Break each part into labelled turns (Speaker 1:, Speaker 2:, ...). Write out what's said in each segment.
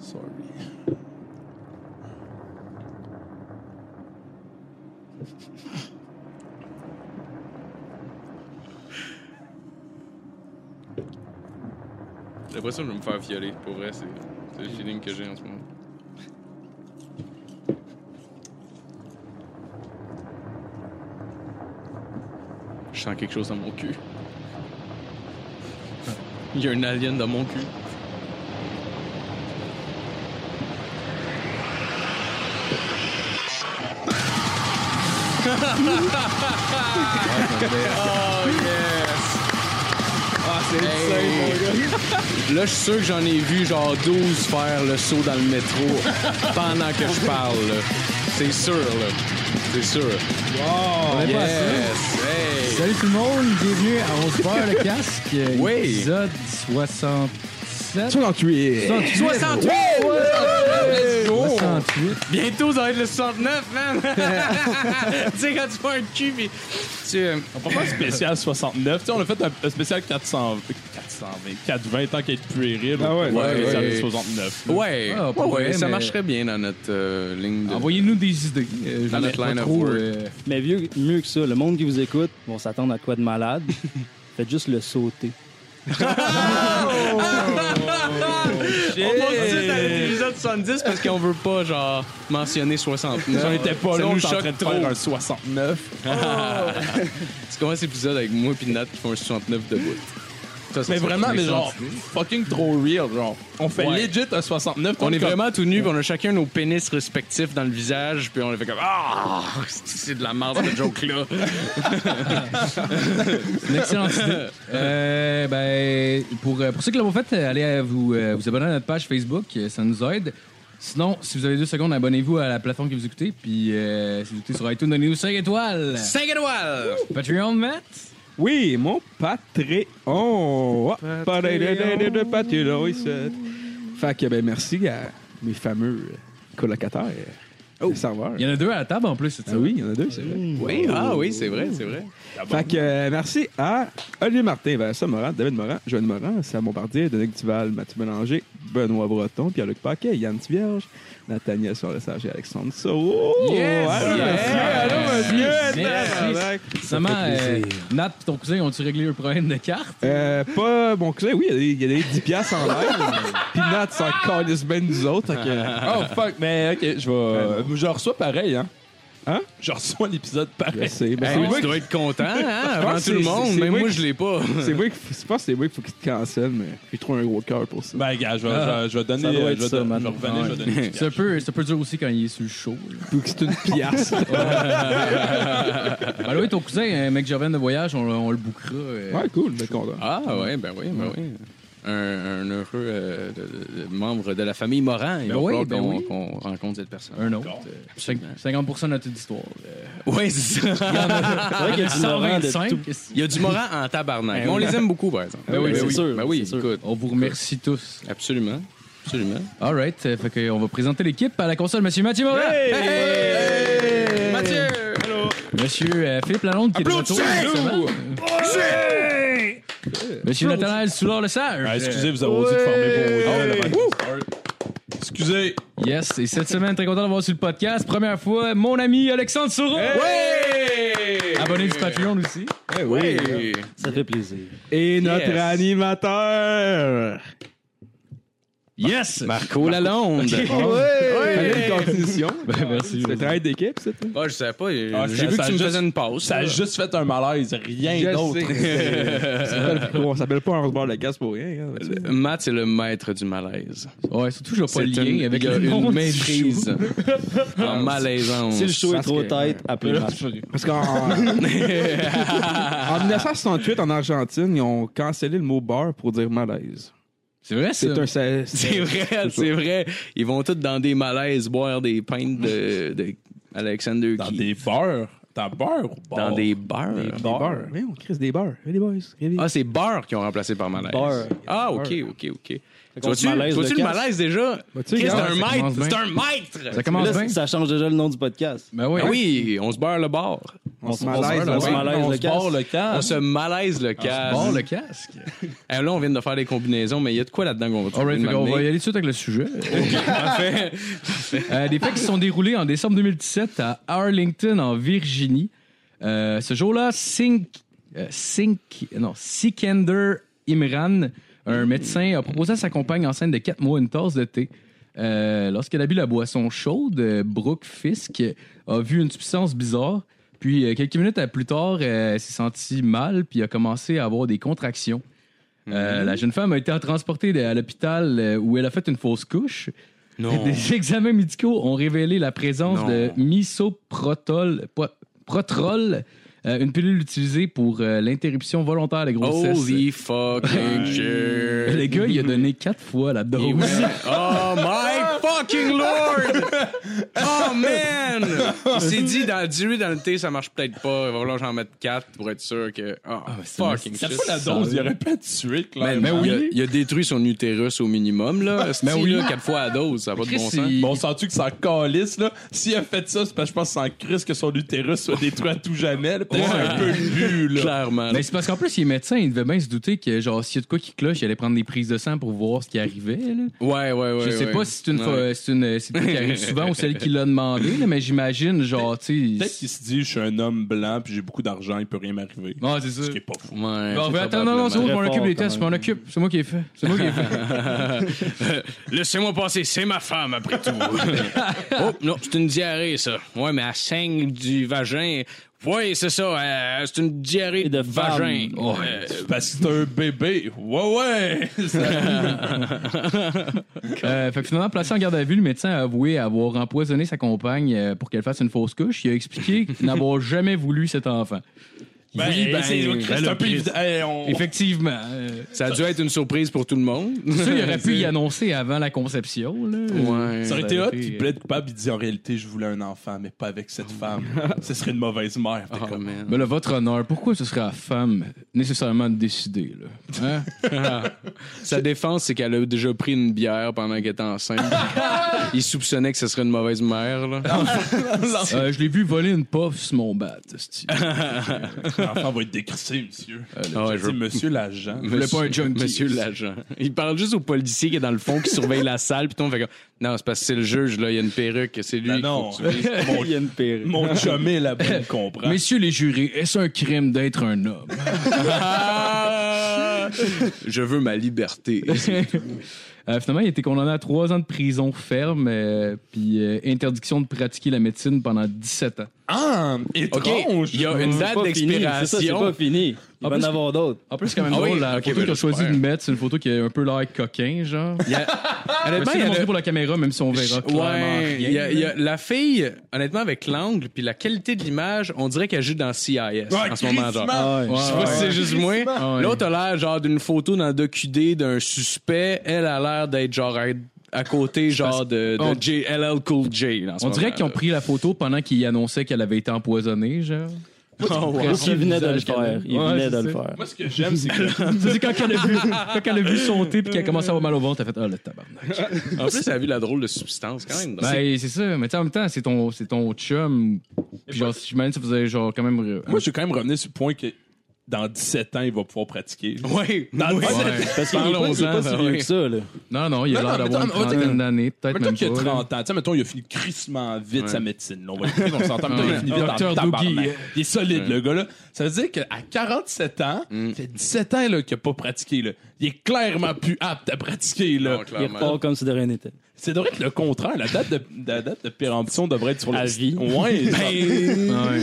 Speaker 1: Sorry. J'ai l'impression que je vais me faire violer. Pour vrai, c'est c'est le feeling que j'ai en ce moment. Je sens quelque chose dans mon cul. Il y a un alien dans mon cul. Oh yes!
Speaker 2: Ah, c'est
Speaker 1: Hey.
Speaker 2: insane, mon gars.
Speaker 1: Là, je suis sûr que j'en ai vu genre 12 faire le saut dans le métro pendant que je parle. là. C'est sûr, là. C'est sûr.
Speaker 2: Wow.
Speaker 3: est pas
Speaker 1: yes! Hey!
Speaker 3: Salut tout le monde, bienvenue à On se barre le casque, euh,
Speaker 1: Oui.
Speaker 3: épisode 67.
Speaker 2: 68.
Speaker 1: 68! Let's go!
Speaker 3: 68.
Speaker 1: Bientôt, ça va être le 69, man! tu sais, quand tu fais un cul, pis. Tu. euh,
Speaker 4: On peut faire un spécial 69. Tu sais, on a fait un, un spécial 400, 420, 420 tant qu'il est puéril.
Speaker 2: Ah ouais,
Speaker 4: on
Speaker 1: ouais,
Speaker 4: fait un spécial
Speaker 1: ouais.
Speaker 4: 69. là.
Speaker 1: Ouais,
Speaker 3: Ah,
Speaker 1: ouais,
Speaker 3: pas vrai,
Speaker 1: ça
Speaker 3: mais-
Speaker 1: marcherait bien dans notre euh, ligne de.
Speaker 3: Envoyez-nous des idées. Euh, je
Speaker 1: Dans
Speaker 3: vous
Speaker 1: notre
Speaker 3: mets pas
Speaker 1: line of
Speaker 3: trop,
Speaker 1: work.
Speaker 3: euh,
Speaker 5: Mais vieux, mieux que ça, le monde qui vous écoute vont s'attendre à quoi de malade. Faites juste le sauter.
Speaker 1: On monte tout de suite à l'épisode 70 parce qu'on veut pas, genre, mentionner 69.
Speaker 4: On était pas
Speaker 1: Ça
Speaker 4: là, on
Speaker 1: nous
Speaker 4: était en
Speaker 1: choque
Speaker 4: train de
Speaker 1: trop.
Speaker 4: faire un 69.
Speaker 1: Tu commences l'épisode avec moi pis Nat qui font un 69 de bout. Ça, ça
Speaker 4: Mais
Speaker 1: sera
Speaker 4: vraiment,
Speaker 1: tous
Speaker 4: mais
Speaker 1: les
Speaker 4: genre,
Speaker 1: sentiments.
Speaker 4: fucking trop real, genre. On fait
Speaker 1: Ouais.
Speaker 4: legit un 69.
Speaker 1: On est
Speaker 4: comme-
Speaker 1: vraiment tout nus, pis on a chacun nos pénis respectifs dans le visage, puis on a fait comme Ah, c'est- c'est de la merde ce joke-là.
Speaker 3: Une excellente idée. Euh, ben, pour, euh, pour ceux qui l'ont pas fait, euh, allez euh, vous, euh, vous abonner à notre page Facebook, euh, ça nous aide. Sinon, si vous avez deux secondes, abonnez-vous à la plateforme que vous écoutez. Puis, euh, si vous écoutez sur iTunes, donnez-nous 5 étoiles.
Speaker 1: 5 étoiles!
Speaker 3: Patreon, Matt.
Speaker 2: Oui, mon Patreon. Patreon. Patreon. Patreon. oui, c'est- Fait que, ben, merci à mes fameux colocataires. Oh. serveurs.
Speaker 3: Il y en a Mm. deux à la table en plus,
Speaker 1: Ben
Speaker 3: c'est ça?
Speaker 2: Ah oui, il y en a deux, c'est vrai.
Speaker 1: Oui, ah oui, c'est vrai, c'est vrai.
Speaker 2: Fait que euh, merci à Olivier Martin, Vincent Morand, David Morand, Joanne Morand, Sam Bombardier, Dominique Duval, Mathieu Mélanger, Benoît Breton, Pierre-Luc Paquet, Yann Tivierge, Nathaniel Soresager et Alexandre Soro.
Speaker 3: Yes,
Speaker 2: allô,
Speaker 3: yes,
Speaker 2: monsieur,
Speaker 3: yes.
Speaker 2: allô, monsieur,
Speaker 3: Merci.
Speaker 2: tabarnak.
Speaker 3: Seulement, euh, Nat et ton cousin ont-tu réglé le problème de carte?
Speaker 2: Euh, pas mon clé, oui, il y a des- il y a des 10 piastres en l'air. Puis Nat s'en calisse ben nous autres. fait que-
Speaker 3: Ah.
Speaker 4: Oh fuck, mais ok, je vais. je reçois pareil, hein.
Speaker 2: Hein?
Speaker 4: Je reçois l'épisode
Speaker 2: Je
Speaker 4: pareil.
Speaker 2: sais, mais
Speaker 1: Hey,
Speaker 3: Eh
Speaker 2: c'est moi
Speaker 1: tu
Speaker 2: qui-
Speaker 1: dois être content,
Speaker 3: Ah,
Speaker 1: hein, avant
Speaker 2: pense que
Speaker 1: tout le
Speaker 2: c'est-
Speaker 1: monde.
Speaker 2: c'est
Speaker 1: Même
Speaker 2: moi
Speaker 1: moi,
Speaker 2: qui-
Speaker 1: je l'ai pas.
Speaker 2: c'est moi qui. Je pense que c'est moi qu'il faut qu'il te cancelle, mais j'ai trouvé un gros cœur pour ça.
Speaker 4: Ben, gars, je vais, je vais- je vais donner.
Speaker 5: Ça doit
Speaker 4: euh,
Speaker 5: être
Speaker 4: je vais
Speaker 5: ça,
Speaker 4: don-
Speaker 5: man.
Speaker 4: je vais revenir, je vais donner. du
Speaker 3: C'est un, peu, c'est un peu dur aussi quand il est sur le show. là.
Speaker 2: Faut que c'est une piastre.
Speaker 3: Ben oui, ton cousin, un mec que je reviens de voyage, on, on le bouquera. euh,
Speaker 2: ouais, cool, ben content.
Speaker 1: Ah ouais, ben oui, ben oui. Un, un heureux euh, de- de- de- membre de la famille Morin. Il
Speaker 3: Ben
Speaker 1: va
Speaker 3: oui,
Speaker 1: falloir
Speaker 3: ben
Speaker 1: qu'on
Speaker 3: oui.
Speaker 1: qu'on rencontre cette personne.
Speaker 3: Un autre. Cinq- 50% de notre histoire. euh,
Speaker 1: Oui, c'est ça.
Speaker 5: C'est
Speaker 3: Ah,
Speaker 5: vrai qu'il y a du Laurent de
Speaker 3: 125.
Speaker 5: tout.
Speaker 1: Il y a du Morin en tabarnak. Mais on les aime beaucoup, par exemple.
Speaker 3: Ben oui,
Speaker 1: ben
Speaker 3: c'est
Speaker 5: sûr,
Speaker 1: Ben oui,
Speaker 5: c'est sûr.
Speaker 1: écoute.
Speaker 3: On vous remercie tous.
Speaker 1: Absolument. Absolument.
Speaker 3: All right, euh, fait que on va présenter l'équipe à la console. Monsieur Mathieu Morin.
Speaker 1: Mathieu!
Speaker 3: Monsieur euh, Philippe Lalonde qui est de retour. justement. Monsieur Nathanaël Soulard-Le Sage.
Speaker 4: Ah, excusez, vous avez osé de former pour vous. Excusez.
Speaker 3: Yes, et cette semaine, très content d'avoir sur le podcast. Première fois, mon ami Alexandre Souro.
Speaker 1: Ouais!
Speaker 3: Abonné du Patreon aussi.
Speaker 2: Eh oui.
Speaker 1: Ouais!
Speaker 5: Ça fait plaisir.
Speaker 2: Et notre
Speaker 1: Yes.
Speaker 2: animateur!
Speaker 3: Yes!
Speaker 1: Marco Lalonde!
Speaker 2: Fallait une continuation.
Speaker 3: Ben, merci.
Speaker 2: Ben, C'est le travail d'équipe, ça? toi?
Speaker 1: Ah, je savais pas.
Speaker 4: Ah,
Speaker 1: J'ai
Speaker 4: ça-
Speaker 1: vu
Speaker 4: ça
Speaker 1: que tu me
Speaker 4: juste-
Speaker 1: faisais une pause.
Speaker 4: Ça a juste fait un malaise, rien d'autre.
Speaker 2: sais. C'est- c'est pas le- On s'appelle pas un rebord de casse pour rien. hein, là-dessus.
Speaker 1: Le- Matt, c'est le maître du malaise.
Speaker 3: Ouais, surtout, je vois pas le
Speaker 1: C'est
Speaker 3: lien
Speaker 1: une-
Speaker 3: avec
Speaker 1: il y a
Speaker 3: le nom
Speaker 1: une
Speaker 3: du
Speaker 1: maîtrise en malaisance.
Speaker 5: Si le show est
Speaker 2: parce
Speaker 5: trop
Speaker 2: que-
Speaker 5: tête, appelez Marc.
Speaker 2: Parce qu'en en 1968, en Argentine, ils ont cancellé le mot bar pour dire malaise.
Speaker 3: C'est vrai, ça?
Speaker 2: C'est un. C'est
Speaker 1: C'est vrai, c'est vrai. Ils vont tous dans des malaises boire des pintes de, de Alexander
Speaker 4: Dans
Speaker 1: Key.
Speaker 4: des beurres. Dans beurre ou
Speaker 1: Dans
Speaker 4: beurre?
Speaker 1: des bars.
Speaker 2: Des bars. Oui, on crisse des bars. Hey, les boys. regardez.
Speaker 1: Ah, c'est bar qui ont remplacé par malaise.
Speaker 5: Bar.
Speaker 1: Ah, ok, ok, ok. Tu
Speaker 5: qu'on
Speaker 1: vois-tu
Speaker 5: se malaise
Speaker 1: tu vois-tu
Speaker 5: le
Speaker 1: le
Speaker 5: casque?
Speaker 1: malaise déjà?
Speaker 2: Bah, tu
Speaker 1: Chris,
Speaker 2: sais,
Speaker 1: C'est
Speaker 2: regarde,
Speaker 1: un
Speaker 3: ça
Speaker 1: maître!
Speaker 3: commence
Speaker 1: C'est
Speaker 3: bien.
Speaker 1: un maître!
Speaker 3: Ça
Speaker 5: Mais
Speaker 3: commence
Speaker 5: Là,
Speaker 3: bien.
Speaker 5: ça change déjà le nom du podcast.
Speaker 3: Ben oui.
Speaker 1: Ah oui, on se beurre le bar.
Speaker 2: On se
Speaker 5: On
Speaker 2: malaise.
Speaker 5: on
Speaker 2: là,
Speaker 5: se
Speaker 2: ouais.
Speaker 5: malaise
Speaker 4: on
Speaker 5: le
Speaker 4: se barre
Speaker 5: casque.
Speaker 4: le
Speaker 3: Ah.
Speaker 4: camp.
Speaker 1: On se malaise le casque.
Speaker 3: Bon, le casque.
Speaker 1: Eh, là, on vient de faire des combinaisons, mais il y a de quoi là-dedans qu'on va trouver
Speaker 3: Alright,
Speaker 1: une
Speaker 3: fait qu'on
Speaker 1: matinée.
Speaker 3: va y aller tout de suite avec le sujet.
Speaker 1: Parfait.
Speaker 3: Euh, des faits qui se sont déroulés en décembre 2017 à Arlington, en Virginie. Euh, ce jour-là, Sink, euh, Sink- non, Sikander Imran, un médecin, a proposé à sa compagne enceinte de 4 mois une tasse de thé. Euh, Lorsqu'elle a bu la boisson chaude, euh, Brooke Fisk a vu une substance bizarre. Puis, euh, quelques minutes plus tard, euh, elle s'est sentie mal, puis a commencé à avoir des contractions. Euh, La jeune femme a été transportée de- à l'hôpital euh, où elle a fait une fausse couche.
Speaker 1: Non.
Speaker 3: Des examens médicaux ont révélé la présence
Speaker 1: Non.
Speaker 3: de misoprotol, po- protrol, euh, une pilule utilisée pour euh, l'interruption volontaire des grossesses.
Speaker 1: Holy fucking shit.
Speaker 3: Le gars, il a donné quatre fois la
Speaker 1: Et
Speaker 3: dose.
Speaker 1: ouais. Oh my fucking lord! Oh man! Il s'est dit, dans, diluer dans le thé, ça marche peut-être pas. Il va falloir que j'en mettre 4 pour être sûr que. Oh,
Speaker 3: Ah, c'est
Speaker 1: fucking shit.
Speaker 4: Quatre fois la dose, il aurait pas tué,
Speaker 1: Man,
Speaker 4: clairement.
Speaker 1: il, a, il a détruit son utérus au minimum, là. Mais
Speaker 3: Ah, oui.
Speaker 1: oui, là, 4 fois la dose, ça n'a pas de
Speaker 3: Chris,
Speaker 1: bon sens.
Speaker 3: il-
Speaker 4: Bon, sens-tu que ça calisse, là? S'il a fait ça, c'est parce que je pense que sans Chris que son utérus soit détruit à tout jamais. là. Peut-être
Speaker 1: Ouais.
Speaker 4: c'est un peu le but, là.
Speaker 1: Clairement.
Speaker 3: Mais c'est parce qu'en plus, il est médecin, il devait bien se douter que, genre, s'il y a de quoi qui cloche, il allait prendre des prises de sang pour voir ce qui arrivait. là.
Speaker 1: ouais, ouais, ouais.
Speaker 3: Je sais
Speaker 1: ouais.
Speaker 3: pas si c'est une,
Speaker 1: Ouais.
Speaker 3: fois- c'est une c'est une qui arrive souvent ou celle qui l'a demandé, là, mais j'imagine, genre, tu sais.
Speaker 4: Peut-être qu'il se dit, je suis un homme blanc, puis j'ai beaucoup d'argent, il peut rien m'arriver.
Speaker 3: Ouais, c'est ça.
Speaker 4: Ce qui est pas fou.
Speaker 1: Ouais,
Speaker 3: Bon,
Speaker 1: Eh, c'est
Speaker 3: mais attends, non, non, c'est moi qui
Speaker 5: Très
Speaker 3: m'en occupe
Speaker 5: fort,
Speaker 3: des
Speaker 5: quand
Speaker 3: tests, je
Speaker 5: même.
Speaker 3: m'en occupe. C'est moi qui ai fait. C'est moi qui ai fait.
Speaker 1: Laissez-moi passer, c'est ma femme après tout. oh, non, c'est une diarrhée, ça. Ouais, mais elle saigne du vagin. Ouais, c'est ça, euh, c'est une diarrhée
Speaker 5: Et de
Speaker 1: vagin.
Speaker 5: femme.
Speaker 1: Ouais. Euh,
Speaker 4: Parce que c'est un bébé. Ouais, ouais!
Speaker 3: Euh, fait que finalement, placé en garde à vue, le médecin a avoué avoir empoisonné sa compagne euh, pour qu'elle fasse une fausse couche. Il a expliqué n'avoir jamais voulu cet enfant.
Speaker 4: Ben,
Speaker 3: Oui, ben,
Speaker 4: c'est
Speaker 3: ben,
Speaker 4: c'est
Speaker 3: le
Speaker 4: un peu
Speaker 3: Christ.
Speaker 4: évident. Hey,
Speaker 5: Oh.
Speaker 4: on-
Speaker 3: Effectivement. euh,
Speaker 1: ça a dû être une surprise pour tout le monde.
Speaker 3: ça, il aurait pu y annoncer avant la conception. Là.
Speaker 1: Ouais.
Speaker 4: Ça aurait été
Speaker 3: Ça
Speaker 4: hot,
Speaker 3: aurait été-
Speaker 4: il plaide coupable, il dit en réalité, je voulais un enfant, mais pas avec cette femme. Ce serait une mauvaise mère. T'es
Speaker 1: Oh,
Speaker 4: comme,
Speaker 1: man.
Speaker 3: Mais là, votre honneur, pourquoi ce serait à la femme nécessairement de décider? Là? Hein?
Speaker 1: Sa défense, c'est qu'elle a déjà pris une bière pendant qu'elle était enceinte. Il soupçonnait que ce serait une mauvaise mère. Là. Ah,
Speaker 3: Euh, je l'ai vu voler une puff sur mon bat. esti.
Speaker 4: L'enfant va être décrissé, monsieur.
Speaker 1: Ah ouais,
Speaker 4: J'ai
Speaker 1: je
Speaker 4: dit, monsieur l'agent.
Speaker 1: Je
Speaker 3: voulais pas un junkie.
Speaker 1: Monsieur l'agent. Il parle juste au policier qui est dans le fond, qui surveille la salle, puis tout, on fait comme, non, c'est parce que c'est le juge, là, il y a une perruque, c'est lui.
Speaker 4: Ben
Speaker 1: qu'il
Speaker 4: non,
Speaker 1: faut que tu-
Speaker 4: mon,
Speaker 5: Il y a une pire.
Speaker 4: mon chum est là-bas, il comprend.
Speaker 3: Messieurs les jurés, est-ce un crime d'être un homme?
Speaker 1: Ah! Je veux ma liberté.
Speaker 3: Euh, finalement, il a été condamné à trois ans de prison ferme, euh, puis euh, interdiction de pratiquer la médecine pendant 17 ans.
Speaker 4: Ah,
Speaker 1: OK,
Speaker 4: étrange.
Speaker 1: il y a une
Speaker 5: C'est
Speaker 1: date
Speaker 5: pas fini, c'est ça, C'est
Speaker 1: d'expiration.
Speaker 5: pas fini. Il
Speaker 3: En
Speaker 5: va en
Speaker 3: plus-
Speaker 5: avoir d'autres.
Speaker 3: En plus, c'est quand même
Speaker 1: Ah
Speaker 3: drôle,
Speaker 1: oui,
Speaker 3: la
Speaker 1: ok,
Speaker 3: photo
Speaker 1: ben
Speaker 3: qu'il a choisi
Speaker 1: j'espère.
Speaker 3: de mettre, c'est une photo qui a un peu l'air coquin, genre.
Speaker 1: Il y a-
Speaker 3: Elle
Speaker 1: Honnêtement,
Speaker 3: est
Speaker 1: il y a
Speaker 3: montrée
Speaker 1: le-
Speaker 3: pour la caméra, même si on verra clairement
Speaker 1: Ouais,
Speaker 3: rien.
Speaker 1: il y a- il y a- la fille, honnêtement, avec l'angle puis la qualité de l'image, on dirait qu'elle joue dans CIS en ce moment. Genre.
Speaker 5: Ah ouais.
Speaker 1: Je sais pas si c'est juste moi.
Speaker 3: Ah ouais.
Speaker 1: L'autre a l'air genre d'une photo dans le docu-D d'un suspect. Elle a l'air d'être genre à, à côté genre de, de
Speaker 3: on-
Speaker 1: J- LL Cool J. dans ce
Speaker 3: On dirait
Speaker 1: moment-là.
Speaker 3: qu'ils ont pris la photo pendant qu'ils annonçaient qu'elle avait été empoisonnée, genre.
Speaker 1: Oh, wow.
Speaker 5: Parce qu'il venait de le
Speaker 3: visage
Speaker 5: faire. Il
Speaker 3: Ouais,
Speaker 5: venait de
Speaker 3: c'est
Speaker 5: le
Speaker 3: ça.
Speaker 5: faire.
Speaker 4: Moi, ce que j'aime, c'est que.
Speaker 3: C'est quand elle a vu, quand elle a vu sauter puis qu'elle a commencé à avoir mal au ventre, elle a fait Ah, le tabarnak.
Speaker 1: En plus, elle a vu la drôle de substance quand même.
Speaker 3: Ben, c'est ça, mais tu sais, en même temps, c'est ton, c'est ton chum. Puis genre, si je m'imagine, ça faisait genre quand même.
Speaker 4: Moi, je suis quand même revenu sur le point que dans 17 ans, il va pouvoir pratiquer.
Speaker 1: ouais,
Speaker 4: Dans
Speaker 1: ouais.
Speaker 4: 17
Speaker 3: Ouais.
Speaker 5: Parce qu'il est pas, il est pas si
Speaker 1: Parlons-en,
Speaker 5: vieux
Speaker 1: ben
Speaker 5: que ça, là.
Speaker 3: Non, non, il a
Speaker 4: Non,
Speaker 3: l'air
Speaker 4: non,
Speaker 3: d'avoir une
Speaker 4: mais attends, on va dire-
Speaker 3: trentaine d'années, peut-être
Speaker 4: Mettons
Speaker 3: même
Speaker 4: qu'il a
Speaker 3: pas. là.
Speaker 4: 30 ans. Tu sais, mettons, il a fini crissement vite
Speaker 1: Ouais. euh.
Speaker 4: sa médecine. là. On va le dire, on s'entend. mettons, il a fini
Speaker 3: Ouais.
Speaker 4: vite en
Speaker 3: Docteur
Speaker 4: tabarnak.
Speaker 3: Doogie.
Speaker 4: Il est solide, le gars-là. Ça veut dire qu'à 47 ans,
Speaker 1: Mm.
Speaker 4: ça fait 17 ans là, qu'il n'a pas pratiqué. Là. Il est clairement plus apte à pratiquer. Là.
Speaker 1: Non,
Speaker 5: Il
Speaker 1: clairement.
Speaker 5: repart comme si de rien n'était.
Speaker 4: C'est vrai que le contraire, la date de, la date de péremption devrait être sur le...
Speaker 5: À vie.
Speaker 4: Ouais,
Speaker 1: Ben,
Speaker 4: genre.
Speaker 3: Ouais.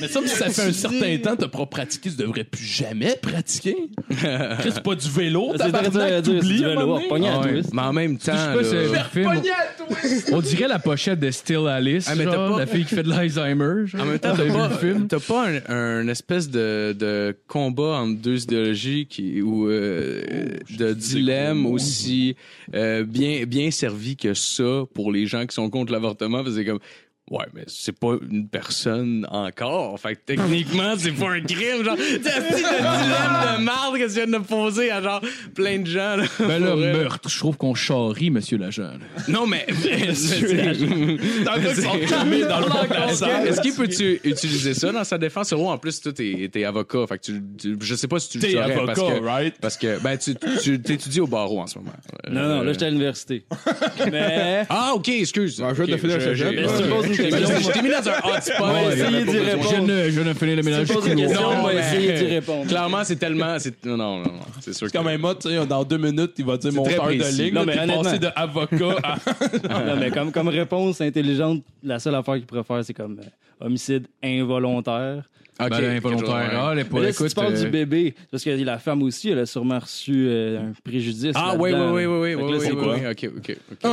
Speaker 4: Mais ça, si ça fait un certain temps que t'as pas pratiqué, tu devrais plus jamais pratiquer. Chris, c'est pas du vélo,
Speaker 5: C'est très dur à
Speaker 4: tabarnak,
Speaker 5: dire. C'est
Speaker 4: t'oublies
Speaker 5: du
Speaker 4: à un
Speaker 5: vélo.
Speaker 4: moment donné.
Speaker 5: repogné à
Speaker 3: Ah ouais.
Speaker 5: twist.
Speaker 1: Mais en même temps,
Speaker 3: Je sais pas si
Speaker 1: là,
Speaker 3: c'est un film- On dirait la pochette de Still Alice,
Speaker 1: Ah, mais t'as
Speaker 3: genre,
Speaker 1: pas- Ah,
Speaker 3: la fille qui fait de l'Alzheimer. genre.
Speaker 1: en même temps, t'as pas, t'as pas un, un espèce de, de combat entre deux idéologies qui, ou euh, de dilemme aussi euh, bien, bien servi que ça pour les gens qui sont contre l'avortement. Parce que c'est comme, Ouais, mais c'est pas une personne encore. Fait que techniquement, c'est pas un crime. Genre, t'as dit le dilemme de marde que tu viens de me poser à genre plein de gens. Là,
Speaker 3: Ben là,
Speaker 1: Pour vrai.
Speaker 3: meurtre, je trouve qu'on charrie, monsieur l'agent.
Speaker 1: Non, mais.
Speaker 4: T'as un gars qui sont cramés dans le fond de la
Speaker 1: Est-ce
Speaker 4: salle.
Speaker 1: que- est-ce qu'il peut-tu utiliser ça dans sa défense? Gros, en plus, toi, t'es t'es avocat. Fait que tu, tu- je sais pas si tu le
Speaker 4: T'es
Speaker 1: saurais
Speaker 4: avocat,
Speaker 1: parce que,
Speaker 4: right?
Speaker 1: parce que, ben, tu tu- t'étudies au barreau en ce moment. Euh,
Speaker 5: Non, non, là, j'étais à l'université. Mais.
Speaker 1: Ah, ok, excuse.
Speaker 2: Ouais, je viens
Speaker 1: Ok,
Speaker 2: de finir ce
Speaker 1: j'ai-
Speaker 2: jeu.
Speaker 1: j'ai-
Speaker 5: Mais si tu
Speaker 1: j'ai-
Speaker 5: poses une
Speaker 1: j'ai-
Speaker 5: question,
Speaker 1: j'ai-
Speaker 5: moi-
Speaker 1: J'ai mis dans un hotspot.
Speaker 5: On va
Speaker 1: Ouais,
Speaker 5: essayer
Speaker 1: j'avais
Speaker 5: d'y
Speaker 1: pas besoin.
Speaker 5: répondre.
Speaker 3: Je ne, je ne finis le
Speaker 5: Si
Speaker 3: ménage.
Speaker 5: tu poses une
Speaker 3: du
Speaker 5: question,
Speaker 3: couloir.
Speaker 5: on va
Speaker 1: mais-
Speaker 5: essayer d'y répondre.
Speaker 1: Clairement, c'est tellement. c'est- Non, non, non. non, C'est sûr
Speaker 4: C'est comme
Speaker 1: que-
Speaker 4: un mode, tu sais, dans deux minutes, il va dire mon
Speaker 1: très
Speaker 4: cœur de
Speaker 1: précis.
Speaker 4: ligne.
Speaker 5: Non,
Speaker 4: là,
Speaker 5: mais
Speaker 4: T'es
Speaker 5: honnêtement.
Speaker 4: passé de avocat à.
Speaker 5: Non, mais comme, comme réponse intelligente, la seule affaire qu'il pourrait faire, c'est comme euh, homicide involontaire.
Speaker 1: Ok,
Speaker 3: Ben, involontaire. Ah, les
Speaker 5: Mais
Speaker 3: pas
Speaker 5: là, si
Speaker 3: écoute.
Speaker 5: tu parles
Speaker 3: euh,
Speaker 5: du Ben- bébé, parce que la femme aussi, elle a sûrement reçu euh, un préjudice.
Speaker 1: Ah, oui, oui,
Speaker 5: là-dedans,
Speaker 1: oui,
Speaker 5: là.
Speaker 1: oui, oui,
Speaker 5: Fait que
Speaker 1: oui,
Speaker 5: là,
Speaker 1: oui,
Speaker 5: c'est
Speaker 1: oui,
Speaker 5: quoi?
Speaker 1: oui, ok, ok, ok.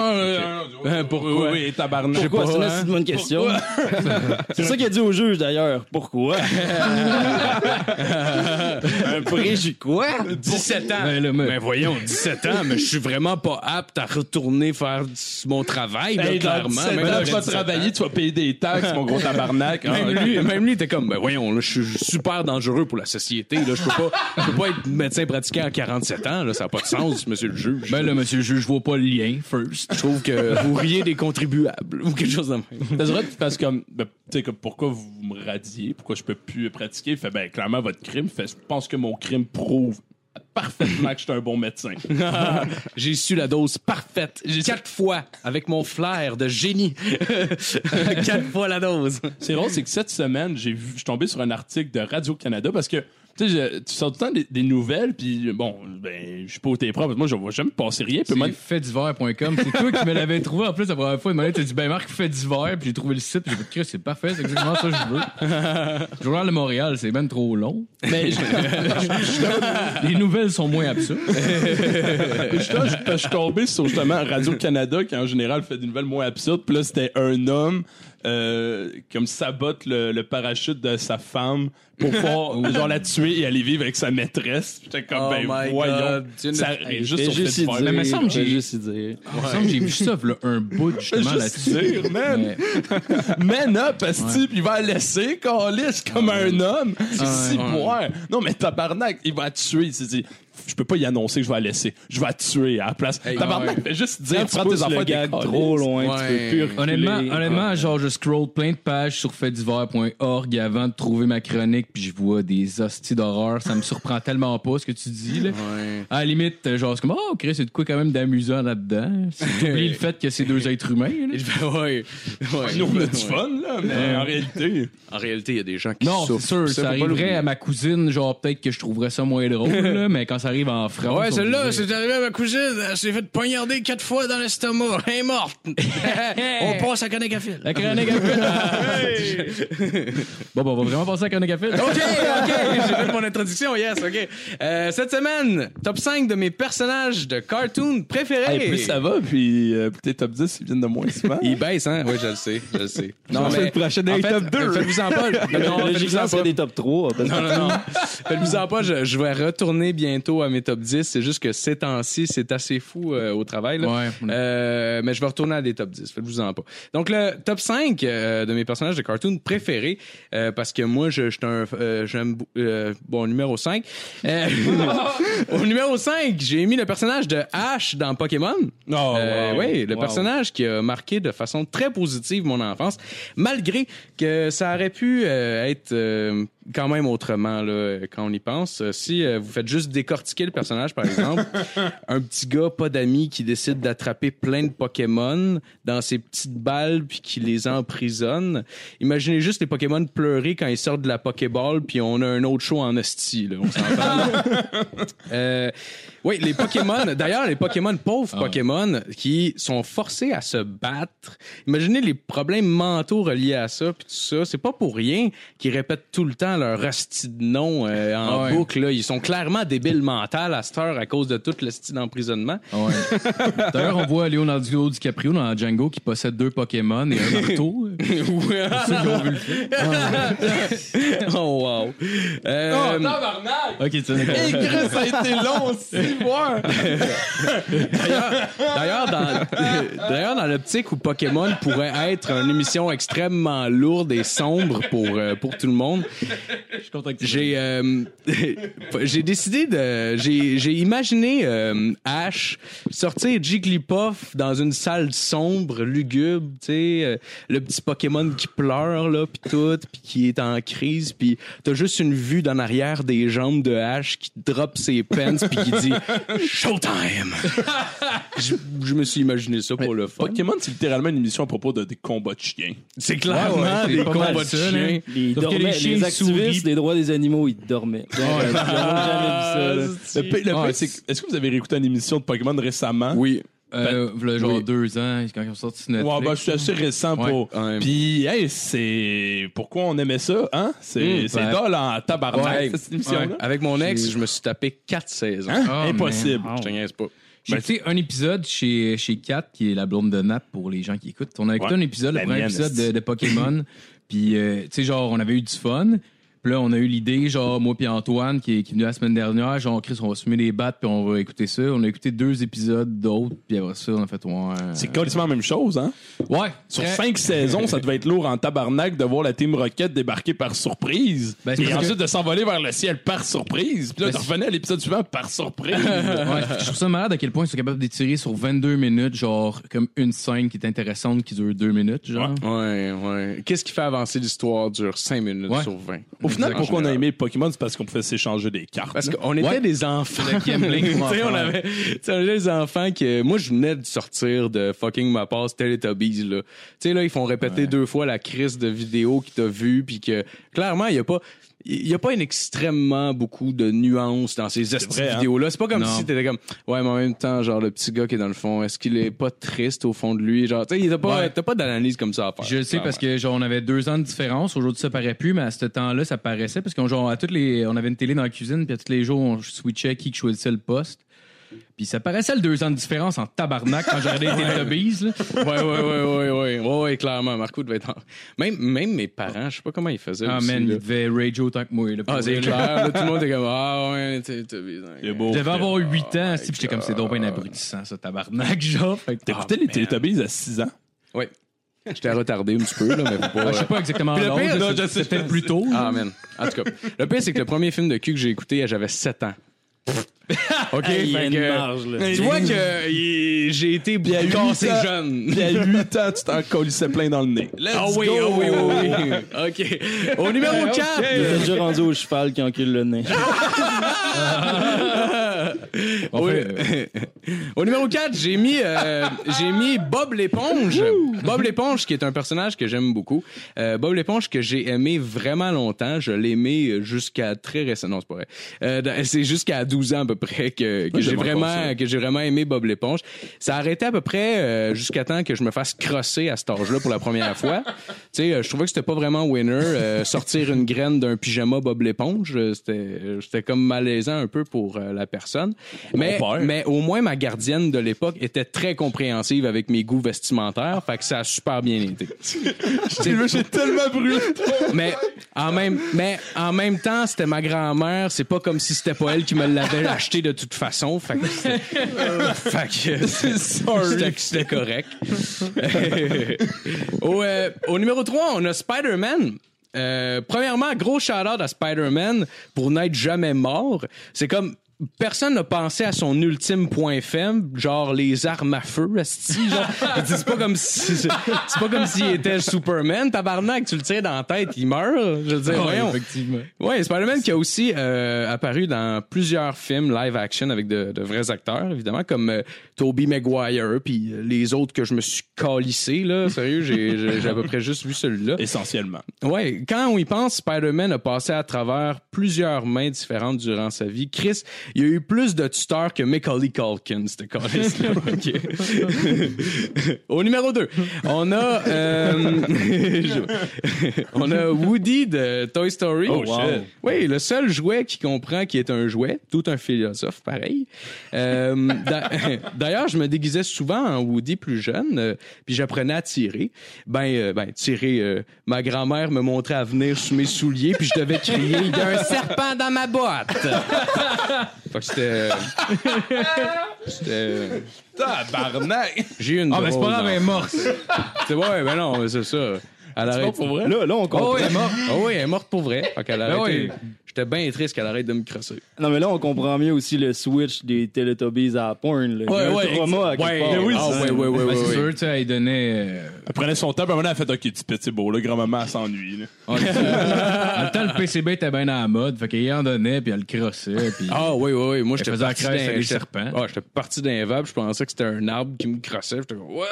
Speaker 4: Euh, Pourquoi? Oui, tabarnak.
Speaker 5: Pourquoi? C'est
Speaker 4: hein.
Speaker 5: là, c'est une bonne question. C'est ça qu'il a dit au juge, d'ailleurs. Pourquoi? un préjudice quoi?
Speaker 1: 17 ans.
Speaker 3: Ben, le meurtre.
Speaker 1: Mais voyons, 17 ans, mais je suis vraiment pas apte à retourner faire du- mon travail, là,
Speaker 4: Hey, dans
Speaker 1: clairement.
Speaker 4: 17
Speaker 1: Même
Speaker 4: ans,
Speaker 1: là,
Speaker 4: tu
Speaker 1: j'ai
Speaker 4: vas
Speaker 1: 17 Ben, ans.
Speaker 4: travailler, tu vas payer des taxes, mon gros tabarnak. Ah,
Speaker 1: Même lui, même lui était comme, ben voyons, là, je suis super dangereux pour la société. Là, je peux pas, je peux pas être médecin pratiquant à 47 ans. Là, ça n'a pas de sens, monsieur le juge.
Speaker 3: Ben là, monsieur le juge, je vois pas le lien, first.
Speaker 1: je trouve que vous riez des contribuables ou quelque chose de même.
Speaker 4: T'as le droit que tu fasses comme, ben, tu sais, comme, pourquoi vous me radiez, pourquoi je peux plus pratiquer. Il Fait, ben, clairement, votre crime, Il fait, je pense que mon crime prouve parfaitement que je suis un bon médecin.
Speaker 1: J'ai su la dose parfaite. J'ai quatre fois avec mon flair de génie. quatre fois la dose.
Speaker 4: C'est drôle, c'est que cette semaine, j'ai vu, je suis tombé sur un article de Radio-Canada parce que, tu sais, je- tu sors tout le temps des, des nouvelles, puis bon, ben, je suis pas au télépreuve, moi, je vois jamais passer rien. Puis moi,
Speaker 3: C'est faitdiver.com. C'est toi qui me l'avais trouvé en plus la première fois. Il m'a dit, t'as dit, ben Marc, fait divers. Puis j'ai trouvé le site. Puis j'ai dit, Chris, c'est parfait. C'est exactement ça que je veux. Journal de Montréal, c'est même trop long.
Speaker 4: mais je-
Speaker 3: Les nouvelles sont moins absurdes.
Speaker 4: je suis- je suis tombé sur justement Radio-Canada qui en général fait des nouvelles moins absurdes. Puis là, c'était un homme euh, comme sabote le, le parachute de sa femme pour pouvoir genre la tuer et aller vivre avec sa maîtresse. J'étais comme
Speaker 1: Oh
Speaker 4: ben
Speaker 1: my
Speaker 4: voyons.
Speaker 1: God, tu ne-
Speaker 4: Ça arrive juste sur
Speaker 5: juste
Speaker 4: Fit
Speaker 5: y
Speaker 4: Fire.
Speaker 5: dire,
Speaker 3: Mais me semble que
Speaker 5: fais
Speaker 3: j'ai-
Speaker 5: juste y dire.
Speaker 3: Il me semble que j'ai vu ça, là, un bout justement
Speaker 4: Juste
Speaker 3: là-dessus.
Speaker 4: dire, man,
Speaker 3: Mais-
Speaker 4: man up, asti, puis il va la laisser, calisse, comme un homme. Si moi, non mais tabarnak, il va la tuer. Il s'est dit, je peux pas y annoncer que je vais la laisser. Je vais la tuer à la place. tabarnak,
Speaker 3: ouais.
Speaker 4: fais juste dire,
Speaker 5: Quand tu
Speaker 4: prends tes
Speaker 5: pousses le
Speaker 4: enfants
Speaker 5: gag
Speaker 4: des
Speaker 5: trop loin, tu
Speaker 1: Ouais.
Speaker 5: peux plus reculer.
Speaker 3: Honnêtement, honnêtement genre, je scroll plein de pages sur faitdiver.org avant de trouver ma chronique, puis je vois des hosties d'horreur. Ça me surprend tellement pas ce que tu dis. Là. À la limite, euh, genre, c'est comme, oh, Chris, c'est de quoi quand même d'amusant là-dedans. Si T'oublies le fait que c'est deux êtres humains. là.
Speaker 1: ouais, ouais.
Speaker 4: Nous, on a du fun, là, mais en réalité.
Speaker 1: En réalité, il y a des gens qui
Speaker 3: Non, c'est
Speaker 1: souffrent.
Speaker 3: sûr,
Speaker 1: Ça,
Speaker 3: ça,
Speaker 1: faut pas
Speaker 3: arriverait
Speaker 1: l'oublier.
Speaker 3: à ma cousine, genre, peut-être que je trouverais ça moins drôle, là, mais quand ça arrive en France.
Speaker 1: Ouais,
Speaker 3: on
Speaker 1: celle-là,
Speaker 3: dirait-
Speaker 1: c'est arrivé à ma cousine. Elle s'est fait poignarder quatre fois dans l'estomac. Elle est morte. On passe à Connect à fil.
Speaker 3: La chronique à fil. Bon, bon, on va vraiment passer à la chronique à fil.
Speaker 1: OK, OK, j'ai fait mon introduction, yes, OK. Euh, cette semaine, top 5 de mes personnages de cartoon préférés.
Speaker 4: Hey, plus ça va, puis euh, puis tes top 10, ils viennent de moins souvent.
Speaker 1: Il baisse, hein? Oui, je le sais, je le sais.
Speaker 2: Non, c'est le prochain
Speaker 1: en
Speaker 2: des
Speaker 1: fait,
Speaker 2: top 2.
Speaker 1: Faites-vous en pas. Oh, Non, faites-vous en
Speaker 5: Logiquement,
Speaker 1: pas.
Speaker 5: c'est des top 3. parce que-
Speaker 1: Non, non, non. Faites-vous en pas, je, je vais retourner bientôt à mes top 10. C'est juste que ces temps-ci, c'est assez fou euh, au travail. là.
Speaker 3: Ouais.
Speaker 1: Euh, mais je vais retourner à des top 10. Faites-vous en pas. Donc, le top 5 euh, de mes personnages de cartoon préférés, euh, parce que moi, je, je suis un. euh, J'aime. bou- euh, bon, numéro 5. Euh, au numéro 5, j'ai mis le personnage de Ash dans Pokémon.
Speaker 4: Non,
Speaker 1: Euh,
Speaker 4: wow.
Speaker 1: oui, le
Speaker 4: Wow.
Speaker 1: personnage qui a marqué de façon très positive mon enfance, malgré que ça aurait pu euh, être euh, quand même autrement là, euh, quand on y pense. Euh, Si euh, vous faites juste décortiquer le personnage, par exemple, un petit gars pas d'amis qui décide d'attraper plein de Pokémon dans ses petites balles puis qui les emprisonne. Imaginez juste les Pokémon pleurer quand ils sortent de la Pokéball puis on a un autre show en hostie. Là, on s'entend. Euh, oui, les Pokémon, d'ailleurs, les Pokémon, pauvres
Speaker 3: Ah.
Speaker 1: Pokémon, qui sont forcés à se battre. Imaginez les problèmes mentaux reliés à ça, puis tout ça. C'est pas pour rien qu'ils répètent tout le temps leur hostie de nom euh, en
Speaker 3: Ah ouais.
Speaker 1: boucle. là. Ils sont clairement débiles mentales à cette heure à cause de tout le style d'emprisonnement.
Speaker 3: Ouais. D'ailleurs, on voit Leonardo DiCaprio dans Django qui possède deux Pokémon et un marteau.
Speaker 1: oh, wow. Euh,
Speaker 4: tabarnak!
Speaker 1: Oh,
Speaker 3: ok, tu
Speaker 4: Oh,
Speaker 1: Euh,
Speaker 4: Hey, Chris, ça a été long, aussi. voir.
Speaker 1: D'ailleurs, d'ailleurs, dans, d'ailleurs, dans l'optique où Pokémon pourrait être une émission extrêmement lourde et sombre pour, euh, pour tout le monde, j'ai euh, j'ai décidé de j'ai j'ai imaginé euh, Ash sortir Jigglypuff dans une salle sombre lugubre tu sais euh, le petit Pokémon qui pleure là puis tout puis qui est en crise puis t'as juste une vue d'en arrière des jambes de Ash qui drop ses pants puis qui dit showtime je, je me suis imaginé ça pour le fun
Speaker 4: Pokémon, c'est littéralement une émission à propos de des combats de chiens.
Speaker 1: c'est
Speaker 5: Ah
Speaker 1: clairement
Speaker 3: Ouais, ouais, c'est
Speaker 1: des
Speaker 3: pas mal
Speaker 1: combats de
Speaker 3: ça, là.
Speaker 1: chiens
Speaker 3: Sauf
Speaker 5: Ils
Speaker 3: que
Speaker 5: dormaient,
Speaker 3: les
Speaker 5: hein. les,
Speaker 3: chiens, ils sourient.
Speaker 5: activistes des droits des animaux, ils dormaient. J'avais jamais vu ça. là.
Speaker 4: Le pi- le
Speaker 3: Ouais,
Speaker 4: pire, c'est que- est-ce que vous avez réécouté une émission de Pokémon récemment?
Speaker 1: oui
Speaker 3: Euh, v'là genre
Speaker 1: Oui.
Speaker 3: deux ans, quand ils ont sorti Netflix.
Speaker 4: Ouais,
Speaker 1: bah,
Speaker 4: ben, c'est assez récent
Speaker 3: Ouais.
Speaker 4: pour.
Speaker 1: Ouais.
Speaker 4: Puis, hey, c'est. Pourquoi on aimait ça, hein? C'est
Speaker 3: Mm,
Speaker 4: c'est
Speaker 3: ben-
Speaker 4: dole en tabarnak,
Speaker 1: Ouais.
Speaker 4: cette émission-là.
Speaker 1: avec mon ex je me suis tapé quatre saisons
Speaker 4: Hein?
Speaker 3: Oh,
Speaker 4: Impossible.
Speaker 5: man.
Speaker 1: je te niaise pas
Speaker 3: J'ai écouté un épisode chez, chez Kat, qui est la blonde de Nap pour les gens qui écoutent. On a écouté
Speaker 4: Ouais,
Speaker 3: un épisode, le
Speaker 4: la
Speaker 3: premier
Speaker 4: mienne,
Speaker 3: épisode de,
Speaker 4: esti.
Speaker 3: de Pokémon. puis, euh, tu sais, genre, on avait eu du fun. Puis là, on a eu l'idée, genre, moi puis Antoine, qui, est- qui est venu la semaine dernière, genre, Chris, on va se fumer des battes, puis on va écouter ça. On a écouté deux épisodes d'autres, puis après ça, on a fait, ouais. euh,
Speaker 4: C'est quasiment la même chose, hein?
Speaker 3: Ouais.
Speaker 4: Sur
Speaker 3: très-
Speaker 4: cinq saisons, ça devait être lourd en tabarnak de voir la Team Rocket débarquer par surprise.
Speaker 3: Ben, c'est
Speaker 4: et
Speaker 3: parce
Speaker 4: ensuite de s'envoler vers le ciel par surprise. Puis là,
Speaker 3: Ben,
Speaker 4: tu revenais à l'épisode suivant par surprise.
Speaker 3: Ouais, je trouve ça malade à quel point ils sont capables d'étirer sur 22 minutes, genre, comme une scène qui est intéressante, qui dure deux minutes, genre.
Speaker 1: Ouais, ouais. Qu'est-ce qui fait avancer l'histoire dure 5 minutes
Speaker 3: Ouais.
Speaker 1: sur 20?
Speaker 4: Au final,
Speaker 1: Exact.
Speaker 4: pourquoi on a
Speaker 1: En général.
Speaker 4: aimé Pokémon, c'est parce qu'on pouvait s'échanger des cartes.
Speaker 1: Parce
Speaker 4: là.
Speaker 1: qu'on était
Speaker 3: Ouais.
Speaker 1: des enfants.
Speaker 3: Le gambling pour
Speaker 1: Tu sais, on
Speaker 3: enfants.
Speaker 1: avait, tu sais, on était des enfants que, moi, je venais de sortir de fucking ma passe Teletubbies, là. Tu sais, là, ils font répéter deux fois la crise de vidéo qui t'a vu puis que, clairement, il n'y a pas, il y a pas une extrêmement beaucoup de nuances dans ces estis
Speaker 4: vrai, hein?
Speaker 1: vidéos-là. C'est pas comme
Speaker 3: Non.
Speaker 1: si t'étais comme, ouais, mais en même temps, genre, le petit gars qui est dans le fond, est-ce qu'il est pas triste au fond de lui? Genre, tu sais, il t'a pas,
Speaker 3: Ouais.
Speaker 1: t'as pas d'analyse comme ça à faire.
Speaker 3: Je le sais parce que genre on avait deux ans de différence. Aujourd'hui ça paraît plus, mais à ce temps-là ça paraissait parce qu'on genre à toutes les on avait une télé dans la cuisine puis à tous les jours on switchait qui choisissait le poste. Puis ça paraissait le deux ans de différence en tabarnak quand j'avais été le bise.
Speaker 1: Ouais, ouais, ouais, ouais, ouais, ouais, ouais, clairement. Marco devait être. en- Même, même mes parents, je sais pas comment ils faisaient.
Speaker 3: Ah
Speaker 1: aussi,
Speaker 3: man,
Speaker 1: là.
Speaker 3: il devait rage autant que moi. là, pour
Speaker 1: Ah, c'est
Speaker 3: vrai, là.
Speaker 1: clair. là, tout le monde était comme Ah, ouais, t'es t'es bizarre.
Speaker 4: C'est beau.
Speaker 3: Je devais avoir 8 ans,
Speaker 1: my
Speaker 3: si, puis j'étais comme c'est donc un
Speaker 1: God.
Speaker 3: abrutissant ça tabarnak genre. Fait que-
Speaker 4: T'écoutais les Teletubbies à 6 ans.
Speaker 1: Ouais. J'étais retardé un petit peu, là, mais faut pas.
Speaker 3: Ah, je sais pas exactement
Speaker 1: Puis le
Speaker 3: l'âge,
Speaker 1: pire, non,
Speaker 3: là,
Speaker 1: je
Speaker 3: c'est-
Speaker 1: sais,
Speaker 3: c'était plus tôt.
Speaker 1: euh, Ah, man. En tout cas, le pire, c'est que le premier film de cul que j'ai écouté, j'avais 7 ans. OK,
Speaker 5: Hey, il y a
Speaker 1: fait
Speaker 5: une
Speaker 1: que-
Speaker 5: marge, là.
Speaker 1: Tu vois que il- j'ai été
Speaker 4: à huit
Speaker 1: cassé
Speaker 4: ans-
Speaker 1: jeune.
Speaker 4: Puis à 8 ans, tu t'en colissais plein dans le nez. Let's
Speaker 1: Ah oui,
Speaker 4: go!
Speaker 1: ah oui, ah oui, OK. Au numéro 4,
Speaker 5: J'étais déjà rendu au cheval qui encule le nez.
Speaker 1: Au, au numéro 4, j'ai mis, euh, j'ai mis Bob l'éponge. Bob l'éponge, qui est un personnage que j'aime beaucoup. Euh, Bob l'éponge que j'ai aimé vraiment longtemps. Je l'ai aimé euh, jusqu'à très récemment. Non, c'est pas vrai. Euh, dans- c'est jusqu'à 12 ans à peu près que, que
Speaker 4: Oui,
Speaker 1: j'ai
Speaker 4: j'aime encore
Speaker 1: vraiment,
Speaker 4: ça.
Speaker 1: que j'ai vraiment aimé Bob l'éponge. Ça a arrêté à peu près euh, jusqu'à temps que je me fasse crosser à cet âge-là pour la première fois. Tu sais, euh, je trouvais que c'était pas vraiment winner. Euh, sortir une graine d'un pyjama Bob l'éponge, euh, c'était, euh, c'était comme malaisant un peu pour euh, la personne. Mais,
Speaker 4: père.
Speaker 1: mais au moins, ma gardienne de l'époque était très compréhensive avec mes goûts vestimentaires. Fait que ça a super bien été.
Speaker 4: J'ai tellement brûlé.
Speaker 1: Mais en même, mais en même temps, c'était ma grand-mère. C'est pas comme si c'était pas elle qui me l'avait acheté de toute façon. Fait que c'était- fait que c'était- c'était correct. au, euh, au numéro 3, on a Spider-Man. Euh, premièrement, gros shout-out à Spider-Man pour n'être jamais mort. C'est comme... Personne n'a pensé à son ultime point faible, genre les armes à feu, esti, genre. C'est pas comme si, c'est pas comme s'il était Superman. Tabarnak, tu le tires dans la tête, il meurt. Je veux dire,
Speaker 3: Ouais,
Speaker 1: voyons.
Speaker 3: effectivement.
Speaker 1: Ouais, Spider-Man qui a aussi euh, apparu dans plusieurs films live action avec de, de vrais acteurs, évidemment, comme euh, Tobey Maguire, puis euh, les autres que je me suis calissé, là. Sérieux, j'ai- j'ai j'ai à peu près juste vu celui-là.
Speaker 4: Essentiellement.
Speaker 1: Ouais, quand on y pense, Spider-Man a passé à travers plusieurs mains différentes durant sa vie. Chris, il y a eu plus de tuteurs que Macaulay Culkin, c'était calice, là. OK. Au numéro 2, on a euh, je- on a Woody de Toy Story.
Speaker 4: Oh, shit.
Speaker 1: Oui, le seul jouet qui comprend qui est un jouet, tout un philosophe, pareil. Euh, d'a- D'ailleurs, je me déguisais souvent en Woody plus jeune, euh, puis j'apprenais à tirer. Ben, euh, ben tirer, euh, ma grand-mère me montrait à venir sous mes souliers, puis je devais crier « Il y a un serpent dans ma boîte! » Fait que c'était. euh, c'était. euh,
Speaker 4: Tabarnak!
Speaker 1: J'ai eu une.
Speaker 3: Ah, ben c'est pas
Speaker 1: drôle
Speaker 3: grave, elle est
Speaker 1: d'enfance.
Speaker 3: morte.
Speaker 1: C'est- Ouais, ben non, mais c'est ça. Elle
Speaker 4: Pas
Speaker 1: arrête.
Speaker 4: pour vrai?
Speaker 2: Là, là, on comprend.
Speaker 1: Oh, oui, elle est morte. Oh, oui, elle est morte pour vrai. Fait qu'elle a
Speaker 3: Ben
Speaker 1: arrêté.
Speaker 3: oui.
Speaker 1: J'étais bien triste qu'elle arrête de me crosser.
Speaker 5: Non, mais là, on comprend mieux aussi le switch des Teletubbies à la porn. Là. Il y a un
Speaker 4: ouais,
Speaker 5: trauma à
Speaker 4: exact. Ouais,
Speaker 5: quelque part.
Speaker 4: mais oui,
Speaker 1: Ah,
Speaker 4: c'est-
Speaker 1: ouais, ouais, ouais,
Speaker 3: Ben,
Speaker 1: ouais,
Speaker 3: c'est
Speaker 1: ouais.
Speaker 3: sûr, tu sais, elle donnait. euh,
Speaker 4: Elle prenait son temps, puis à un moment, elle a fait Ok, tu petit beau, là, grand-maman, elle s'ennuie. là.
Speaker 3: en même temps, le PCB était bien à la mode, fait qu'elle en donnait, puis elle le crossait, puis.
Speaker 1: Ah oui, oui, oui. Moi, j'étais
Speaker 3: faisait la
Speaker 1: parti
Speaker 3: crèche
Speaker 1: d'un-
Speaker 3: avec des
Speaker 1: j'étais-
Speaker 3: serpents.
Speaker 1: Ah, j'étais parti d'un vape. Je pensais que c'était un arbre qui me crossait. J'étais comme, ouais!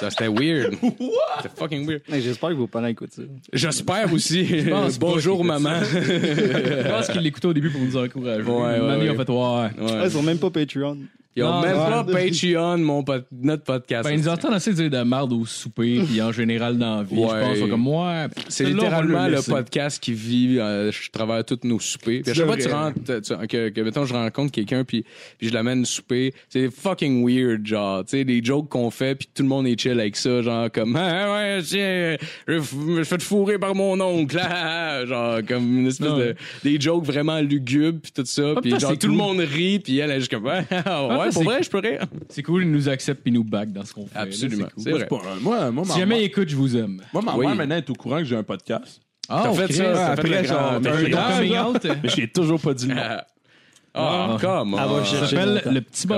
Speaker 1: ça, c'était weird. C'était fucking weird.
Speaker 5: Mais J'espère que vos parents écoutent ça.
Speaker 1: J'espère aussi.
Speaker 3: pense pas
Speaker 1: Bonjour,
Speaker 3: qu'il
Speaker 1: maman.
Speaker 3: Je pense qu'il l'écoutait au début pour nous encourager.
Speaker 1: Ouais, ouais,
Speaker 3: Maintenant, ils ont
Speaker 1: ouais.
Speaker 3: fait, euh, ouais. Ben,
Speaker 5: Ouais, ils sont même pas Patreon.
Speaker 1: Ils ont
Speaker 3: Non,
Speaker 1: même
Speaker 5: ouais.
Speaker 1: pas Patreon, mon pod- notre podcast.
Speaker 3: Ben, ils nous entendent assez dire de la merde au souper, puis en général dans la vie.
Speaker 1: Ouais.
Speaker 3: Je pense ils sont comme moi.
Speaker 1: C'est littéralement le podcast qui vit euh, je travers tous nos soupers. Puis à chaque fois que tu
Speaker 2: devrais.
Speaker 1: rentres, euh, tu- que, que, mettons, je rencontre quelqu'un puis, puis je l'amène souper, c'est fucking weird, genre. Tu sais, les jokes qu'on fait puis tout le monde est chill avec ça, genre comme « Ah ouais, tiens, je f- me suis fait fourrer par mon oncle! ah, ah, ah. Genre comme une espèce
Speaker 3: Non.
Speaker 1: de... Des jokes vraiment lugubres puis tout ça. Puis
Speaker 3: putain,
Speaker 1: genre
Speaker 3: c'est
Speaker 1: tout le
Speaker 3: cool.
Speaker 1: monde rit puis elle, elle est juste comme « Ah, ah,
Speaker 3: Ah,
Speaker 1: Ouais,
Speaker 3: c'est-
Speaker 1: pour vrai, je peux rire!
Speaker 3: C'est cool, ils nous acceptent puis nous back dans ce qu'on » fait.
Speaker 1: Absolument,
Speaker 3: Là, c'est cool.
Speaker 1: c'est
Speaker 4: Moi,
Speaker 1: vrai.
Speaker 4: c'est pas un- Moi, moi, ma
Speaker 3: Si jamais
Speaker 4: mère-
Speaker 3: ils écoutent, je vous aime.
Speaker 4: moi, ma
Speaker 1: Oui.
Speaker 4: mère, maintenant, est au courant que j'ai un podcast.
Speaker 3: Ah,
Speaker 1: T'as fait ça, t'as fait
Speaker 2: après,
Speaker 1: le grand-
Speaker 2: genre,
Speaker 1: t'as
Speaker 4: hein.
Speaker 2: un
Speaker 1: fait le
Speaker 2: an,
Speaker 1: grand-
Speaker 3: coming out.
Speaker 4: Mais je l'ai toujours pas dit le nom.
Speaker 1: Ah, Ah,
Speaker 3: Ah.
Speaker 1: come
Speaker 5: Elle va
Speaker 1: on!
Speaker 5: chercher.
Speaker 3: Ça s'appelle le petit
Speaker 1: Come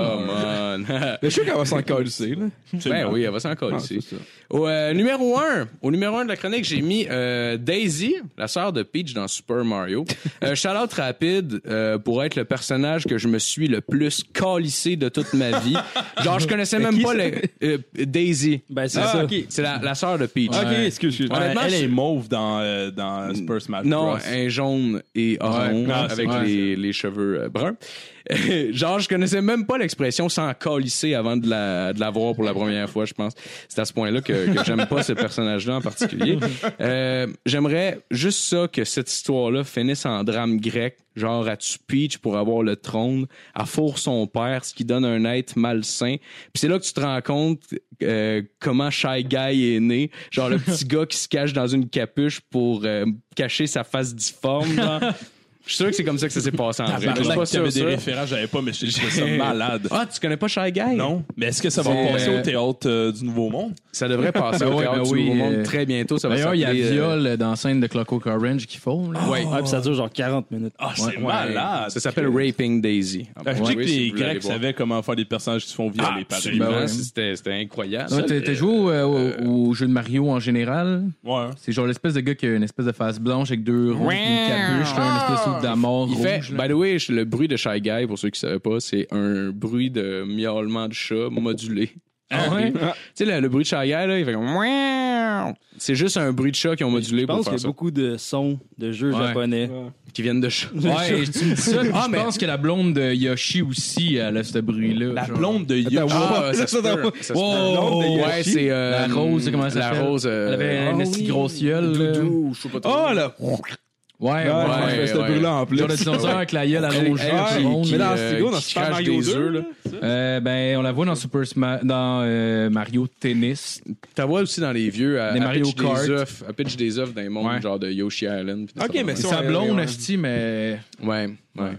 Speaker 1: on!
Speaker 3: bonheur.
Speaker 2: Mais je suis sûr qu'elle va s'en calisser, là.
Speaker 1: Ben oui, elle va s'en coller
Speaker 2: Ah,
Speaker 1: ici.
Speaker 2: c'est ça.
Speaker 1: Au euh, numéro 1, au numéro 1 de la chronique, j'ai mis euh, Daisy, la sœur de Peach dans Super Mario. Euh, shout-out rapide euh, pour être le personnage que je me suis le plus calissé de toute ma vie. Genre, je connaissais même pas le, euh, Daisy.
Speaker 5: Ben, c'est
Speaker 2: Ah,
Speaker 5: ça.
Speaker 2: ok.
Speaker 1: C'est la, la sœur de Peach. Euh,
Speaker 2: Ok, excuse, excuse.
Speaker 1: Ouais. honnêtement,
Speaker 4: elle
Speaker 1: je-
Speaker 4: est mauve dans, euh, dans Super Smash
Speaker 1: Non,
Speaker 4: Bros.
Speaker 1: un jaune et orange
Speaker 2: Ah,
Speaker 4: Ouais,
Speaker 1: avec
Speaker 3: ouais.
Speaker 1: les, les cheveux euh, bruns. Genre, je connaissais même pas l'expression sans colisser avant de la, de la voir pour la première fois, je pense. C'est à ce point-là que, que j'aime pas ce personnage-là en particulier. Euh, J'aimerais juste ça que cette histoire-là finisse en drame grec. Genre, à tu Peach pour avoir le trône, à fourre son père, ce qui donne un être malsain. Puis c'est là que tu te rends compte euh, comment Shy Guy est né. Genre le petit gars qui se cache dans une capuche pour euh, cacher sa face difforme. genre. Je suis sûr que c'est comme ça que ça s'est passé en vrai. Je suis
Speaker 4: Tabarnak,
Speaker 1: pas
Speaker 4: t'avais
Speaker 1: sûr,
Speaker 4: des
Speaker 1: sûr.
Speaker 4: références, j'avais pas, mais je je trouvais ça malade.
Speaker 1: Ah, tu connais pas Shy Guy?
Speaker 4: Non, mais est-ce que ça va
Speaker 3: C'est-
Speaker 4: passer au théâtre euh, du Nouveau Monde?
Speaker 1: Ça devrait passer
Speaker 3: Ben
Speaker 1: au
Speaker 3: ouais,
Speaker 1: Théâtre
Speaker 3: ben
Speaker 1: du
Speaker 3: oui,
Speaker 1: Nouveau Monde
Speaker 3: euh,
Speaker 1: très bientôt. Ça va
Speaker 3: D'ailleurs, il y a
Speaker 1: s'appeler, euh,
Speaker 3: viol dans la scène de Clockwork Orange qui font. là.
Speaker 1: Ouais.
Speaker 5: Ah, puis ça dure genre 40 minutes.
Speaker 4: Ah, c'est
Speaker 3: Ouais, ouais.
Speaker 4: malade!
Speaker 1: Ça s'appelle Raping Daisy.
Speaker 4: Ah, Je
Speaker 1: Ouais,
Speaker 4: sais que
Speaker 1: oui, si
Speaker 4: les
Speaker 1: vous voulez aller
Speaker 4: Grecs
Speaker 1: voir.
Speaker 4: savaient comment faire des personnages qui se font violer par
Speaker 1: Absolument,
Speaker 3: Ben ouais.
Speaker 1: c'était c'était incroyable.
Speaker 3: Ouais, T'as t'as joué au, euh, au- au jeu de Mario en général?
Speaker 4: Ouais.
Speaker 3: C'est genre l'espèce de gars qui a une espèce de face blanche avec deux roues, une capuche, un espèce de soupe d'amour
Speaker 1: Il
Speaker 3: rouge.
Speaker 1: fait, ben,
Speaker 3: là.
Speaker 1: by the way, le bruit de Shy Guy, pour ceux qui ne savaient pas, c'est un bruit de miaulement de chat modulé.
Speaker 3: Ah ouais?
Speaker 1: Tu sais, le, le bruit de Shy Guy, là, il fait comme Miaou C'est juste un bruit de chat qu'ils ont modulé
Speaker 5: Je
Speaker 1: pour
Speaker 5: pense qu'il
Speaker 1: faire
Speaker 5: y a
Speaker 1: ça.
Speaker 5: beaucoup de sons de jeux
Speaker 3: Ouais.
Speaker 5: japonais.
Speaker 1: Qui viennent de chat.
Speaker 3: Ouais, tu me dis ça, puis
Speaker 1: Ah,
Speaker 3: je
Speaker 1: mais-
Speaker 3: pense que la blonde de Yoshi aussi, elle a ce bruit-là.
Speaker 4: La
Speaker 3: genre.
Speaker 4: blonde de Yo.
Speaker 2: Attends,
Speaker 1: Ah,
Speaker 2: ouais,
Speaker 1: ça
Speaker 2: là,
Speaker 1: se
Speaker 2: ça,
Speaker 1: peut,
Speaker 2: dans-
Speaker 1: ça se peut.
Speaker 3: Oh!
Speaker 1: Ouais, c'est. euh,
Speaker 3: La rose, comment ça
Speaker 1: La
Speaker 3: s'appelle?
Speaker 1: rose. euh,
Speaker 3: Elle avait
Speaker 1: oh,
Speaker 3: une petite
Speaker 1: oui.
Speaker 3: grosse gueule. là.
Speaker 1: Doudou, je sais pas trop.
Speaker 2: Oh, là!
Speaker 3: Ouais, ouais.
Speaker 2: Ah, je
Speaker 1: ouais,
Speaker 2: fais ce
Speaker 1: ouais.
Speaker 2: bruit-là en plus.
Speaker 3: Genre le dinosaure avec la gueule allongée
Speaker 1: Elle,
Speaker 3: en
Speaker 1: qui-
Speaker 3: ronde,
Speaker 1: qui-
Speaker 2: Mais dans
Speaker 1: euh,
Speaker 2: Stigo, dans
Speaker 1: qui
Speaker 2: Super
Speaker 1: crache
Speaker 2: Mario
Speaker 1: des
Speaker 2: 2,
Speaker 1: œufs,
Speaker 2: là.
Speaker 3: Euh, ben, on la voit dans Super Smash, dans euh, Mario Tennis.
Speaker 1: T'as vois aussi dans les vieux, euh, à,
Speaker 3: Des
Speaker 1: à
Speaker 3: Mario
Speaker 1: pitch
Speaker 3: Kart.
Speaker 1: des œufs, à pitch des œufs dans les mondes,
Speaker 3: Ouais.
Speaker 1: genre de Yoshi Island. pis tout
Speaker 2: Ok,
Speaker 1: ça.
Speaker 2: mais
Speaker 3: C'est
Speaker 2: Ouais,
Speaker 3: sa blonde,
Speaker 2: ouais.
Speaker 3: esti, mais
Speaker 1: Ouais, ouais.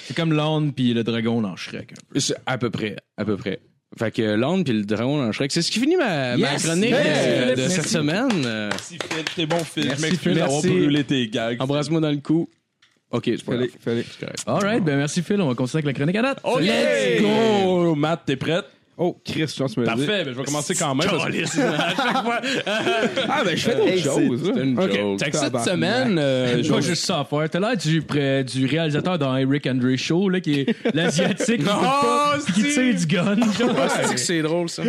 Speaker 3: c'est comme l'onde puis le dragon dans Shrek.
Speaker 1: C'est À peu près, à peu près. Fait que l'onde puis le dragon dans Shrek, c'est ce qui finit ma, ma
Speaker 3: Yes!
Speaker 1: chronique
Speaker 3: Yes!
Speaker 1: euh, de
Speaker 3: Merci.
Speaker 1: cette semaine. Euh,
Speaker 4: Merci, Phil, t'es bon, Phil.
Speaker 1: Merci,
Speaker 4: je m'excuse
Speaker 1: Phil,
Speaker 4: d'avoir
Speaker 1: merci.
Speaker 4: brûlé tes gags.
Speaker 1: Embrasse-moi dans le cou. Ok, c'est pas
Speaker 2: Fallait,
Speaker 1: grave.
Speaker 2: fallait.
Speaker 1: C'est correct.
Speaker 3: All right, ben merci Phil, on va continuer avec la chronique à date.
Speaker 1: Oh, yeah!
Speaker 4: Let's go! Matt, t'es prête?
Speaker 2: Oh, Chris, je pense que tu me l'as dit.
Speaker 4: Parfait, ben, je vais commencer quand même. parce que-
Speaker 2: Ah, ben, je fais d'autres
Speaker 5: Hey,
Speaker 2: choses.
Speaker 1: C'est une
Speaker 2: là. Ok.
Speaker 1: joke.
Speaker 4: Fait que cette
Speaker 2: Tabarnak.
Speaker 4: semaine, euh, je
Speaker 3: Moi,
Speaker 4: vais
Speaker 3: juste ça à faire. T'as l'air du, pré- du réalisateur dans Eric Andre Show, là, qui est l'asiatique qui,
Speaker 1: Non,
Speaker 4: Oh,
Speaker 3: écoute pas, puis qui tire du gun. genre.
Speaker 1: Ah, c'est-tu que c'est drôle, ça.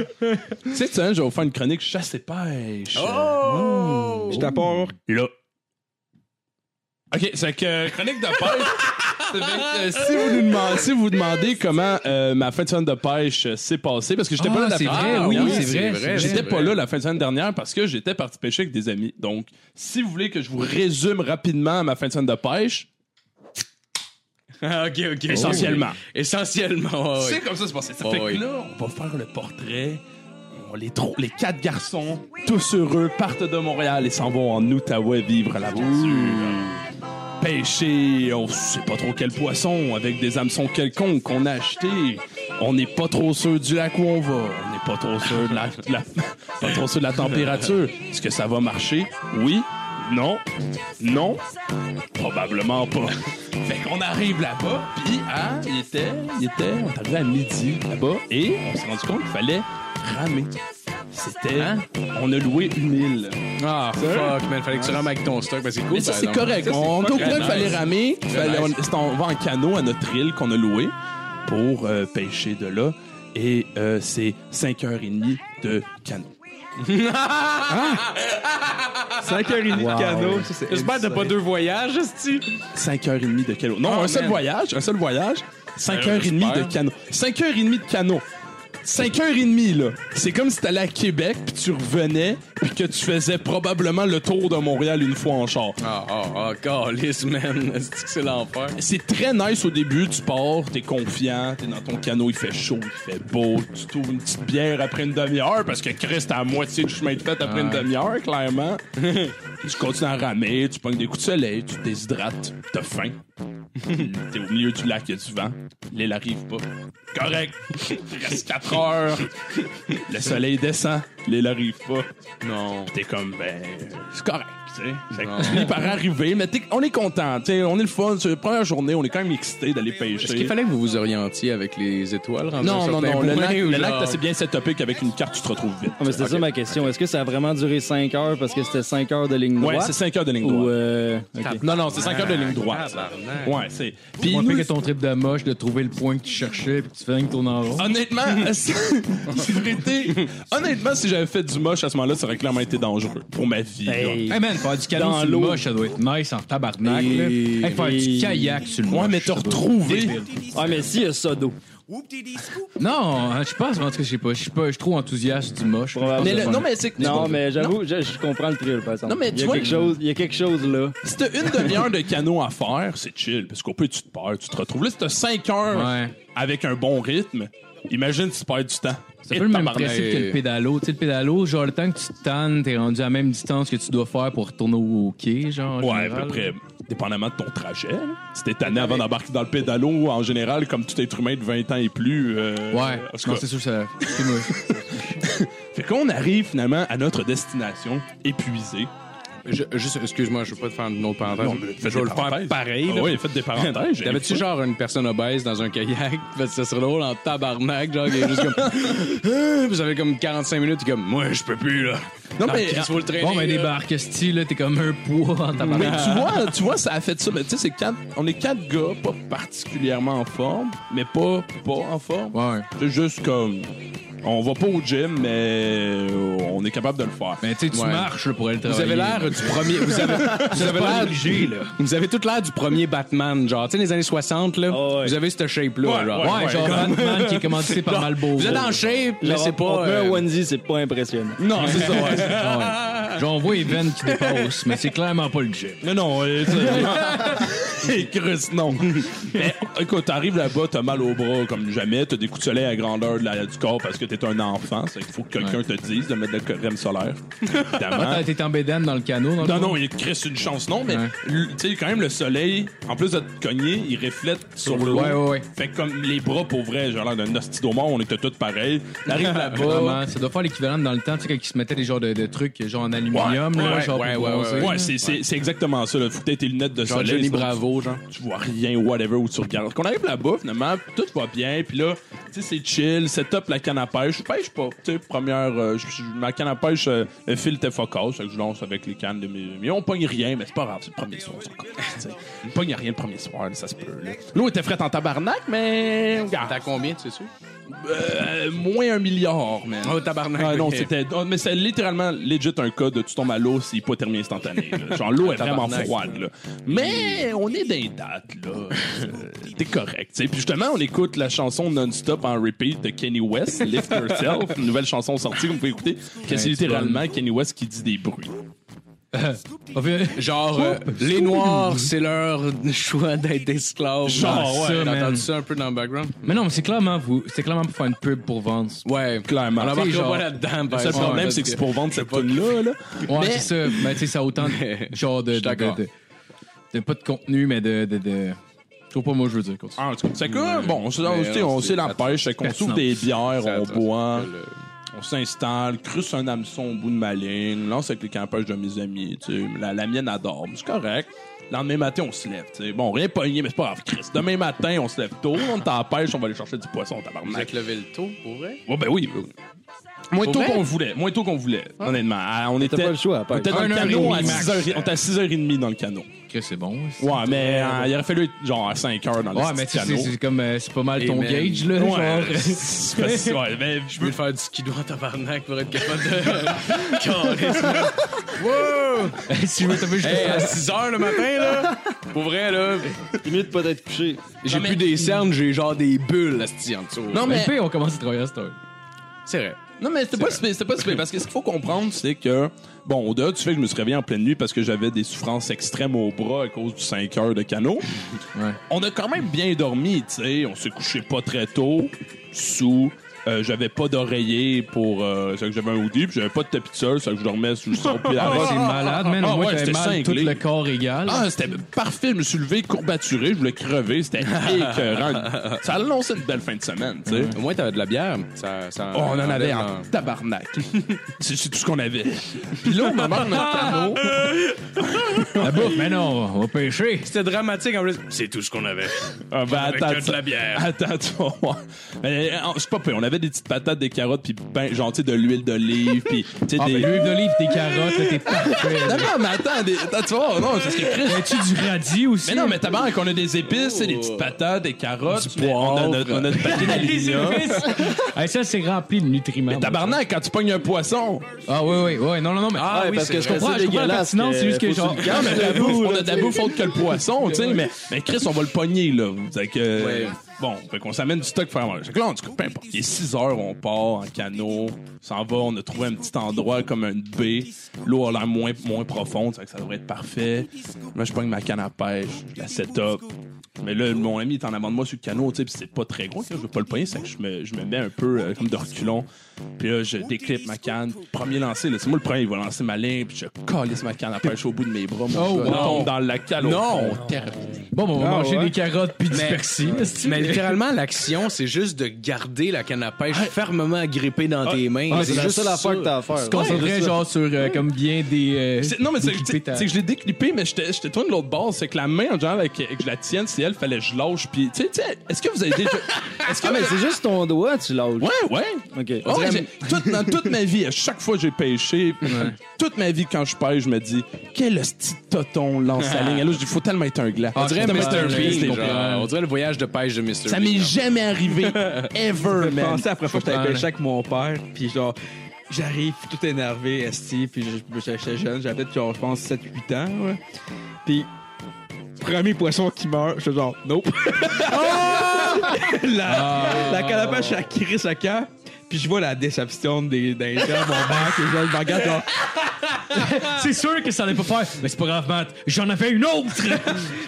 Speaker 4: Cette semaine, je vais vous faire une chronique chasse et pêche.
Speaker 1: Oh!
Speaker 2: Je t'apporte.
Speaker 4: Là. OK, c'est que euh, chronique de pêche. Fait que, euh, si, vous nous demandez, si vous demandez comment euh, ma fin de semaine de pêche euh, s'est passée, parce que j'étais
Speaker 3: Ah,
Speaker 4: pas là la
Speaker 3: c'est
Speaker 4: fin-
Speaker 3: vrai,
Speaker 4: Ah,
Speaker 3: oui,
Speaker 4: ouais,
Speaker 3: c'est vrai, c'est vrai.
Speaker 4: J'étais
Speaker 1: c'est
Speaker 4: pas
Speaker 1: vrai.
Speaker 4: là la fin de semaine dernière parce que j'étais parti pêcher avec des amis. Donc, si vous voulez que je vous résume rapidement ma fin de semaine de pêche,
Speaker 1: Ah, ok, ok.
Speaker 4: Essentiellement.
Speaker 1: Essentiellement, ouais, ouais.
Speaker 4: C'est comme ça c'est passé. Ça
Speaker 1: Oh
Speaker 4: fait
Speaker 1: oui.
Speaker 4: que là, on va faire le portrait. On les, tro- les quatre garçons, tous heureux, partent de Montréal et s'en vont en Outaouais vivre l'aventure. pêché, on sait pas trop quel poisson, avec des hameçons quelconques qu'on a acheté. On n'est pas trop sûr du lac où on va. On n'est pas trop sûr de la, de la- pas trop sûr de la température. Est-ce que ça va marcher? Oui? Non? Non? Probablement pas. Fait qu'on arrive là-bas, puis hein, il était, il était, on est arrivé à midi là-bas, et on s'est rendu compte qu'il fallait ramer. C'était, on a loué une île.
Speaker 1: Ah, fuck, man. Fallait que tu rames avec ton stock parce que c'est cool.
Speaker 4: Mais ça,
Speaker 1: par
Speaker 4: c'est
Speaker 1: exemple.
Speaker 4: correct.
Speaker 1: Ça, c'est
Speaker 4: on est au
Speaker 1: fucking
Speaker 4: courant qu'il fallait
Speaker 1: nice.
Speaker 4: ramer. Fallait-
Speaker 1: nice.
Speaker 4: on, c'est- on va en canot à notre île qu'on a louée pour euh, pêcher de là. Et euh, c'est 5h30 de canot.
Speaker 2: 5h30 de canot, ça c'est.
Speaker 1: J'espère que t'as pas deux voyages, esti.
Speaker 4: 5h30 de canot. Non,
Speaker 1: Oh,
Speaker 4: un seul
Speaker 1: man.
Speaker 4: voyage. Un seul voyage. 5h30
Speaker 1: j'espère.
Speaker 4: de canot. 5h30 de canot. 5h30, là. C'est comme si t'allais à Québec, puis tu revenais, puis que tu faisais probablement le tour de Montréal une fois en char.
Speaker 1: Ah, ah, ah, calice, man. Esti que c'est l'enfer.
Speaker 4: C'est très nice au début, tu pars, t'es confiant, t'es dans ton canot, il fait chaud, il fait beau, tu trouves une petite bière après une demi-heure, parce que Chris, t'as à moitié du chemin de tête après une demi-heure, clairement. tu continues à ramer, tu pognes des coups de soleil, tu déshydrates, t'as faim. t'es au milieu du lac, il y a du vent, l'île arrive pas. Correct, il reste 4 heures, le soleil descend, l'île arrive pas.
Speaker 1: Non.
Speaker 4: T'es comme, ben, c'est correct, tu sais. Fait que tu finis par arriver, mais t'es- on est content, tu sais, on est le fun. C'est la première journée, on est quand même excité d'aller
Speaker 1: Est-ce qu'il
Speaker 4: pêcher.
Speaker 1: fallait que vous vous orientiez avec les étoiles? rendu à un
Speaker 4: Non, non,
Speaker 1: certain
Speaker 4: non, le
Speaker 1: point,
Speaker 4: lac,
Speaker 1: ou
Speaker 4: le
Speaker 1: genre-
Speaker 4: lac, t'as assez bien setupé qu'avec une carte, tu te retrouves vite.
Speaker 5: Ah, mais c'était ça ma question. Est-ce que ça a vraiment duré 5 heures parce que c'était 5 heures de ligne droite?
Speaker 4: Ouais, c'est 5 heures de ligne
Speaker 5: Ou,
Speaker 4: droite.
Speaker 5: euh, ok.
Speaker 4: Non, non, c'est 5 heures de ligne droite.
Speaker 1: tabarnak.
Speaker 4: Ouais, c'est. Puis
Speaker 3: Moins
Speaker 4: nous,
Speaker 3: pire que ton trip de moche, de trouver le point que tu cherchais, puis que tu fais rien que tourner en rond.
Speaker 4: Honnêtement, c'est- c'est vrai, honnêtement, si j'avais fait du moche à ce moment-là, ça aurait clairement été dangereux pour ma vie. là.
Speaker 5: Hey.
Speaker 3: Hey man, faire du canot
Speaker 5: Dans
Speaker 3: sur le
Speaker 5: l'eau.
Speaker 3: moche, ça doit être nice en tabarnak. là.
Speaker 1: Et-
Speaker 3: Hey, faire
Speaker 5: Et-
Speaker 3: du kayak sur le moche.
Speaker 4: Ouais, mais t'as
Speaker 3: ça doit-
Speaker 4: retrouvé.
Speaker 5: Ah, mais si, il y a ça d'eau.
Speaker 3: Non, hein, je pense, en tout cas, je sais pas. Je suis pas- je suis trop enthousiaste du moche.
Speaker 5: Probablement.
Speaker 4: Mais le- non, mais c'est
Speaker 5: Non, mais j'avoue, je, je comprends le thrill, par exemple.
Speaker 4: Non, mais
Speaker 5: il
Speaker 4: tu
Speaker 5: y a
Speaker 4: vois-
Speaker 5: quelque chose, il y a quelque chose là.
Speaker 4: Si t'as une demi-heure de canot à faire, c'est chill, parce qu'au peu, tu te perds, tu te retrouves. Là, si t'as cinq heures
Speaker 3: Ouais.
Speaker 4: avec un bon rythme, imagine si tu perds du temps.
Speaker 3: C'est pas le même
Speaker 4: Tabarnak.
Speaker 3: principe que le pédalo. Tu sais, le pédalo, genre, le temps que tu te tannes, t'es rendu à la même distance que tu dois faire pour retourner au au quai, genre. en
Speaker 4: Ouais, à
Speaker 3: général.
Speaker 4: peu près. Dépendamment de ton trajet, là. si t'es tanné avant d'embarquer dans le pédalo, en général, comme tout être humain de 20 ans et plus... euh,
Speaker 3: Ouais,
Speaker 4: en tout
Speaker 3: non,
Speaker 4: cas.
Speaker 3: c'est sûr, ça. c'est moi.
Speaker 4: Fait qu'on arrive finalement à notre destination, épuisé.
Speaker 1: Je- juste, excuse-moi, je veux pas te faire une autre parenthèse.
Speaker 4: Non, mais
Speaker 1: je vais
Speaker 4: faites des
Speaker 1: le faire
Speaker 4: parenthèses.
Speaker 1: pareil.
Speaker 4: Ah
Speaker 1: là.
Speaker 4: oui, faites des parenthèses. j'ai
Speaker 1: T'avais-tu
Speaker 4: aimé ça.
Speaker 1: genre une personne obèse dans un kayak? Parce que ça serait drôle en tabarnak, genre, qui est juste comme. Ah, Puis ça fait comme 45 minutes, t'es comme, moi, je peux plus, là.
Speaker 4: Non,
Speaker 1: Ah,
Speaker 4: mais-
Speaker 1: Chris, faut le traîner,
Speaker 3: Bon, ben,
Speaker 1: là.
Speaker 3: débarque, style, là, t'es comme un poids en
Speaker 4: Mais
Speaker 3: tabarnak.
Speaker 4: tu vois, tu vois, ça a fait ça. Mais tu sais, c'est quatre- on est quatre gars, pas particulièrement en forme, mais pas pas en forme.
Speaker 3: Ouais.
Speaker 4: C'est juste comme. On va pas au gym, mais euh, on est capable de le faire.
Speaker 3: Mais tu sais, tu
Speaker 1: Ouais.
Speaker 3: marches là, pour aller
Speaker 1: Vous
Speaker 3: travailler.
Speaker 1: avez l'air du premier. Vous avez, vous avez l'air
Speaker 3: obligé, là.
Speaker 1: Vous avez toute l'air du premier Batman, genre. Tu sais, les années 60, là.
Speaker 5: Ah ouais.
Speaker 1: Vous avez cette shape-là,
Speaker 4: Ouais,
Speaker 1: genre.
Speaker 3: Ouais,
Speaker 4: Ouais,
Speaker 3: genre Batman qui est commandité par Malbeau.
Speaker 1: Vous êtes en shape, mais
Speaker 5: Genre,
Speaker 1: c'est
Speaker 5: on
Speaker 1: pas.
Speaker 5: te met
Speaker 1: euh,
Speaker 5: un onesie, c'est pas impressionnant.
Speaker 4: Non, c'est ça, ouais.
Speaker 3: Ouais. Genre, on voit les veines qui dépassent, mais c'est clairement pas le
Speaker 1: Hein?
Speaker 3: gym.
Speaker 4: Mais non, euh, tu- Et Chris, non. Mais écoute, t'arrives là-bas, t'as mal au bras comme jamais, t'as des coups de soleil à grandeur de la- du corps parce que t'es un enfant. Il faut que quelqu'un te dise de mettre de la crème solaire. Évidemment.
Speaker 3: Ah, t'es en bédane dans le canot, dans le
Speaker 4: Non,
Speaker 3: fond?
Speaker 4: non, il crisse une chance, non, mais
Speaker 3: Ouais.
Speaker 4: l- tu sais, quand même, le soleil, en plus de te cogner, il reflète sur l'eau.
Speaker 3: Ouais, ouais, ouais.
Speaker 4: Fait que comme les bras, pour vrai, genre l'air d'un mort, on était tous pareils. T'arrives là-bas.
Speaker 3: Vraiment, ça doit faire l'équivalent dans le temps, tu sais, quand ils se mettaient des genres de, de trucs, genre en aluminium,
Speaker 4: Ouais,
Speaker 3: là,
Speaker 4: ouais,
Speaker 3: genre
Speaker 1: ouais,
Speaker 3: pour
Speaker 1: ouais,
Speaker 3: bronzer,
Speaker 1: ouais,
Speaker 3: là.
Speaker 4: Ouais, c'est c'est- c'est exactement ça. Là. Faut que t'aies tes lunettes de
Speaker 1: Genre
Speaker 4: soleil.
Speaker 1: Johnny
Speaker 4: sinon
Speaker 1: Bravo, genre.
Speaker 4: Tu vois rien, whatever, où tu regardes. Qu'on arrive là-bas, finalement, tout va bien. Puis là, tu sais, c'est chill, c'est top la canne à pêche. Je pêche pas. Tu sais, première, euh, je- je- ma canne à pêche, euh, le fil était focus. Fait que je lance avec les cannes de mes. Mais on pogne rien, mais c'est pas grave, c'est le premier soir. c'est encore, tu sais. On pogne rien le premier soir, là, ça se peut. là. L'eau était frette en tabarnak, mais.
Speaker 1: T'as combien, tu sais sûr?
Speaker 4: Euh, moins un milliard, man.
Speaker 1: Oh, tabarnak,
Speaker 4: Ah, non,
Speaker 1: ok.
Speaker 4: c'était. oh, mais c'est littéralement legit un cas de tu tombes à l'eau, c'est hypothermie instantanée. là. Genre, l'eau est vraiment
Speaker 1: Tabarnak.
Speaker 4: froide, là. Mais on est des dates, là. Euh, T'es correct, tu sais. Puis justement, on écoute la chanson non-stop en repeat de Kenny West, Lift Yourself, une nouvelle chanson sortie que vous pouvez écouter, que c'est
Speaker 3: Ouais, tu
Speaker 4: littéralement Kenny West qui dit des bruits.
Speaker 3: On fait-
Speaker 1: Genre, euh, les Noirs, c'est leur choix d'être esclaves.
Speaker 4: Genre,
Speaker 1: Ah,
Speaker 4: ouais,
Speaker 1: ça, J'ai
Speaker 3: man.
Speaker 1: entendu ça un peu dans le background.
Speaker 3: Mais non, mais c'est clairement, vous, c'est clairement pour faire une pub pour vendre.
Speaker 1: Ouais,
Speaker 4: Clairement.
Speaker 1: On
Speaker 4: Tu sais,
Speaker 1: embarquera
Speaker 4: genre,
Speaker 1: pas là-dedans,
Speaker 4: Le
Speaker 1: par
Speaker 4: seul
Speaker 1: exemple,
Speaker 4: problème,
Speaker 1: parce
Speaker 4: c'est que c'est pour vendre cette tune là
Speaker 3: Ouais, c'est ça. Mais tu sais, ça a autant de genre de,
Speaker 1: Je suis
Speaker 3: de,
Speaker 1: d'accord.
Speaker 3: de- de pas de contenu, mais de. de, de... Je trouve pas moi je veux dire. continue.
Speaker 4: En tout cas, c'est que, bon, on, se-
Speaker 1: Mais
Speaker 4: tu sais,
Speaker 1: non,
Speaker 4: on
Speaker 1: c'est
Speaker 4: sait la pêche, c'est qu'on
Speaker 3: pertinent.
Speaker 4: s'ouvre des bières,
Speaker 1: Ça,
Speaker 4: on
Speaker 1: ça,
Speaker 4: boit,
Speaker 1: le-
Speaker 4: on s'installe, cruce un hameçon au bout de ma ligne, lance avec les campages de mes amis, tu sais, la, la mienne adore, mais c'est correct. Le lendemain matin, on se lève, tu sais. Bon, rien pogné, mais c'est pas grave, Chris. Demain matin, on se lève tôt, on est en pêche, on va aller chercher du poisson,
Speaker 1: Vous
Speaker 4: tabarnak.
Speaker 1: êtes levé le tôt, pour vrai?
Speaker 4: Oh, ben oui. oui. Moins
Speaker 1: Pour
Speaker 4: tôt
Speaker 1: vrai?
Speaker 4: qu'on voulait, moins tôt qu'on voulait, honnêtement. Ah, on était,
Speaker 5: T'as pas le choix, à
Speaker 4: on
Speaker 5: part.
Speaker 4: était dans le
Speaker 3: Un heure et
Speaker 4: canot à
Speaker 3: demie max.
Speaker 4: 6h, on était à 6h30 dans le canot.
Speaker 3: Que c'est bon. c'est-
Speaker 4: Ouais, mais euh, il aurait fallu être genre à 5h dans le
Speaker 3: Ouais, mais tu
Speaker 4: petit
Speaker 3: sais,
Speaker 4: canot.
Speaker 3: c'est- c'est comme. euh, c'est pas mal
Speaker 1: Et
Speaker 3: ton
Speaker 1: même-
Speaker 3: gauge, là.
Speaker 4: Ouais,
Speaker 3: genre.
Speaker 4: c'est facile, ouais, mais je
Speaker 1: Je veux faire du skido en tabarnak pour être capable de. Calisse, là. wow!
Speaker 3: si je veux taper juste
Speaker 1: Hey, à 6 h le matin, là, pour vrai, là,
Speaker 5: Mieux de pas être couché.
Speaker 1: j'ai
Speaker 4: mais-
Speaker 1: plus des cernes, j'ai genre des bulles, là, c'ti, en dessous.
Speaker 4: Non,
Speaker 3: Mais
Speaker 4: mais-
Speaker 3: le pire, on commence à travailler à cette heure.
Speaker 1: C'est vrai.
Speaker 4: Non, mais c'était pas si pire, c'était pas si pire, Parce que ce qu'il faut comprendre, c'est que, bon, au-delà du fait que je me suis réveillé en pleine nuit parce que j'avais des souffrances extrêmes au bras à cause du 5 heures de canot,
Speaker 3: Ouais.
Speaker 4: on a quand même bien dormi, tu sais. On s'est couché pas très tôt, sous. euh, j'avais pas d'oreiller pour. Euh, c'est que j'avais un hoodie, puis j'avais pas de tapis de sol, c'est que je dormais sous le son puis la
Speaker 3: Ah,
Speaker 4: robe.
Speaker 3: c'est malade, man.
Speaker 4: Ah,
Speaker 3: Moi,
Speaker 4: ouais,
Speaker 3: j'avais
Speaker 4: c'était
Speaker 3: mal tout
Speaker 4: cinglé.
Speaker 3: le corps égal.
Speaker 4: Ah, c'était parfait. Je me suis levé courbaturé, je voulais crever, c'était écœurant. Ça a lancé une belle fin de semaine, tu sais.
Speaker 1: Au moins, t'avais de la bière. Ça, ça-
Speaker 4: Oh, on en avait
Speaker 1: dans-
Speaker 4: en tabarnak. c'est c'est tout ce qu'on avait. Puis là, au moment de notre canot,
Speaker 3: La bouffe, mais non, on va pêcher.
Speaker 1: C'était dramatique, en plus. C'est tout ce qu'on avait.
Speaker 4: Ah, ben,
Speaker 1: Avec
Speaker 4: attends,
Speaker 1: que de
Speaker 4: ça-
Speaker 1: la bière.
Speaker 4: Attends, tu vas voir. Mais, euh, c'est pas pire. On avait des petites patates, des carottes, puis ben, genre, tu sais, de l'huile d'olive, puis tu sais,
Speaker 3: Ah,
Speaker 4: des.
Speaker 3: ben, l'huile d'olive, tes carottes, là, t'es parfait.
Speaker 4: Non, non, mais attends, des- attends, tu vois, non, c'est ce que Chris.
Speaker 3: As-tu du radis aussi?
Speaker 4: Mais non, mais tabarnak, on a des épices, c'est des petites patates, des carottes, mais on a notre, on a notre paquet d'aluminium.
Speaker 3: Hey, ça, c'est rempli de nutriments.
Speaker 4: Mais
Speaker 3: moi, ça.
Speaker 4: tabarnak, quand tu pognes un poisson,
Speaker 3: Ah, oui, oui, oui. Non, non, non, mais.
Speaker 1: Ah, oui,
Speaker 5: parce
Speaker 1: c'est
Speaker 5: que je
Speaker 1: vrai.
Speaker 5: comprends,
Speaker 3: C'est
Speaker 5: je comprends la
Speaker 3: dégueulasse
Speaker 5: pertinence,
Speaker 3: que-
Speaker 5: c'est juste que
Speaker 3: faut
Speaker 5: genre.
Speaker 4: Non, mais la bouffe, on a de la bouffe autre que le poisson, tu sais, mais, mais Chris, on va le pogner, là. Fait que, euh,
Speaker 1: Ouais.
Speaker 4: Bon, fait qu'on s'amène du stock pour faire manger. Fait que là, en tout cas, peu importe. Il est 6 heures, on part en canot, on s'en va, on a trouvé un petit endroit comme une baie. L'eau a l'air moins, moins profonde, fait que ça devrait être parfait. Là, je pogne ma canne à pêche, je la set up. Mais là, mon ami est en avant de moi sur le canot, tu sais, puis c'est pas très gros, tu sais, je veux pas le pogner, c'est que je me, je me mets un peu euh, comme de reculons. Puis là, je déclipe ma canne. Premier lancé, là, c'est moi le premier, il va lancer ma ligne, puis je calisse ma canne à pêche au bout de mes bras. Mon
Speaker 3: Oh,
Speaker 4: gars,
Speaker 3: wow.
Speaker 4: tombe dans la canne. Non!
Speaker 3: Bon, ben, on va
Speaker 2: Ah,
Speaker 3: manger
Speaker 2: ouais.
Speaker 3: des carottes puis du
Speaker 1: Mais-
Speaker 3: persil. est-ce que-
Speaker 1: Mais littéralement, l'action, c'est juste de garder la canne à pêche
Speaker 4: Ah.
Speaker 1: fermement agrippée dans tes mains.
Speaker 5: Ah, C'est juste ça l'affaire que t'as à faire.
Speaker 3: Tu te concentrais, genre, sur euh, comme bien des. euh,
Speaker 4: C'est- Non, mais c'est
Speaker 3: décliper
Speaker 4: c'est-
Speaker 3: ta-
Speaker 4: c'est que je l'ai déclippé, mais j'étais j'étais tourné de l'autre bord. C'est que la main, en général, que, que je la tienne, si elle, fallait que je lâche. Puis, tu sais, tu sais, est-ce que vous avez déjà. Est-ce que.
Speaker 5: Ah, mais c'est juste ton doigt, tu lâches.
Speaker 4: Ouais, ouais.
Speaker 5: Ok.
Speaker 4: Ah ouais, j'ai- tout- dans toute ma vie, à chaque fois que j'ai pêché, toute ma vie, quand je pêche, je me dis, quel hostie de toton lance la ligne. Et Là, je dis, faut tellement être un gland.
Speaker 2: Ah,
Speaker 1: On dirait
Speaker 4: Faut tellement être
Speaker 1: Mr.
Speaker 4: un
Speaker 1: Bean,
Speaker 4: gland,
Speaker 1: genre.
Speaker 4: les gens.
Speaker 1: On dirait le voyage de pêche de Mr.
Speaker 4: Ça
Speaker 1: Bean,
Speaker 4: m'est
Speaker 1: genre.
Speaker 4: jamais arrivé. Ever,
Speaker 2: Je
Speaker 4: man.
Speaker 2: pensais après fois que
Speaker 3: Ah,
Speaker 2: j'étais
Speaker 3: là.
Speaker 2: pêché avec mon père, puis genre, j'arrive tout énervé, esti, puis je- je- j'étais jeune, j'avais peut-être genre, je pense, 7-8 ans, ouais. Puis, premier poisson qui meurt, je suis genre, nope. la,
Speaker 4: Ah.
Speaker 2: la canne à pêche, elle crée sa camp, puis je vois la déception des, des gens, mon bac, et genre, ils me regardent, genre,
Speaker 3: C'est sûr que ça allait pas faire. Mais c'est pas grave, Matt. J'en avais une autre!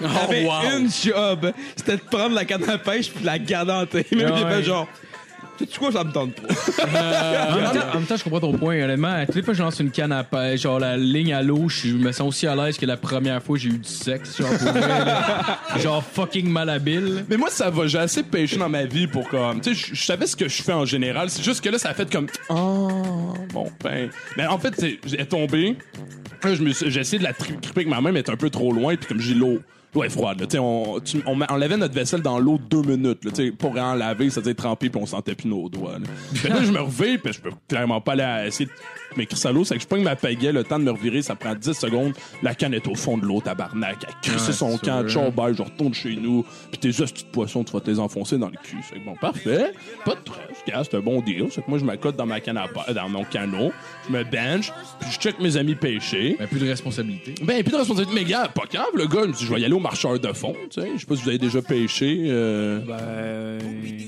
Speaker 2: J'avais
Speaker 1: wow.
Speaker 2: une job. C'était de prendre la canne à pêche puis de la garder en tête. Même
Speaker 3: Ouais.
Speaker 2: j'ai fait genre. Tu sais quoi, ça me tente pas.
Speaker 3: En même, temps, en même temps, je comprends ton point, honnêtement. Toutes les fois que je lance une canne à pêche, genre la ligne à l'eau, je me sens aussi à l'aise que la première fois que j'ai eu du sexe, genre pour vrai, là. Genre fucking malhabile.
Speaker 4: Mais moi, ça va. J'ai assez pêché dans ma vie pour comme. Tu sais, je- je savais ce que je fais en général. C'est juste que là, ça a fait comme. Oh, bon, ben. Mais en fait, c'est- elle est tombée. Là, je me suis- j'ai essayé de la tri- triper avec ma main, mais elle est un peu trop loin. Puis comme j'ai l'eau. L'eau est froide. Là. Tu sais, On, tu- on ma- on lavait notre vaisselle dans l'eau deux minutes. Là, tu sais, pour en laver, ça faisait tremper, puis on sentait plus nos doigts. Là, Fait que là, je me reviens, puis je peux clairement pas aller à- essayer de m'écrire ça à l'eau. C'est que je pogne ma pagaie, le temps de me revirer, ça prend 10 secondes. La canne est au fond de l'eau, tabarnak. Elle a crissé
Speaker 3: Ouais,
Speaker 4: son
Speaker 3: c'est
Speaker 4: camp,
Speaker 3: vrai.
Speaker 4: tchao, bye, je retourne chez nous, puis tes hosties de poisson, tu vas te les enfoncer dans le cul. Fait que bon, parfait, pas de stress, gars, c'est un bon deal. Fait que moi, je m'accote dans ma canne à pa- dans mon canot, je me bench, puis je check mes amis pêcher.
Speaker 3: Mais plus de responsabilité.
Speaker 4: Ben, puis de responsabilité, mais gars, pas grave, le gars, il me dit, je vais y aller au marcheur de fond, tu sais. Je sais pas si vous avez déjà pêché. euh,
Speaker 5: Ben.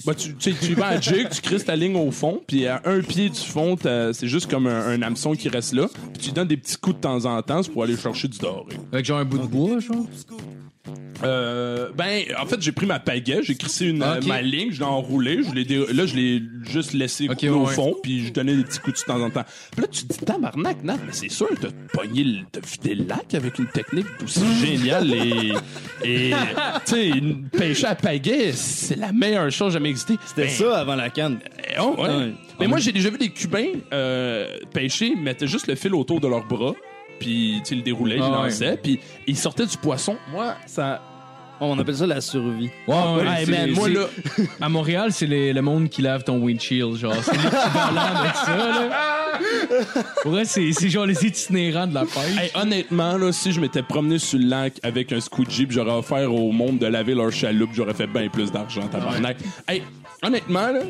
Speaker 4: bah, tu, tu sais, tu vas à jig, tu crisses ta ligne au fond, puis à un pied du fond, t'as- c'est juste comme un, un hameçon qui reste là, puis tu donnes des petits coups de temps en temps c'est pour aller chercher du doré.
Speaker 3: Avec genre un bout de bois, genre.
Speaker 4: Euh, ben, en fait, j'ai pris ma pagaie, j'ai crissé une, euh,
Speaker 3: Ah, Ok.
Speaker 4: ma ligne, je l'ai enroulée, je l'ai dé- là, je l'ai juste laissé
Speaker 3: Ok,
Speaker 4: couler au
Speaker 3: ouais.
Speaker 4: fond, puis je donnais des petits coups de temps en temps. Puis là, tu te dis, tabarnak, Nat, mais c'est sûr, t'as pogné le, t'as vidé le lac avec une technique aussi géniale et, et tu sais, une pêche à pagaie, c'est la meilleure chose jamais existée. Ben,
Speaker 5: C'était ça avant la canne.
Speaker 4: Eh, oh, ouais.
Speaker 5: Ouais.
Speaker 4: Mais moi, j'ai déjà vu des Cubains euh, pêcher, ils mettaient juste le fil autour de leurs bras, puis tu sais, ils le déroulaient, ils
Speaker 3: Ah,
Speaker 4: le
Speaker 3: ouais.
Speaker 4: lançaient, puis ils sortaient du poisson. Moi, ça.
Speaker 5: On appelle ça la survie.
Speaker 3: Ouais, ouais,
Speaker 4: Hey,
Speaker 3: c'est-
Speaker 4: man, moi,
Speaker 3: c'est-
Speaker 4: là.
Speaker 3: À Montréal, c'est les- le monde qui lave ton windshield, genre. C'est l'équivalent de ça, là. Pour vrai, c'est c'est genre les itinérants de la pêche.
Speaker 4: Hey, honnêtement, là, si je m'étais promené sur le lac avec un squeegee pis j'aurais offert au monde de laver leur chaloupe, j'aurais fait bien plus d'argent, tabarnak. Hey, honnêtement, là,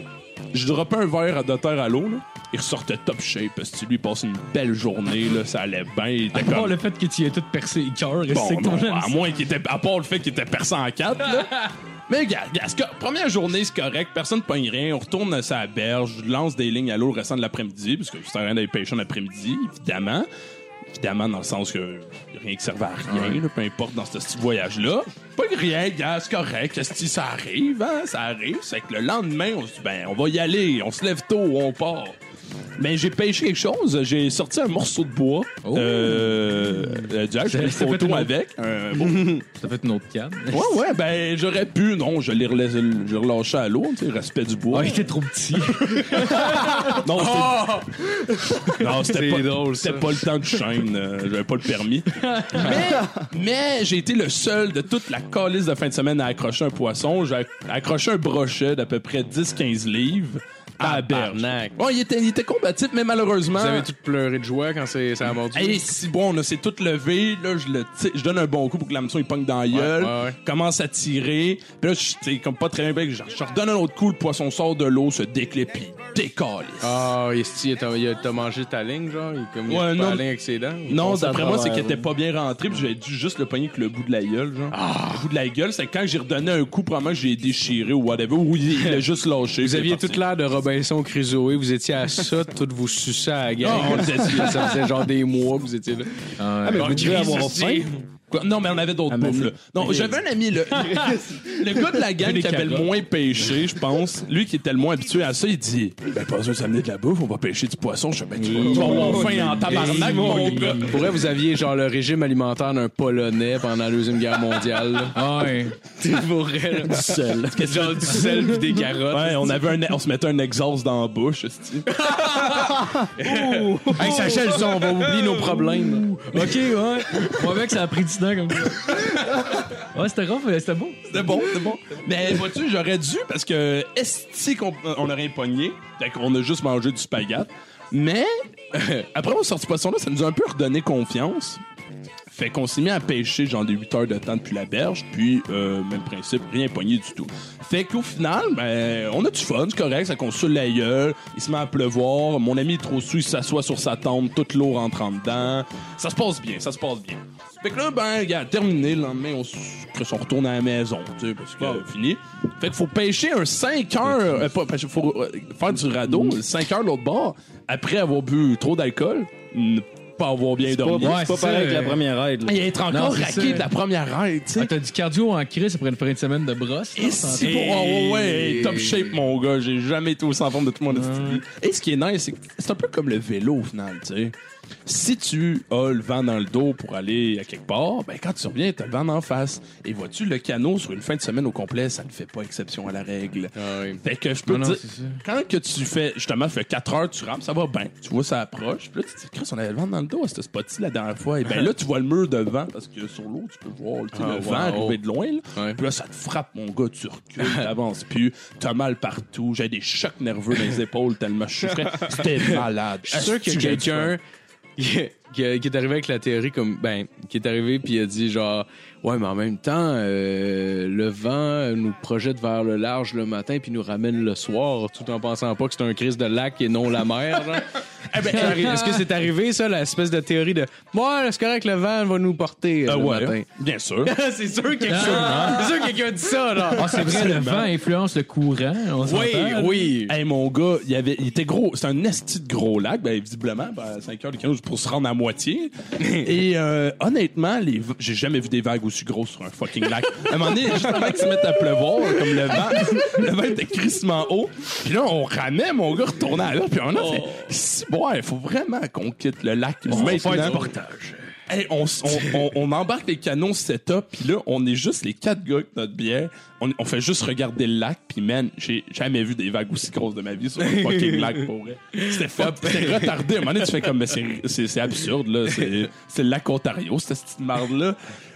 Speaker 4: je dropais un verre de terre à l'eau, là. Il ressortait top shape, parce que lui il passait une belle journée, là, ça allait bien, il était
Speaker 3: Bon,
Speaker 4: comme...
Speaker 3: le fait que tu y aies tout percé le cœur,
Speaker 4: Bon,
Speaker 3: c'est que ton
Speaker 4: non,
Speaker 3: jeune-
Speaker 4: à moins qu'il était... À part le fait qu'il était perçant en quatre, là. Mais regarde, regarde, c'est co- première journée, c'est correct, personne ne pogne rien, on retourne à sa berge, je lance des lignes à l'eau le restant de l'après-midi, parce que je sers à rien d'aller pêcher en après-midi, évidemment. Évidemment, dans le sens que rien qui servait à rien, là, peu importe, dans ce petit voyage-là. Pas de rien, gars, c'est correct, si ça arrive, hein, ça arrive, c'est que le lendemain, on se dit, ben, on va y aller, on se lève tôt, on part. Mais j'ai pêché quelque chose, j'ai sorti un morceau de bois, euh, euh, du lac, j'ai pris une
Speaker 3: Ça fait une
Speaker 4: photo
Speaker 3: autre-
Speaker 4: avec, un beau
Speaker 3: T'as fait une autre canne.
Speaker 4: Ouais, ouais, ben j'aurais pu. Non, je l'ai relais- je l'ai relâché à l'eau, tu sais, respect du bois.
Speaker 3: Ah, il était trop petit.
Speaker 4: Non, c'était- Non, c'était pas,
Speaker 1: drôle,
Speaker 4: c'était pas le temps de chaîne. euh, J'avais pas le permis. mais mais j'ai été le seul de toute la calice de fin de semaine à accrocher un poisson. J'ai accroché un brochet d'à peu près 10-15 livres à la berge.
Speaker 1: Tabarnak.
Speaker 4: Ouais, il était, il était combatif, mais malheureusement...
Speaker 1: Vous avez tous pleuré de joie quand c'est ça a mordu.
Speaker 4: Hey, si bon, on s'est tout levé, là, je le ti- je donne un bon coup pour que l'hameçon il pogne dans la gueule,
Speaker 1: ouais, ouais.
Speaker 4: commence à tirer, puis là, je suis t'sais, comme pas très bien, ben, je, je redonne un autre coup, le poisson sort de l'eau, se déclipse, puis décolle.
Speaker 1: Ah, Esti, il t'a- il a- t'as mangé ta ligne, genre? Il, comme, il
Speaker 4: Ouais,
Speaker 1: a coupé
Speaker 4: non.
Speaker 1: la ligne avec ses dents?
Speaker 4: Non,
Speaker 5: passe à
Speaker 4: d'après moi, c'est
Speaker 5: travers,
Speaker 4: qu'il était
Speaker 5: oui.
Speaker 4: pas bien rentré, puis j'avais dû juste le pogner avec le bout de la gueule, genre.
Speaker 5: Ah!
Speaker 4: Le bout de la gueule, c'est que quand j'ai redonné un coup, probablement que j'ai déchiré ou whatever, ou il il l'a juste lâché.
Speaker 1: Vous aviez
Speaker 4: toute
Speaker 1: toute l'air de Robinson Crusoe, vous étiez à ça, toutes vous suçaient à la gueule.
Speaker 4: Ah, on était
Speaker 1: ça faisait genre des mois que vous étiez là.
Speaker 3: Ah,
Speaker 5: mais
Speaker 4: Ah,
Speaker 5: vous devez
Speaker 4: Chris,
Speaker 5: avoir
Speaker 4: c'est-
Speaker 5: faim.
Speaker 4: Quoi? Non, mais on avait d'autres bouffes, là. Non, j'avais un ami, le, le gars de la gang qui avait le moins pêché, je pense. Lui qui était le moins habitué à ça, il dit Ben, pas besoin de s'amener de la bouffe, on va pêcher du poisson. Je fais Ben, tu vas- tu vas avoir faim en tabarnak, mon gars.
Speaker 1: Pour vrai, vous aviez genre le régime alimentaire d'un Polonais pendant la Deuxième Guerre mondiale. là.
Speaker 3: Ah, ouais.
Speaker 1: C'est pour vrai, là.
Speaker 4: Sel.
Speaker 1: genre du sel pis des carottes.
Speaker 4: Ouais, on, avait un, on se mettait un exhaust dans la bouche. esti.
Speaker 1: Hey, ça gèle ça, on va oublier nos problèmes.
Speaker 3: Ok, ouais. Moi, mec, ça a pris du temps comme ça. Ouais, c'était rough, mais c'était beau.
Speaker 4: C'était bon, c'était bon. Mais vois-tu, j'aurais dû parce que esti qu'on on aurait pogné. Fait qu'on a juste mangé du spaghette. Mais après on sorti pas son là, ça nous a un peu redonné confiance. Fait qu'on s'est mis à pêcher genre des 8 heures de temps depuis la berge, puis euh, même principe, rien pogné du tout. Fait qu'au final, ben, on a du fun, c'est correct, ça console la gueule, il se met à pleuvoir, mon ami est trop sous, il s'assoit sur sa tombe, toute l'eau rentre en dedans. Ça se passe bien, ça se passe bien. Fait que là, ben, regarde, terminé, le lendemain, on, s- Chris, on retourne à la maison, tu sais, parce que euh, fini. Fait qu'il faut pêcher un 5 heures, euh, pas, pêcher, faut euh, faire du radeau, 5 heures de l'autre bord, après avoir bu trop d'alcool, ne pas avoir bien
Speaker 5: Pas,
Speaker 4: dormi.
Speaker 5: c'est
Speaker 3: Ouais,
Speaker 5: pas
Speaker 3: c'est ça,
Speaker 5: pareil que la
Speaker 3: euh,
Speaker 5: première raid. là.
Speaker 4: Il est
Speaker 3: Non,
Speaker 4: encore
Speaker 3: c'est ça.
Speaker 4: raqué de la première raid, tu
Speaker 3: Ah,
Speaker 4: sais.
Speaker 3: T'as du cardio en crise après une fin de semaine de brosse.
Speaker 4: Et si pour- oh, ouais, hey, top shape, mon gars. J'ai jamais été aussi en forme de tout mon monde. Et ce qui est nice, c'est que c'est un peu comme le vélo, au final, tu sais. Si tu as le vent dans le dos pour aller à quelque part, ben quand tu reviens, t'as le vent en face. Et vois-tu, le canot sur une fin de semaine au complet, ça ne fait pas exception à la règle.
Speaker 1: Ah
Speaker 4: Fait que je peux
Speaker 3: Non,
Speaker 4: te
Speaker 3: non,
Speaker 4: dire,
Speaker 3: c'est ça.
Speaker 4: quand que tu fais, justement, fait 4 heures, tu rampes, ça va bien. Tu vois, ça approche. Puis là, tu te dis, Chris, on avait le vent dans le dos à ce spot-ci la dernière fois. Et ben là, tu vois le mur de vent parce que sur l'eau, tu peux voir tu sais,
Speaker 1: Ah,
Speaker 4: le
Speaker 1: wow.
Speaker 4: vent arriver de loin. là.
Speaker 1: Ouais.
Speaker 4: Puis là, ça te frappe, mon gars, tu recules, t'avances plus, t'as mal partout. J'ai des chocs nerveux dans les épaules tellement je souffrais. C'était malade.
Speaker 1: Je suis sûr qu'il y a quelqu'un qui, qui- qui est arrivé avec la théorie comme ben qui est arrivé puis il a dit genre ouais mais en même temps euh, le vent nous projette vers le large le matin puis nous ramène le soir tout en pensant pas que c'est un crise de lac et non la mer. genre. ben, Est-ce que c'est arrivé, ça, l'espèce de théorie de Moi, c'est correct, le vent va nous porter euh,
Speaker 4: Ah
Speaker 1: le
Speaker 4: ouais,
Speaker 1: matin. Ah.
Speaker 4: bien sûr.
Speaker 1: c'est sûr que quelqu'un c'est sûr que quelqu'un dit ça, là.
Speaker 3: Ah, c'est vrai, le vent influence le courant. On
Speaker 1: Oui,
Speaker 3: s'entend.
Speaker 1: oui.
Speaker 4: Hey, mon gars, il, avait, il était gros. C'est un esti de gros lac, ben, visiblement, ben, 5h15 pour se rendre à moitié. Et euh, honnêtement, les v- j'ai jamais vu des vagues aussi grosses sur un fucking lac. À un moment donné, juste avant qu'ils se mettent à pleuvoir, comme le vent, le vent était crissement haut. Puis là, on ramait, mon gars retournait à l'heure. Puis on a fait
Speaker 1: Oh.
Speaker 4: si, bon, il faut vraiment qu'on quitte le lac. maintenant. Hey, on, s- on- on- on embarque les canons setup, puis là, on est juste les quatre gars avec notre bière. On, on fait juste regarder le lac, puis man, j'ai jamais vu des vagues aussi grosses de ma vie sur le fucking lac, pour vrai. C'était fuck- c'était retardé. À un moment donné, tu fais comme, mais c'est- c'est c'est absurde, là. C'est c'est le lac Ontario, cette petite marde-là.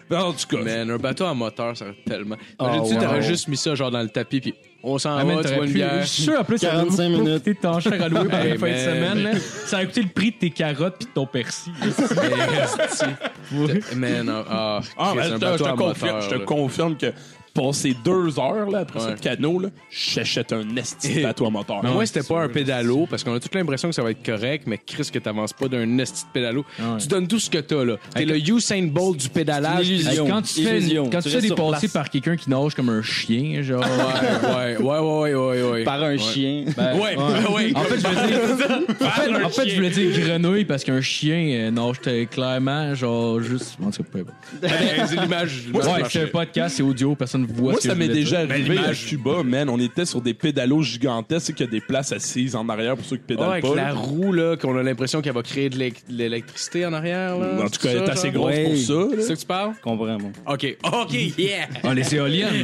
Speaker 4: Ben, En tout cas,
Speaker 1: Man, un bateau à moteur, ça aurait tellement.
Speaker 5: Ah,
Speaker 1: Imagine-tu,
Speaker 5: ouais.
Speaker 1: t'aurais juste mis ça, genre, dans le tapis, puis on s'en
Speaker 3: Ah, man,
Speaker 1: va, tu
Speaker 3: t'aurais
Speaker 1: vois une
Speaker 3: pu-
Speaker 1: bière.
Speaker 3: Je suis sûr, en plus, ça va
Speaker 5: 45
Speaker 3: vous
Speaker 5: minutes.
Speaker 3: coûter de ton cher à louer pendant
Speaker 1: Hey,
Speaker 3: une fin de
Speaker 1: man.
Speaker 3: semaine. là. Ça a coûté le prix de tes carottes puis de ton persil.
Speaker 1: Man, ah, ah,
Speaker 4: ah,
Speaker 1: Chris, un
Speaker 4: ben, je te- je
Speaker 1: bateau
Speaker 4: te
Speaker 1: à
Speaker 4: confirme,
Speaker 1: moteur.
Speaker 4: je te
Speaker 1: là.
Speaker 4: confirme que passer deux heures là, après
Speaker 1: Ouais.
Speaker 4: ce canot, là, j'achète un esti à toi moteur.
Speaker 1: Mais moi, c'était pas un pédalo, parce qu'on a toute l'impression que ça va être correct, mais Chris, que t'avances pas d'un esti de pédalo.
Speaker 3: Ah ouais.
Speaker 1: Tu donnes tout ce que t'as, là. T'es le Usain Bolt du pédalage.
Speaker 5: C'est une illusion.
Speaker 3: Hey, quand tu te fais,
Speaker 5: Illusion.
Speaker 3: quand tu
Speaker 5: Tu
Speaker 3: te fais
Speaker 5: restes sur
Speaker 3: dépasser
Speaker 5: place.
Speaker 3: par quelqu'un qui nage comme un chien, genre.
Speaker 1: Ouais, ouais, ouais, ouais, ouais, ouais.
Speaker 5: Par un chien.
Speaker 4: Ben,
Speaker 1: Ouais, ouais, Ah, ouais.
Speaker 3: En fait, je voulais dire, en fait, en fait, je voulais dire grenouille parce qu'un chien euh, nage euh, clairement, genre juste. En tout cas, peu importe.
Speaker 1: Ben, c'est l'image. l'image
Speaker 3: Ouais,
Speaker 1: marche.
Speaker 3: c'est un podcast, c'est audio, personne ne voit
Speaker 4: Moi,
Speaker 3: ce que
Speaker 4: ça
Speaker 3: je
Speaker 4: m'est
Speaker 3: voulais
Speaker 4: déjà
Speaker 1: Ben,
Speaker 3: dire.
Speaker 4: arrivé à Cuba, man. On était sur des pédalos gigantesques, c'est qu'il y a des places assises en arrière pour ceux qui
Speaker 1: Ouais,
Speaker 4: pédalent
Speaker 1: avec
Speaker 4: pas.
Speaker 1: la
Speaker 4: là.
Speaker 1: roue, là, qu'on a l'impression qu'elle va créer de l'é- de l'électricité en arrière, là.
Speaker 4: En tout cas, elle
Speaker 1: ça,
Speaker 4: est assez
Speaker 1: genre?
Speaker 4: grosse
Speaker 5: Ouais.
Speaker 4: pour ça.
Speaker 1: C'est
Speaker 4: là.
Speaker 1: ça que tu parles?
Speaker 5: Je comprends, moi.
Speaker 1: OK. OK, yeah!
Speaker 3: Ah, les éoliennes,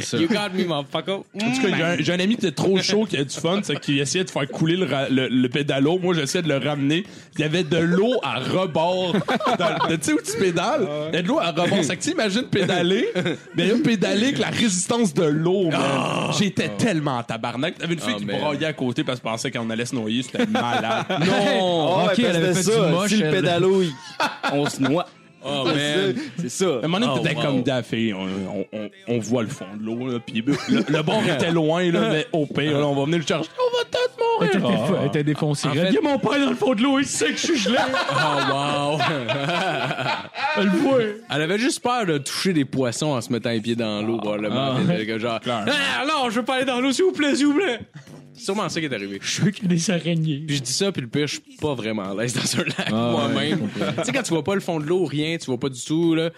Speaker 3: ça.
Speaker 1: You got me, motherfucker.
Speaker 4: En tout cas, j'ai un- j'ai un ami qui était trop chaud, qui a du fun, c'est qu'il essayait de faire couler le, ra- le- le pédalo. Moi, j'essayais de le ramener. Il y avait de l'eau à rebord. dans le- Tu sais où tu pédales? Il y a de l'eau à rebord. C'est que tu imagines pédaler, mais là, pédaler avec la résistance de l'eau, man. J'étais tellement en tabarnak. T'avais une fille
Speaker 1: Oh,
Speaker 4: qui
Speaker 1: Ah. man.
Speaker 4: braillait à côté parce qu'elle pensait qu'on allait se noyer. C'était malade.
Speaker 3: Non!
Speaker 5: Ah ouais,
Speaker 3: ok, elle
Speaker 5: parce
Speaker 3: avait
Speaker 5: que
Speaker 3: fait
Speaker 5: c'est ça,
Speaker 3: du moche.
Speaker 5: Si le
Speaker 3: elle.
Speaker 5: pédalo, il- on se noie.
Speaker 1: Oh, man.
Speaker 5: C'est ça.
Speaker 4: À un moment donné,
Speaker 1: Oh,
Speaker 4: t'étais
Speaker 1: wow.
Speaker 4: comme Daffy, on, on, on, on voit le fond de l'eau, là, puis le, le bord était loin, là, mais au pire, là, on va venir le chercher. On va
Speaker 3: Elle
Speaker 4: peut-être
Speaker 3: était
Speaker 4: mourir! Ah.
Speaker 3: défo- elle était défoncée.
Speaker 1: En
Speaker 3: raide.
Speaker 1: fait-
Speaker 3: Il y a mon père dans le fond de l'eau, il sait que je suis gelé.
Speaker 1: Oh, wow.
Speaker 3: Elle le voit.
Speaker 1: Elle avait juste peur de toucher des poissons en se mettant les pieds dans l'eau, probablement.
Speaker 3: Ah.
Speaker 1: Puis elle était genre, ah, non, je veux pas aller dans l'eau, s'il vous plaît, s'il vous plaît. C'est sûrement ça qui est arrivé.
Speaker 3: Je veux qu'il y a des araignées.
Speaker 1: Puis je dis ça, puis le pire, je suis pas vraiment à l'aise dans un lac
Speaker 3: Ah,
Speaker 1: moi-même. tu sais, quand tu vois pas le fond de l'eau, rien, tu vois pas du tout, là.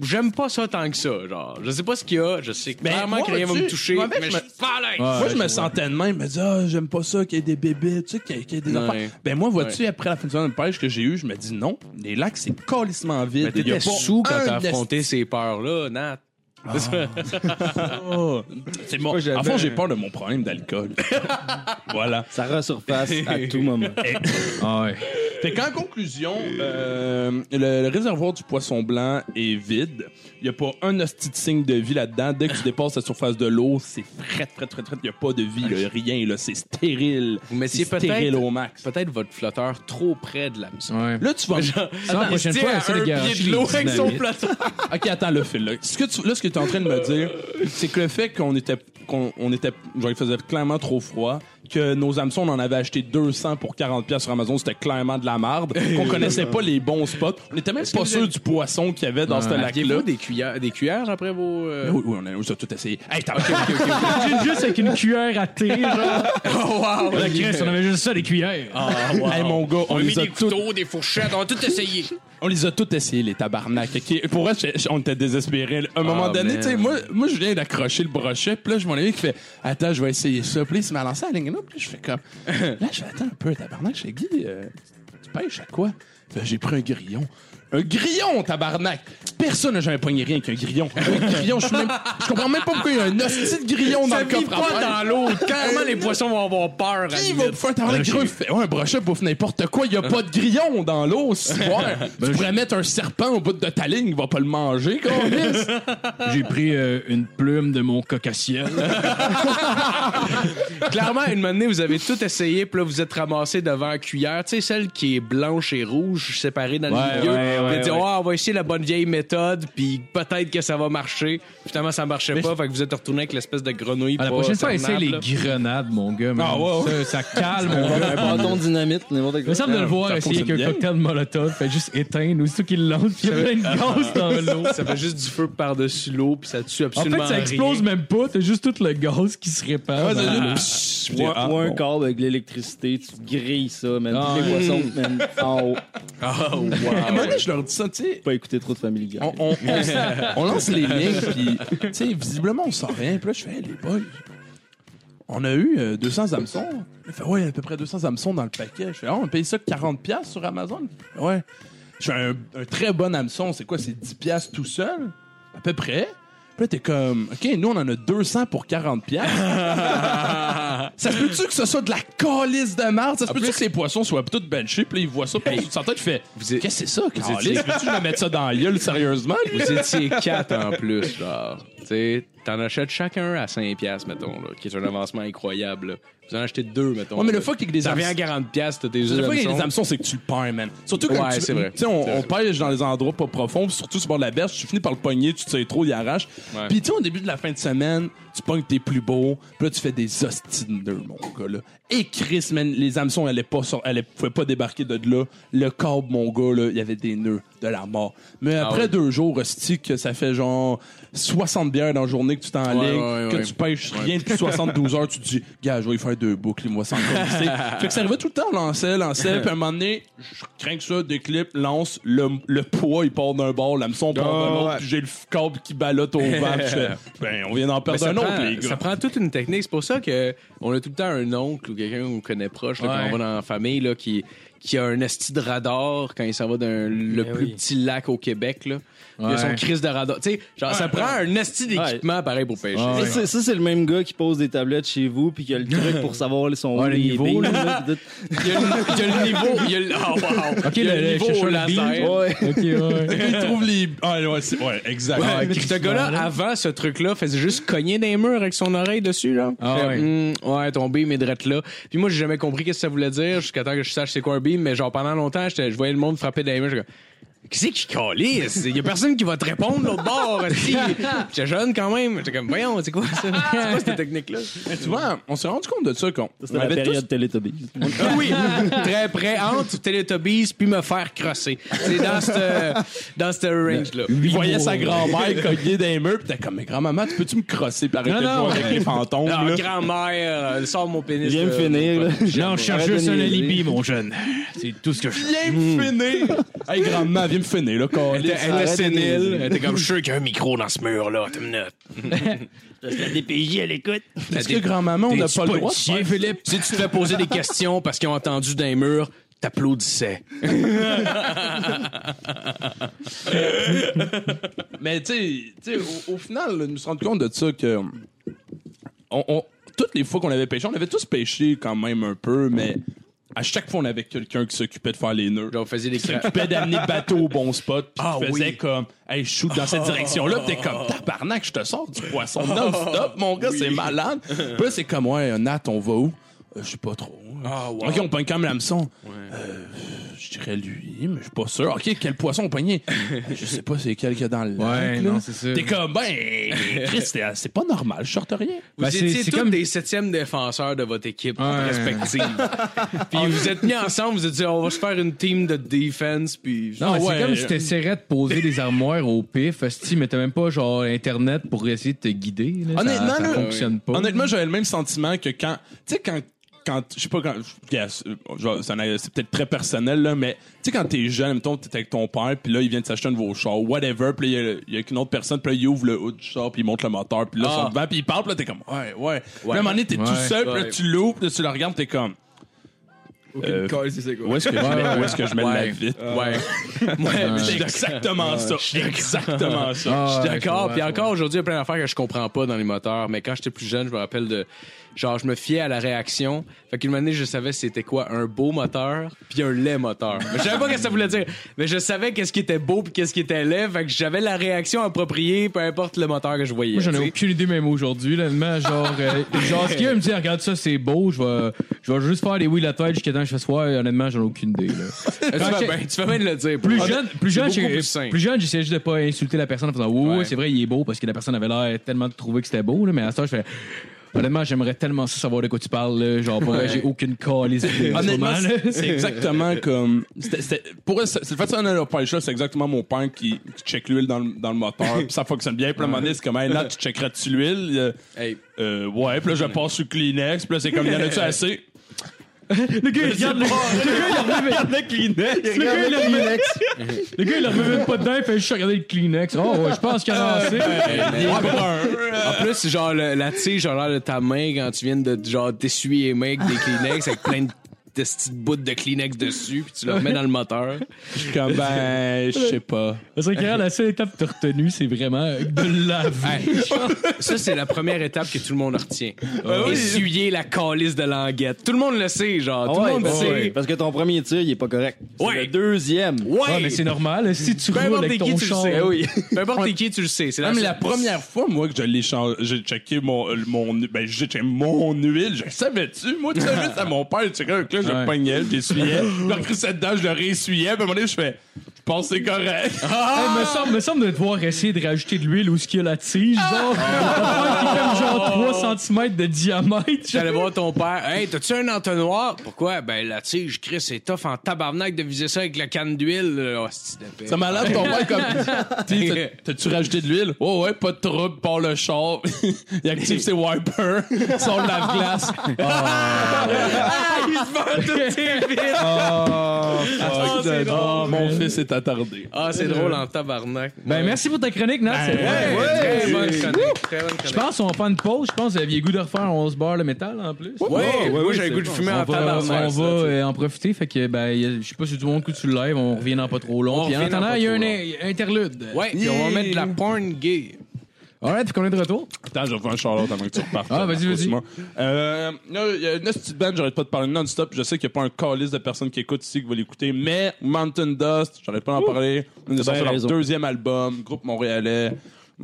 Speaker 1: J'aime pas ça tant que ça, genre. Je sais pas ce qu'il y a, je sais
Speaker 4: Ben,
Speaker 1: clairement
Speaker 4: moi,
Speaker 1: que rien va
Speaker 4: vois-tu,
Speaker 1: me toucher,
Speaker 4: moi, avec,
Speaker 1: mais
Speaker 4: je
Speaker 1: je
Speaker 4: me-
Speaker 1: suis pas à l'aise.
Speaker 4: moi, je me sentais de même, mais dis, ah, j'aime pas ça qu'il y ait des bébés, tu sais, qu'il y ait- qu'il y ait des
Speaker 1: Ouais.
Speaker 4: enfants. Ben, moi, vois-tu, après la fin de semaine de pêche que j'ai eue, je me dis, non, les lacs, c'est calissement vide.
Speaker 1: Mais
Speaker 4: Il y a
Speaker 1: t'étais
Speaker 4: pas
Speaker 1: sous quand
Speaker 4: un
Speaker 1: t'as affronté ces peurs-là, Nat.
Speaker 4: esti- C'est bon.
Speaker 2: Moi, j'avais-
Speaker 4: En fond, j'ai peur de mon problème d'alcool. voilà.
Speaker 5: Ça ressurface à tout moment.
Speaker 3: Ah ouais.
Speaker 4: Fait qu'en conclusion, euh, le, le réservoir du poisson blanc est vide. Il n'y a pas un hostie de signe de vie là-dedans. Dès que tu dépasses la surface de l'eau, c'est fret, fret, fret, fret. Il n'y a pas de vie, il n'y a rien. là. C'est stérile.
Speaker 1: Vous mettiez
Speaker 4: C'est
Speaker 1: peut-être-
Speaker 4: stérile au max.
Speaker 1: Peut-être votre flotteur trop près de la mission.
Speaker 3: Ouais.
Speaker 4: Là, tu vas...
Speaker 3: Ça, la
Speaker 1: Il se
Speaker 3: prochaine
Speaker 1: tient
Speaker 3: fois,
Speaker 1: à
Speaker 3: essaie de
Speaker 1: un
Speaker 3: garocher
Speaker 1: pied de l'eau
Speaker 3: les
Speaker 1: avec son
Speaker 3: dynamites.
Speaker 1: flotteur.
Speaker 4: OK, attends, le fil. Là, ce que tu, là, ce que tu es en train de me dire, c'est que le fait qu'on était... qu'on on était genre, il faisait clairement trop froid, que nos hameçons, on en avait acheté 200 pour 40 pièces sur Amazon, c'était clairement de la marde, qu'on connaissait pas les bons spots. On était même
Speaker 1: que
Speaker 4: pas
Speaker 1: vous
Speaker 4: sûr
Speaker 1: avez-
Speaker 4: du poisson qu'il y avait dans ce lac-là.
Speaker 1: Aviez-vous des cuillères, des cuillères après vos... euh,
Speaker 4: Oui, oui, on a, on a tout essayé. Hey, t'as
Speaker 3: Juste avec une cuillère à thé, genre.
Speaker 1: Oh, wow!
Speaker 3: La Chris, on avait juste ça, des cuillères.
Speaker 4: Hey, mon gars, on,
Speaker 1: On a mis
Speaker 4: les a
Speaker 1: des
Speaker 4: tout,
Speaker 1: couteaux, des fourchettes, on a tout essayé.
Speaker 4: on les a tout essayé, les tabarnak. ok? Pour vrai, je- je- on était désespérés. là. À un moment donné,
Speaker 1: man.
Speaker 4: tu sais, moi, moi, je viens d'accrocher le brochet, puis là, je m'en ai qui fait Attends, je vais essayer ça. Puis là, il m'a lancé à la ligne là, puis là, je fais comme Là, je fais Attends un peu, tabarnak, je fais Guy, euh, tu pêches à quoi Fait, J'ai pris un grillon. Un grillon, tabarnak! Personne n'a jamais pogné rien qu'un grillon. Un grillon, je suis même- je comprends même pas pourquoi il y a un hostie de grillon dans
Speaker 1: Ça
Speaker 4: le
Speaker 1: vit
Speaker 4: coffre à
Speaker 1: pas
Speaker 4: pêche.
Speaker 1: dans l'eau. Clairement, les poissons vont avoir peur. à la
Speaker 4: Qui va
Speaker 1: limite.
Speaker 4: bouffer un tabarnak gros? Il fait, Ben, ouais, un brochet bouffe n'importe quoi. Il n'y a pas de grillon dans l'eau, c'est vrai. Tu pourrais mettre un serpent au bout de ta ligne, il va pas le manger, câlisse.
Speaker 3: J'ai pris euh, une plume de mon coq à ciel.
Speaker 1: Clairement, une moment donné, vous avez tout essayé, puis là, vous êtes ramassé devant la cuillère. Tu sais, celle qui qui est blanche et rouge séparée dans
Speaker 4: Ouais,
Speaker 1: le milieu.
Speaker 5: ouais,
Speaker 1: Puis
Speaker 5: ouais,
Speaker 1: dire,
Speaker 5: ouais.
Speaker 1: Ah, on va essayer la bonne vieille méthode, puis peut-être que ça va marcher. Finalement, ça marchait pas, fait que vous êtes retourné avec l'espèce de grenouille.
Speaker 3: Ah, la
Speaker 1: pas
Speaker 3: prochaine fois, essaye les
Speaker 1: cernable, là.
Speaker 3: grenades, mon gars. man.
Speaker 4: Ah, ouais,
Speaker 3: Ça, ça calme. on va-
Speaker 6: Un bâton dynamite, n'importe
Speaker 3: Il me
Speaker 6: quoi.
Speaker 3: semble de le voir
Speaker 4: ça
Speaker 3: essayer avec un
Speaker 4: fonctionne
Speaker 3: cocktail de molotov, fait juste éteindre, aussitôt qu'il le lance, puis il y a plein de gaz dans l'eau.
Speaker 1: Ça fait juste du feu par-dessus l'eau, puis ça tue
Speaker 3: En
Speaker 1: absolument
Speaker 3: fait, ça explose
Speaker 1: rien.
Speaker 3: même pas, t'as juste tout le gaz qui se répand. dans l'eau.
Speaker 4: Psst,
Speaker 5: Ou, un-
Speaker 4: ah,
Speaker 5: ou un
Speaker 4: bon.
Speaker 5: câble avec de l'électricité, tu grilles ça, man.
Speaker 3: Ah,
Speaker 5: Toutes les
Speaker 1: ouais.
Speaker 5: poissons, man, en haut.
Speaker 1: Oh, wow.
Speaker 4: À un moment donné, je leur dis ça, tu sais,
Speaker 5: Pas écouter trop de Family Guy.
Speaker 4: on, on- on- on lance les lignes, puis, tu sais, visiblement, on sort rien. Puis là, je fais, Hey, les boys, on a eu euh, 200 hameçons. Il fait, ouais, à peu près 200 hameçons dans le paquet. Je fais, Ah, on paye ça 40$ piastres sur Amazon. Ouais. Je fais un, un très bon hameçon. C'est quoi, c'est 10$ piastres tout seul? À peu près. Puis là, t'es comme, OK, nous, on en a 200 pour 40$. piastres. ça se peut-tu que ce soit de la calice de merde? Ça se peut-tu que les poissons soient tous benchés? Puis là, ils voient ça, puis ils s'entendent, je fais,
Speaker 1: Vous êtes-
Speaker 4: qu'est-ce que c'est ça,
Speaker 1: étiez-
Speaker 4: calice? Peux-tu me mettre ça dans la gueule, sérieusement? lui?
Speaker 1: Vous étiez quatre en plus, genre. Tu sais, t'en achètes chacun à 5 piastres, mettons, là, qui est un avancement incroyable. là. Vous en achetez deux, mettons.
Speaker 4: Ouais, mais le
Speaker 1: là.
Speaker 4: fuck avec des
Speaker 1: Ça revient à
Speaker 4: hameçons-
Speaker 1: 40 piastres, t'as tes
Speaker 4: La fois qu'il y a des
Speaker 1: hameçons.
Speaker 4: hameçons, c'est que tu le perds, man. Surtout quand
Speaker 1: Ouais,
Speaker 4: tu
Speaker 1: c'est vrai.
Speaker 4: tu sais, on,
Speaker 1: C'est
Speaker 4: on
Speaker 1: vrai.
Speaker 4: pêche dans les endroits pas profonds, puis surtout sur le bord de la berge, tu finis par le pogner, tu tires trop, il arrache.
Speaker 1: Ouais.
Speaker 4: Puis tu sais, au début de la fin de semaine, tu pognes tes plus beaux, puis là, tu fais des ostineurs, mon gars, là. Et Chris, man, les hameçons, elles pas sor- elles pouvaient pas débarquer de là. Le câble, mon gars, là, il y avait des nœuds de la mort. Mais après
Speaker 1: Ah ouais.
Speaker 4: deux jours, hostie, que ça fait genre 60 bières dans la journée que tu t'enlignes,
Speaker 1: Ouais, ouais,
Speaker 4: que
Speaker 1: ouais.
Speaker 4: tu pêches rien depuis 72 heures, tu te dis, gars, je vais y faire deux boucles, moi, sans colisser. Fait que ça arrivait tout le temps, on lançait, lançait, puis à un moment donné, je crains que ça, des clips, lance, le, le poids, il part d'un bord, l'hameçon part de
Speaker 2: Ah,
Speaker 4: l'autre,
Speaker 2: ouais.
Speaker 4: puis j'ai le f- câble qui balotte au vent, puis je fais, ben, on vient d'en
Speaker 1: Mais
Speaker 4: perdre
Speaker 1: ça,
Speaker 4: un autre,
Speaker 1: prend,
Speaker 4: les
Speaker 1: ça
Speaker 4: gars.
Speaker 1: prend toute une technique. C'est pour ça que on a tout le temps un oncle ou quelqu'un qu'on connaît proche là,
Speaker 3: Ouais.
Speaker 1: quand on va dans la famille là, qui, qui a un esti de radar quand il s'en va d'un le
Speaker 6: Eh
Speaker 1: plus
Speaker 6: oui.
Speaker 1: petit lac au Québec. Là. Il a son
Speaker 3: Ouais.
Speaker 1: crise de radar. Tu sais, genre, ça prend un esti d'équipement pareil pour pêcher.
Speaker 3: Ah, Ouais.
Speaker 5: Ça, c'est- Ça, c'est le même gars qui pose des tablettes chez vous puis qui a le truc pour savoir son
Speaker 3: Ouais, le niveau, là.
Speaker 1: Il, y a le, il y a le niveau. Il y a le, oh, wow.
Speaker 3: Ok,
Speaker 1: il y a
Speaker 3: le-
Speaker 1: le,
Speaker 3: le-
Speaker 1: niveau
Speaker 3: je cherche
Speaker 1: au
Speaker 3: le
Speaker 1: laser.
Speaker 3: beat. Ok, ouais.
Speaker 4: Ils trouvent les. Ah, ouais, c'est- ouais, exact.
Speaker 1: Ouais,
Speaker 4: Ouais,
Speaker 1: puis ce gars-là, avant ce truc-là, faisait juste cogner des murs avec son oreille dessus, là.
Speaker 3: Ah
Speaker 1: Fait,
Speaker 3: ouais.
Speaker 1: hmm, ouais, ton beam est drette là. Puis moi, j'ai jamais compris qu'est-ce que ça voulait dire jusqu'à temps que je sache c'est quoi un beam, mais genre pendant longtemps, j'étais- je voyais le monde frapper des murs. j'étais comme, Qui c'est qui calisse? Il y a personne qui va te répondre de l'autre bord. esti. J'étais jeune quand même. J'étais comme, voyons, c'est quoi ça? C'est quoi cette technique-là?
Speaker 4: mais tu vois, on s'est rendu compte de ça qu'on
Speaker 5: C'était
Speaker 4: on
Speaker 5: la
Speaker 4: avait tous
Speaker 5: période Teletubbies.
Speaker 1: Ah oui, très près entre Teletubbies puis me faire crosser. C'est dans ce dans ce range-là.
Speaker 4: Il voyait sa grand-mère cogner dans les murs, pis t'es comme, mais grand-maman, tu peux-tu me crosser par arrêter de
Speaker 3: Non, non.
Speaker 4: jouer avec les fantômes,
Speaker 1: Ah,
Speaker 4: là?
Speaker 1: grand-mère, euh, sors mon pénis.
Speaker 5: Viens me
Speaker 1: euh,
Speaker 5: finir, là.
Speaker 3: Non, je cherche
Speaker 5: juste
Speaker 3: juste
Speaker 5: un
Speaker 3: un
Speaker 5: alibi,
Speaker 3: alibi, mon jeune. C'est tout ce que je
Speaker 4: Viens me finir! hey, grand-maman, viens me finir, là, quand
Speaker 1: Elle était- elle était
Speaker 5: Arrête de
Speaker 1: sénile.
Speaker 5: niaiser.
Speaker 1: Elle était comme, je suis sûr qu'il y a un micro dans ce mur-là. T'as une minute.
Speaker 5: La DPJ, elle écoute.
Speaker 4: Est-ce que grand-maman, on n'a pas le droit de faire
Speaker 1: Philippe. Si tu te fais poser des questions parce qu'ils ont entendu d'un mur, t'applaudissais.
Speaker 4: Mais tu sais- tu sais, au, au final, là, nous sommes compte de ça que. On, on- toutes les fois qu'on avait pêché, on avait tous pêché quand même un peu, mais à chaque fois, on avait quelqu'un qui s'occupait de faire les nœuds.
Speaker 1: Là, on faisait des crêpes.
Speaker 4: s'occupait d'amener le bateau au bon spot, puis
Speaker 1: Ah
Speaker 4: tu faisais
Speaker 1: oui. Ah.
Speaker 4: comme, hey, shoot dans cette direction-là, puis t'es comme, tabarnak, je te sors du poisson non-stop, mon gars, c'est malade. Puis là, c'est comme, ouais, Nat, on va où? Euh, je sais pas trop.
Speaker 1: Ah, wow.
Speaker 4: Ok, on pogne quand même l'hameçon. Euh, je dirais lui, mais je suis pas sûr. Ok, quel poisson on pognait? je sais pas c'est quel qu'il y a dans le
Speaker 3: Ouais,
Speaker 4: lac, là.
Speaker 3: non, c'est sûr.
Speaker 4: T'es comme, ben, Chris, t'es- c'est pas normal, je sorte rien.
Speaker 1: Vous
Speaker 3: Ben, c'est-
Speaker 1: étiez
Speaker 3: c'est
Speaker 1: tous
Speaker 3: comme-
Speaker 1: des septièmes défenseurs de votre équipe
Speaker 3: Ouais.
Speaker 1: respective. puis vous vous êtes mis ensemble, vous êtes dit, on va se faire une team de defense. Puis
Speaker 3: Non, mais
Speaker 4: Ah ouais. euh,
Speaker 3: c'est comme si t'essaierais de poser des armoires au pif, hostie, mais t'as même pas genre Internet pour essayer de te guider. Là. Ça-
Speaker 4: Honnêtement,
Speaker 3: ça,
Speaker 4: là,
Speaker 3: fonctionne pas.
Speaker 4: Honnêtement, j'avais le même sentiment que quand. Tu sais, quand. Quand, je sais pas quand. yeah, c'est- genre, ça en a- c'est peut-être très personnel, là, mais tu sais, quand t'es jeune, mettons, t'es avec ton père, puis là, il vient de s'acheter un nouveau char, whatever, puis là, il y a- il y, a une autre personne, puis là, il ouvre le hood du char, puis il monte le moteur, puis là,
Speaker 1: Ah.
Speaker 4: son devant, puis il parle, puis là, t'es comme, ouais, ouais. Puis là, à un moment donné, t'es tout
Speaker 3: Ouais.
Speaker 4: seul, puis là,
Speaker 1: Ouais.
Speaker 4: tu l'ouvres, puis là, tu le regardes, t'es comme,
Speaker 2: Aucune colle, si c'est quoi.
Speaker 4: où est-ce que je mets, où est-ce que je mets de la vite?
Speaker 3: Ah.
Speaker 1: Ouais.
Speaker 4: Ouais, c'est exactement ça. Exactement ça.
Speaker 3: Ah,
Speaker 1: Je suis
Speaker 3: ouais,
Speaker 1: d'accord.
Speaker 3: je
Speaker 1: Puis
Speaker 3: vois,
Speaker 1: encore aujourd'hui, il y a plein d'affaires que je comprends pas dans les moteurs. Mais quand j'étais plus jeune, je me rappelle de. Genre, je me fiais à la réaction. Fait qu'une année, je savais c'était quoi un beau moteur puis un laid moteur. Mais je savais pas ce que ça voulait dire. Mais je savais qu'est-ce qui était beau puis qu'est-ce qui était laid. Fait que j'avais la réaction appropriée, peu importe le moteur que je voyais.
Speaker 3: Moi, j'en
Speaker 1: tu sais.
Speaker 3: ai aucune idée même aujourd'hui. Là, Honnêtement, genre, euh, genre, si quelqu'un me dit, regarde ça, c'est beau, je vais, je vais juste faire les oui la tête jusqu'à temps quand je fais soir, honnêtement, j'en ai aucune idée. là.
Speaker 1: Euh, tu,
Speaker 3: Quand
Speaker 1: fais
Speaker 3: j'ai-
Speaker 1: bien, tu fais bien de le dire.
Speaker 3: Plus
Speaker 1: Paul.
Speaker 3: jeune, plus
Speaker 1: Ah, C'est
Speaker 3: jeune,
Speaker 1: beaucoup
Speaker 3: j'ai-
Speaker 1: plus simple.
Speaker 3: plus jeune, j'essayais juste de pas insulter la personne en faisant ouais,
Speaker 1: Ouais.
Speaker 3: c'est vrai, il est beau parce que la personne avait l'air tellement de trouver que c'était beau, là, mais à ce temps, je fais honnêtement, j'aimerais tellement ça savoir de quoi tu parles, là, genre pour vrai, j'ai aucune calice. idée en ce
Speaker 4: Honnêtement,
Speaker 3: moment, là.
Speaker 4: c'est- c'est exactement comme. c'était- c'était- pour eux, c'est- c'est le fait de ça dans leur polish, c'est exactement mon père qui, qui check l'huile dans, le- dans le moteur. Puis ça fonctionne bien. Puis à un moment donné, c'est comme, hey, là, tu checkeras-tu l'huile? Euh,
Speaker 1: Hey.
Speaker 4: euh, ouais, puis là, je passe sur Kleenex. Puis là, c'est comme, y en a-tu assez?
Speaker 3: Le gars, il regarde le, le gars, il regarde le Kleenex. Le gars, il remet- le gars, il remet même pas dedans, il fait juste regarder le Oh, Kleenex. Oh, ouais, je pense qu'il y en a assez.
Speaker 1: Hey, man. En plus, genre, le- la tige a l'air de ta main quand tu viens de genre t'essuyer les mains avec des Kleenex avec plein de, de petites bouts de Kleenex dessus, puis tu le remets dans le moteur.
Speaker 4: Je suis comme, ben, je sais pas.
Speaker 3: Parce que regarde, la seule étape que t'as retenue, c'est vraiment de laver.
Speaker 1: Hey, ça, c'est la première étape que tout le monde retient.
Speaker 3: Ah
Speaker 4: oui.
Speaker 1: Essuyer la calice de languette. Tout le monde le sait,
Speaker 5: Ah
Speaker 1: genre. tout le monde le
Speaker 5: parce,
Speaker 1: sait.
Speaker 5: ben parce que ton premier tir, il est pas correct. C'est
Speaker 1: Ouais.
Speaker 5: Le deuxième.
Speaker 1: Ouais,
Speaker 3: Ouais, Ah, mais c'est normal. Si tu
Speaker 1: Peu
Speaker 3: roules
Speaker 1: importe
Speaker 3: avec
Speaker 1: qui,
Speaker 3: ton
Speaker 1: tu le
Speaker 3: char,
Speaker 1: sais.
Speaker 5: Eh oui.
Speaker 1: Peu importe qui, tu le sais. C'est la,
Speaker 4: Même
Speaker 1: seule-
Speaker 4: la première fois, moi, que je l'ai changé, j'ai checké mon, euh, mon, ben, j'ai checké mon huile, je savais-tu? Moi, tu savais, à mon père, tu sais, là, je le pognais, je l'essuyais, je le recrissais dedans, je le réessuyais, puis à un moment donné, je fais, je pense que c'est correct.
Speaker 3: Hey, me semble, me semble de devoir essayer de rajouter de l'huile où ce qu'il y a la tige, genre.
Speaker 1: Ah!
Speaker 3: Affaire qui est comme genre 3 cm de diamètre. genre.
Speaker 1: J'allais voir ton père. Hey, t'as-tu un entonnoir? Pourquoi? Ben, la tige, Chris, c'est tough en tabarnak de viser ça avec la canne d'huile. Oh, c'est de paix.
Speaker 4: Ça m'a l'air de ton père comme, tu sais, t'as- t'as-tu rajouté de l'huile? Oh ouais, pas de trouble, part le char, il active ses wipers, sort le lave-glace.
Speaker 2: Ah, c'est
Speaker 4: Oh, mon fils est attardé.
Speaker 1: Ah, c'est drôle en tabarnak.
Speaker 3: Ben, merci pour ta chronique, Nat. c'est vrai.
Speaker 1: Ben, Ouais, très bonne chronique, très bonne
Speaker 3: Je
Speaker 1: chronique.
Speaker 3: pense qu'on va faire une pause. Je pense que vous aviez goût de refaire 11 barres le métal en plus.
Speaker 1: Ouais,
Speaker 2: Ouais,
Speaker 1: moi
Speaker 2: ouais,
Speaker 1: j'ai
Speaker 2: c'est
Speaker 1: le goût de
Speaker 2: bon.
Speaker 1: fumer
Speaker 3: On
Speaker 1: en
Speaker 3: va,
Speaker 1: tabarnak.
Speaker 3: on
Speaker 1: ça,
Speaker 3: va,
Speaker 1: tu sais.
Speaker 3: euh, en profiter. Fait que, ben, y a- je sais pas si tout le monde coûte sur le live. On revient dans pas trop long.
Speaker 1: On
Speaker 3: Puis en
Speaker 1: revient dans
Speaker 3: attendant,
Speaker 1: pas
Speaker 3: il y a
Speaker 1: trop
Speaker 3: un
Speaker 1: long.
Speaker 3: un interlude.
Speaker 1: Ouais, puis on va mettre de la porn gay.
Speaker 3: Alright, puis qu'on est de retour.
Speaker 4: Attends, je vais faire un charlotte avant que tu repartes.
Speaker 3: Ah, vas-y, vas-y.
Speaker 4: Excuse-moi. Euh, là, il y a une petite bande, j'arrête pas de parler non-stop. Je sais qu'il n'y a pas un calice de personnes qui écoutent ici qui va l'écouter, mais Mountain Dust, j'arrête pas d'en parler. Ils ont
Speaker 5: bien
Speaker 4: sorti leur
Speaker 5: raison.
Speaker 4: deuxième album, groupe montréalais,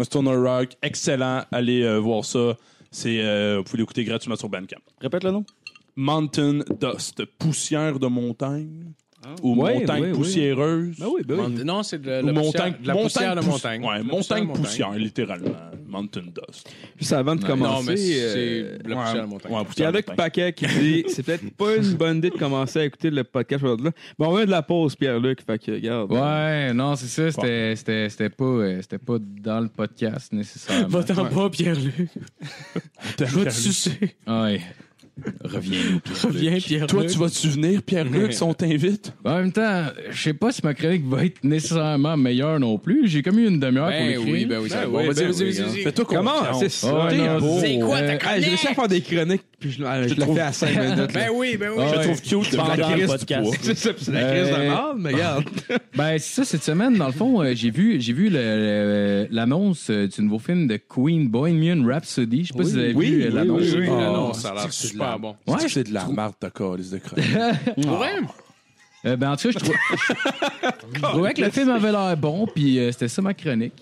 Speaker 4: Stoner Rock, excellent. Allez euh, voir ça. C'est, euh, vous pouvez l'écouter gratuitement sur Bandcamp.
Speaker 5: Répète le nom.
Speaker 4: Mountain Dust, poussière de montagne ou
Speaker 2: Ouais,
Speaker 4: montagne
Speaker 2: ouais, ouais.
Speaker 4: poussiéreuse.
Speaker 2: Ah oui, ben oui.
Speaker 1: Non, c'est de la,
Speaker 4: Ou
Speaker 1: la
Speaker 4: montagne,
Speaker 1: poussière, de la poussière de
Speaker 4: pouss-
Speaker 1: montagne.
Speaker 4: Ouais,
Speaker 1: La
Speaker 4: montagne
Speaker 1: de
Speaker 4: poussière, littéralement. Mountain Dust.
Speaker 2: Juste avant de
Speaker 1: Non,
Speaker 2: commencer.
Speaker 1: mais c'est
Speaker 2: euh,
Speaker 1: de la poussière de montagne.
Speaker 4: Ouais,
Speaker 2: Puis
Speaker 4: poussière de
Speaker 2: avec
Speaker 4: montagne.
Speaker 2: Paquet qui dit c'est peut-être pas une bonne idée de commencer à écouter le podcast aujourd'hui. là. Bon, on a de la pause, Pierre-Luc. Fait que, regarde.
Speaker 3: Ouais, non, c'est ça. C'était, c'était, c'était, pas, euh, c'était pas dans le podcast nécessairement.
Speaker 1: Va-t'en pas, Pierre-Luc. Je vais te sucer.
Speaker 3: Ouais. Reviens-nous.
Speaker 1: Reviens, Pierre-Luc.
Speaker 4: Toi, tu vas te souvenir, Pierre-Luc, si on t'invite?
Speaker 3: Bah, En même temps, je sais pas si ma chronique va être nécessairement meilleure non plus. J'ai comme eu une demi-heure pour
Speaker 1: Ben
Speaker 3: l'écrire.
Speaker 1: oui, ben oui, ça va. Vas-y, vas-y, vas-y.
Speaker 4: Fais-toi
Speaker 2: Comment?
Speaker 4: confiance.
Speaker 2: C'est ça.
Speaker 3: Ah,
Speaker 2: T'es
Speaker 3: non,
Speaker 2: beau.
Speaker 3: c'est quoi ta
Speaker 2: Hey, J'ai réussi à faire des chroniques, puis je, ah, je le
Speaker 4: trouve-
Speaker 2: fais à 5 minutes. là.
Speaker 1: Ben oui, ben oui.
Speaker 3: Ah,
Speaker 4: Je
Speaker 3: ouais.
Speaker 4: trouve cute de
Speaker 5: Pendant
Speaker 4: la
Speaker 5: le
Speaker 4: crise du
Speaker 5: podcast.
Speaker 4: poids.
Speaker 2: C'est ça, puis c'est la crise de
Speaker 3: Euh,
Speaker 2: merde, mais regarde.
Speaker 3: Ben, c'est ça, cette semaine, dans le fond, euh, j'ai vu, j'ai vu le- le- l'annonce euh, du nouveau film de Queen, Bohemian Rhapsody. Je sais pas si vous avez
Speaker 2: oui,
Speaker 3: vu euh,
Speaker 2: oui,
Speaker 3: l'annonce.
Speaker 1: Oui,
Speaker 4: Oh,
Speaker 1: non, non, ça a
Speaker 4: c'est
Speaker 1: l'air
Speaker 4: que c'est
Speaker 1: super
Speaker 4: la-
Speaker 1: bon.
Speaker 3: Ouais,
Speaker 4: C'est de la merde, ta calice de crâne.
Speaker 1: Ouais.
Speaker 3: Euh, ben, en tout cas, je trou- je trouvais que le film avait l'air bon, puis euh, c'était ça ma chronique.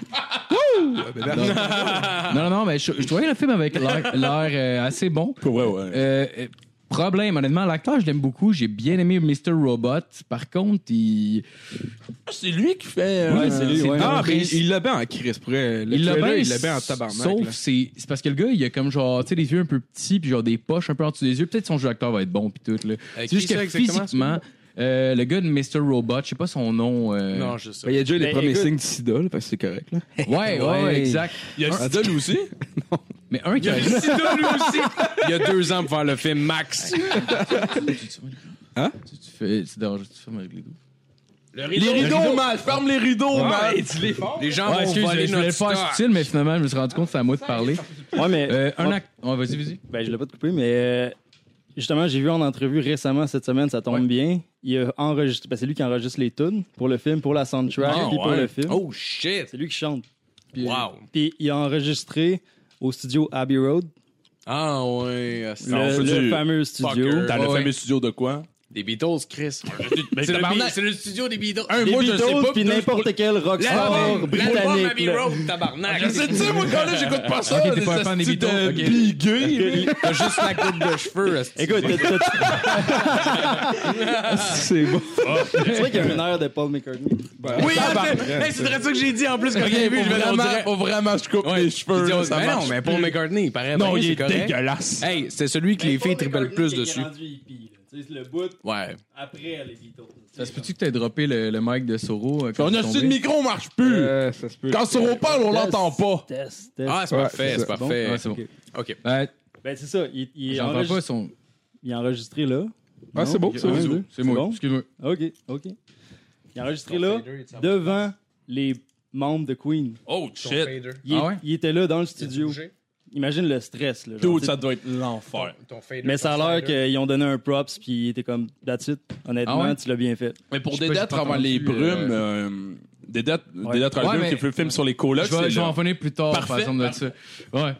Speaker 3: non, non, non, mais je, je trouvais que le film avait l'air l'air, euh, assez bon.
Speaker 4: Ouais, ouais.
Speaker 3: Euh, euh, problème, honnêtement, l'acteur, je l'aime beaucoup. J'ai bien aimé Mr. Robot. Par contre, il.
Speaker 4: C'est lui qui fait.
Speaker 3: Ouais, c'est lui, ouais.
Speaker 2: Ah,
Speaker 3: non,
Speaker 2: mais
Speaker 3: Chris.
Speaker 2: il il l'a bien en crise, pour vrai. Le
Speaker 3: il l'a
Speaker 2: trailer,
Speaker 3: bien,
Speaker 2: il l'a bien en tabarnak.
Speaker 3: Sauf,
Speaker 2: là.
Speaker 3: c'est c'est parce que le gars, il a comme genre, tu sais, les yeux un peu petits, puis genre des poches un peu en dessous des yeux. Peut-être son jeu d'acteur va être bon, puis tout. là. C'est
Speaker 1: qui
Speaker 3: juste
Speaker 1: ça,
Speaker 3: que
Speaker 1: exactement,
Speaker 3: physiquement, euh, le gars de Mr. Robot, je sais pas son nom. euh,
Speaker 1: Non, je sais.
Speaker 2: Ben, il y a déjà les
Speaker 5: Ben,
Speaker 2: premiers
Speaker 5: écoute.
Speaker 2: signes du sida, là, parce que c'est correct. Là.
Speaker 3: Ouais, ouais,
Speaker 5: Ouais.
Speaker 3: exact.
Speaker 4: Il y a le sida, lui aussi.
Speaker 3: Mais un qui a.
Speaker 1: sida, lui aussi. Il y a deux ans pour faire le film Max.
Speaker 2: Hein?
Speaker 3: Tu tu fais. C'est dangereux, tu fermes avec les doigts.
Speaker 1: Le
Speaker 4: Les
Speaker 1: rideau.
Speaker 4: rideaux, man. Ferme les rideaux, man.
Speaker 1: Les gens
Speaker 3: Ouais,
Speaker 1: vont
Speaker 3: excuse,
Speaker 1: voler
Speaker 3: je voulais
Speaker 1: notre
Speaker 3: le faire
Speaker 1: stock.
Speaker 3: subtil, mais finalement, je me suis rendu compte que c'est à moi de parler.
Speaker 5: Ouais, mais.
Speaker 3: Euh, un
Speaker 5: moi,
Speaker 3: acte. Oh, vas-y, vas-y.
Speaker 5: Ben, je l'ai pas te coupé, mais euh, justement, j'ai vu en entrevue récemment cette semaine, ça tombe
Speaker 3: Ouais.
Speaker 5: bien. Il a enregistré. ben, c'est lui qui enregistre les tunes pour le film, pour la soundtrack,
Speaker 4: Ah,
Speaker 5: puis pour
Speaker 4: ouais.
Speaker 5: le film.
Speaker 1: Oh shit.
Speaker 5: C'est lui qui chante. Puis,
Speaker 1: Wow.
Speaker 5: Puis il a enregistré au studio Abbey Road,
Speaker 1: Ah ouais. ah, c'est-
Speaker 4: Non,
Speaker 5: le,
Speaker 4: c'est
Speaker 5: le
Speaker 4: du
Speaker 5: fameux studio.
Speaker 1: fucker.
Speaker 4: Dans le
Speaker 1: Ouais, ouais.
Speaker 4: fameux studio de quoi?
Speaker 1: Les Beatles, Chris. c'est, le
Speaker 4: tabarnak.
Speaker 1: Beat- c'est le studio des Beatles. Un
Speaker 5: Les
Speaker 1: mot, je sais
Speaker 5: Beatles,
Speaker 1: pas.
Speaker 5: puis
Speaker 1: deux,
Speaker 5: n'importe quel rockstar
Speaker 1: L'album, l'album
Speaker 5: britannique.
Speaker 1: Abbey
Speaker 5: là.
Speaker 1: Road, tabarnak.
Speaker 4: Je sais, tu sais, moi, quand là, j'écoute
Speaker 2: Ah,
Speaker 4: pas ça.
Speaker 3: Ok, t'es pas un fan des
Speaker 4: hosties de
Speaker 3: Beatles, ok.
Speaker 4: bigueux, là.
Speaker 1: T'as juste la coupe de cheveux. esti.
Speaker 5: Écoute, t'as- t'as-
Speaker 2: C'est bon.
Speaker 5: tu vois qu'il y a une heure de Paul McCartney.
Speaker 1: Oui, en fait. Hey, c'est vrai ça que j'ai dit en plus quand j'ai vu.
Speaker 4: Faut
Speaker 1: Je vais
Speaker 4: vraiment,
Speaker 1: dire.
Speaker 4: faut vraiment, je coupe mes cheveux. là, ça
Speaker 1: non,
Speaker 4: marche
Speaker 1: mais Paul
Speaker 4: plus.
Speaker 1: McCartney, il paraît.
Speaker 4: Non,
Speaker 1: bien,
Speaker 4: il
Speaker 1: c'est
Speaker 4: est
Speaker 1: correct.
Speaker 4: dégueulasse.
Speaker 1: Hey, c'est celui que les filles trippellent plus dessus.
Speaker 5: le bout
Speaker 1: Ouais.
Speaker 5: après les Beatles.
Speaker 3: Ça se peut-tu que t'aies droppé le, le mic de Soro euh, quand
Speaker 4: On
Speaker 3: t'es
Speaker 4: a
Speaker 3: tombé?
Speaker 4: su le micro, on marche plus.
Speaker 2: Euh, ça se peut.
Speaker 4: Quand sur parle, on l'entend pas.
Speaker 5: Test, test.
Speaker 1: Ah, c'est
Speaker 2: Ouais,
Speaker 1: parfait,
Speaker 2: c'est
Speaker 1: c'est
Speaker 2: ça.
Speaker 1: parfait.
Speaker 3: Ouais, c'est bon.
Speaker 1: OK.
Speaker 3: Ouais,
Speaker 5: Ben, c'est ça. Il, il, est
Speaker 3: J'entends pas
Speaker 5: enregistré,
Speaker 3: son.
Speaker 5: il est enregistré là.
Speaker 2: Ah, c'est beau, ça.
Speaker 5: Un, deux.
Speaker 3: C'est moi.
Speaker 5: bon?
Speaker 3: Excuse-moi.
Speaker 5: OK, OK. Il est enregistré là devant les membres de Queen.
Speaker 4: Oh, shit.
Speaker 5: Il, est-
Speaker 3: Ah ouais?
Speaker 5: il était là dans le studio. Imagine le stress. Là, genre,
Speaker 4: Dude,
Speaker 5: t'sais.
Speaker 4: ça doit être l'enfer.
Speaker 5: mais ça a l'air qu'ils ont donné un props puis il était comme that's it. Honnêtement,
Speaker 3: Ah ouais?
Speaker 5: tu l'as bien fait.
Speaker 4: Mais pour
Speaker 3: Je sais
Speaker 4: des
Speaker 3: pas, j'ai
Speaker 4: dates
Speaker 3: pas
Speaker 4: avant les
Speaker 3: entendu,
Speaker 4: brumes, euh, des dates des dates avant
Speaker 3: Ouais,
Speaker 4: les brumes, qui
Speaker 3: mais-
Speaker 4: fait le film sur les colocs,
Speaker 3: je vais,
Speaker 4: c'est
Speaker 3: je vais
Speaker 4: là.
Speaker 3: en finir plus tard, par
Speaker 4: Parfait.
Speaker 3: exemple, de ça. Ouais.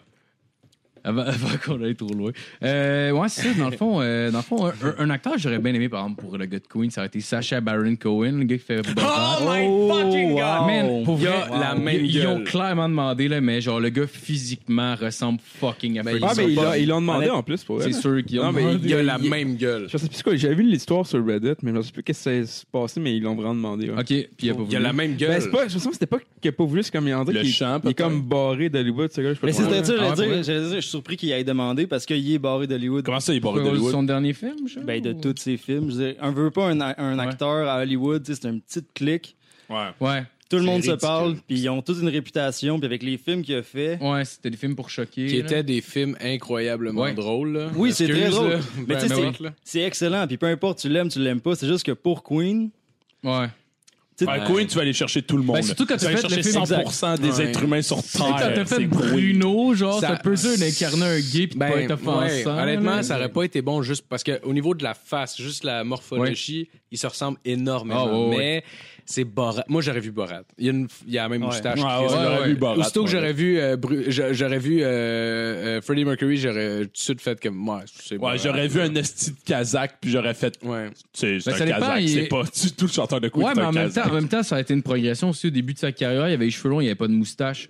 Speaker 3: Avant, avant qu'on aille trop loin. Euh, ouais, c'est ça, dans le fond, euh, dans le fond un, un- un acteur que j'aurais bien aimé, par exemple, pour le gars de Queen, ça aurait été Sacha Baron Cohen, le gars qui fait.
Speaker 1: Oh my
Speaker 5: Oh,
Speaker 1: fucking god!
Speaker 5: wow.
Speaker 3: Man, pour
Speaker 1: Il a
Speaker 3: vrai,
Speaker 1: la
Speaker 3: ils-
Speaker 1: même
Speaker 3: ils, ont
Speaker 1: gueule.
Speaker 3: clairement demandé, là, mais genre, le gars physiquement ressemble fucking à
Speaker 1: Ben,
Speaker 3: Freddie
Speaker 2: Ah, mais ils
Speaker 3: Mercury.
Speaker 2: l'ont- ils l'ont demandé
Speaker 5: Honnête-
Speaker 2: en plus pour elle.
Speaker 3: C'est sûr qu'ils ont
Speaker 2: Non, mais
Speaker 3: demandé.
Speaker 1: Il a la même gueule.
Speaker 2: Je sais plus quoi, j'avais vu l'histoire sur Reddit, mais je ne sais plus qu'est-ce qui s'est passé, mais ils l'ont vraiment demandé. ouais.
Speaker 3: Ok, puis il a pas
Speaker 1: Il a
Speaker 3: voulu.
Speaker 1: la même
Speaker 2: Ben, c'est
Speaker 1: gueule.
Speaker 2: pas, je me souviens, c'était pas qu'il a pas voulu, c'est comme il en dit
Speaker 4: Le
Speaker 2: qu'il
Speaker 4: chant,
Speaker 2: il est
Speaker 4: peut-être.
Speaker 2: comme barré d'Hollywood, ce gars, je sais pas
Speaker 5: Mais
Speaker 2: trop.
Speaker 5: c'était
Speaker 2: Ouais.
Speaker 5: ça,
Speaker 3: Ah ouais,
Speaker 5: j'allais
Speaker 3: pour
Speaker 5: dire,
Speaker 3: vrai?
Speaker 5: j'allais dire, je suis surpris qu'il ait demandé parce qu'il est barré d'Hollywood.
Speaker 4: Comment ça, il est barré
Speaker 3: Pour
Speaker 4: d'Hollywood?
Speaker 3: son dernier film, genre?
Speaker 5: Ben, de tous ses films. Je veux dire, un veut pas un, a- un
Speaker 3: Ouais.
Speaker 5: acteur à Hollywood, tu sais, c'est une petite clique.
Speaker 4: Ouais.
Speaker 3: Ouais,
Speaker 5: Tout le
Speaker 1: C'est
Speaker 5: monde se
Speaker 1: ridicule.
Speaker 5: parle, puis ils ont tous une réputation, puis avec les films qu'il a fait.
Speaker 3: ouais, c'était des films pour choquer.
Speaker 1: Qui
Speaker 3: là.
Speaker 1: étaient des films incroyablement
Speaker 3: Ouais.
Speaker 1: drôles. là.
Speaker 5: Oui, c'est
Speaker 1: Excuse,
Speaker 5: très drôle.
Speaker 1: là.
Speaker 5: Mais
Speaker 1: Ben,
Speaker 5: tu sais,
Speaker 1: ben
Speaker 5: c'est-
Speaker 1: ouais, là.
Speaker 5: c'est excellent, puis peu importe, tu l'aimes, tu l'aimes pas. C'est juste que pour Queen,
Speaker 3: Ouais.
Speaker 5: tu sais,
Speaker 4: Ben, Queen, tu vas aller chercher tout le monde.
Speaker 3: Ben, surtout quand tu
Speaker 4: vas aller
Speaker 3: fais le
Speaker 4: chercher
Speaker 3: film
Speaker 4: 100% des
Speaker 1: exact.
Speaker 4: êtres humains sur
Speaker 1: Ah,
Speaker 4: Terre.
Speaker 3: Quand t'as fait
Speaker 4: c'est
Speaker 3: Bruno, genre,
Speaker 1: euh, Ça-
Speaker 3: ça peut dur d'incarner un gay pis de
Speaker 1: Ben,
Speaker 3: pas être offensant.
Speaker 1: ouais, honnêtement,
Speaker 3: là.
Speaker 1: ça aurait pas été bon juste parce qu'au niveau de la face, juste la morphologie, il se ressemble énormément.
Speaker 3: Ah, ouais, ouais.
Speaker 1: mais c'est Borat. Moi, j'aurais vu Borat. Il y a, une- il y a la même
Speaker 5: Ouais.
Speaker 1: moustache.
Speaker 4: Ouais,
Speaker 3: Ah,
Speaker 1: Chris.
Speaker 4: ouais, j'aurais vu Borat,
Speaker 1: Aussitôt que
Speaker 4: moi,
Speaker 1: j'aurais vu, euh, Bru- j'a- j'aurais vu euh, euh, Freddie Mercury, j'aurais tout de suite fait comme. Ouais, c'est Borat.
Speaker 4: Ouais, j'aurais vu un esti de Kazakh, puis j'aurais fait.
Speaker 1: Ouais.
Speaker 4: C'est c'est
Speaker 3: Ben, ça
Speaker 4: un
Speaker 3: dépend,
Speaker 4: Kazakh,
Speaker 3: il-
Speaker 4: c'est pas du tout le chanteur de Queen.
Speaker 3: Ouais,
Speaker 4: c'est
Speaker 3: mais
Speaker 4: un
Speaker 3: en même,
Speaker 4: Kazakh.
Speaker 3: temps, en même temps, ça a été une progression aussi. Au début de sa carrière, il avait les cheveux longs, il avait pas de moustache.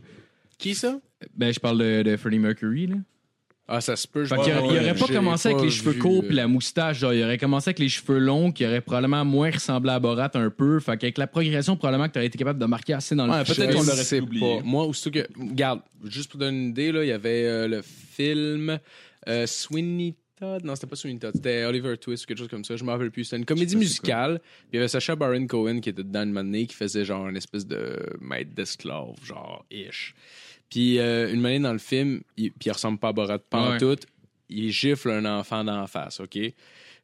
Speaker 1: Qui ça?
Speaker 3: Ben, je parle de, de Freddie Mercury, là.
Speaker 1: Ah, ça se peut. je
Speaker 3: Fait
Speaker 1: pense.
Speaker 3: qu'il aurait- il aurait pas
Speaker 1: J'ai
Speaker 3: commencé avec les cheveux
Speaker 1: vu,
Speaker 3: courts
Speaker 1: euh,
Speaker 3: pis la moustache. Genre, il aurait commencé avec les cheveux longs qui auraient probablement moins ressemblé à Borat un peu. Fait qu'avec la progression, probablement que t'aurais été capable de marquer assez dans le
Speaker 4: Ouais,
Speaker 3: fichier.
Speaker 4: peut-être qu'on
Speaker 1: Je
Speaker 4: l'aurait
Speaker 1: sais
Speaker 4: oublié.
Speaker 1: pas. Moi, aussitôt que. Regarde, juste pour donner une idée, là, il y avait euh, le film euh, Sweeney Todd. Non, c'était pas Sweeney Todd, c'était Oliver Twist ou quelque chose comme ça. Je me rappelle plus. C'était une comédie musicale. Puis il y avait Sacha Baron Cohen qui était dedans une matinée qui faisait genre une espèce de maître d'esclave, genre ish. Puis euh, une matinée dans le film, il, puis il ressemble pas à Borat pantoute. Il gifle un enfant d'en face, OK?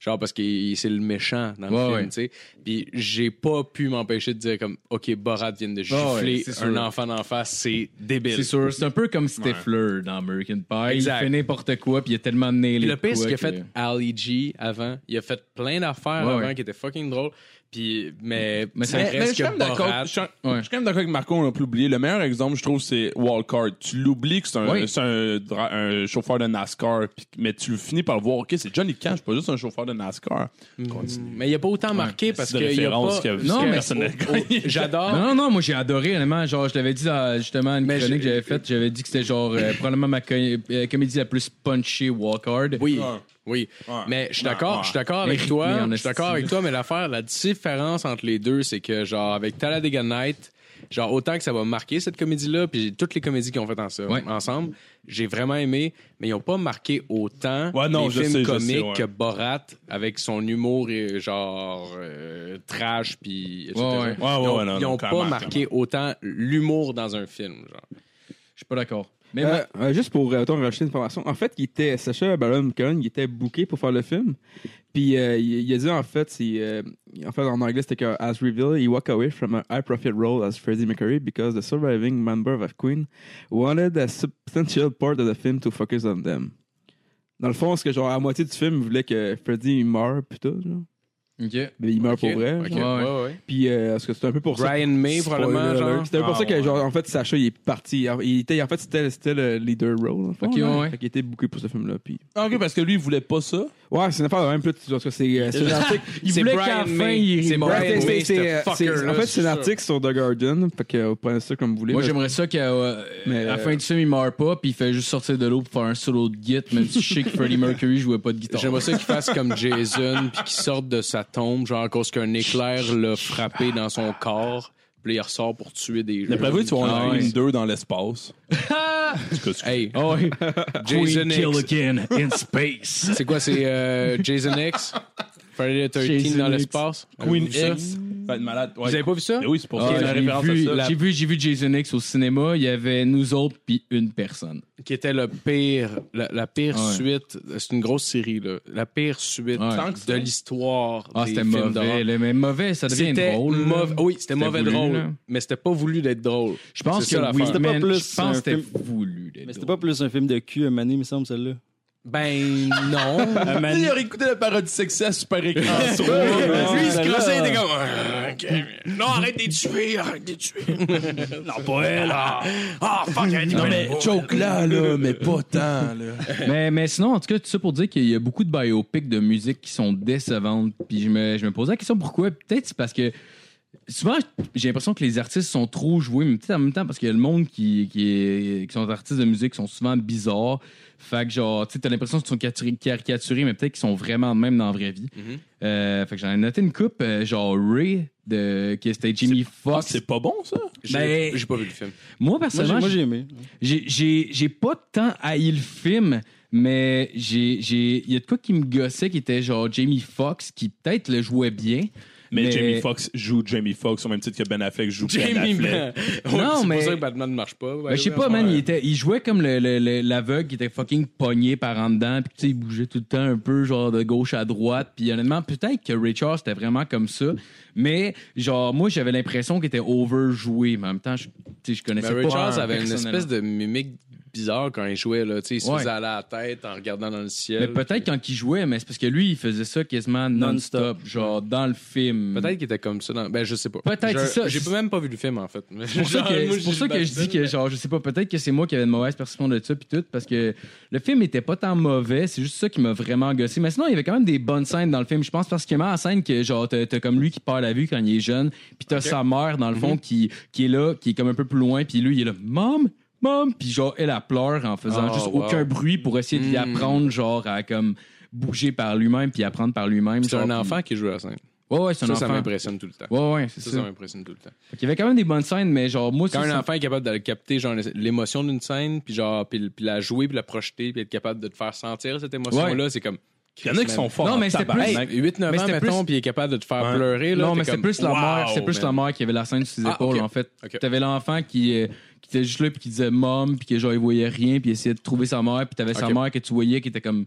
Speaker 1: Genre parce que c'est le méchant dans le
Speaker 3: Ouais,
Speaker 1: film,
Speaker 3: ouais.
Speaker 1: tu sais. Puis j'ai pas pu m'empêcher de dire comme, OK, Borat vient de
Speaker 3: Ah ouais,
Speaker 1: gifler
Speaker 3: c'est
Speaker 1: un
Speaker 3: sûr.
Speaker 1: enfant d'en face, c'est débile.
Speaker 3: C'est sûr, c'est un peu comme Stifler dans American Pie.
Speaker 1: Exact.
Speaker 3: Il fait n'importe quoi puis il a tellement de
Speaker 1: Puis le pire, c'est qu'il a fait Ali G avant. Il a fait plein d'affaires
Speaker 3: euh, Ouais,
Speaker 1: avant
Speaker 3: ouais.
Speaker 1: qui étaient fucking drôles. Puis, mais,
Speaker 3: Mais ça
Speaker 1: mais-
Speaker 4: Mais- mais
Speaker 1: reste
Speaker 4: je suis
Speaker 1: que
Speaker 4: quand même d'accord.
Speaker 1: Borat-
Speaker 4: Je suis
Speaker 3: Ouais.
Speaker 4: je suis quand même d'accord avec Marco, on l'a plus oublié. Le meilleur exemple, je trouve, c'est Wildcard. Tu l'oublies que c'est un,
Speaker 3: Oui.
Speaker 4: c'est un dra- un chauffeur de NASCAR, puis- mais tu finis par voir, OK, c'est Johnny Cash, pas juste un chauffeur de NASCار.
Speaker 1: Mais il a pas autant marqué parce
Speaker 4: C'est de
Speaker 1: qu'il y a
Speaker 4: référence
Speaker 1: pas.
Speaker 4: que-
Speaker 3: Non,
Speaker 4: que
Speaker 3: mais-
Speaker 4: personne n'a gagné.
Speaker 1: J'adore.
Speaker 3: Non, Ah, non, non, moi j'ai adoré, honnêtement. Genre, je l'avais dit dans justement une
Speaker 1: Mais
Speaker 3: chronique que
Speaker 1: j'ai-
Speaker 3: j'avais faite, j'avais dit que c'était genre euh, probablement ma co- euh, comédie la plus punchée, Walkard.
Speaker 1: Oui.
Speaker 4: Ouais.
Speaker 1: Oui,
Speaker 4: Ouais.
Speaker 1: mais je suis
Speaker 4: Ouais,
Speaker 1: d'accord,
Speaker 4: ouais.
Speaker 1: je suis d'accord
Speaker 3: Mais
Speaker 1: avec
Speaker 3: rythmé
Speaker 1: toi,
Speaker 3: en
Speaker 1: je suis d'accord
Speaker 3: esti.
Speaker 1: avec toi, mais l'affaire, la différence entre les deux, c'est que genre avec Talladega Night, genre autant que ça va marquer cette comédie-là, puis toutes les comédies qu'ils ont faites en ça-
Speaker 3: Ouais.
Speaker 1: ensemble, j'ai vraiment aimé, mais ils ont pas marqué autant
Speaker 4: Ouais, non,
Speaker 1: les
Speaker 4: je
Speaker 1: films
Speaker 4: sais, je
Speaker 1: comiques
Speaker 4: sais, ouais.
Speaker 1: que Borat avec son humour et genre euh, trash puis etc.
Speaker 3: Ouais, ouais.
Speaker 1: Ils
Speaker 4: Ouais, ouais,
Speaker 1: ont,
Speaker 4: ouais, non,
Speaker 1: ils
Speaker 4: non,
Speaker 1: ont
Speaker 4: clairement,
Speaker 1: pas marqué autant l'humour dans un film, genre.
Speaker 3: Je suis pas d'accord. Mais
Speaker 2: Euh,
Speaker 3: moi-
Speaker 2: euh, juste pour euh, t'en rajouter une information, en fait, il était, Sacha Baron Cohen, il était booké pour faire le film. Puis euh, il, il a dit en fait, c'est, euh, en fait en anglais c'était que as revealed, he walked away from a high profit role as Freddie Mercury because the surviving member of Queen wanted a substantial part of the film to focus on them. Dans le fond, c'est que genre à la moitié du film, il voulait que Freddie il meure plutôt, genre.
Speaker 3: Ok.
Speaker 2: mais il meurt
Speaker 1: Ok,
Speaker 2: pour vrai.
Speaker 1: Euh, ok,
Speaker 2: genre.
Speaker 3: Ouais.
Speaker 1: ouais, ouais.
Speaker 2: Puis euh, parce que c'est un peu pour ça
Speaker 1: Brian May
Speaker 2: Spoiler
Speaker 1: probablement genre.
Speaker 2: alert. C'était pour
Speaker 4: Ah,
Speaker 2: ça que,
Speaker 4: ouais.
Speaker 2: genre, en fait, Sacha, il est parti. Il il était, en fait, c'était, c'était le leader role. En fait,
Speaker 3: Ok, ouais, ouais.
Speaker 2: Fait qu'il était booké pour ce film-là. Puis...
Speaker 4: Ah, OK, parce que lui, il voulait pas ça.
Speaker 2: Ouais, Ouais, c'est une affaire de même. Puis là, tu- en tout cas, c'est euh, c'est un article.
Speaker 1: C'est
Speaker 3: voulait
Speaker 1: Brian
Speaker 3: qu'à la fin,
Speaker 1: May.
Speaker 3: il-
Speaker 1: C'est
Speaker 3: Ouais,
Speaker 1: Brian
Speaker 2: c'est-
Speaker 1: May,
Speaker 2: c'est- c'est-
Speaker 1: ce
Speaker 2: c'est-
Speaker 1: fucker-là,
Speaker 2: en fait, c'est
Speaker 1: sûr.
Speaker 2: un article sur The Guardian. Fait que vous prenez ça comme vous voulez.
Speaker 3: Moi,
Speaker 2: mais-
Speaker 3: j'aimerais ça qu'à euh,
Speaker 2: Mais,
Speaker 3: à la
Speaker 2: euh,
Speaker 3: fin du film, il meurt pas, puis il fait juste sortir de l'eau pour faire un solo de git, même si je sais que Freddie Mercury jouait pas de guitare.
Speaker 1: J'aimerais ça qu'il fasse comme Jason, puis qu'il sorte de sa tombe, genre à cause qu'un éclair l'a frappé dans son corps, puis là, il ressort pour tuer des gens.
Speaker 4: D'après vous, tu vas
Speaker 1: Ah,
Speaker 4: en
Speaker 1: ouais.
Speaker 4: une deux dans l'espace. En tout cas, c'est-
Speaker 1: Hey,
Speaker 3: Oh, oui.
Speaker 1: Jason
Speaker 3: Queen kill
Speaker 1: X.
Speaker 3: again in space.
Speaker 1: C'est quoi, c'est euh, Jason X? Friday the 13
Speaker 5: Jason
Speaker 1: dans
Speaker 5: X.
Speaker 1: l'espace?
Speaker 4: Queen
Speaker 1: Avez-vous vu ça?
Speaker 4: X. va être malade. Ouais.
Speaker 1: Vous avez pas vu ça?
Speaker 4: Mais oui, c'est pour ça.
Speaker 3: Ah,
Speaker 4: qu'il y a une
Speaker 3: j'ai
Speaker 4: référence
Speaker 3: vu-
Speaker 4: à ça.
Speaker 3: J'ai vu, j'ai vu Jason X au cinéma. Il y avait nous autres puis une personne.
Speaker 1: Qui était le pire, la, la pire
Speaker 3: Ouais.
Speaker 1: suite. C'est une grosse série, là. La pire suite
Speaker 3: Ouais.
Speaker 1: tant que de l'histoire
Speaker 3: Ah,
Speaker 1: des
Speaker 3: c'était
Speaker 1: films d'horreur.
Speaker 3: mauvais. là, mais mauvais, ça devient
Speaker 1: C'était
Speaker 3: drôle. là.
Speaker 1: mauvais. Oui, c'était
Speaker 3: C'était
Speaker 1: mauvais
Speaker 3: voulu,
Speaker 1: drôle.
Speaker 3: là.
Speaker 1: Mais c'était pas voulu d'être drôle.
Speaker 3: Je pense
Speaker 1: C'est
Speaker 3: que
Speaker 1: ça,
Speaker 3: oui,
Speaker 1: l'affaire.
Speaker 5: C'était pas
Speaker 3: man,
Speaker 5: plus
Speaker 3: je pense
Speaker 5: un
Speaker 3: que c'était
Speaker 5: film-
Speaker 3: voulu. d'être
Speaker 5: Mais c'était
Speaker 3: drôle.
Speaker 5: pas plus un film de cul à maner, il me semble, celle-là.
Speaker 1: Ben non.
Speaker 5: À
Speaker 4: Lui,
Speaker 5: maner.
Speaker 4: il aurait écouté la parodie sexy à super écran. sur-
Speaker 5: non,
Speaker 1: Lui, il se
Speaker 5: celle-là.
Speaker 1: crossait, il était comme. Ah, ok. Non, arrête de les tuer, arrête de les tuer. non, pas elle. Ah, Ah, fuck, elle
Speaker 4: Non, mais choke là, là, mais pas tant, là.
Speaker 3: mais, mais sinon, en tout cas, tout ça pour dire qu'il y a beaucoup de biopics de musique qui sont décevantes. Puis je me, je me posais la question pourquoi. Peut-être c'est parce que souvent, j'ai l'impression que les artistes sont trop joués, mais peut-être en même temps parce qu'il y a le monde qui, qui, est- qui sont artistes de musique qui sont souvent bizarres. Fait que genre, tu sais, t'as l'impression qu'ils sont caturi- caricaturés, mais peut-être qu'ils sont vraiment de même dans la vraie vie.
Speaker 4: Mm-hmm.
Speaker 1: Mhm.
Speaker 3: Euh, fait que j'en ai noté une coupe, euh, genre Ray, de, qui c'était Jimmy
Speaker 4: Ah,
Speaker 3: Fox.
Speaker 4: c'est pas bon, ça?
Speaker 1: J'ai j'ai pas vu le film.
Speaker 3: moi,
Speaker 5: Moi,
Speaker 3: personnellement,
Speaker 5: j'ai- moi, j'ai aimé.
Speaker 3: j'ai- j'ai j'ai pas tant haï le film, mais j'ai j'ai- il y a de quoi qui me gossait qui était genre Jamie Fox qui peut-être le jouait bien.
Speaker 4: Mais, Jamie Fox joue Jamie Fox au même titre que Ben Affleck joue Ben
Speaker 1: Jamie
Speaker 4: Affleck.
Speaker 3: Non,
Speaker 1: Non, mais.
Speaker 3: mais-
Speaker 1: C'est pour ça que Batman ne marche pas.
Speaker 3: Ben, je sais pas, man, il, était, il jouait comme le- le- le- l'aveugle qui était fucking pogné par en dedans, puis tu sais, il bougeait tout le temps un peu, genre de gauche à droite. Puis honnêtement, peut-être que Richard, c'était vraiment comme ça, mais genre, moi, j'avais l'impression qu'il était overjoué, mais en même temps, je, tu sais, je connaissais
Speaker 1: Mais
Speaker 3: pas.
Speaker 1: Ray Charles avait une
Speaker 3: personnellement.
Speaker 1: espèce de mimique bizarre quand il jouait, là. Tu sais, il se
Speaker 3: Ouais.
Speaker 1: faisait aller à la tête en regardant dans le
Speaker 3: Mais
Speaker 1: ciel.
Speaker 3: peut-être quand il jouait, mais c'est parce que lui, il faisait ça quasiment non-stop, genre dans le film.
Speaker 1: Peut-être qu'il était comme ça. Dans... Ben, je sais pas.
Speaker 3: Peut-être,
Speaker 1: Je-
Speaker 3: c'est ça.
Speaker 1: J'ai même pas vu le film, en fait.
Speaker 3: C'est pour ça que, c'est pour ça que je dis que, genre, je sais pas, peut-être que c'est moi qui avais une mauvaise perception de ça, puis tout, parce que le film était pas tant mauvais, c'est juste ça qui m'a vraiment gossé. Mais sinon, il y avait quand même des bonnes scènes dans le film. Je pense particulièrement à la scène que, genre, t'as t'as comme lui qui perd la vue quand il est jeune, puis t'as sa mère, dans le
Speaker 1: Mhm.
Speaker 3: fond, qui, qui est là, qui est comme un peu plus loin, puis lui, il est là, Mom! Mom! Puis genre, elle, a pleure en faisant
Speaker 1: Oh,
Speaker 3: juste
Speaker 1: wow.
Speaker 3: aucun bruit pour essayer de lui
Speaker 1: Mm.
Speaker 3: apprendre, genre, à comme bouger par lui-même, puis apprendre par lui-même.
Speaker 1: C'est
Speaker 3: genre,
Speaker 1: un
Speaker 3: puis-
Speaker 1: enfant qui joue à la scène.
Speaker 3: Ouais, ouais, c'est un
Speaker 1: Ça, ça
Speaker 3: enfant.
Speaker 1: m'impressionne tout le temps.
Speaker 3: ouais, ouais, c'est
Speaker 1: Ça,
Speaker 3: ça.
Speaker 1: ça m'impressionne tout le temps.
Speaker 3: Fait qu'il y avait quand même des bonnes scènes, mais genre, moi,
Speaker 1: Quand
Speaker 3: ça,
Speaker 1: un
Speaker 3: ça-
Speaker 1: enfant est capable de capter genre l'émotion d'une scène, puis genre puis, puis la jouer, puis la projeter, puis être capable de te faire sentir cette émotion là, c'est comme
Speaker 4: Il y en a qui sont forts.
Speaker 3: Non, mais
Speaker 4: en
Speaker 3: c'était
Speaker 4: tabarnak.
Speaker 3: plus-
Speaker 1: hey, 8 9
Speaker 3: mais
Speaker 1: ans
Speaker 3: c'était
Speaker 1: mettons,
Speaker 3: plus-
Speaker 1: puis il est capable de te faire
Speaker 4: Ouais.
Speaker 1: pleurer là,
Speaker 3: non,
Speaker 1: t'es
Speaker 3: mais c'est
Speaker 1: comme,
Speaker 3: plus la
Speaker 1: wow,
Speaker 3: mère, c'est plus
Speaker 1: man.
Speaker 3: la mère qui avait la scène sur ses
Speaker 1: Ah,
Speaker 3: épaules
Speaker 1: ok.
Speaker 3: en fait.
Speaker 1: Ok.
Speaker 3: T'avais l'enfant qui euh, qui était juste là puis qui disait mom puis que genre il voyait rien puis il essayait de trouver sa mère puis t'avais sa
Speaker 1: Ok.
Speaker 3: mère que tu voyais qui était comme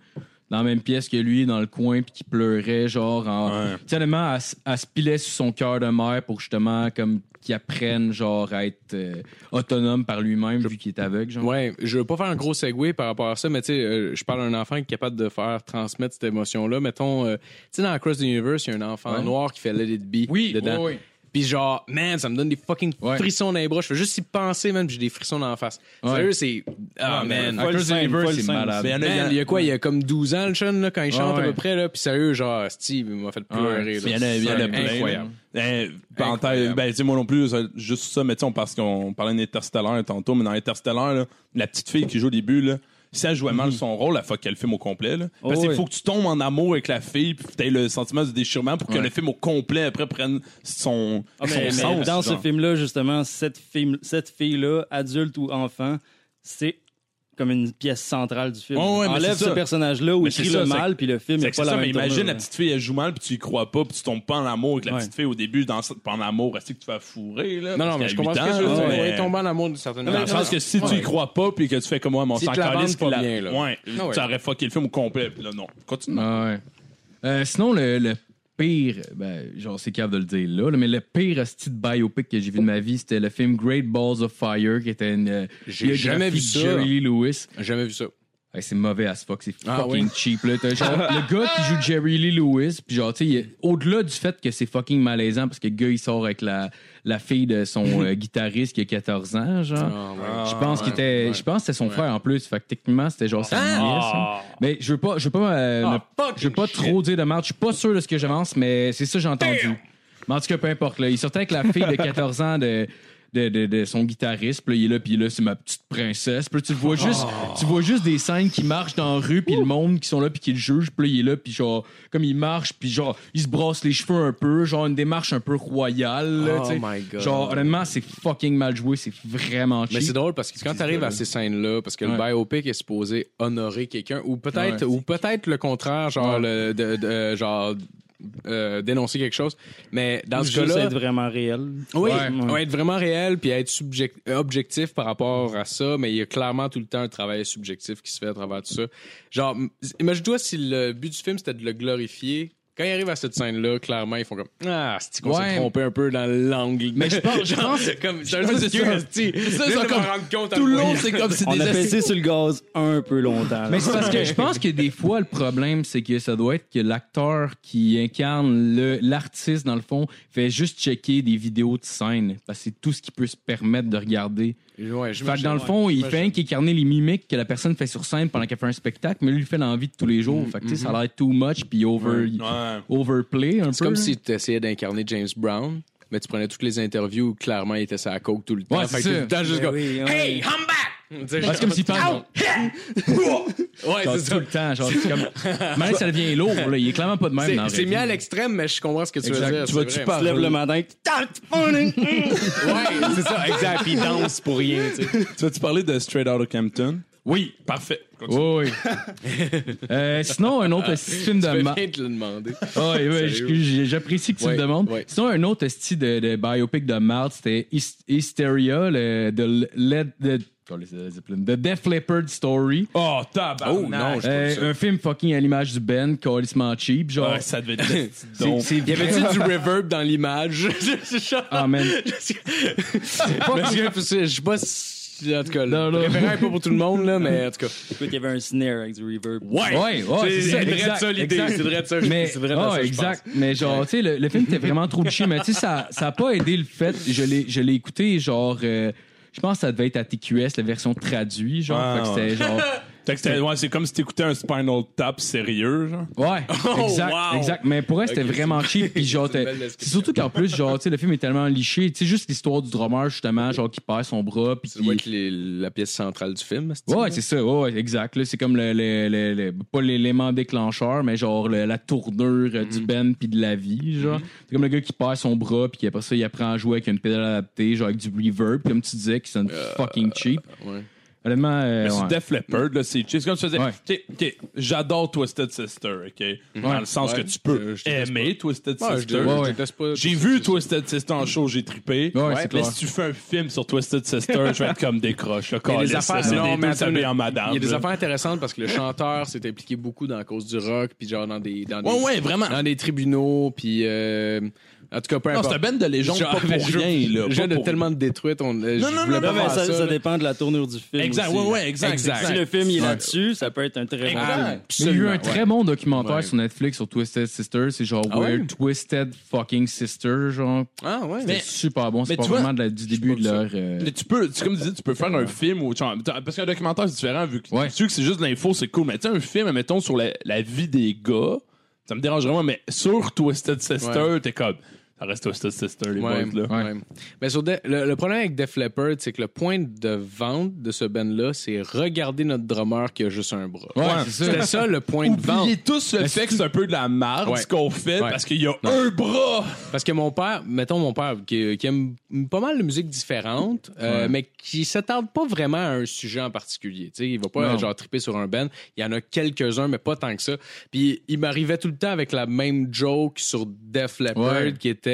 Speaker 3: dans la même pièce que lui dans le coin puis qui pleurait genre en
Speaker 4: Ouais.
Speaker 3: Tu sais, honnêtement, elle, s- elle se pilait sur son cœur de mère pour justement comme qu'il apprenne genre à être euh, autonome par lui-même vu qu'il est aveugle genre.
Speaker 1: Ouais, je veux pas faire un gros segway par rapport à ça, mais tu sais, euh, je parle d'un enfant qui est capable de faire transmettre cette émotion-là. Mettons, euh, tu sais, dans Across the Universe, il y a un enfant
Speaker 3: Ouais.
Speaker 1: noir qui fait Let It Be
Speaker 3: Oui,
Speaker 1: dedans.
Speaker 3: oui, oui.
Speaker 1: Puis genre, man, ça me donne des fucking
Speaker 3: Ouais.
Speaker 1: frissons dans les bras. Je fais juste y penser, man, puis j'ai des frissons dans la face.
Speaker 3: Ouais.
Speaker 1: Sérieux, c'est... Ah,
Speaker 3: Ouais,
Speaker 1: man.
Speaker 3: mais Across the
Speaker 5: scène,
Speaker 3: Universe,
Speaker 5: folle
Speaker 3: c'est
Speaker 5: scène.
Speaker 3: malade.
Speaker 4: Mais il y en a-
Speaker 1: Man, il y a quoi, il y a comme 12 ans, le chum, là, quand il chante
Speaker 3: ouais.
Speaker 1: à peu près, là, puis sérieux, genre, Steve, il m'a fait pleurer,
Speaker 3: Ouais.
Speaker 1: là.
Speaker 4: Il y en a, il y en a
Speaker 1: C'est
Speaker 4: plein.
Speaker 1: Incroyable.
Speaker 4: Eh, parenthèse,
Speaker 1: Incroyable.
Speaker 4: ben, tu sais, moi non plus, ça- juste ça, mais tu sais, on- parce qu'on parlait d'Interstellar tantôt, mais dans Interstellar, là, la petite fille qui joue au début, là, si elle jouait mal son rôle, elle fuck le film au complet. Là. Parce
Speaker 5: Oh,
Speaker 4: qu'il
Speaker 5: ouais.
Speaker 4: faut que tu tombes en amour avec la fille, puis tu le sentiment du déchirement pour que
Speaker 3: Ouais.
Speaker 4: le film au complet après prenne son,
Speaker 5: Ah,
Speaker 4: son
Speaker 5: mais- mais
Speaker 4: sens.
Speaker 5: dans ce
Speaker 4: genre.
Speaker 5: film-là, justement, cette, fille- cette fille-là, adulte ou enfant, c'est comme une pièce centrale du film.
Speaker 4: Ouais, ouais, mais
Speaker 5: Enlève
Speaker 4: c'est
Speaker 5: ce
Speaker 4: ça.
Speaker 5: personnage-là où
Speaker 4: Mais
Speaker 5: il
Speaker 4: c'est
Speaker 5: crie
Speaker 4: ça,
Speaker 5: le
Speaker 4: c'est-
Speaker 5: mal, puis le film
Speaker 4: C'est
Speaker 5: n'est
Speaker 4: que c'est
Speaker 5: pas la
Speaker 4: ça,
Speaker 5: même
Speaker 4: mais imagine
Speaker 5: tournure,
Speaker 4: la petite fille, elle joue mal, puis tu y crois pas, puis tu tombes pas en amour avec la
Speaker 5: Ouais.
Speaker 4: petite fille au début, dans, pas en amour, est-ce que tu vas fourrer?
Speaker 1: Non, non,
Speaker 4: Là, Parce
Speaker 1: mais
Speaker 4: qu'à
Speaker 1: je comprends
Speaker 4: huit
Speaker 1: ce que je veux
Speaker 4: ans,
Speaker 1: dire.
Speaker 4: mais-
Speaker 1: Ouais, tomber en amour d'une certaine
Speaker 4: Dans le
Speaker 1: manière.
Speaker 4: sens que si tu y crois pas puis que tu fais comme moi, mon
Speaker 1: Si
Speaker 4: sang
Speaker 1: te la vendent
Speaker 4: calisse
Speaker 1: pas
Speaker 4: qu'il la-
Speaker 1: bien, là.
Speaker 4: Ouais,
Speaker 1: Ah ouais.
Speaker 4: tu aurais fucké le film au complet. Puis là, non, continue.
Speaker 3: Ah ouais. Euh, sinon, le, le pire, ben, genre, c'est capable de le dire là, là, mais le pire style biopic que j'ai vu de ma vie, c'était le film Great Balls of Fire, qui était une. euh,
Speaker 1: J'ai jamais
Speaker 3: biographie
Speaker 1: vu
Speaker 3: de
Speaker 1: ça.
Speaker 3: Jerry Lee Lewis.
Speaker 1: J'ai jamais vu ça.
Speaker 3: Hey, c'est mauvais as fuck, c'est
Speaker 1: Ah,
Speaker 3: fucking cheap. Là. T'as genre, le gars qui joue Jerry Lee Lewis, puis genre, tu sais, il est- au-delà du fait que c'est fucking malaisant parce que le gars, il sort avec la, la fille de son euh, guitariste qui a 14 ans, genre.
Speaker 1: Ah
Speaker 3: Je pense qu'il était, je pense que c'était son frère en plus. Fait que techniquement, c'était genre sa nièce, hein. Mais je veux pas, je veux pas, euh, me- je veux pas trop dire de merde. Je suis pas sûr de ce que j'avance, mais c'est ça que j'ai entendu. Mais en tout cas, peu importe. Là, il sortait avec la fille de 14 ans de. De, de, de son guitariste, puis là, il est là, puis là, c'est ma petite princesse. Puis là, tu le vois juste,
Speaker 1: Oh.
Speaker 3: tu vois juste des scènes qui marchent dans la rue, puis le monde qui sont là, puis qui le juge, puis là, il est là, puis genre, comme il marche, puis genre, il se brosse les cheveux un peu, genre, une démarche un peu royale. là,
Speaker 1: Oh
Speaker 3: tu sais.
Speaker 1: my God.
Speaker 3: Genre, honnêtement, c'est fucking mal joué, c'est vraiment cheap.
Speaker 1: Mais c'est drôle parce que quand tu arrives à ces scènes-là, parce que
Speaker 3: Ouais.
Speaker 1: le biopic est supposé honorer quelqu'un, ou peut-être,
Speaker 3: Ouais.
Speaker 1: ou peut-être le contraire, genre, le- de, de- genre euh, dénoncer quelque chose. Mais dans ce
Speaker 5: Juste
Speaker 1: cas-là,
Speaker 5: être vraiment réel.
Speaker 1: Oui,
Speaker 3: Ouais.
Speaker 1: ouais, être vraiment réel puis être subject- euh, objectif par rapport à ça, mais il y a clairement tout le temps un travail subjectif qui se fait à travers tout ça. Genre, m- imagine-toi si le but du film c'était de le glorifier. Quand ils arrivent à cette scène-là, clairement, ils font comme Ah, c'est qu'on
Speaker 3: Ouais.
Speaker 1: s'est trompé un peu dans l'angle.
Speaker 3: Mais je pense- je
Speaker 1: Genre, comme, c'est un peu
Speaker 4: c'est
Speaker 1: vieux,
Speaker 4: ça.
Speaker 1: esti.
Speaker 4: ça,
Speaker 1: Juste
Speaker 4: ça,
Speaker 1: de
Speaker 4: comme-
Speaker 1: m'en rendre compte à
Speaker 4: Tout le
Speaker 1: moi.
Speaker 4: long, c'est comme c'est
Speaker 5: On
Speaker 4: des
Speaker 5: a
Speaker 4: assises-
Speaker 5: pesé sur le gaz un peu longtemps. là.
Speaker 3: Mais c'est parce que je pense que des fois, le problème, c'est que ça doit être que l'acteur qui incarne le- l'artiste, dans le fond, fait juste checker des vidéos de scène. Parce que c'est tout ce qu'il peut se permettre de regarder.
Speaker 1: Ouais,
Speaker 3: Fait que
Speaker 1: j'imagine,
Speaker 3: dans le
Speaker 1: ouais,
Speaker 3: fond, il fait
Speaker 1: j'imagine.
Speaker 3: un qui incarnait les mimiques que la personne fait sur scène pendant qu'elle fait un spectacle, mais lui, il fait l'envie de tous les jours. Fait que tu sais, ça a l'air too much puis over,
Speaker 4: Ouais.
Speaker 3: overplay un peu.
Speaker 1: C'est comme
Speaker 3: là.
Speaker 1: si tu essayais d'incarner James Brown, mais tu prenais toutes les interviews où clairement il était sur la coke tout le temps.
Speaker 3: Ouais,
Speaker 1: Fait que
Speaker 3: c'est
Speaker 1: tout
Speaker 3: ça.
Speaker 1: le temps, juste
Speaker 5: Mais
Speaker 1: comme,
Speaker 5: Ben oui, ouais.
Speaker 1: Hey, I'm back! Tu sais,
Speaker 3: Ah, c'est comme s'il parle.
Speaker 1: Ouais,
Speaker 3: genre,
Speaker 1: c'est
Speaker 3: tout
Speaker 1: ça.
Speaker 3: le temps. Genre, c'est comme. Mais ça devient lourd, là. Il est clairement pas de même. dans la
Speaker 1: C'est- C'est
Speaker 3: vraie
Speaker 1: mis
Speaker 3: vie.
Speaker 1: à l'extrême, mais je comprends ce que tu
Speaker 4: Exact.
Speaker 1: veux dire.
Speaker 4: Tu
Speaker 1: c'est
Speaker 4: vas-tu
Speaker 1: vrai.
Speaker 5: Tu te lèves le matin,
Speaker 1: Ouais, c'est ça, exact. Puis il danse pour rien, tu sais.
Speaker 4: Tu vas-tu parler de Straight Outta Campton?
Speaker 3: Oui,
Speaker 4: Parfait. Continue.
Speaker 3: Oui, oui. Euh, sinon, un autre esti de film de
Speaker 1: Ah, Tu
Speaker 3: ma-
Speaker 1: peux bien te le demander.
Speaker 3: Ah ouais, ouais,
Speaker 1: Sérieux.
Speaker 3: j'excuse, j'ai- J'apprécie que tu
Speaker 1: Ouais,
Speaker 3: le demandes.
Speaker 1: ouais.
Speaker 3: Sinon, un autre esti de, de biopic de marde, c'était Hys- Hysteria, le, de, L- Led- de, euh, de Def Leppard Story.
Speaker 4: Oh, tabarnak.
Speaker 1: Oh, non, je-
Speaker 3: Euh, un film fucking à l'image du Ben, calissement cheap. Genre,
Speaker 4: Ouais, ça devait être
Speaker 3: c'est-
Speaker 4: donc.
Speaker 3: c'est
Speaker 1: Y avait-tu du reverb dans l'image? C'est genre-
Speaker 3: Ah, man.
Speaker 1: Parce que je sais- je sais pas si. En tout cas,
Speaker 3: Non,
Speaker 1: non,
Speaker 3: non.
Speaker 1: un peu pour tout le monde, là, mais en tout cas.
Speaker 5: il y avait un snare avec du reverb.
Speaker 3: Ouais, ouais, c'est ça,
Speaker 1: vrai
Speaker 3: exact,
Speaker 1: de ça l'idée.
Speaker 3: exact.
Speaker 1: C'est vrai de ça.
Speaker 3: Mais,
Speaker 1: c'est vrai de
Speaker 3: ah,
Speaker 1: ça. je pense.
Speaker 3: exact. Mais genre, tu sais, le, le film était vraiment trop chier, mais tu sais, ça n'a pas aidé le fait. Je l'ai je l'ai écouté, genre, euh, je pense que ça devait être à TQS, la version traduite, genre.
Speaker 4: Ah,
Speaker 3: fait que c'était genre.
Speaker 4: Fait que c'était- ouais, c'est comme si t'écoutais un Spinal Tap sérieux, genre.
Speaker 3: Ouais, exact,
Speaker 1: wow.
Speaker 3: exact. Mais pour elle, c'était
Speaker 1: Ok,
Speaker 3: vraiment cheap. Puis genre,
Speaker 1: c'est une
Speaker 3: t'es-
Speaker 1: belle
Speaker 3: c'est
Speaker 1: description.
Speaker 3: surtout qu'en plus, genre, tu sais, le film est tellement liché. Tu sais, juste l'histoire du drummer, justement, genre, qui perd son bras. Puis
Speaker 1: Tu
Speaker 3: qui-
Speaker 1: vois que les- la pièce centrale du film, c'est
Speaker 3: Ouais, c'est ça, ouais, ouais, exact. là. C'est comme le, le- le- le- pas l'élément déclencheur, mais genre le- la tournure euh, du Ben puis de la vie, genre. C'est comme le gars qui perd son bras puis après ça il apprend à jouer avec une pédale adaptée, genre avec du reverb, puis comme tu disais, qui sonne fucking cheap.
Speaker 1: ouais.
Speaker 3: Honnêtement, euh,
Speaker 4: Mais
Speaker 3: ouais.
Speaker 4: c'est Def Leppard, là, c'est c'est comme si tu faisais.
Speaker 3: Ouais.
Speaker 4: OK, OK, j'adore Twisted Sister, OK? Dans le sens
Speaker 1: Ouais.
Speaker 4: que tu peux
Speaker 1: Euh, je déteste
Speaker 4: aimer Twisted
Speaker 1: Ouais, je
Speaker 4: Sister.
Speaker 1: te-
Speaker 3: Ouais,
Speaker 1: je te laisse pas-
Speaker 4: J'ai vu Twisted Sister en show, j'ai trippé.
Speaker 3: Ouais, c'est
Speaker 4: mais
Speaker 3: clair.
Speaker 4: si tu fais un film sur Twisted Sister, je vais être comme décroche. Le
Speaker 1: Il y a
Speaker 4: calice,
Speaker 1: des
Speaker 4: là,
Speaker 1: affaires,
Speaker 4: c'est
Speaker 1: non,
Speaker 4: des
Speaker 1: mais
Speaker 4: deux
Speaker 1: attends,
Speaker 4: s'habillent en madame.
Speaker 1: Il y a des
Speaker 4: là.
Speaker 1: affaires intéressantes parce que le chanteur s'est impliqué beaucoup dans la cause du rock, puis genre dans des, dans des,
Speaker 4: Ouais, ouais, vraiment.
Speaker 1: dans des tribunaux, puis euh, en tout cas, peu
Speaker 4: Non,
Speaker 1: importe.
Speaker 4: c'est un band de légende,
Speaker 1: Genre,
Speaker 4: pas pour
Speaker 1: mais je-
Speaker 4: rien, là.
Speaker 1: Je
Speaker 4: pas
Speaker 1: viens de
Speaker 4: pour-
Speaker 1: tellement de détruite, on, euh,
Speaker 4: Non,
Speaker 1: je
Speaker 4: non,
Speaker 1: voulais
Speaker 4: non,
Speaker 1: pas
Speaker 4: non, mais
Speaker 1: faire
Speaker 5: ben, ça,
Speaker 1: ça.
Speaker 5: ça dépend de la tournure du film.
Speaker 4: Exact,
Speaker 5: aussi.
Speaker 4: ouais, ouais, exact.
Speaker 1: Exact.
Speaker 5: Si
Speaker 4: exact.
Speaker 5: le film il est
Speaker 1: Ouais.
Speaker 5: là-dessus, ça peut être un très
Speaker 1: Ah,
Speaker 5: bon
Speaker 4: Exact.
Speaker 5: film.
Speaker 3: Mais il y a eu un
Speaker 1: Absolument,
Speaker 3: très
Speaker 1: ouais.
Speaker 3: bon documentaire
Speaker 1: Ouais.
Speaker 3: sur Netflix sur Twisted Sister, c'est genre
Speaker 1: Ah ouais?
Speaker 3: Weird Twisted Fucking Sister, genre.
Speaker 1: Ah, ouais.
Speaker 3: C'est super bon, c'est
Speaker 4: mais
Speaker 3: pas
Speaker 4: tu vois,
Speaker 3: vraiment de la- du début de
Speaker 4: pas
Speaker 3: leur. euh,
Speaker 4: Mais tu peux, tu- comme tu dis, tu peux faire un film ou genre- parce qu'un documentaire c'est différent vu que
Speaker 3: Ouais.
Speaker 4: tu sais que c'est juste de l'info, c'est cool. Mais tu sais un film, mettons sur la, la vie des gars, ça me dérange vraiment. Mais sur Twisted Sister,
Speaker 1: Ouais.
Speaker 4: t'es comme ça reste Twisted Sister les
Speaker 1: Ouais,
Speaker 4: boys là.
Speaker 1: ouais. Mais sur De- le, le problème avec Def Leppard, c'est que le point de vente de ce band-là, c'est regarder notre drummer qui a juste un bras.
Speaker 3: Ouais,
Speaker 4: Ouais.
Speaker 3: c'est
Speaker 1: C'était
Speaker 3: ça.
Speaker 1: ça le point de vente.
Speaker 4: Oubliez tous le
Speaker 3: Mais
Speaker 4: fait
Speaker 3: c'est-
Speaker 4: que c'est un peu de la merde
Speaker 1: Ouais.
Speaker 4: ce qu'on fait
Speaker 1: Ouais.
Speaker 4: parce qu'il y a un bras.
Speaker 1: Parce que mon père, mettons mon père, qui, qui aime pas mal de musique différente, euh, mais qui s'attarde pas vraiment à un sujet en particulier. Tu sais, il va pas
Speaker 3: Non.
Speaker 1: genre triper sur un band. Il y en a quelques-uns, mais pas tant que ça. Puis il m'arrivait tout le temps avec la même joke sur Def Leppard,
Speaker 3: Ouais.
Speaker 1: qui était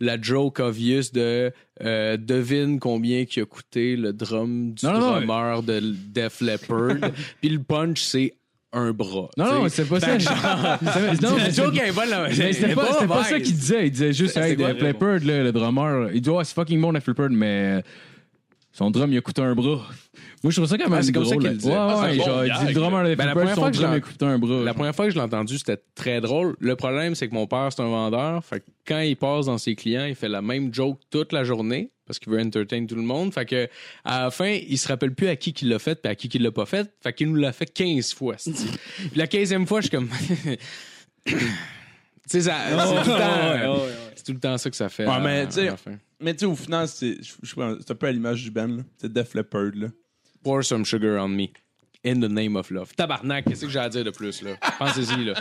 Speaker 1: la joke obvious de euh, devine combien qui a coûté le drum du
Speaker 3: Non, non, non.
Speaker 1: drummer de Def Leppard. Puis le punch, c'est un bras.
Speaker 3: Non, non,
Speaker 1: Tu sais.
Speaker 3: c'est pas ça. C'est- non,
Speaker 1: Ben, la
Speaker 3: mais c'est-
Speaker 1: joke, elle va là.
Speaker 3: Mais c'était pas, c'était pas ça qu'il disait. Il disait juste,
Speaker 1: C'était
Speaker 3: hey,
Speaker 1: quoi,
Speaker 3: Def Leppard, là, le drummer, il dit, ouais, c'est fucking bon, Def Leppard, mais. euh, Son drum, il a coûté un bras. Moi, je trouve ça quand même
Speaker 1: Ah, c'est comme ça
Speaker 3: drôle.
Speaker 1: qu'il le dit.
Speaker 3: Ouais,
Speaker 1: Ah,
Speaker 4: c'est
Speaker 3: ouais,
Speaker 4: bon
Speaker 3: genre, il dit
Speaker 4: gag.
Speaker 3: le drummer de
Speaker 1: Ben, la
Speaker 3: Foo Fighters,
Speaker 1: première fois
Speaker 3: son
Speaker 1: que
Speaker 3: drum,
Speaker 1: j'en-
Speaker 3: il a coûté un bras.
Speaker 5: Mhm.
Speaker 1: La première fois que je l'ai entendu, c'était très drôle. Le problème, c'est que mon père, c'est un vendeur. Fait que quand il passe dans ses clients, il fait la même joke toute la journée parce qu'il veut entertain tout le monde. Fait que, à la fin, il se rappelle plus à qui qu'il l'a fait et à qui qu'il l'a pas fait. Fait qu'il nous l'a fait 15 fois. c'ti. Puis la 15e fois, je suis comme. tu sais, ça- c'est tout le
Speaker 5: Ouais, ouais,
Speaker 1: temps-
Speaker 5: ouais.
Speaker 1: c'est tout le temps ça que ça fait.
Speaker 4: Ouais,
Speaker 1: à-
Speaker 4: mais
Speaker 1: à
Speaker 4: tu sais-
Speaker 1: la fin.
Speaker 4: Mais tu sais, au final, c'est je- je pense- c'est un peu à l'image du band, là. C'est Def Leppard, là.
Speaker 1: Pour some sugar on me. In the name of love. Tabarnak, qu'est-ce que j'ai à dire de plus, là? Pensez-y, là.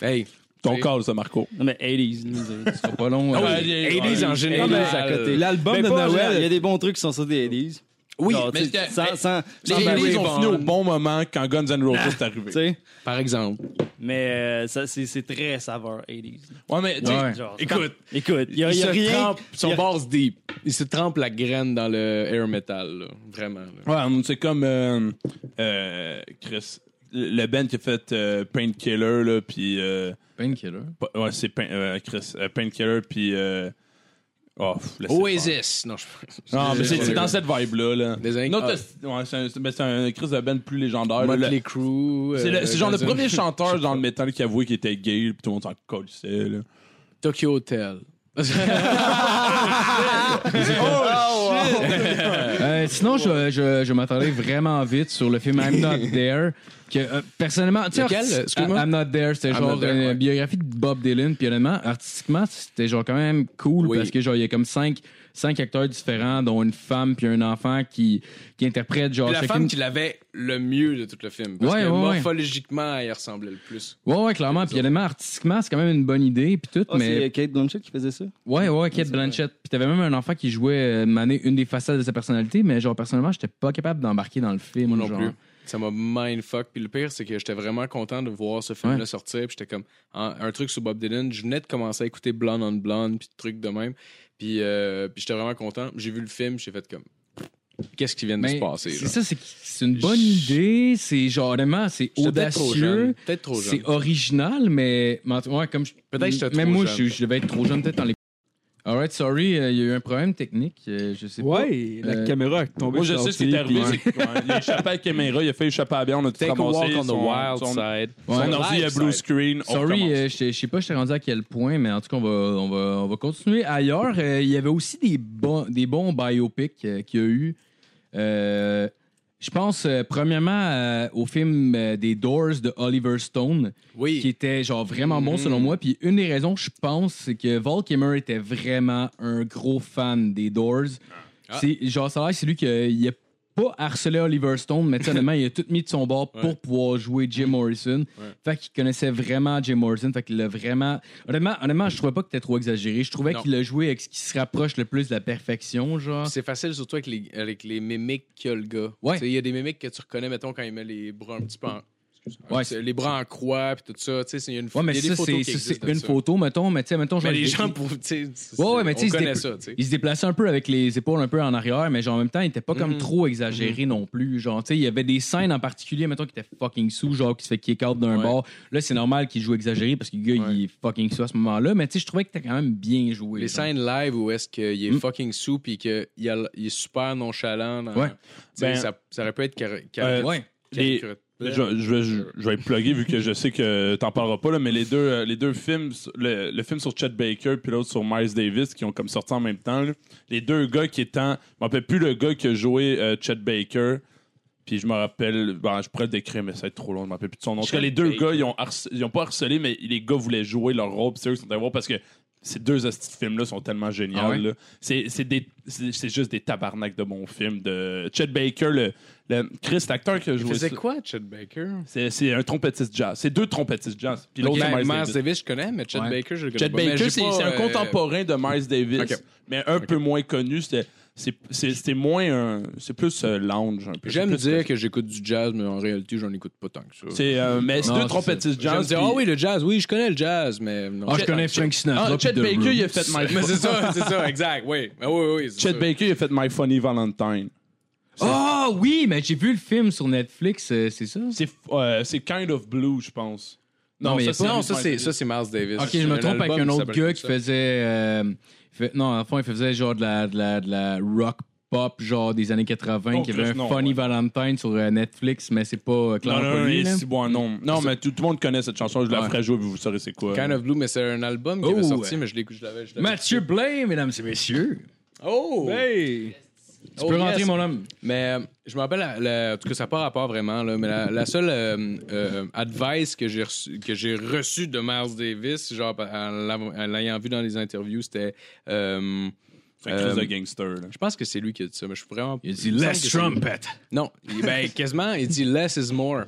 Speaker 1: Hey.
Speaker 4: Ton
Speaker 1: Hey.
Speaker 4: corps, ça, Marco.
Speaker 5: Non, mais 80s, nous, c'est-
Speaker 3: Pas pas
Speaker 1: Ah
Speaker 3: long. euh,
Speaker 1: 80s en général.
Speaker 5: Non, mais à côté.
Speaker 2: L'album
Speaker 5: Ben,
Speaker 2: de
Speaker 5: pas en général, Il y a
Speaker 2: Noël.
Speaker 5: des bons trucs qui sont sortis des 80s.
Speaker 1: Oui,
Speaker 5: Genre,
Speaker 1: mais
Speaker 5: tu sais,
Speaker 1: c'est-
Speaker 5: sans-
Speaker 1: mais-
Speaker 5: sans-
Speaker 1: Les Barry
Speaker 4: Ils
Speaker 5: sans barrer,
Speaker 4: ont
Speaker 1: Bonds.
Speaker 4: fini au bon moment quand Guns N' Roses est arrivé.
Speaker 5: tu sais.
Speaker 1: Par exemple.
Speaker 5: Mais euh, ça, c'est c'est très saveur 80s.
Speaker 4: Ouais, mais tu sais,
Speaker 3: Ouais.
Speaker 5: Genre,
Speaker 1: Écoute,
Speaker 5: Écoute, il y a,
Speaker 1: il
Speaker 5: y a
Speaker 1: se
Speaker 5: rien.
Speaker 1: trempe, son
Speaker 5: y a-
Speaker 1: base deep. Il se trempe la graine dans le air metal, là. Vraiment, là.
Speaker 4: Ouais, c'est comme euh, euh, Chris, le le band qui a fait euh, Painkiller, là, puis. euh,
Speaker 3: Painkiller.
Speaker 4: pa- ouais, c'est Pain- euh, Chris, euh, Painkiller, puis. euh, oh, pff, laissez faire.
Speaker 1: Oasis. Non, je...
Speaker 4: Non, mais c'est c'est dans cette vibe-là. Là.
Speaker 1: Des années-
Speaker 4: Notre-
Speaker 1: Ah.
Speaker 4: ouais, c'est un, c'est- mais c'est un Chris de band plus légendaire. là.
Speaker 1: Motley
Speaker 4: Le-
Speaker 1: Crue.
Speaker 4: C'est le-
Speaker 1: euh,
Speaker 4: c'est genre le
Speaker 1: Guns N'
Speaker 4: premier chanteur dans le métal qui avouait qu'il était gay, puis tout le monde s'en colissait. là.
Speaker 1: Tokyo Hotel.
Speaker 3: Euh, sinon, je, je, je m'attendais vraiment vite sur le film I'm Not There. Que, euh, personnellement, tu sais,
Speaker 1: Lequel?
Speaker 3: arti-
Speaker 1: Excuse-moi.
Speaker 3: I'm Not There, c'était
Speaker 1: I'm
Speaker 3: genre
Speaker 1: Not There,
Speaker 3: une
Speaker 1: ouais.
Speaker 3: biographie de Bob Dylan. Puis honnêtement, artistiquement, c'était genre quand même cool
Speaker 1: Oui.
Speaker 3: parce que genre il y a comme cinq, cinq acteurs différents, dont une femme puis un enfant qui, qui interprètent genre
Speaker 1: Puis la
Speaker 3: chacune-
Speaker 1: femme qui l'avait le mieux de tout le film. Parce
Speaker 3: Ouais,
Speaker 1: que
Speaker 3: ouais, ouais.
Speaker 1: morphologiquement, elle y ressemblait le plus.
Speaker 3: Ouais, ouais, clairement. Puis honnêtement, artistiquement, c'est quand même une bonne idée. Puis tout,
Speaker 5: Ah,
Speaker 3: mais.
Speaker 5: c'est euh, Kate Blanchett qui faisait ça.
Speaker 3: Ouais, ouais, Kate Blanchett. Puis t'avais même un enfant qui jouait, euh, mané, une des facettes de sa personnalité, mais genre, personnellement, j'étais pas capable d'embarquer dans le film.
Speaker 1: Moi non
Speaker 3: genre.
Speaker 1: plus. Ça m'a mindfuck. Puis le pire, c'est que j'étais vraiment content de voir ce film-là sortir. Puis j'étais comme, en- un truc sur Bob Dylan. Je venais de commencer à écouter Blonde on Blonde, puis trucs de même. Puis, euh, puis j'étais vraiment content. J'ai vu le film, j'ai fait comme, qu'est-ce qui vient de se
Speaker 3: Mais
Speaker 1: passer?
Speaker 3: C'est
Speaker 1: là?
Speaker 3: ça, c'est que c'est une bonne idée. C'est genre, honnêtement, c'est
Speaker 1: J'étais peut-être trop jeune.
Speaker 3: audacieux.
Speaker 1: Peut-être trop jeune.
Speaker 3: C'est original, mais. mais en tout- ouais, comme je-
Speaker 1: Peut-être que j'étais
Speaker 3: Même
Speaker 1: trop
Speaker 3: moi,
Speaker 1: jeune.
Speaker 3: je, je devais être trop jeune, peut-être dans les. Alright, sorry, euh, il y a eu un problème technique. euh, je sais pas.
Speaker 2: Ouais, la
Speaker 3: Euh,
Speaker 2: caméra est tombée.
Speaker 4: Moi, je
Speaker 2: sur
Speaker 4: sais
Speaker 2: leur
Speaker 4: ce qui
Speaker 2: pied,
Speaker 4: est arrivé.
Speaker 2: puis-
Speaker 4: c'est que, ouais, il a échappé à la caméra, il a fait échapper à la bière, on a tout
Speaker 1: Take a walk
Speaker 4: ramassé.
Speaker 1: on the
Speaker 4: son-
Speaker 1: wild
Speaker 4: son-
Speaker 1: side.
Speaker 3: Ouais.
Speaker 4: Son ordi à blue screen. on recommence.
Speaker 3: Sorry, euh, je sais- je sais pas, je t'ai rendu à quel point, mais en tout cas, on va, on va, on va continuer. Ailleurs, euh, il y avait aussi des, bons des bons biopics euh, qu'il y a eu. Euh, je pense, euh, premièrement, euh, au film euh, des Doors de Oliver Stone,
Speaker 1: Oui. Mm-hmm.
Speaker 3: qui était genre vraiment bon selon moi. Puis une des raisons, je pense, c'est que Val Kilmer était vraiment un gros fan des Doors.
Speaker 1: Ah.
Speaker 3: C'est genre ça a l'air que c'est lui qui a, il a pas harcelé Oliver Stone, mais tu sais, honnêtement, il a tout mis de son bord pour
Speaker 1: Ouais.
Speaker 3: pouvoir jouer Jim Morrison. Fait qu'il connaissait vraiment Jim Morrison. Fait qu'il l'a vraiment. Honnêtement, honnêtement, je trouvais pas que t'étais trop exagéré. Je trouvais
Speaker 1: Non.
Speaker 3: qu'il a joué avec ce qui se rapproche le plus de la perfection, genre.
Speaker 1: C'est facile surtout avec les, avec les mimiques qu'il y a le gars.
Speaker 3: Ouais.
Speaker 1: Tu sais, Il y a des mimiques que tu reconnais, mettons, quand il met les bras un petit peu en.
Speaker 3: Ouais,
Speaker 1: Excuse- les bras en croix, puis tout ça. Tu sais, c'est- il y a une
Speaker 3: Ouais, mais
Speaker 1: il y a des
Speaker 3: ça,
Speaker 1: photos
Speaker 3: c'est
Speaker 1: qui
Speaker 3: ça,
Speaker 1: existent
Speaker 3: c'est
Speaker 1: de
Speaker 3: une
Speaker 1: ça.
Speaker 3: photo, mettons. Mais tu sais, mettons, genre.
Speaker 1: Mais les
Speaker 3: il-
Speaker 1: gens, pour, tu sais, c'est-
Speaker 3: Ouais, ouais, mais
Speaker 1: on
Speaker 3: tu sais, ils se
Speaker 1: connaît
Speaker 3: dé-
Speaker 1: ça, tu sais.
Speaker 3: Il se déplaçait un peu avec les épaules un peu en arrière, mais genre en même temps, il était pas comme
Speaker 4: Mm-hmm.
Speaker 1: Mhm.
Speaker 3: trop exagéré non plus. Genre, tu sais, il y avait des scènes en particulier, mettons, qui étaient fucking sous, genre qui se fait kick out d'un
Speaker 1: Ouais.
Speaker 3: bord. Là, c'est normal qu'il joue exagéré parce que le gars,
Speaker 1: Ouais.
Speaker 3: il est fucking sous à ce moment-là, mais tu sais, je trouvais que t'as quand même bien joué.
Speaker 1: Les
Speaker 3: genre.
Speaker 1: scènes live où est-ce qu'il est
Speaker 3: Mm.
Speaker 1: fucking sous puis qu'il il a- il est super nonchalant. dans-
Speaker 3: Ouais.
Speaker 1: tu sais,
Speaker 4: Ben,
Speaker 1: ça, ça aurait pu être cari-
Speaker 4: euh,
Speaker 1: cari-
Speaker 3: Ouais.
Speaker 1: cari-
Speaker 4: les- Je, je vais, je, je vais plugger vu que je sais que t'en parleras pas, là, mais les deux, euh, les deux films, le, le film sur Chet Baker puis l'autre sur Miles Davis qui ont comme sorti en même temps, là. les deux gars qui étant. Je me rappelle plus le gars qui a joué euh, Chet Baker, puis je me rappelle. ben, je pourrais le décrire, mais ça va être trop long, je me rappelle plus de son nom. En tout cas,
Speaker 1: Chet
Speaker 4: les deux
Speaker 1: Baker.
Speaker 4: gars, ils ont, harce- ils ont pas harcelé, mais les gars voulaient jouer leur rôle, puis c'est eux qui sont allés voir parce que. Ces deux hosties de films-là sont tellement géniaux.
Speaker 3: Ah ouais?
Speaker 4: là. C'est c'est des- c'est- c'est juste des tabarnaks de bons films. De Chet Baker, le, le Chris, l'acteur qui a
Speaker 1: Il
Speaker 4: joué.
Speaker 1: faisait
Speaker 4: ça-
Speaker 1: quoi, Chet Baker?
Speaker 4: c'est, c'est un trompettiste jazz. C'est deux trompettistes jazz. Puis l'autre, c'est
Speaker 1: Ben,
Speaker 4: Miles
Speaker 1: Miles
Speaker 4: Davis.
Speaker 1: Davis, je connais, mais Chet
Speaker 3: Ouais.
Speaker 1: Baker, je le connais
Speaker 4: Chet
Speaker 1: pas. Mais j'ai
Speaker 4: Baker, c'est,
Speaker 1: pas,
Speaker 4: c'est un
Speaker 1: euh,
Speaker 4: contemporain de Miles Davis,
Speaker 1: Ok.
Speaker 4: mais un peu moins connu. C'était, c'est, c'est- c'était moins un. C'est plus euh, lounge un peu.
Speaker 1: J'aime
Speaker 4: C'est plus-
Speaker 1: dire que j'écoute du jazz, mais en réalité, j'en écoute pas tant que ça.
Speaker 4: C'est, euh, mais c'est
Speaker 3: Non,
Speaker 4: deux
Speaker 3: c'est-
Speaker 4: trompettistes
Speaker 1: J'aime
Speaker 4: jazz.
Speaker 1: dire,
Speaker 4: puis-
Speaker 1: ah oui, le jazz, oui, je connais le jazz, mais non.
Speaker 3: Ah, je connais Frank Sinatra.
Speaker 4: Ah,
Speaker 3: puis
Speaker 4: Chet
Speaker 3: The
Speaker 4: Baker,
Speaker 3: Roots.
Speaker 4: il a fait My
Speaker 1: Mais c'est ça, c'est ça, exact, oui. Ah, oui, oui, c'est
Speaker 4: Chet
Speaker 1: ça.
Speaker 4: Baker, il a fait My Funny Valentine.
Speaker 3: Ah oui, mais j'ai vu le film sur Netflix, euh, c'est ça?
Speaker 4: C'est, euh, c'est Kind of Blue, je pense.
Speaker 3: Non, mais il y a pas-
Speaker 1: Non, ça, c'est, ça, c'est Miles Davis.
Speaker 3: Ok, je me trompe avec un autre gars qui faisait. euh, fait- non, en fond, il faisait genre de la, de la, de la rock pop, genre des années 80,
Speaker 4: Oh,
Speaker 3: qui avait
Speaker 4: Chris,
Speaker 3: un
Speaker 4: non,
Speaker 3: Funny
Speaker 4: ouais.
Speaker 3: Valentine sur euh, Netflix, mais c'est pas euh,
Speaker 4: Non,
Speaker 3: clairement
Speaker 4: non,
Speaker 3: pas
Speaker 4: non,
Speaker 3: lui, là.
Speaker 4: si, bon, non. Non, mais tout, tout le monde connaît cette chanson. Je la
Speaker 3: Ouais.
Speaker 4: ferai jouer, vous, vous saurez c'est quoi.
Speaker 1: Kind of Blue, mais c'est un album qui avait
Speaker 3: Oh,
Speaker 1: sorti,
Speaker 3: ouais.
Speaker 1: mais je l'ai- je l'avais. je l'avais-
Speaker 3: Mathieu Blain, mesdames et messieurs.
Speaker 1: Oh!
Speaker 2: Hey!
Speaker 3: Tu
Speaker 1: Oh,
Speaker 3: peux
Speaker 1: yes.
Speaker 3: rentrer, mon homme.
Speaker 1: Mais euh, je me rappelle, la- la- en tout cas, ça n'a pas rapport vraiment, là, mais la, la seule euh, euh, advice que j'ai reçu- que j'ai reçue de Miles Davis, genre en l'av- en l'ayant vu dans les interviews, c'était. euh,
Speaker 4: C'est un Chris de
Speaker 1: Euh,
Speaker 4: gangster. là.
Speaker 1: je pense que c'est lui qui a dit ça, mais je suis vraiment.
Speaker 3: Il a dit
Speaker 1: me semble
Speaker 3: Less
Speaker 1: que c'est lui.
Speaker 3: Trumpet.
Speaker 1: Non, il- ben, quasiment, il dit less is more.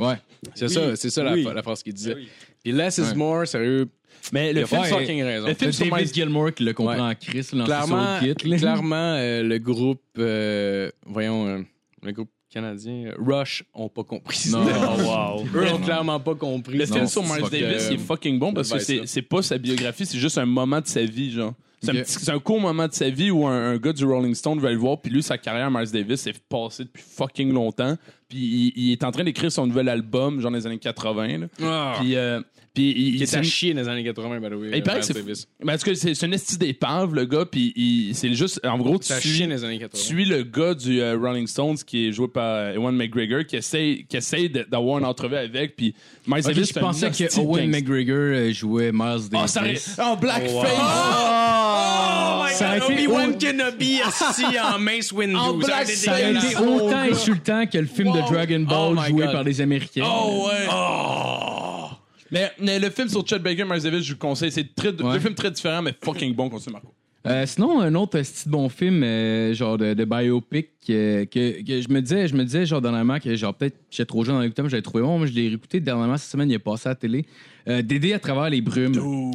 Speaker 3: Ouais.
Speaker 1: C'est ça, c'est ça la,
Speaker 4: Oui.
Speaker 1: pha- la phrase qu'il disait.
Speaker 4: oui.
Speaker 1: Puis less is
Speaker 3: Ouais.
Speaker 1: more, sérieux.
Speaker 4: Mais
Speaker 1: il
Speaker 4: le
Speaker 1: a
Speaker 4: film,
Speaker 1: fucking raison.
Speaker 3: Le film sur David Gilmore qui le comprend
Speaker 1: Ouais.
Speaker 3: en Chris, là,
Speaker 1: clairement,
Speaker 3: dans son kit. là.
Speaker 1: clairement euh, le groupe, euh, voyons, euh, le groupe canadien, euh, Rush, ont pas compris.
Speaker 3: Non.
Speaker 1: ça.
Speaker 4: Oh, wow.
Speaker 1: Eux ont clairement pas compris.
Speaker 4: Le
Speaker 1: ça.
Speaker 4: film
Speaker 3: Non,
Speaker 4: sur
Speaker 3: c'est
Speaker 4: Miles
Speaker 3: fuck,
Speaker 4: Davis,
Speaker 1: euh,
Speaker 4: il est fucking bon parce que
Speaker 1: Vice,
Speaker 4: c'est
Speaker 1: là.
Speaker 4: c'est pas sa biographie, c'est juste un moment de sa vie, genre. C'est
Speaker 3: Ok.
Speaker 4: un, petit- c'est un court moment de sa vie où un, un gars du Rolling Stone va le voir, puis lui, sa carrière, Miles Davis, est passée depuis fucking longtemps. Puis il, il est en train d'écrire son nouvel album, genre dans les années 80. là.
Speaker 1: Ah.
Speaker 4: Puis, euh, puis il,
Speaker 1: Qui
Speaker 4: il
Speaker 1: était
Speaker 4: c'est
Speaker 1: à
Speaker 4: une-
Speaker 1: chier euh, dans les années 80, by the way.
Speaker 4: il paraît que c'est. Ben, en tout cas, c'est c'est une esti d'épave, le gars, puis il- c'est juste. En gros, tu
Speaker 1: C'est à
Speaker 4: suis-
Speaker 1: chier dans les années
Speaker 4: tu
Speaker 1: 80.
Speaker 4: suis le gars du euh, Rolling Stones qui est joué par euh, Ewan McGregor qui essaye, qui essaye de- d'avoir une entrevue avec puis Miles
Speaker 3: Ok,
Speaker 4: Davis
Speaker 3: je pensais que Owen McGregor euh, jouait Miles
Speaker 4: Oh, ça
Speaker 3: Davis.
Speaker 4: en blackface.
Speaker 1: Oh
Speaker 3: Ça aurait été au-
Speaker 1: Kenobi assis en Mace Windu.
Speaker 4: En
Speaker 1: Oh, Ça
Speaker 4: black
Speaker 1: aurait été
Speaker 3: ça aurait
Speaker 1: dégueulasse.
Speaker 3: été autant insultant que le film de Dragon
Speaker 1: Oh
Speaker 3: Ball
Speaker 1: my
Speaker 3: joué
Speaker 1: God.
Speaker 3: par des Américains.
Speaker 4: Oh, ouais. Ah! Mais, mais le film sur Chad Baker, Miles Davis, je vous conseille. C'est très, deux
Speaker 3: Ouais.
Speaker 4: films très différents, mais fucking bon qu'on se Marco.
Speaker 3: Euh, sinon, un autre petit bon film, euh, genre de, de biopic, euh, que, que je me disais, je me disais, genre, dernièrement, que genre, peut-être j'étais trop jeune en l'écoutant, mais j'avais trouvé bon. Moi, je l'ai réécouté dernièrement cette semaine, il est passé à la télé. Euh, Dédé à travers les brumes.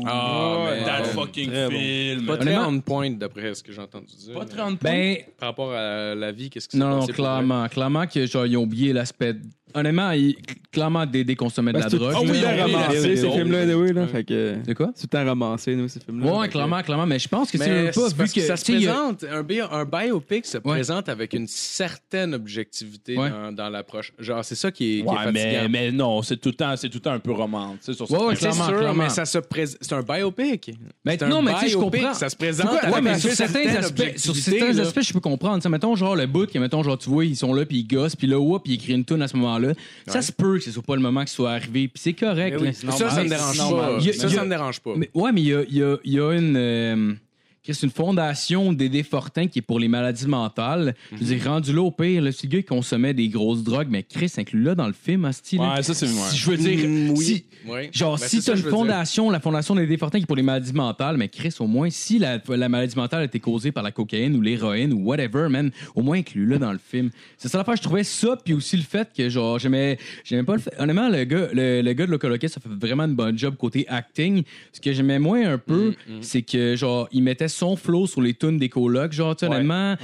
Speaker 1: Ah, mais-
Speaker 4: That
Speaker 1: ouais.
Speaker 4: fucking
Speaker 5: Très bon.
Speaker 4: film.
Speaker 1: Pas très
Speaker 3: Honnêtement-
Speaker 1: on point d'après ce que j'ai entendu dire.
Speaker 4: Pas
Speaker 1: mais
Speaker 4: 30 points.
Speaker 3: Ben,
Speaker 1: Par rapport à la vie, qu'est-ce qui s'est
Speaker 3: non, non,
Speaker 1: passé pour
Speaker 3: clairement. Clairement que, genre, ils ont oublié l'aspect. Honnêtement, ils- clairement, Dédé consommait de
Speaker 2: Ben,
Speaker 3: la
Speaker 2: c'est tout-
Speaker 3: drogue.
Speaker 4: Ah
Speaker 2: tout
Speaker 4: oui,
Speaker 2: le temps
Speaker 4: oui,
Speaker 2: ramassé,
Speaker 4: oui,
Speaker 2: ces
Speaker 4: c'est
Speaker 2: films-là,
Speaker 1: drôle.
Speaker 2: anyway, là. Fait que.
Speaker 1: Ah
Speaker 3: De quoi?
Speaker 2: C'est tout le temps ramassé, nous, ces films-là.
Speaker 3: Ouais,
Speaker 2: Fait que-
Speaker 3: clairement, clairement. Mais je pense que c'est
Speaker 1: Mais
Speaker 3: même pas
Speaker 1: c'est
Speaker 3: vu
Speaker 1: parce
Speaker 3: que.
Speaker 1: que ça se
Speaker 3: tu sais, il y a-
Speaker 1: présente, un, bi- un biopic se
Speaker 3: Ouais.
Speaker 1: présente avec une certaine objectivité
Speaker 3: Ouais.
Speaker 1: dans, dans l'approche. Genre, c'est ça qui est, qui est
Speaker 4: Ouais, mais,
Speaker 1: fatigant.
Speaker 4: mais non, c'est tout, le temps- c'est tout le temps un peu romantique. Sur
Speaker 3: Ouais, ouais,
Speaker 1: C'est
Speaker 4: certains-
Speaker 3: clairement,
Speaker 1: sûr,
Speaker 3: clairement.
Speaker 1: mais ça se présente. C'est un biopic.
Speaker 3: Mais
Speaker 1: C'est un
Speaker 3: non, mais tu sais, je
Speaker 1: biopic,
Speaker 3: comprends.
Speaker 1: Ça se présente
Speaker 3: Ouais,
Speaker 1: avec
Speaker 3: mais
Speaker 1: une
Speaker 3: sur certains,
Speaker 1: certaine
Speaker 3: aspects, sur
Speaker 1: objectivité,
Speaker 3: certains
Speaker 1: là.
Speaker 3: aspects, je peux comprendre. Tu sais, mettons, genre, le bout, que, mettons, genre, tu vois, ils sont là, puis ils gossent, puis là, oups, puis ils écrivent une tune à ce moment-là. Ça se peut que ce soit pas le moment que ce soit arrivé, puis c'est correct.
Speaker 5: Mais oui,
Speaker 3: là.
Speaker 5: c'est
Speaker 1: Ça,
Speaker 5: normal.
Speaker 1: ça me
Speaker 5: Mais
Speaker 1: dérange
Speaker 5: c'est
Speaker 1: pas.
Speaker 5: normal.
Speaker 3: Il y a-
Speaker 1: Ça,
Speaker 3: il y a-
Speaker 1: ça me dérange pas.
Speaker 3: Mais, ouais, mais il y a, il y a- il y a une. euh, Chris, une fondation Dédé Fortin qui est pour les maladies mentales. Je veux
Speaker 4: Mhm.
Speaker 3: dire, rendu là au pire, là, c'est le gars qui consommait des grosses drogues, mais Chris inclut-là dans le film, Asti. là.
Speaker 4: Ouais, ça, c'est- ouais.
Speaker 3: Si Je veux dire,
Speaker 1: Mm, oui.
Speaker 3: si-
Speaker 1: Ouais.
Speaker 3: genre,
Speaker 1: Ben,
Speaker 3: si
Speaker 1: c'est ça
Speaker 3: t'as
Speaker 1: que
Speaker 3: une
Speaker 1: je veux dire.
Speaker 3: fondation, la fondation Dédé Fortin qui est pour les maladies mentales, mais Chris, au moins, si la, la maladie mentale a été causée par la cocaïne ou l'héroïne ou whatever, man, au moins inclus-là dans le film. C'est ça l'affaire, je trouvais ça, puis aussi le fait que, genre, j'aimais, j'aimais pas le fait. Honnêtement, le gars, le, le gars de Locoloquet, ça fait vraiment une bonne job côté acting. Ce que j'aimais moins un peu,
Speaker 1: Mm-hmm.
Speaker 3: c'est que, genre, il mettait son flow sur les tunes des colocs, genre, tu sais, honnêtement.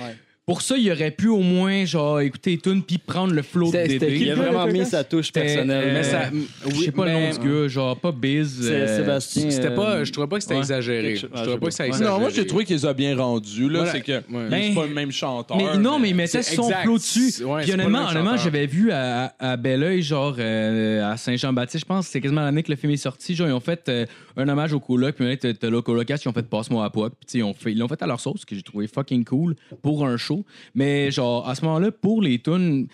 Speaker 3: Pour ça, il aurait pu au moins, genre, écouter les tunes puis prendre le flow de
Speaker 5: C'était-
Speaker 3: Dédé.
Speaker 5: c'était- Il a vraiment mis sa touche
Speaker 3: C'était,
Speaker 5: personnelle.
Speaker 3: euh,
Speaker 1: Mais ça-
Speaker 3: Je
Speaker 1: oui,
Speaker 3: sais pas
Speaker 1: mais-
Speaker 3: le nom du gars, genre pas Biz.
Speaker 5: C'est-
Speaker 3: euh,
Speaker 5: Sébastien.
Speaker 1: C'était
Speaker 5: euh,
Speaker 1: pas, je trouvais pas que c'était
Speaker 3: ouais.
Speaker 1: exagéré.
Speaker 5: Quelque
Speaker 1: Je
Speaker 5: chose- ah,
Speaker 1: trouvais
Speaker 5: je
Speaker 1: pas que
Speaker 5: sais
Speaker 1: c'était
Speaker 5: pas.
Speaker 1: exagéré.
Speaker 4: Non, moi, j'ai trouvé qu'ils les ont bien rendus. là.
Speaker 1: Voilà.
Speaker 4: C'est que
Speaker 1: Ouais.
Speaker 4: c'est
Speaker 3: Ben-
Speaker 4: pas le même chanteur.
Speaker 3: Mais non, mais il mettait
Speaker 1: euh, c'est
Speaker 3: son
Speaker 1: exact.
Speaker 3: flot dessus.
Speaker 1: C'est- ouais,
Speaker 3: Puis
Speaker 1: c'est pas
Speaker 3: honnêtement,
Speaker 1: le même
Speaker 3: honnêtement,
Speaker 1: chanteur.
Speaker 3: j'avais vu à, à Belleuil, genre euh, à Saint-Jean-Baptiste, je pense, c'est quasiment l'année que le film est sorti. Genre, ils ont fait euh, un hommage au coloc, puis là, t'as t'as le colocasse, ils ont fait passe-moi à Poc. Puis tu sais, ils ont fait- ils l'ont fait à leur sauce, ce que j'ai trouvé fucking cool pour un show. Mais genre, à ce moment-là, pour les tunes. Tu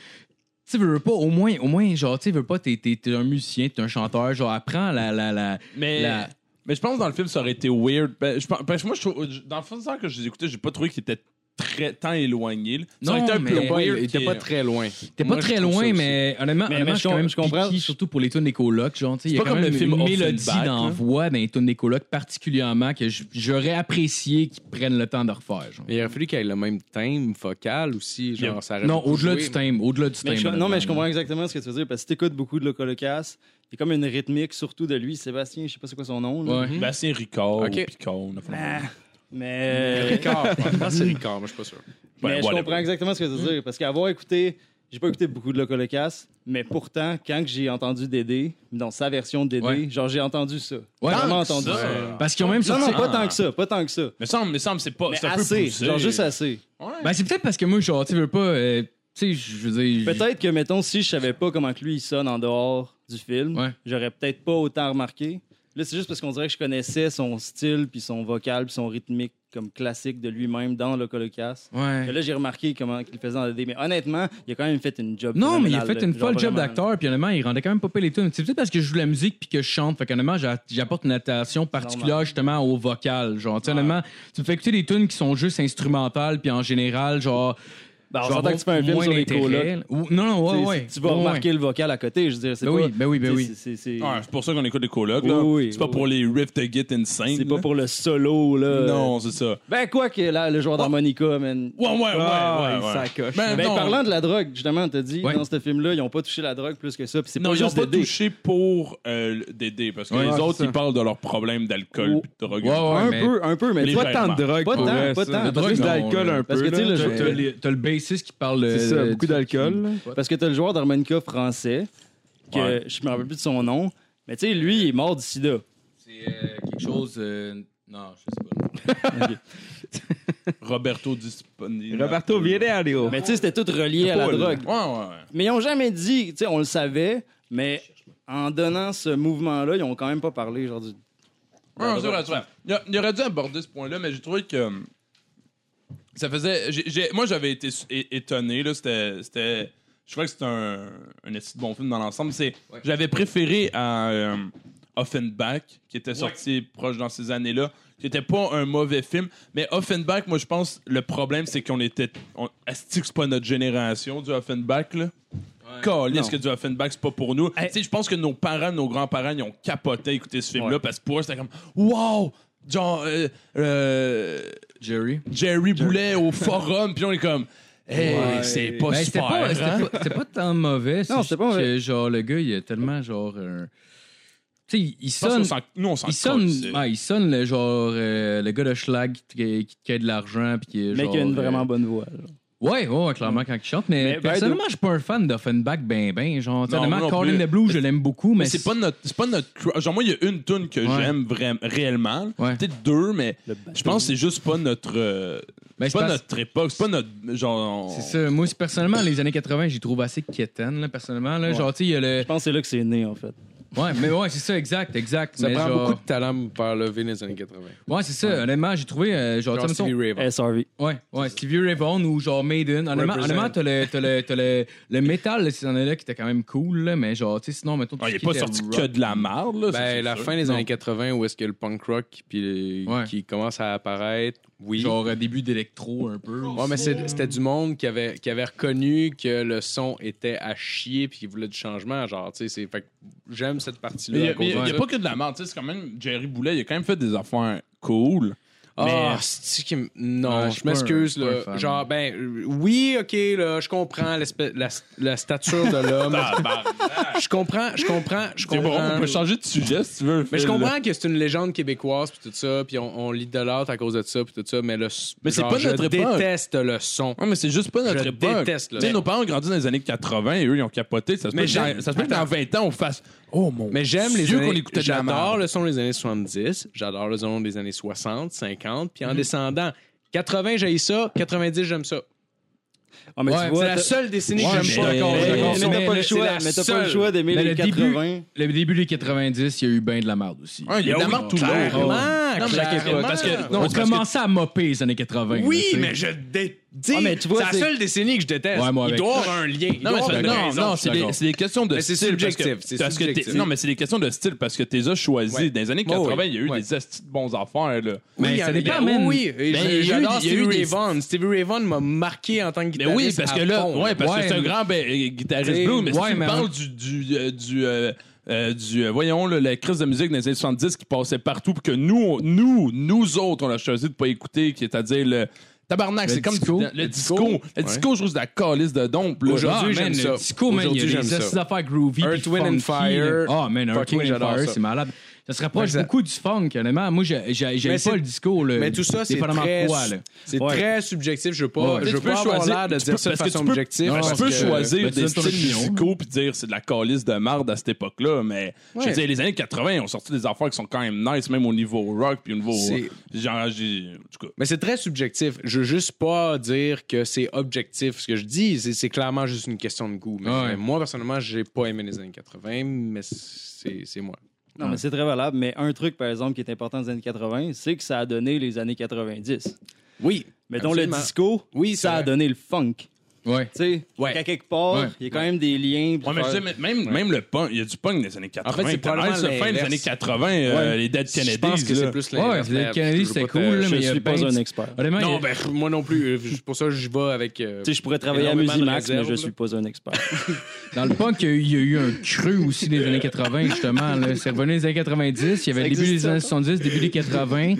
Speaker 3: sais, veux veux pas, au moins, au moins, genre, tu sais, veux pas, t'es t'es- t'es un musicien, t'es un chanteur, genre, apprends la. la, la
Speaker 4: Mais,
Speaker 3: la-
Speaker 4: mais je pense que dans le film, ça aurait été weird. Ben, je pense- parce que moi, je trouve, je- dans le fond, que je les écoutais, j'ai pas trouvé qu'ils étaient très tant éloignés. là. Ça aurait
Speaker 3: Non,
Speaker 4: été un
Speaker 3: mais-
Speaker 4: peu
Speaker 1: Il était pas-
Speaker 4: weird.
Speaker 1: il était
Speaker 4: qu'il-
Speaker 1: pas très loin.
Speaker 3: T'es pas
Speaker 1: Moi, je
Speaker 3: très
Speaker 1: trouve ça
Speaker 3: loin,
Speaker 1: aussi.
Speaker 3: mais honnêtement,
Speaker 5: Mais-
Speaker 3: honnêtement,
Speaker 5: mais
Speaker 3: je suis
Speaker 5: je
Speaker 3: quand même
Speaker 5: com- je comprends.
Speaker 3: piqué, surtout pour les tunes des colocs. Genre, tu sais, il y a
Speaker 4: pas
Speaker 3: quand
Speaker 4: comme
Speaker 3: même
Speaker 4: le film
Speaker 3: une
Speaker 4: Orphan
Speaker 3: mélodie
Speaker 4: Black, là.
Speaker 3: d'envoi dans les tunes des colocs particulièrement que j- j'aurais apprécié qu'ils prennent le temps de refaire. genre.
Speaker 1: Mais il aurait fallu qu'il ait le même thème vocal aussi. Genre,
Speaker 4: Yeah.
Speaker 1: ça aurait
Speaker 3: Non,
Speaker 1: beaucoup
Speaker 3: au-delà
Speaker 1: joué.
Speaker 3: du thème, au-delà du
Speaker 5: Mais
Speaker 3: thème.
Speaker 5: je- non, mais je
Speaker 3: honnêtement.
Speaker 5: comprends exactement ce que tu veux dire. Parce que si t'écoutes beaucoup de Locolocas, il y a comme une rythmique, surtout de lui, Sébastien, je sais pas c'est quoi son nom. là. Ah,
Speaker 3: Ouais.
Speaker 1: Mhm.
Speaker 4: Ben, c'est Ricard
Speaker 1: Ok.
Speaker 4: ou Picard. on a fait-
Speaker 5: Mais,
Speaker 1: Ricard, je pense. Je pense que c'est Ricard, mais je suis pas sûr.
Speaker 5: mais
Speaker 4: Ouais,
Speaker 5: je
Speaker 4: whatever.
Speaker 5: comprends exactement ce que tu veux dire. Parce qu'avoir écouté, j'ai pas écouté beaucoup de Locolocas, mais pourtant, quand que j'ai entendu Dédé, dans sa version de Dédé,
Speaker 3: Ouais.
Speaker 5: genre j'ai entendu ça.
Speaker 3: Ouais.
Speaker 5: J'ai vraiment
Speaker 3: Tant
Speaker 5: entendu ça.
Speaker 3: Parce qu'ils ont même
Speaker 5: Non,
Speaker 3: sorti.
Speaker 5: non, pas tant que ça, pas tant que ça.
Speaker 4: Mais semble, me semble, c'est pas.
Speaker 5: Mais
Speaker 4: Oh, C'est un peu
Speaker 5: assez,
Speaker 4: poussé.
Speaker 5: genre juste assez.
Speaker 3: Ben, c'est peut-être parce que moi, genre, tu sais, veux pas. euh, tu sais, je veux dire. j-
Speaker 5: Peut-être que, mettons, si je savais pas comment que lui il sonne en dehors du film,
Speaker 3: Ouais.
Speaker 5: j'aurais peut-être pas autant remarqué. Là, c'est juste parce qu'on dirait que je connaissais son style, puis son vocal, puis son rythmique comme classique de lui-même dans le colocasse.
Speaker 3: Ouais.
Speaker 5: Et Là, j'ai remarqué comment il faisait dans le dé. Mais honnêtement, il a quand même fait une job.
Speaker 3: Non, mais il a
Speaker 5: phénoménale,
Speaker 3: fait une
Speaker 5: là.
Speaker 3: folle
Speaker 5: Genre,
Speaker 3: job
Speaker 5: vraiment.
Speaker 3: d'acteur, puis honnêtement, il rendait quand même pas pire les tunes. C'est peut-être parce que je joue de la musique puis que je chante. Fait qu'honnêtement, j'a- j'apporte une attention particulière justement au vocal. Genre, tu sais, honnêtement, tu me fais écouter des tunes qui sont juste instrumentales, puis en général, genre.
Speaker 5: Ben, on
Speaker 3: genre,
Speaker 5: s'entend que tu fais un film
Speaker 3: moins
Speaker 5: sur les
Speaker 3: d'intérêt. Ou- Non, non,
Speaker 5: Tu
Speaker 3: ouais,
Speaker 5: sais,
Speaker 3: ouais.
Speaker 5: Tu vas
Speaker 3: Ouais,
Speaker 5: remarquer
Speaker 3: ouais.
Speaker 5: le vocal à côté, je veux dire. c'est
Speaker 3: Ben
Speaker 5: pas-
Speaker 3: oui, ben oui, ben
Speaker 5: tu sais,
Speaker 3: oui.
Speaker 5: c'est- c'est- c'est-
Speaker 4: Ah, c'est pour ça qu'on écoute les colocs. là.
Speaker 5: Oui, oui,
Speaker 4: c'est pas
Speaker 5: oui.
Speaker 4: pour les riffs de Git Insane.
Speaker 5: C'est pas
Speaker 4: là.
Speaker 5: pour euh, le solo, là.
Speaker 4: Non, c'est ça.
Speaker 5: Ben, quoi que là, le
Speaker 3: Ah.
Speaker 5: joueur d'harmonica, man.
Speaker 4: Ouais, ouais, ouais,
Speaker 2: Ah,
Speaker 4: ouais,
Speaker 2: il
Speaker 4: ouais.
Speaker 2: s'accroche.
Speaker 4: Ben,
Speaker 5: Ben,
Speaker 4: non,
Speaker 5: parlant de la drogue, justement, t'as dit,
Speaker 3: Ouais.
Speaker 5: dans ce film-là, ils n'ont pas touché la drogue plus que ça. Puis c'est
Speaker 4: non,
Speaker 5: pas
Speaker 4: ils n'ont
Speaker 5: juste
Speaker 4: pas
Speaker 5: Dédé.
Speaker 4: touché pour euh, Dédé, parce que
Speaker 2: Ouais,
Speaker 4: les
Speaker 2: c'est
Speaker 4: autres,
Speaker 2: ça.
Speaker 4: ils parlent de leurs problèmes d'alcool
Speaker 5: Oh.
Speaker 4: et de drogue.
Speaker 3: Ouais, ouais,
Speaker 2: un
Speaker 3: mais-
Speaker 2: peu.
Speaker 5: Un peu, mais
Speaker 4: Les
Speaker 5: toi,
Speaker 2: Pas tant de drogue.
Speaker 5: Pas
Speaker 2: pour
Speaker 5: tant,
Speaker 2: vrai,
Speaker 5: pas
Speaker 2: ça.
Speaker 5: tant.
Speaker 2: Parce
Speaker 3: Drogue,
Speaker 2: que c'est
Speaker 3: non,
Speaker 2: d'alcool
Speaker 3: là.
Speaker 2: un peu.
Speaker 5: Parce que, tu sais,
Speaker 2: là.
Speaker 5: le jeu-
Speaker 3: T'as- T'as les- t'as le bassiste qui parle. euh,
Speaker 2: C'est ça,
Speaker 3: du-
Speaker 2: beaucoup d'alcool.
Speaker 5: Parce que t'as le joueur d'harmonica français, que
Speaker 4: Ouais.
Speaker 5: je me rappelle plus de son nom, mais tu sais, lui, il est mort du sida.
Speaker 3: C'est euh, quelque chose. euh, Non, je sais pas.
Speaker 4: Roberto Disponi.
Speaker 2: Roberto Villarreal.
Speaker 5: Mais tu sais, c'était tout relié à la
Speaker 2: Paul.
Speaker 5: drogue.
Speaker 4: Ouais, ouais, ouais.
Speaker 5: Mais ils ont jamais dit, tu sais, on le savait, mais en donnant ce mouvement-là, ils ont quand même pas parlé, genre, du...
Speaker 4: Ouais, on se rattrape. Il, a- il aurait dû aborder ce point-là, mais j'ai trouvé que euh, ça faisait. j'ai- j'ai- moi, j'avais été s- é- étonné. Là, c'était, c'était- je crois que c'est un, un esti de bon film dans l'ensemble. C'est, J'avais préféré à euh, Offenbach, qui était sorti proche dans ces années-là, qui n'était pas un mauvais film. Mais Offenbach, moi, je pense, le problème, c'est qu'on était. On, esti que c'est pas notre génération du Offenbach, là? Est-ce que du Offenbach, c'est pas pour nous? Tu sais, je pense que nos parents, nos grands-parents, ils ont capoté à écouter ce film-là parce que pour eux, c'était comme Wow! Genre, euh, euh,
Speaker 3: Jerry.
Speaker 4: Jerry Boulet au forum, puis on est comme Hey,
Speaker 2: Ouais.
Speaker 4: c'est pas
Speaker 3: Ben, c'était
Speaker 4: super.
Speaker 3: pas, c'était
Speaker 4: hein?
Speaker 3: pas- c'était pas tant mauvais. c'est
Speaker 5: c'était
Speaker 3: juste
Speaker 5: pas mauvais.
Speaker 3: que, genre, le gars, il a tellement, genre. un- Tu sais, il- il
Speaker 4: Je pense qu'on
Speaker 3: sonne.
Speaker 4: s'en- nous, on s'en
Speaker 3: Il sonne,
Speaker 4: colle,
Speaker 3: ouais, il sonne le genre euh, le gars de Schlag qui, qui, qui a de l'argent puis qui est
Speaker 5: mais
Speaker 3: genre,
Speaker 5: qui a une
Speaker 3: euh,
Speaker 5: vraiment bonne voix. là.
Speaker 3: ouais, ouais, clairement quand il chante. Mais,
Speaker 5: Mais ben,
Speaker 3: personnellement, je suis pas un fan d'Offenbach, ben ben, genre.
Speaker 4: Non,
Speaker 3: Personnellement,
Speaker 4: moi non
Speaker 3: Call in
Speaker 4: plus.
Speaker 3: the Blue, je l'aime beaucoup, mais,
Speaker 4: Mais c'est pas notre. C'est pas notre cra- Genre, moi, il y a une tune que
Speaker 3: Ouais.
Speaker 4: j'aime vraiment, réellement.
Speaker 3: Ouais.
Speaker 4: Peut-être deux, mais je pense que c'est juste pas notre. euh,
Speaker 3: Ben,
Speaker 4: c'est
Speaker 3: je
Speaker 4: pas
Speaker 3: pense-
Speaker 4: notre époque. C'est pas notre. Genre. on-
Speaker 3: C'est ça. Moi, c'est- personnellement, les années 80, j'y trouve assez quétaine, là, personnellement. Là, Genre, tu sais, il y a le.
Speaker 5: Je pense que c'est là que c'est né, en fait.
Speaker 3: Ouais, mais ouais, c'est ça, exact, exact.
Speaker 1: Ça
Speaker 3: mais
Speaker 1: prend
Speaker 3: genre-
Speaker 1: beaucoup de talent pour faire lever les années 80.
Speaker 3: Ouais, c'est ça. Honnêtement, j'ai trouvé. euh,
Speaker 4: Bah,
Speaker 3: genre,
Speaker 1: Genre
Speaker 3: tu sais, mettons-
Speaker 1: Stevie Ray, par
Speaker 5: SRV.
Speaker 3: Ouais, ouais, Stevie Ray Vaughan ou genre Maiden. Honnêtement,
Speaker 1: Represent.
Speaker 3: honnêtement t'as le, t'as le, t'as le, le métal de ces années-là qui était quand même cool, là, mais genre, tu sais, sinon, mettons. tout
Speaker 4: Ah,
Speaker 3: ce
Speaker 4: il est
Speaker 3: qui
Speaker 4: pas
Speaker 3: était
Speaker 4: sorti
Speaker 3: rock.
Speaker 4: que de la merde, là. ça,
Speaker 1: Ben,
Speaker 4: c'est
Speaker 1: la
Speaker 4: sûr.
Speaker 1: fin des
Speaker 3: Non.
Speaker 1: années 80, où est-ce que le punk rock puis les-
Speaker 3: Ouais.
Speaker 1: qui commence à apparaître, oui.
Speaker 3: Genre euh, début d'électro un peu.
Speaker 1: Ouais, mais c'est- c'était du monde qui avait, qui avait reconnu que le son était à chier puis qui voulait du changement. Genre, tu sais, c'est- fait que j'aime cette
Speaker 4: Mais
Speaker 1: partie-là.
Speaker 4: il
Speaker 1: à
Speaker 4: y a, mais
Speaker 1: cause
Speaker 4: il y a
Speaker 1: de ça.
Speaker 4: pas que de la merde, tu sais, c'est quand même Jerry Boulet, il a quand même fait des affaires cool.
Speaker 1: Ah,
Speaker 4: Mais-
Speaker 1: c'est-tu qui me- Non,
Speaker 3: Ouais, je suis
Speaker 1: je
Speaker 3: pas un-
Speaker 1: m'excuse,
Speaker 3: je suis pas un
Speaker 1: là.
Speaker 3: fan.
Speaker 1: Genre, ben, euh, oui, OK, là, je comprends l'espèce- la, la stature de l'homme. Je comprends, je comprends, je
Speaker 4: Ah! C'est bon, on
Speaker 1: comprends.
Speaker 4: peut changer de sujet si tu veux.
Speaker 1: Mais je
Speaker 4: Phil.
Speaker 1: comprends que c'est une légende québécoise puis tout ça, puis on, on l'idolâtre à cause de ça puis tout ça, mais le
Speaker 4: Mais c'est
Speaker 1: genre,
Speaker 4: pas notre
Speaker 1: je
Speaker 4: époque.
Speaker 1: déteste le son.
Speaker 4: Ouais, mais c'est juste pas notre
Speaker 1: Je
Speaker 4: époque.
Speaker 1: déteste, là.
Speaker 4: Tu sais,
Speaker 1: Mais-
Speaker 4: nos parents ont grandi dans les années 80 et eux, ils ont capoté. Ça se peut
Speaker 1: Mais
Speaker 4: que
Speaker 1: j'aime-
Speaker 4: dans- ça se peut que dans 20 ans, on fasse Oh mon
Speaker 1: Mais j'aime les
Speaker 4: Dieu
Speaker 1: années...
Speaker 4: qu'on écoutait de la
Speaker 1: J'adore
Speaker 4: merde.
Speaker 1: le son des années 70, j'adore le son des années 60, 50, puis en
Speaker 4: Mm-hmm.
Speaker 1: descendant, 80, j'ai ça, 90, j'aime ça.
Speaker 5: Ah, mais
Speaker 3: Ouais,
Speaker 5: tu vois,
Speaker 1: c'est la
Speaker 5: t'as-
Speaker 1: seule décennie
Speaker 3: Ouais,
Speaker 1: que j'aime pas
Speaker 4: mais-
Speaker 1: encore.
Speaker 5: Mais,
Speaker 4: Ouais,
Speaker 5: mais
Speaker 4: c'est
Speaker 5: t'as pas le choix, mais t'as pas le choix d'aimer
Speaker 3: Mais
Speaker 5: les
Speaker 3: Ben, le début-
Speaker 5: 80.
Speaker 3: Le début des 90, il y a eu ben de la merde aussi.
Speaker 1: Ah,
Speaker 4: Ouais, il y a de la merde tout le
Speaker 1: Clairement,
Speaker 4: long.
Speaker 1: clairement.
Speaker 4: clairement. Parce que- non,
Speaker 3: On
Speaker 4: Ah, c'est parce
Speaker 3: commençait à mopper les années 80.
Speaker 1: Oui,
Speaker 3: là, tu sais.
Speaker 1: mais je déteste.
Speaker 5: Ah, mais tu vois,
Speaker 1: c'est
Speaker 5: c'est-
Speaker 1: la seule décennie que je déteste.
Speaker 3: Ouais,
Speaker 1: Il
Speaker 3: moi avec.
Speaker 1: doit y avoir un lien. Il
Speaker 4: Non,
Speaker 1: doit
Speaker 4: mais
Speaker 1: y avoir
Speaker 4: c'est-
Speaker 1: une
Speaker 4: non,
Speaker 1: raison.
Speaker 4: non, c'est
Speaker 3: d'accord.
Speaker 4: des, c'est des questions de
Speaker 1: Mais c'est
Speaker 4: style. parce que-
Speaker 1: subjectif, c'est
Speaker 4: parce que t'es-
Speaker 1: subjectif.
Speaker 4: non, mais c'est des questions de style parce que t'es les as choisis.
Speaker 1: Ouais.
Speaker 4: Dans les années
Speaker 1: Oh, oui.
Speaker 4: 80, il y a eu
Speaker 3: Ouais.
Speaker 4: des astis de bons affaires. Là.
Speaker 1: Oui,
Speaker 3: Mais ça
Speaker 1: il y a-
Speaker 3: dépend,
Speaker 1: ben oui,
Speaker 3: man.
Speaker 1: oui. Et
Speaker 4: Ben,
Speaker 1: j'ai-
Speaker 4: il y a eu-
Speaker 1: J'adore
Speaker 4: il y a eu
Speaker 1: Stevie Ray
Speaker 4: des-
Speaker 1: Vaughan. Stevie Ray Vaughan m'a marqué en tant que
Speaker 4: Mais
Speaker 1: guitariste.
Speaker 4: oui, parce
Speaker 1: à
Speaker 4: que là,
Speaker 1: fond,
Speaker 4: ouais, parce
Speaker 3: Ouais,
Speaker 4: que c'est un
Speaker 3: mais-
Speaker 4: grand ben, euh, guitariste
Speaker 1: T'sais,
Speaker 4: blues, mais
Speaker 3: ouais,
Speaker 4: si tu
Speaker 3: mais-
Speaker 4: me parles du, du, euh, du, euh, euh, du euh, voyons, là, la crise de musique des années 70 qui passait partout, puis que nous, on- nous, nous autres, on a choisi de pas écouter, qui est à dire le tabarnak,
Speaker 3: Le
Speaker 4: c'est comme du-
Speaker 3: disco.
Speaker 4: le,
Speaker 1: Le
Speaker 4: disco,
Speaker 1: disco.
Speaker 4: le disco, je trouve c'est de la calice de dompe. là.
Speaker 1: Aujourd'hui,
Speaker 4: Genre,
Speaker 3: Ah,
Speaker 1: j'aime
Speaker 3: man,
Speaker 1: ça.
Speaker 3: le disco, man, il
Speaker 1: Aujourd'hui,
Speaker 3: y a
Speaker 1: j'aime
Speaker 3: des
Speaker 1: ça.
Speaker 3: astuces d'affaires groovy. puis
Speaker 1: Earth, Wind and
Speaker 3: funky,
Speaker 1: Fire.
Speaker 3: là. Ah, man, Earth,
Speaker 1: Fucking
Speaker 3: Wind and
Speaker 1: j'adore
Speaker 3: Fire,
Speaker 1: ça.
Speaker 3: c'est malade. Ça se rapproche
Speaker 1: Exact.
Speaker 3: beaucoup du funk, honnêtement. Moi, j'ai- j'ai j'aime
Speaker 1: c'est-
Speaker 3: pas le disco, là.
Speaker 1: Mais tout ça, c'est
Speaker 3: Dépendamment de
Speaker 1: très,
Speaker 3: quoi, là.
Speaker 1: c'est
Speaker 5: Ouais.
Speaker 1: très subjectif. Je veux pas,
Speaker 3: Ouais.
Speaker 1: je veux
Speaker 4: Tu peux
Speaker 1: pas avoir
Speaker 4: choisir-
Speaker 1: l'air de
Speaker 4: tu
Speaker 1: dire
Speaker 4: peux-
Speaker 1: ça de
Speaker 4: parce que
Speaker 1: façon
Speaker 4: tu peux-
Speaker 1: objective. hein,
Speaker 3: Non,
Speaker 1: parce
Speaker 4: tu peux
Speaker 1: que-
Speaker 4: choisir
Speaker 3: ben, tu
Speaker 4: des
Speaker 3: donnes ton
Speaker 4: styles
Speaker 3: opinion.
Speaker 4: musicaux puis dire c'est de la calice de marde à cette époque-là, mais je
Speaker 1: Ouais.
Speaker 4: veux dire, les années 80 ont sorti des affaires qui sont quand même nice, même au niveau rock puis au niveau.
Speaker 1: C'est-
Speaker 4: Genre, j'ai- en tout cas.
Speaker 1: Mais c'est très subjectif. Je veux juste pas dire que c'est objectif. Ce que je dis, c'est, c'est clairement juste une question de goût. Mais
Speaker 3: Ouais.
Speaker 1: moi, personnellement, j'ai pas aimé les années 80, mais c'est, c'est moi.
Speaker 5: Non, mais c'est très valable. Mais un truc, par exemple, qui est important des années 80, c'est que ça a donné les années 90.
Speaker 1: Oui.
Speaker 5: Mettons
Speaker 1: Absolument.
Speaker 5: le disco,
Speaker 1: Oui,
Speaker 5: ça
Speaker 1: c'est
Speaker 5: a
Speaker 1: vrai.
Speaker 5: donné le funk. Tu
Speaker 3: Ouais.
Speaker 5: sais,
Speaker 1: Ouais.
Speaker 5: qu'à quelque part, il
Speaker 3: Ouais.
Speaker 5: y a quand même des liens. pour
Speaker 4: Ouais, mais je
Speaker 5: faire-
Speaker 4: sais, mais même, même le punk, il y a du punk des années 80.
Speaker 1: fait, c'est
Speaker 4: T'as
Speaker 1: probablement
Speaker 4: l'air sur fin des
Speaker 1: l'inverse.
Speaker 4: années 80, euh, les Dead Kennedy.
Speaker 1: Je pense que c'est plus
Speaker 3: Ouais, ouais,
Speaker 1: l'inverse.
Speaker 3: les Kennedy, c'était
Speaker 1: Je veux pas
Speaker 3: cool,
Speaker 1: te-
Speaker 3: là, mais il y
Speaker 5: je
Speaker 3: a
Speaker 5: suis pas
Speaker 3: bien
Speaker 5: un
Speaker 3: du-
Speaker 5: expert.
Speaker 3: Honnêtement, il y
Speaker 1: Non,
Speaker 3: a-
Speaker 1: ben, moi non plus. euh, Pour ça, j'y vais avec. euh,
Speaker 5: Tu sais, je pourrais travailler à
Speaker 1: Énormément de
Speaker 5: Musimax, mais
Speaker 1: réserves,
Speaker 5: je
Speaker 1: là.
Speaker 5: suis pas un expert.
Speaker 3: dans le punk, il y, a eu- il y a eu un creux aussi des années 80, justement. là. C'est revenu les années 90, il y avait
Speaker 5: Ça
Speaker 3: le début
Speaker 5: existe,
Speaker 3: des
Speaker 5: ça,
Speaker 3: années
Speaker 5: ça?
Speaker 3: 70, début des 80.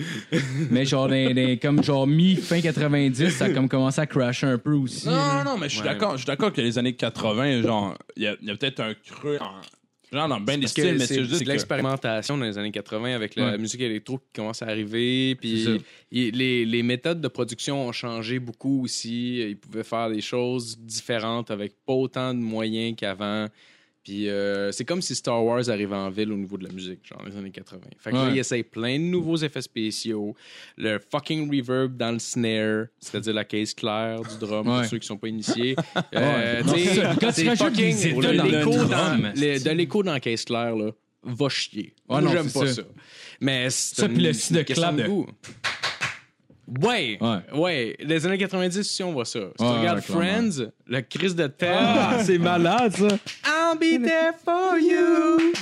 Speaker 3: Mais genre, dans- dans- comme genre mi-fin 90, ça a comme commencé à crasher un peu aussi.
Speaker 4: Non, non, mais je suis
Speaker 1: Ouais.
Speaker 4: d'accord. Je suis d'accord que les années 80, genre, il y a, il y a peut-être un creux en- genre dans ben des
Speaker 1: Parce que
Speaker 4: styles, mais
Speaker 1: c'est
Speaker 4: c'est juste
Speaker 1: c'est de
Speaker 4: que-
Speaker 1: l'expérimentation dans les années 80 avec la
Speaker 3: Ouais.
Speaker 1: musique électro qui commence à arriver.
Speaker 3: C'est ça.
Speaker 1: Puis il- les, les méthodes de production ont changé beaucoup aussi. Ils pouvaient faire des choses différentes avec pas autant de moyens qu'avant. Puis euh, c'est comme si Star Wars arrivait en ville au niveau de la musique, genre les années 80. Fait que là,
Speaker 3: Ouais.
Speaker 1: ils essayent plein de nouveaux effets spéciaux. Le fucking reverb dans le snare, c'est-à-dire la caisse claire du drum
Speaker 3: Ouais.
Speaker 1: pour ceux qui sont pas initiés.
Speaker 3: Ouais.
Speaker 1: Euh,
Speaker 3: Non,
Speaker 1: tu sais,
Speaker 3: c'est ça. Quand tu
Speaker 1: c'est
Speaker 3: rajoutes
Speaker 1: fucking-
Speaker 3: des états
Speaker 1: le-
Speaker 3: dans le
Speaker 1: l'écho
Speaker 3: drum,
Speaker 1: dans-
Speaker 3: c'est-
Speaker 1: le- de l'écho dans la caisse claire, là, va chier.
Speaker 3: Ah
Speaker 1: Moi,
Speaker 3: non,
Speaker 1: j'aime
Speaker 3: c'est
Speaker 1: pas
Speaker 3: ça.
Speaker 1: ça. Mais c'est
Speaker 3: Ça,
Speaker 1: une
Speaker 3: puis le style de
Speaker 1: question
Speaker 3: clap de-
Speaker 1: goût. Ouais,
Speaker 3: Ouais.
Speaker 1: ouais, Les années 90, si on voit ça. Si
Speaker 3: Ouais,
Speaker 1: tu regardes
Speaker 3: ouais, clairement.
Speaker 1: Friends, le Chris de Terre,
Speaker 2: Ah, c'est malade, ça.
Speaker 1: I'll be there for you.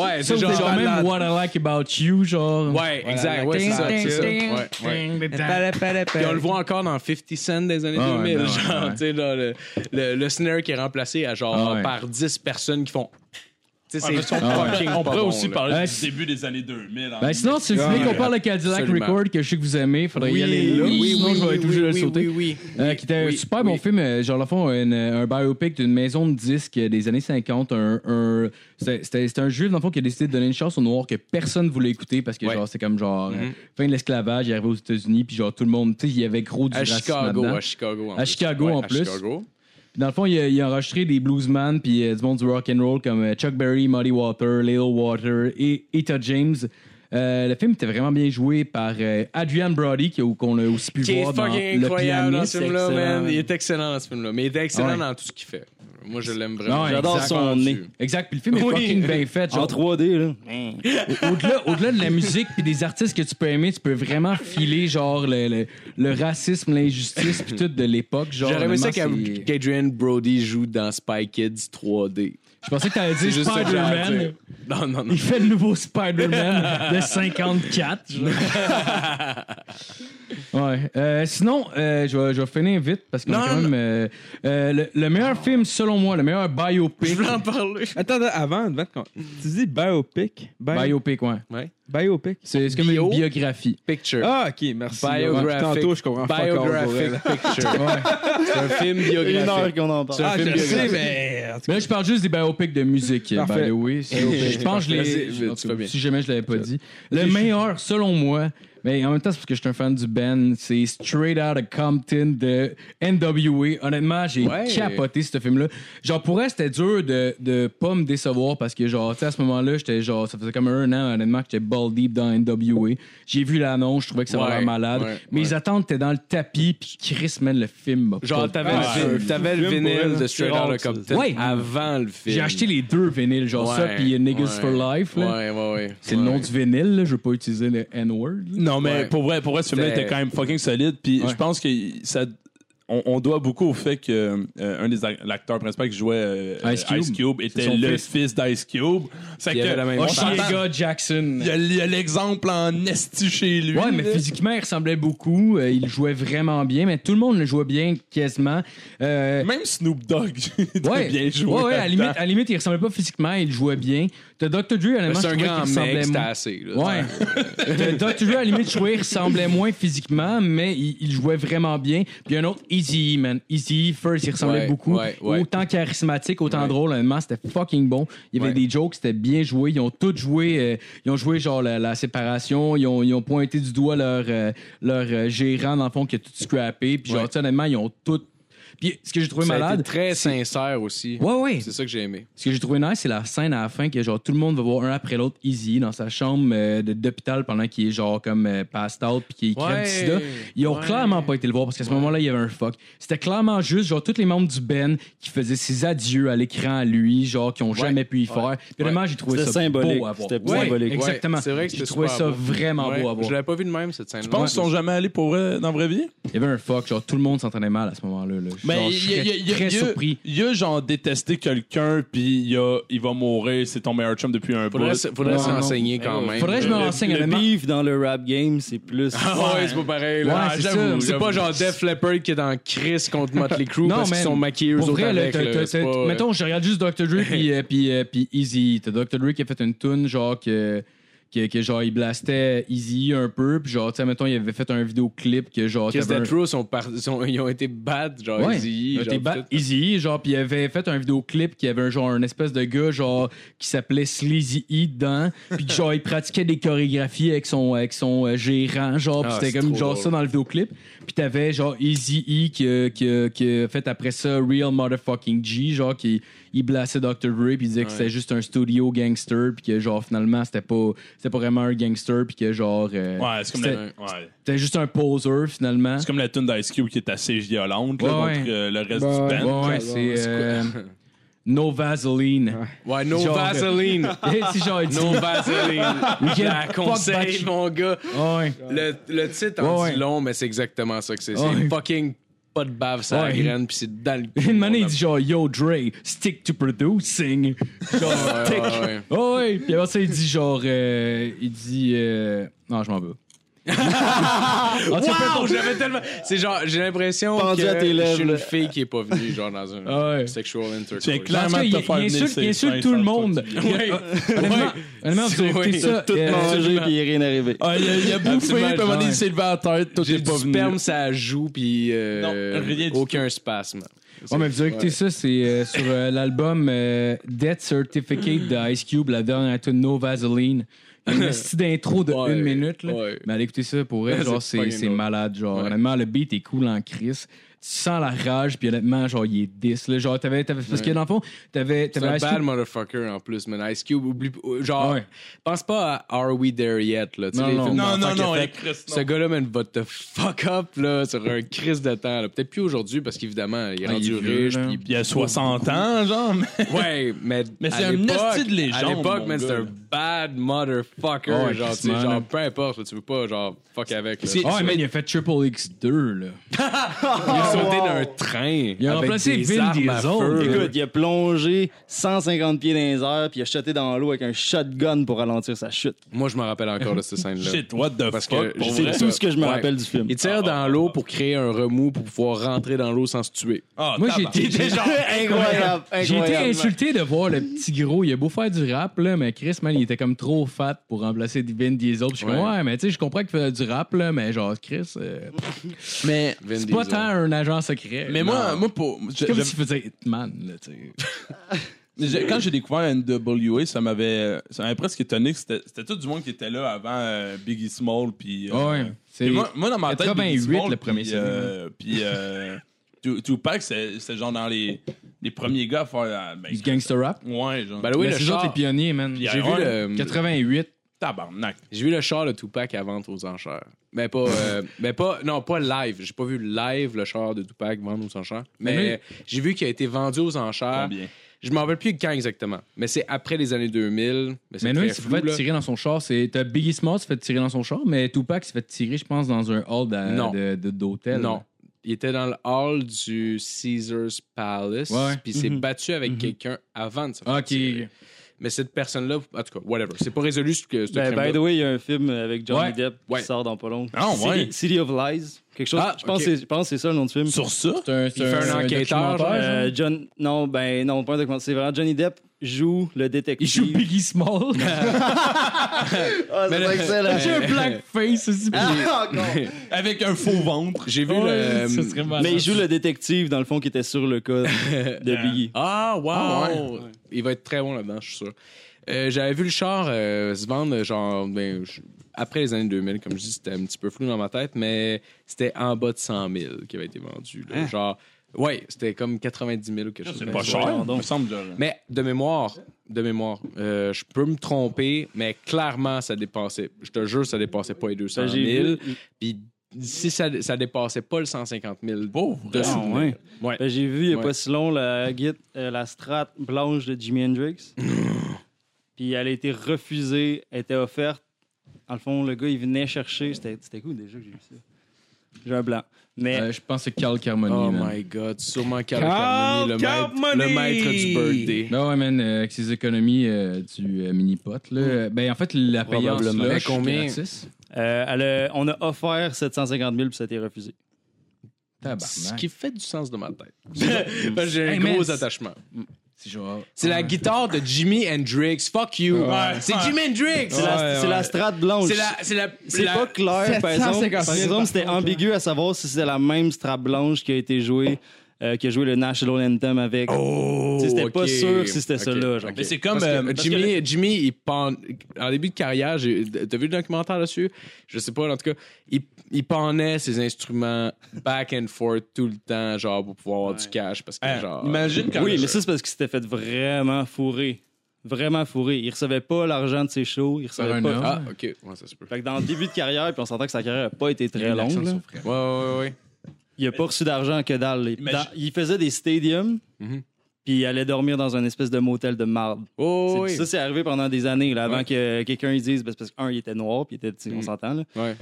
Speaker 1: Ouais, c'est genre.
Speaker 3: genre, même What I Like About You, genre.
Speaker 1: Ouais, exact. Ouais, c'est ça. c'est ça. Ouais, ouais. Puis on le voit encore dans 50 Cent des années
Speaker 3: Ah ouais,
Speaker 1: 2000.
Speaker 3: ben ouais,
Speaker 1: genre,
Speaker 3: ouais.
Speaker 1: tu sais, là, le, le, le snare qui est remplacé à genre
Speaker 3: Ah ouais.
Speaker 1: par 10 personnes qui font. Tu sais,
Speaker 4: Ouais,
Speaker 1: c'est
Speaker 4: parce qu'on-
Speaker 1: fucking
Speaker 4: On
Speaker 1: pas
Speaker 4: pourrait
Speaker 1: bon,
Speaker 4: aussi
Speaker 1: là. Euh,
Speaker 4: parler
Speaker 3: Ouais,
Speaker 4: du
Speaker 3: c'est-
Speaker 4: début des années 2000. hein.
Speaker 3: Ben sinon, si vous voulez qu'on parle de Cadillac
Speaker 1: Absolument.
Speaker 3: Record, que je sais que vous aimez, faudrait y aller là. sinon, je vais être obligé de le sauter.
Speaker 1: oui, oui.
Speaker 3: Euh, qui était un
Speaker 1: Oui,
Speaker 3: super
Speaker 1: oui.
Speaker 3: bon film, euh, genre le fond, une- un biopic d'une maison de disques euh, des années 50. Un, un- c'était- c'était c'était un juif, dans le fond, qui a décidé de donner une chance aux Noirs que personne voulait écouter parce que,
Speaker 1: Ouais.
Speaker 3: genre, c'est comme genre euh,
Speaker 1: Mhm.
Speaker 3: fin de l'esclavage, il est arrivé aux États-Unis, puis genre tout le monde, tu sais, il y avait gros du
Speaker 1: À
Speaker 3: racisme
Speaker 1: Chicago,
Speaker 3: là-dedans.
Speaker 1: à Chicago. en
Speaker 3: À
Speaker 1: plus.
Speaker 3: Chicago,
Speaker 1: Ouais,
Speaker 3: en
Speaker 1: à
Speaker 3: plus.
Speaker 1: Chicago.
Speaker 3: Puis Dans le fond, il a, il a enregistré des bluesman puis euh, du monde du rock and roll comme euh, Chuck Berry, Muddy Water, Lil Water et Etta James. Euh, le film était vraiment bien joué par euh, Adrian Brody, qui- qu'on a aussi pu
Speaker 1: Qui est
Speaker 3: voir dans
Speaker 1: fucking
Speaker 3: Le
Speaker 1: incroyable dans
Speaker 3: Pianiste.
Speaker 1: ce film-là,
Speaker 5: excellent,
Speaker 1: man.
Speaker 5: man.
Speaker 1: Il est excellent dans ce film-là. Mais il est excellent
Speaker 3: Ouais.
Speaker 1: dans tout ce qu'il fait. Moi, je l'aime vraiment.
Speaker 3: Ouais,
Speaker 5: J'adore
Speaker 3: exact.
Speaker 5: son nez.
Speaker 3: Exact, puis le film est
Speaker 1: Oui.
Speaker 3: fucking bien fait.
Speaker 5: En
Speaker 3: genre.
Speaker 5: 3D, là.
Speaker 3: Au- Au-delà au-delà de la musique puis des artistes que tu peux aimer, tu peux vraiment filer genre le, le- le racisme, l'injustice puis tout de l'époque. genre,
Speaker 1: J'aurais aimé ça
Speaker 3: vraiment,
Speaker 1: qu'A-
Speaker 3: c'est-
Speaker 1: qu'Adrian Brody joue dans Spy Kids 3D.
Speaker 3: Je pensais que t'allais
Speaker 1: C'est
Speaker 3: dire
Speaker 1: juste ça que j'ai à dire.
Speaker 3: Spider-Man.
Speaker 1: Non, non, non.
Speaker 3: Il fait le nouveau Spider-Man de 54. genre. ouais. Euh, sinon, euh, je vais je vais finir vite parce que
Speaker 1: Non,
Speaker 3: quand
Speaker 1: non.
Speaker 3: même euh, euh, le, le meilleur film selon moi, le meilleur biopic.
Speaker 1: Je voulais en parler.
Speaker 2: Attends, attends, avant, avant qu'on- tu dis biopic. Bio-
Speaker 3: Biopic, ouais.
Speaker 2: Biopic.
Speaker 3: C'est c'est comme
Speaker 1: Bio?
Speaker 3: une biographie.
Speaker 1: Picture.
Speaker 2: Ah, ok, merci.
Speaker 1: Biographic.
Speaker 2: Tantôt, je comprends fuck all, pour
Speaker 1: Biographic
Speaker 2: elle.
Speaker 1: Picture.
Speaker 3: Ouais.
Speaker 1: C'est un film
Speaker 5: Une
Speaker 1: biographique.
Speaker 5: heure qu'on en parle.
Speaker 1: C'est un
Speaker 2: Ah,
Speaker 1: film
Speaker 2: je sais,
Speaker 1: biographique.
Speaker 2: mais. en tout cas,
Speaker 3: Mais là, je parle juste des biopics de musique.
Speaker 2: Parfait.
Speaker 3: By the way. C'est- Je pense que je
Speaker 1: Vas-y,
Speaker 3: l'ai.
Speaker 1: tu
Speaker 3: en tout
Speaker 1: fais
Speaker 3: cas,
Speaker 1: bien.
Speaker 3: Si jamais je l'avais pas dit. Le meilleur, selon moi, mais en même temps, c'est parce que je suis un fan du band, c'est Straight Outta Compton de NWA. Honnêtement, j'ai
Speaker 1: Ouais.
Speaker 3: capoté ce film-là. Genre, pour elle, c'était dur de, de pas me décevoir parce que, genre, tu sais, à ce moment-là, j'étais genre, ça faisait comme un an, honnêtement, que j'étais ball deep dans NWA. J'ai vu l'annonce, je trouvais que ça
Speaker 1: Ouais,
Speaker 3: avait l'air malade.
Speaker 1: ouais,
Speaker 3: Mes
Speaker 1: ouais.
Speaker 3: attentes étaient dans le tapis, puis Chris, man, le film m'a pas
Speaker 1: Genre, t'avais
Speaker 3: passé.
Speaker 1: le, vin-
Speaker 2: ouais.
Speaker 1: t'avais le
Speaker 2: Film pour
Speaker 1: vinyle
Speaker 2: elle,
Speaker 1: de
Speaker 2: c'est
Speaker 1: Straight
Speaker 2: rare,
Speaker 1: Outta
Speaker 2: ça.
Speaker 1: Compton
Speaker 3: Ouais.
Speaker 1: avant le film.
Speaker 3: J'ai acheté les deux vinyles, genre ça,
Speaker 1: Ouais,
Speaker 3: puis euh, Niggas
Speaker 1: ouais.
Speaker 3: for Life. là.
Speaker 1: Ouais, ouais, ouais.
Speaker 3: C'est le nom
Speaker 1: Ouais.
Speaker 3: du vinyle, là. je veux pas utiliser le N-word. là.
Speaker 4: Non, mais
Speaker 1: Ouais.
Speaker 4: pour vrai, pour vrai, ce film-là
Speaker 1: C'était-
Speaker 4: était quand même fucking solide. Puis
Speaker 3: Ouais.
Speaker 4: je pense que ça, on, on doit beaucoup au fait que euh, un des ac- l'acteur principal qui jouait euh, euh,
Speaker 3: Ice
Speaker 4: Ice,
Speaker 3: Cube.
Speaker 4: Cube.
Speaker 3: C'est
Speaker 4: était
Speaker 3: son
Speaker 4: le
Speaker 3: fils.
Speaker 4: fils, d'Ice Cube. C'est
Speaker 1: Il avait la même
Speaker 4: on
Speaker 1: voix.
Speaker 4: s'entend-
Speaker 3: Oshiega Jackson.
Speaker 4: il y a- il y a l'exemple en esti chez lui.
Speaker 3: Ouais, mais
Speaker 4: là.
Speaker 3: physiquement, il ressemblait beaucoup. Euh, il jouait vraiment bien, mais tout le monde le jouait bien quasiment. Euh,
Speaker 4: Même Snoop Dogg, il
Speaker 3: ouais,
Speaker 4: bien joué.
Speaker 3: ouais, ouais, à la
Speaker 4: là-dedans.
Speaker 3: limite, à la limite, il ressemblait pas physiquement, il jouait bien. T'as Dr. Dre,
Speaker 1: C'est
Speaker 3: honnêtement, je
Speaker 1: un
Speaker 3: trouvais qu'il
Speaker 1: grand
Speaker 3: ressemblait
Speaker 1: mec, c'était
Speaker 3: moins.
Speaker 1: assez. là.
Speaker 3: Ouais. Euh, Dr. Dre, à la limite, je trouvais qu'il ressemblait moins physiquement, mais il, il jouait vraiment bien. Puis un autre, Easy, man. Easy, first, il ressemblait
Speaker 1: Ouais,
Speaker 3: beaucoup.
Speaker 1: ouais, ouais.
Speaker 3: Autant charismatique, autant
Speaker 1: Ouais.
Speaker 3: drôle, honnêtement, c'était fucking bon. Il y avait
Speaker 1: Ouais.
Speaker 3: des jokes, c'était bien joué. Ils ont tous joué, euh, ils ont joué genre la, la séparation, ils ont, ils ont pointé du doigt leur, euh, leur euh, gérant, dans le fond, qui a tout scrappé. Puis genre,
Speaker 1: Ouais.
Speaker 3: tu sais, honnêtement, ils ont tout Puis ce que j'ai trouvé
Speaker 1: Ça a été
Speaker 3: malade.
Speaker 1: très sincère aussi.
Speaker 3: Ouais, ouais.
Speaker 1: C'est ça que j'ai aimé.
Speaker 3: Ce que j'ai trouvé nice, c'est la scène à la fin que genre tout le monde va voir un après l'autre Easy dans sa chambre euh, de- d'hôpital pendant qu'il est genre comme euh, passed out puis qu'il est crève
Speaker 1: Ouais,
Speaker 3: du sida. Ils ont
Speaker 1: ouais.
Speaker 3: clairement pas été le voir parce qu'à ce moment-là, il y avait un fuck. C'était clairement juste genre tous les membres du Ben qui faisaient ses adieux à l'écran à lui, genre qui ont jamais pu y faire. Vraiment, j'ai trouvé
Speaker 5: C'était
Speaker 3: ça
Speaker 5: symbolique.
Speaker 3: beau à voir.
Speaker 5: C'était
Speaker 3: Ouais,
Speaker 5: symbolique.
Speaker 3: Exactement.
Speaker 1: Ouais, c'est vrai que
Speaker 3: j'ai
Speaker 1: c'était
Speaker 3: trouvé
Speaker 1: super
Speaker 3: ça
Speaker 1: beau.
Speaker 3: vraiment
Speaker 1: Ouais,
Speaker 3: beau à voir.
Speaker 1: Je l'avais pas vu de même cette scène-là.
Speaker 4: Je pense qu'ils sont jamais allés pour vrai dans la vraie vie.
Speaker 3: Il y avait un fuck, genre tout le monde s'entendait mal à ce moment-là. là.
Speaker 1: Ben,
Speaker 3: Genre, je serais très surpris.
Speaker 4: Il a genre détesté quelqu'un, puis il, a- il va mourir, c'est ton meilleur chum depuis un
Speaker 1: Faudrait,
Speaker 4: bout.
Speaker 1: se- faudrait
Speaker 3: Non, non.
Speaker 1: s'enseigner quand même.
Speaker 3: Faudrait que je me renseigne
Speaker 5: Le
Speaker 3: honnêtement.
Speaker 5: beef dans le rap game, c'est plus.
Speaker 1: Ah ouais, c'est pas pareil.
Speaker 3: Ouais,
Speaker 1: là.
Speaker 3: c'est
Speaker 1: J'avoue,
Speaker 3: ça.
Speaker 1: c'est pas genre Def Leppard qui est dans Chris contre Motley Crue
Speaker 3: Non,
Speaker 1: parce qu'ils
Speaker 3: man.
Speaker 1: sont maquillés eux
Speaker 3: Pour
Speaker 1: autres
Speaker 3: vrai, là,
Speaker 1: avec.
Speaker 3: t'as-
Speaker 1: là,
Speaker 3: t'as-
Speaker 1: c'est
Speaker 3: t'as-
Speaker 1: pas, euh,
Speaker 3: mettons, je regarde juste Dr. Dre puis, euh, puis, euh, puis Easy. T'as Dr. Dre qui a fait une tune genre que, que, que genre il blastait Easy un peu, puis genre tu sais mettons il avait fait un vidéoclip que genre
Speaker 1: Chris
Speaker 3: t'avais un-
Speaker 1: Death Row sont par- sont- ils ont été bad, genre
Speaker 3: Ouais.
Speaker 1: Eazy-E,
Speaker 3: Euh,
Speaker 1: genre,
Speaker 3: t'es ba-
Speaker 1: tout.
Speaker 3: Easy, genre, puis il avait fait un vidéoclip qui avait un genre un espèce de gars genre qui s'appelait Sleazy E dedans, puis que, genre il pratiquait des chorégraphies avec son avec son euh, gérant, genre, puis
Speaker 1: Ah,
Speaker 3: c'était
Speaker 1: c'est
Speaker 3: comme
Speaker 1: trop
Speaker 3: genre
Speaker 1: drôle.
Speaker 3: ça dans le vidéoclip. Puis t'avais genre Easy E qui, a- qui, a- qui a fait après ça Real Motherfucking G, genre qui il blassait Dr Dre, puis il disait que c'était juste un studio gangster, puis que genre finalement c'était pas c'était pas vraiment un gangster, puis que genre euh,
Speaker 4: Ouais, c'est comme,
Speaker 3: c'était
Speaker 4: la, ouais.
Speaker 3: c'était juste un poser finalement.
Speaker 4: C'est comme la tune d'Ice Cube qui est assez violente là,
Speaker 3: Ouais,
Speaker 4: contre euh, le reste
Speaker 2: Bah,
Speaker 4: du
Speaker 3: Ouais,
Speaker 4: band.
Speaker 3: ouais, c'est euh, No Vaseline.
Speaker 1: Ouais, no
Speaker 3: Genre-
Speaker 1: Vaseline.
Speaker 3: Et si genre il dit-
Speaker 1: No Vaseline. Je la conseille,
Speaker 3: Fuck
Speaker 1: mon gars.
Speaker 3: Ah ouais.
Speaker 1: Le, le titre en
Speaker 3: Ouais,
Speaker 1: dit
Speaker 3: ouais.
Speaker 1: long, mais c'est exactement ça que c'est.
Speaker 3: Ouais.
Speaker 1: C'est fucking pas de bave, ça
Speaker 3: Ouais.
Speaker 1: graine, puis c'est dans le.
Speaker 3: Une manière, il dit genre Yo Dre, stick to producing. Genre,
Speaker 1: Ouais, ouais, ouais.
Speaker 3: oh ouais. Puis après ça, il dit genre, euh, il dit, euh, non, je m'en vais. En tout cas, peu
Speaker 1: Wow,
Speaker 3: importe.
Speaker 1: j'avais tellement. C'est genre, j'ai l'impression
Speaker 5: Pendu
Speaker 1: que
Speaker 5: à tes
Speaker 1: je
Speaker 5: lèvres,
Speaker 1: suis une
Speaker 5: là.
Speaker 1: fille qui est pas venue, genre, dans un
Speaker 3: Ah ouais.
Speaker 1: sexual intercourse.
Speaker 4: Tu es clair.
Speaker 3: En tout cas,
Speaker 4: Clairement,
Speaker 3: il,
Speaker 4: t'as fait
Speaker 3: il
Speaker 4: venir
Speaker 3: insulte,
Speaker 4: ses
Speaker 3: il insulte
Speaker 4: seins
Speaker 3: tout le
Speaker 4: sans
Speaker 3: monde.
Speaker 4: toi.
Speaker 3: Il y a- Honnêtement, honnêtement, vous
Speaker 1: C'est
Speaker 3: avez écouté
Speaker 1: vrai.
Speaker 3: ça.
Speaker 5: Tout
Speaker 3: euh,
Speaker 5: mangé puis il est rien arrivé.
Speaker 4: Ah, il a, il a bouffé, puis à un moment donné,
Speaker 3: Ouais.
Speaker 4: il s'est levé à la tête, toi,
Speaker 1: J'ai
Speaker 4: t'es
Speaker 1: du
Speaker 4: pas venu.
Speaker 1: sperme, ça joue, puis euh,
Speaker 4: Non, rien du
Speaker 1: aucun spasme.
Speaker 3: Ouais, mais vous avez écouté ça, c'est euh, sur euh, l'album euh, Death Certificate de Ice Cube, la dernière tune No Vaseline. Il y a une petite intro de
Speaker 1: Ouais,
Speaker 3: une minute. Là.
Speaker 1: ouais.
Speaker 3: Mais allez écouter ça pour elle,
Speaker 1: C'est
Speaker 3: genre c'est
Speaker 1: fucking
Speaker 3: c'est
Speaker 1: drôle.
Speaker 3: malade. Genre,
Speaker 1: Ouais.
Speaker 3: honnêtement, le beat est cool en crise. Tu sens la rage, puis honnêtement, genre, il est 10. Là, genre, t'avais, t'avais, parce que dans le fond, t'avais,
Speaker 1: C'est
Speaker 3: t'avais
Speaker 1: un
Speaker 3: Ice
Speaker 1: bad
Speaker 3: Cube.
Speaker 1: motherfucker en plus, man. Ice Cube, oublie. Genre,
Speaker 3: Ouais.
Speaker 1: pense pas à Are We There Yet, là. Tu sais,
Speaker 3: Non,
Speaker 1: les
Speaker 3: non.
Speaker 1: films
Speaker 4: Non,
Speaker 1: d'enfants
Speaker 4: non,
Speaker 1: qu'il a
Speaker 4: non,
Speaker 1: fait.
Speaker 4: hey, Chris, non.
Speaker 1: Ce gars-là, man, va te fuck up, là, sur un crise de temps, là. Peut-être plus aujourd'hui, parce qu'évidemment, il est
Speaker 3: Ah,
Speaker 1: rendu
Speaker 3: il est vieux,
Speaker 1: riche,
Speaker 3: là.
Speaker 1: puis
Speaker 4: Puis il a 60 ans, genre. mais-
Speaker 1: Ouais, mais.
Speaker 4: Mais c'est
Speaker 1: à
Speaker 4: un
Speaker 1: l'époque-
Speaker 4: esti de légende,
Speaker 1: À l'époque,
Speaker 4: mon
Speaker 1: man,
Speaker 4: gars,
Speaker 1: c'est un
Speaker 4: là.
Speaker 1: bad motherfucker.
Speaker 3: Ouais,
Speaker 1: genre, tu sais,
Speaker 3: Christmas, là.
Speaker 1: genre, peu importe, tu veux pas, genre, fuck avec. Là.
Speaker 3: Oh, man, il a fait Triple X2, là.
Speaker 1: il a sauté d'un train.
Speaker 3: Il a
Speaker 1: avec
Speaker 3: remplacé
Speaker 1: des
Speaker 3: Vin
Speaker 1: armes à feu.
Speaker 3: Diesel.
Speaker 5: Écoute, il a plongé 150 pieds dans les airs, puis il a jeté dans l'eau avec un shotgun pour ralentir sa chute.
Speaker 1: Moi, je me rappelle encore de cette scène-là.
Speaker 4: Shit, what the
Speaker 1: Parce
Speaker 4: fuck,
Speaker 1: que
Speaker 4: pour
Speaker 1: j'ai-
Speaker 4: vrai?
Speaker 5: C'est tout ce que je me
Speaker 1: Ouais.
Speaker 5: rappelle du film.
Speaker 1: Il tire dans l'eau pour créer un remous pour pouvoir rentrer dans l'eau sans se tuer.
Speaker 4: Ah,
Speaker 3: Moi,
Speaker 4: tabarnak.
Speaker 3: j'ai été.
Speaker 5: incroyable,
Speaker 3: J'ai été
Speaker 5: incroyable.
Speaker 3: insulté de voir le petit gros. Il a beau faire du rap, là, mais Chris, man, il était comme trop fat pour remplacer Vin Diesel. Puis Je suis comme,
Speaker 1: Ouais.
Speaker 3: ouais, mais tu sais, je comprends qu'il faisait du rap, là, mais genre, Chris, euh,
Speaker 4: Mais,
Speaker 1: Vin
Speaker 3: c'est pas
Speaker 1: Diesel.
Speaker 3: tant un agent secret.
Speaker 4: mais
Speaker 3: Non.
Speaker 4: moi, moi, pour.
Speaker 3: C'est
Speaker 4: je-
Speaker 3: comme
Speaker 4: je-
Speaker 3: s'il faisait Hitman, là, tu sais.
Speaker 4: J'ai- quand j'ai découvert NWA, ça m'avait ça m'avait presque étonné que c'était c'était tout du monde qui était là avant euh, Biggie Small puis euh,
Speaker 3: Ouais, c'est-
Speaker 4: puis moi, moi, dans ma tête
Speaker 3: 88,
Speaker 4: Biggie Small,
Speaker 3: le premier
Speaker 4: puis, euh, puis euh, Tu- Tupac c'est c'est genre dans les, les premiers gars à faire euh, ben,
Speaker 3: Du gangster rap.
Speaker 4: ouais genre
Speaker 1: Ben oui, le
Speaker 3: mais c'est genre
Speaker 1: char.
Speaker 3: les pionniers, man.
Speaker 4: Puis,
Speaker 1: J'ai vu
Speaker 4: ouais.
Speaker 1: le.
Speaker 3: 88.
Speaker 4: tabarnak
Speaker 1: J'ai vu le char de Tupac à vendre aux enchères. Mais pas, euh, mais pas, non, pas live. J'ai pas vu live le char de Tupac vendre aux enchères. Mais,
Speaker 3: Mais-
Speaker 1: j'ai vu qu'il a été vendu aux enchères.
Speaker 4: Combien?
Speaker 1: Je m'en rappelle plus quand exactement. Mais c'est après les années 2000. Mais c'est très
Speaker 3: Mais non, il s'est
Speaker 1: flou,
Speaker 3: fait
Speaker 1: là.
Speaker 3: tirer dans son char. C'est t'as Biggie Small s'est fait tirer dans son char, mais Tupac s'est fait tirer, je pense, dans un hall
Speaker 1: Non.
Speaker 3: de- de- de- d'hôtel.
Speaker 1: Non. Il était dans le hall du Caesar's Palace.
Speaker 3: Ouais.
Speaker 1: Puis il s'est battu avec quelqu'un avant de se faire
Speaker 3: Ok.
Speaker 1: tirer. Mais cette personne-là, en tout cas, whatever. C'est pas résolu ce que ce
Speaker 5: Ben,
Speaker 1: crime-là.
Speaker 5: by the way, il y a un film avec Johnny
Speaker 3: Ouais.
Speaker 5: Depp
Speaker 1: Ouais.
Speaker 5: qui sort dans pas long.
Speaker 4: Ah,
Speaker 5: City-
Speaker 4: ouais.
Speaker 5: City of Lies. Quelque chose.
Speaker 1: Ah,
Speaker 5: je, pense
Speaker 1: ok.
Speaker 5: que c'est- je pense que c'est ça le nom du film.
Speaker 4: sur ça
Speaker 3: C'est un, c'est
Speaker 1: Il fait un enquêteur,
Speaker 3: documentaire, genre.
Speaker 5: Euh, John, non, ben non, pas un documentaire. C'est vraiment Johnny Depp joue le détective.
Speaker 3: Il joue Biggie Small.
Speaker 5: Ah, c'est excellent.
Speaker 3: J'ai un blackface aussi.
Speaker 5: Ah, encore.
Speaker 4: avec un faux ventre
Speaker 1: J'ai vu
Speaker 3: Ouais,
Speaker 1: le.
Speaker 3: ça serait malade.
Speaker 5: Mais il joue le détective, dans le fond, qui était sur le cas de Biggie.
Speaker 1: Ah, wow!
Speaker 4: Ah, ouais.
Speaker 1: Il va être très bon là-dedans, je suis sûr. Euh, J'avais vu le char euh, se vendre, genre, ben, je- après les années 2000, comme je dis, c'était un petit peu flou dans ma tête, mais c'était en bas de 100 000 qui avait été vendu. là. Genre, Ouais, c'était comme 90 000 ou quelque chose.
Speaker 4: C'est
Speaker 1: comme
Speaker 4: pas
Speaker 1: ça.
Speaker 4: cher,
Speaker 5: voyons donc.
Speaker 4: il me semble. genre.
Speaker 1: Mais de mémoire, de mémoire, euh, je peux me tromper, mais clairement, ça dépassait. Je te jure, ça dépassait pas les 200
Speaker 5: Ça,
Speaker 1: 000.
Speaker 5: Ben, j'ai vu.
Speaker 1: Puis si ça, ça dépassait pas le 150 000 de
Speaker 5: Ah,
Speaker 1: souvenirs.
Speaker 5: ouais.
Speaker 1: Ouais.
Speaker 5: Ben, j'ai vu il n'y a
Speaker 1: Ouais.
Speaker 5: pas si long la, guide, euh, la strat blanche de Jimi Hendrix. Puis elle a été refusée, elle était offerte. En le fond, le gars, il venait chercher. C'était c'était cool déjà que j'ai vu ça. J'ai un blanc. Mais
Speaker 3: Euh, je pense que c'est Carl Carmoni.
Speaker 1: Oh
Speaker 3: man.
Speaker 1: my God, sûrement Carl Carmoni, le
Speaker 2: Carl
Speaker 1: maître,
Speaker 2: Carmoni!
Speaker 1: le maître du birthday.
Speaker 3: Ben ouais, man, euh, avec ses économies euh, du euh, mini-pot, là. euh, Ben, en fait, la payance,
Speaker 1: Mm. Probablement.
Speaker 3: là,
Speaker 1: Mais combien?
Speaker 3: gratis.
Speaker 5: euh, elle a- on a offert 750 000 puis ça a été refusé.
Speaker 1: Ce
Speaker 3: Tabarnak.
Speaker 1: qui fait du sens de ma tête. Parce que J'ai un
Speaker 3: Hey,
Speaker 1: gros
Speaker 3: man,
Speaker 1: attachement.
Speaker 3: C'est genre...
Speaker 1: C'est la ben, guitare de Jimi Hendrix. Fuck you.
Speaker 4: Ouais.
Speaker 1: C'est Jimi Hendrix.
Speaker 5: C'est la, c'est la strat blanche.
Speaker 1: C'est la. Oh, C'est la.
Speaker 5: C'est
Speaker 1: la-
Speaker 5: pas clair,
Speaker 1: 750
Speaker 5: par exemple.
Speaker 1: 000
Speaker 5: Par exemple, c'était ambigu à savoir si c'était la même strat blanche qui a été jouée, euh, qui a joué le National Anthem avec.
Speaker 1: Oh,
Speaker 5: Tu sais, c'était
Speaker 1: ok.
Speaker 5: pas sûr si c'était
Speaker 1: Ok,
Speaker 5: celle-là, genre.
Speaker 1: ok.
Speaker 4: Mais c'est comme,
Speaker 1: Parce que
Speaker 4: euh, parce
Speaker 1: Jimmy, Jimmy, il pen- en début de carrière, j'ai- t'as vu le documentaire dessus? Je sais pas, en tout cas, il, il pendait ses instruments back and forth tout le temps, genre, pour pouvoir avoir du cash, parce que,
Speaker 4: Hein,
Speaker 1: genre...
Speaker 4: Imagine quand
Speaker 5: Oui, mais ça, c'est parce qu'il s'était fait vraiment fourrer. Vraiment fourrer. Il recevait pas l'argent de ses shows. Il
Speaker 3: Par
Speaker 5: recevait
Speaker 3: un
Speaker 5: pas.
Speaker 3: homme.
Speaker 1: Ah, OK, ouais, ça se peut.
Speaker 5: Fait que dans le début de carrière, puis on s'entend que sa carrière n'a pas été très
Speaker 3: L'accent
Speaker 5: longue. là.
Speaker 3: sur frère.
Speaker 1: Ouais, ouais, ouais.
Speaker 5: Il a pas reçu d'argent que dalle. Il-
Speaker 4: Imagine-
Speaker 5: dans- il faisait des stadiums,
Speaker 1: Mhm.
Speaker 5: puis il allait dormir dans un espèce de motel de marde.
Speaker 1: Oh,
Speaker 5: C'est-
Speaker 1: oui.
Speaker 5: Ça, c'est arrivé pendant des années, là, avant
Speaker 1: Ouais.
Speaker 5: que quelqu'un y dise, ben, c'est parce qu'un, il était noir, puis il était, tu sais, on s'entend, là.
Speaker 1: Ouais.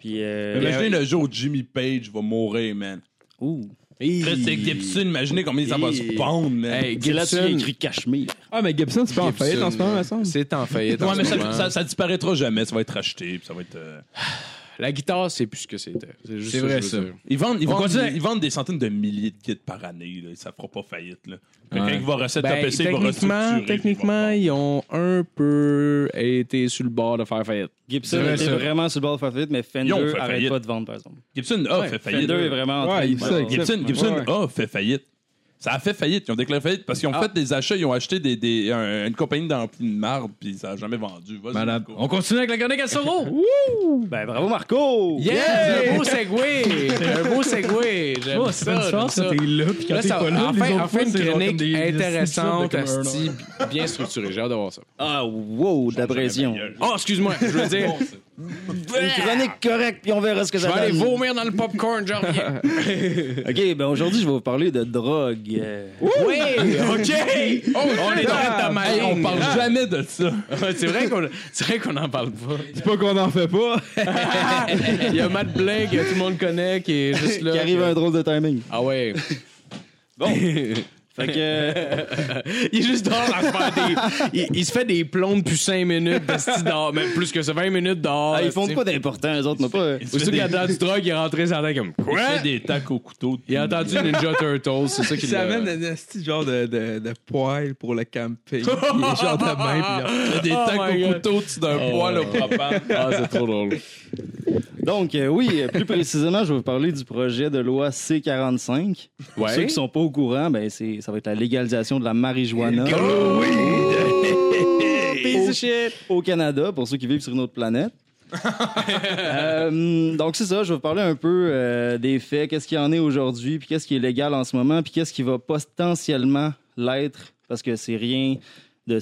Speaker 5: Puis, euh,
Speaker 4: Imaginez le jour où Jimmy Page va mourir, man.
Speaker 5: ouh.
Speaker 4: Reste avec Gibson, imaginez combien ça va se pendre, man.
Speaker 1: Hey,
Speaker 5: C'est là qu'il a
Speaker 1: Gibson-
Speaker 5: écrit Cachemire.
Speaker 2: Ah, mais Gibson, c'est pas en
Speaker 1: Gibson,
Speaker 2: faillite en ce moment, me semble.
Speaker 1: C'est en faillite. en
Speaker 4: Ouais, mais
Speaker 1: ce moment.
Speaker 4: ça, ça- ça disparaîtra jamais, ça va être racheté, puis ça va être. euh,
Speaker 1: La guitare, c'est plus ce que c'était. C'est juste
Speaker 3: C'est
Speaker 1: ça que
Speaker 3: vrai,
Speaker 1: je veux
Speaker 3: ça.
Speaker 1: dire.
Speaker 4: Ils vendent, ils,
Speaker 3: On
Speaker 4: vendent,
Speaker 3: continue.
Speaker 4: ils vendent des centaines de milliers de kits par année, là. ça fera pas faillite. Là. Quelqu'un
Speaker 3: Ouais.
Speaker 4: qui va recette
Speaker 1: Ben,
Speaker 4: APC, il va restructurer.
Speaker 1: techniquement,
Speaker 4: puis il va
Speaker 1: techniquement,
Speaker 4: vendre.
Speaker 1: ils ont un peu été sur le bord de faire faillite.
Speaker 5: Gibson
Speaker 3: C'est vrai,
Speaker 5: était
Speaker 3: ça.
Speaker 5: vraiment sur le bord de faire faillite, mais Fender
Speaker 4: Ils ont fait
Speaker 5: arrête
Speaker 4: faillite.
Speaker 5: pas de vendre, par exemple.
Speaker 4: Gibson a
Speaker 1: Ouais,
Speaker 4: fait faillite.
Speaker 5: Fender est vraiment en
Speaker 2: Ouais,
Speaker 5: train
Speaker 2: il
Speaker 5: de-
Speaker 2: sait, il
Speaker 4: Gibson,
Speaker 2: Ouais.
Speaker 4: Gibson
Speaker 2: Ouais.
Speaker 4: a fait faillite. Ça a fait faillite. Ils ont déclaré faillite parce qu'ils ont
Speaker 1: Ah.
Speaker 4: fait des achats, ils ont acheté des, des- un- une compagnie d'ampli de marde, puis ça n'a jamais vendu. Vas-y,
Speaker 3: Madame,
Speaker 4: Nico.
Speaker 3: on continue avec la chronique à Soro.
Speaker 5: Ben, bravo, Marco!
Speaker 1: Yes! Un beau segway! un beau segway! J'aime
Speaker 6: Oh, c'est pas
Speaker 1: ça,
Speaker 6: une
Speaker 1: j'aime
Speaker 6: chance,
Speaker 1: ça.
Speaker 6: t'es là, puis quand
Speaker 1: Là,
Speaker 6: t'es
Speaker 1: ça,
Speaker 6: pas là, les
Speaker 1: enfin,
Speaker 6: autres
Speaker 1: enfin,
Speaker 6: fois,
Speaker 1: une
Speaker 6: c'est genre comme
Speaker 1: chronique
Speaker 6: des- des
Speaker 1: intéressante,
Speaker 6: snippets de comme un
Speaker 1: asti, bien structurée. J'ai hâte de voir ça.
Speaker 5: Ah, wow, de la pression.
Speaker 4: gueule.
Speaker 1: Oh, excuse-moi, je veux dire,
Speaker 5: Une chronique correcte, puis on verra ce que
Speaker 1: je
Speaker 5: ça
Speaker 1: vais
Speaker 5: donne.
Speaker 1: aller vomir dans le popcorn, j'en reviens.
Speaker 5: OK, ben aujourd'hui, je vais vous parler de drogue. Euh,
Speaker 1: Oui! OK! on est dans ma
Speaker 4: Ah, Hey, on
Speaker 1: ligne.
Speaker 4: parle jamais de ça.
Speaker 1: C'est vrai qu'on c'est vrai qu'on en parle pas.
Speaker 2: C'est pas qu'on en fait pas.
Speaker 1: Il y a Matt Blake, que tout le monde connaît, qui est juste
Speaker 5: qui
Speaker 1: là.
Speaker 5: arrive à un drôle de timing.
Speaker 1: Ah ouais.
Speaker 5: Fait que... euh,
Speaker 1: Il est juste dehors à se faire des. Il, il se fait des plombs depuis 5 minutes, d'esti dehors, mais plus que ça, 20 minutes dehors.
Speaker 5: ah, ils font de
Speaker 1: esti.
Speaker 5: quoi d'important, les autres, non pas...
Speaker 4: Il se fait
Speaker 1: Surtout qu'il y a
Speaker 4: des-
Speaker 1: dans du drogue, il est rentré sur la tête comme
Speaker 4: il
Speaker 1: quoi?
Speaker 4: se fait des tacs au couteau.
Speaker 1: Il a entendu Ninja Turtles, c'est ça qu'il
Speaker 2: Ça
Speaker 1: a.
Speaker 2: amène un esti genre de, de, de poêle pour le camping. puis genre de main. puis
Speaker 4: Il y a des
Speaker 1: Oh
Speaker 4: tacs
Speaker 1: my
Speaker 4: au
Speaker 1: God.
Speaker 4: couteau, tu d'un poil au propane.
Speaker 1: Ah, c'est trop drôle.
Speaker 5: Donc, euh, oui, euh, plus précisément, je vais vous parler du projet de loi C-45. Pour
Speaker 1: Ouais.
Speaker 5: Ceux qui sont pas au courant, ben, c'est, ça va être la légalisation de la marijuana.
Speaker 1: Piece of shit.
Speaker 5: au Canada pour ceux qui vivent sur une autre planète. Euh, donc c'est ça, je vais vous parler un peu euh, des faits, qu'est-ce qu'il y en est aujourd'hui, puis qu'est-ce qui est légal en ce moment, puis qu'est-ce qui va potentiellement l'être, parce que c'est rien de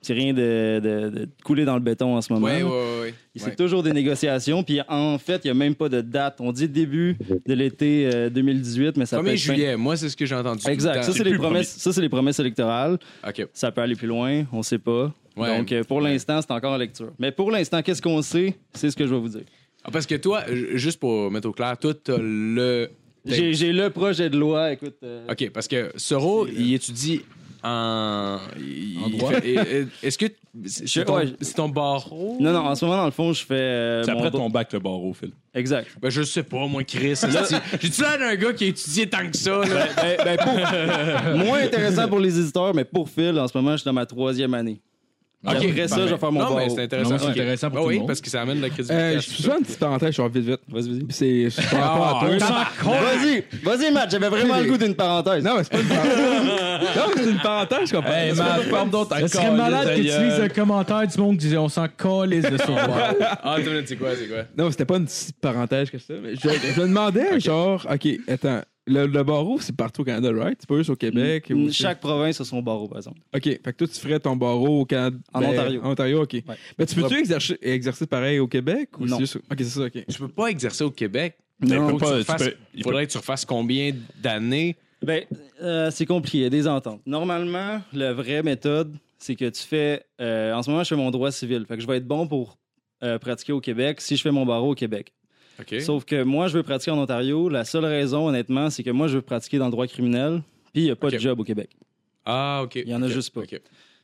Speaker 5: c'est rien de, de- de couler dans le béton en ce moment.
Speaker 1: Ouais, ouais, ouais.
Speaker 5: C'est
Speaker 1: ouais.
Speaker 5: toujours des négociations, puis en fait, il n'y a même pas de date. On dit début de l'été euh, 2018, mais ça peut
Speaker 1: Premier
Speaker 5: être fin-
Speaker 1: juillet, moi, c'est ce que j'ai entendu. tout le
Speaker 5: Exact,
Speaker 1: temps.
Speaker 5: ça c'est les promesses, ça c'est les promesses électorales.
Speaker 1: Ok.
Speaker 5: Ça peut aller plus loin, on sait pas.
Speaker 1: Ouais.
Speaker 5: Donc, euh, pour l'instant, c'est encore en lecture. Mais pour l'instant, qu'est-ce qu'on sait? C'est ce que je vais vous dire.
Speaker 1: Ah, parce que toi, j- juste pour mettre au clair, toi, t'as le. t'as-
Speaker 5: J'ai j'ai le projet de loi, écoute. euh,
Speaker 1: OK, parce que Soro, il étudie en. il-
Speaker 3: En
Speaker 1: il
Speaker 3: droit?
Speaker 1: fait- et- et- Est-ce que. C'est ton,
Speaker 5: ouais.
Speaker 1: c'est ton barreau?
Speaker 5: Non, non, en ce moment, dans le fond, je fais. euh,
Speaker 4: C'est
Speaker 5: mon
Speaker 4: après
Speaker 5: do-
Speaker 4: ton bac, le barreau, Phil.
Speaker 5: Exact.
Speaker 1: Ben, je sais pas, moi, Chris. esti. J'ai-tu l'air d'un gars qui a étudié tant que ça, là?
Speaker 5: Ben, ben, pour- Moins intéressant pour les éditeurs, mais pour Phil, en ce moment, je suis dans ma troisième année.
Speaker 1: Ok,
Speaker 5: Après ça,
Speaker 1: parfait.
Speaker 5: je vais faire mon
Speaker 1: Non, mais
Speaker 5: barreau.
Speaker 1: c'est
Speaker 3: Non,
Speaker 1: intéressant.
Speaker 3: mais c'est
Speaker 1: Ok.
Speaker 3: intéressant pour
Speaker 1: Ah
Speaker 3: tout le
Speaker 1: oui,
Speaker 3: monde.
Speaker 1: parce que ça amène de la crédibilité.
Speaker 2: Euh, je suis une petite parenthèse, je vais vite vite. Vas-y, Ah, vas-y. C'est je suis par rapport à toi.
Speaker 5: Vas-y, vas-y, Matt, j'avais vraiment le goût d'une parenthèse.
Speaker 2: Non, mais c'est pas une parenthèse. ah. non, mais c'est une parenthèse, je comprends.
Speaker 4: Hey, man, parle donc ta
Speaker 6: Ça serait malade que tu lises un commentaire du monde qui disait on s'en calisse de son bord.
Speaker 1: Ah, attends, une minute, c'est quoi, c'est quoi?
Speaker 2: Non, c'était pas une petite parenthèse que ça. Mais je, je me demandais, genre, OK, attends, le, le barreau, c'est partout au Canada, right? C'est pas juste au Québec. ou-
Speaker 5: Chaque province a son barreau, par exemple.
Speaker 2: OK. Fait que toi, tu ferais ton barreau au Canada. ben,
Speaker 5: En Ontario.
Speaker 2: En Ontario, OK. Mais tu peux-tu exercer, exercer pareil au Québec? Ou
Speaker 5: Non.
Speaker 2: c'est juste- OK, c'est ça, OK.
Speaker 1: Tu peux pas exercer au Québec. Il faut
Speaker 4: Tu
Speaker 5: Non.
Speaker 4: peux
Speaker 1: que tu
Speaker 4: pas-
Speaker 1: refasses-
Speaker 4: tu peux- il
Speaker 1: faudrait que tu refasses combien d'années?
Speaker 5: Ben, euh, c'est compliqué, il y a des ententes. Normalement, la vraie méthode, c'est que tu fais. euh, en ce moment, je fais mon droit civil. Fait que je vais être bon pour euh, pratiquer au Québec si je fais mon barreau au Québec.
Speaker 1: OK.
Speaker 5: Sauf que moi, je veux pratiquer en Ontario. La seule raison, honnêtement, c'est que moi, je veux pratiquer dans le droit criminel. Puis il n'y a pas
Speaker 1: Ok.
Speaker 5: de job au Québec.
Speaker 1: Ah, OK.
Speaker 5: Il y en a
Speaker 1: OK,
Speaker 5: juste pas.
Speaker 1: OK.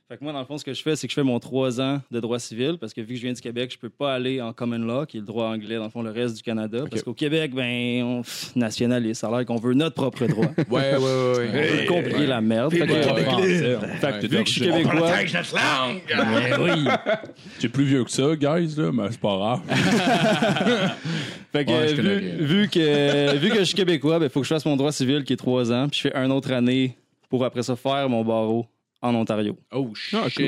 Speaker 5: Fait que moi, dans le fond, ce que je fais, c'est que je fais mon trois ans de droit civil parce que vu que je viens du Québec, je peux pas aller en common law, qui est le droit anglais, dans le fond, le reste du Canada. Parce qu'au Québec, ben, on pff, nationalise, ça a l'air qu'on veut notre propre droit.
Speaker 1: Ouais, ouais, ouais.
Speaker 5: on
Speaker 1: ouais.
Speaker 5: veut compliquer la merde. Fait que-
Speaker 1: les
Speaker 5: Ouais.
Speaker 4: Québécois. Fait que
Speaker 1: Ouais.
Speaker 4: t'es
Speaker 5: Vu que je suis
Speaker 4: obligé.
Speaker 5: québécois,
Speaker 3: Ben oui.
Speaker 4: T'es plus vieux que ça, guys, là, mais c'est pas grave.
Speaker 5: fait que, euh,
Speaker 3: Ouais, je connais
Speaker 5: vu,
Speaker 3: bien.
Speaker 5: vu que vu que je suis québécois, ben faut que je fasse mon droit civil qui est trois ans, puis je fais une autre année pour après ça faire mon barreau en Ontario.
Speaker 1: Oh, shit.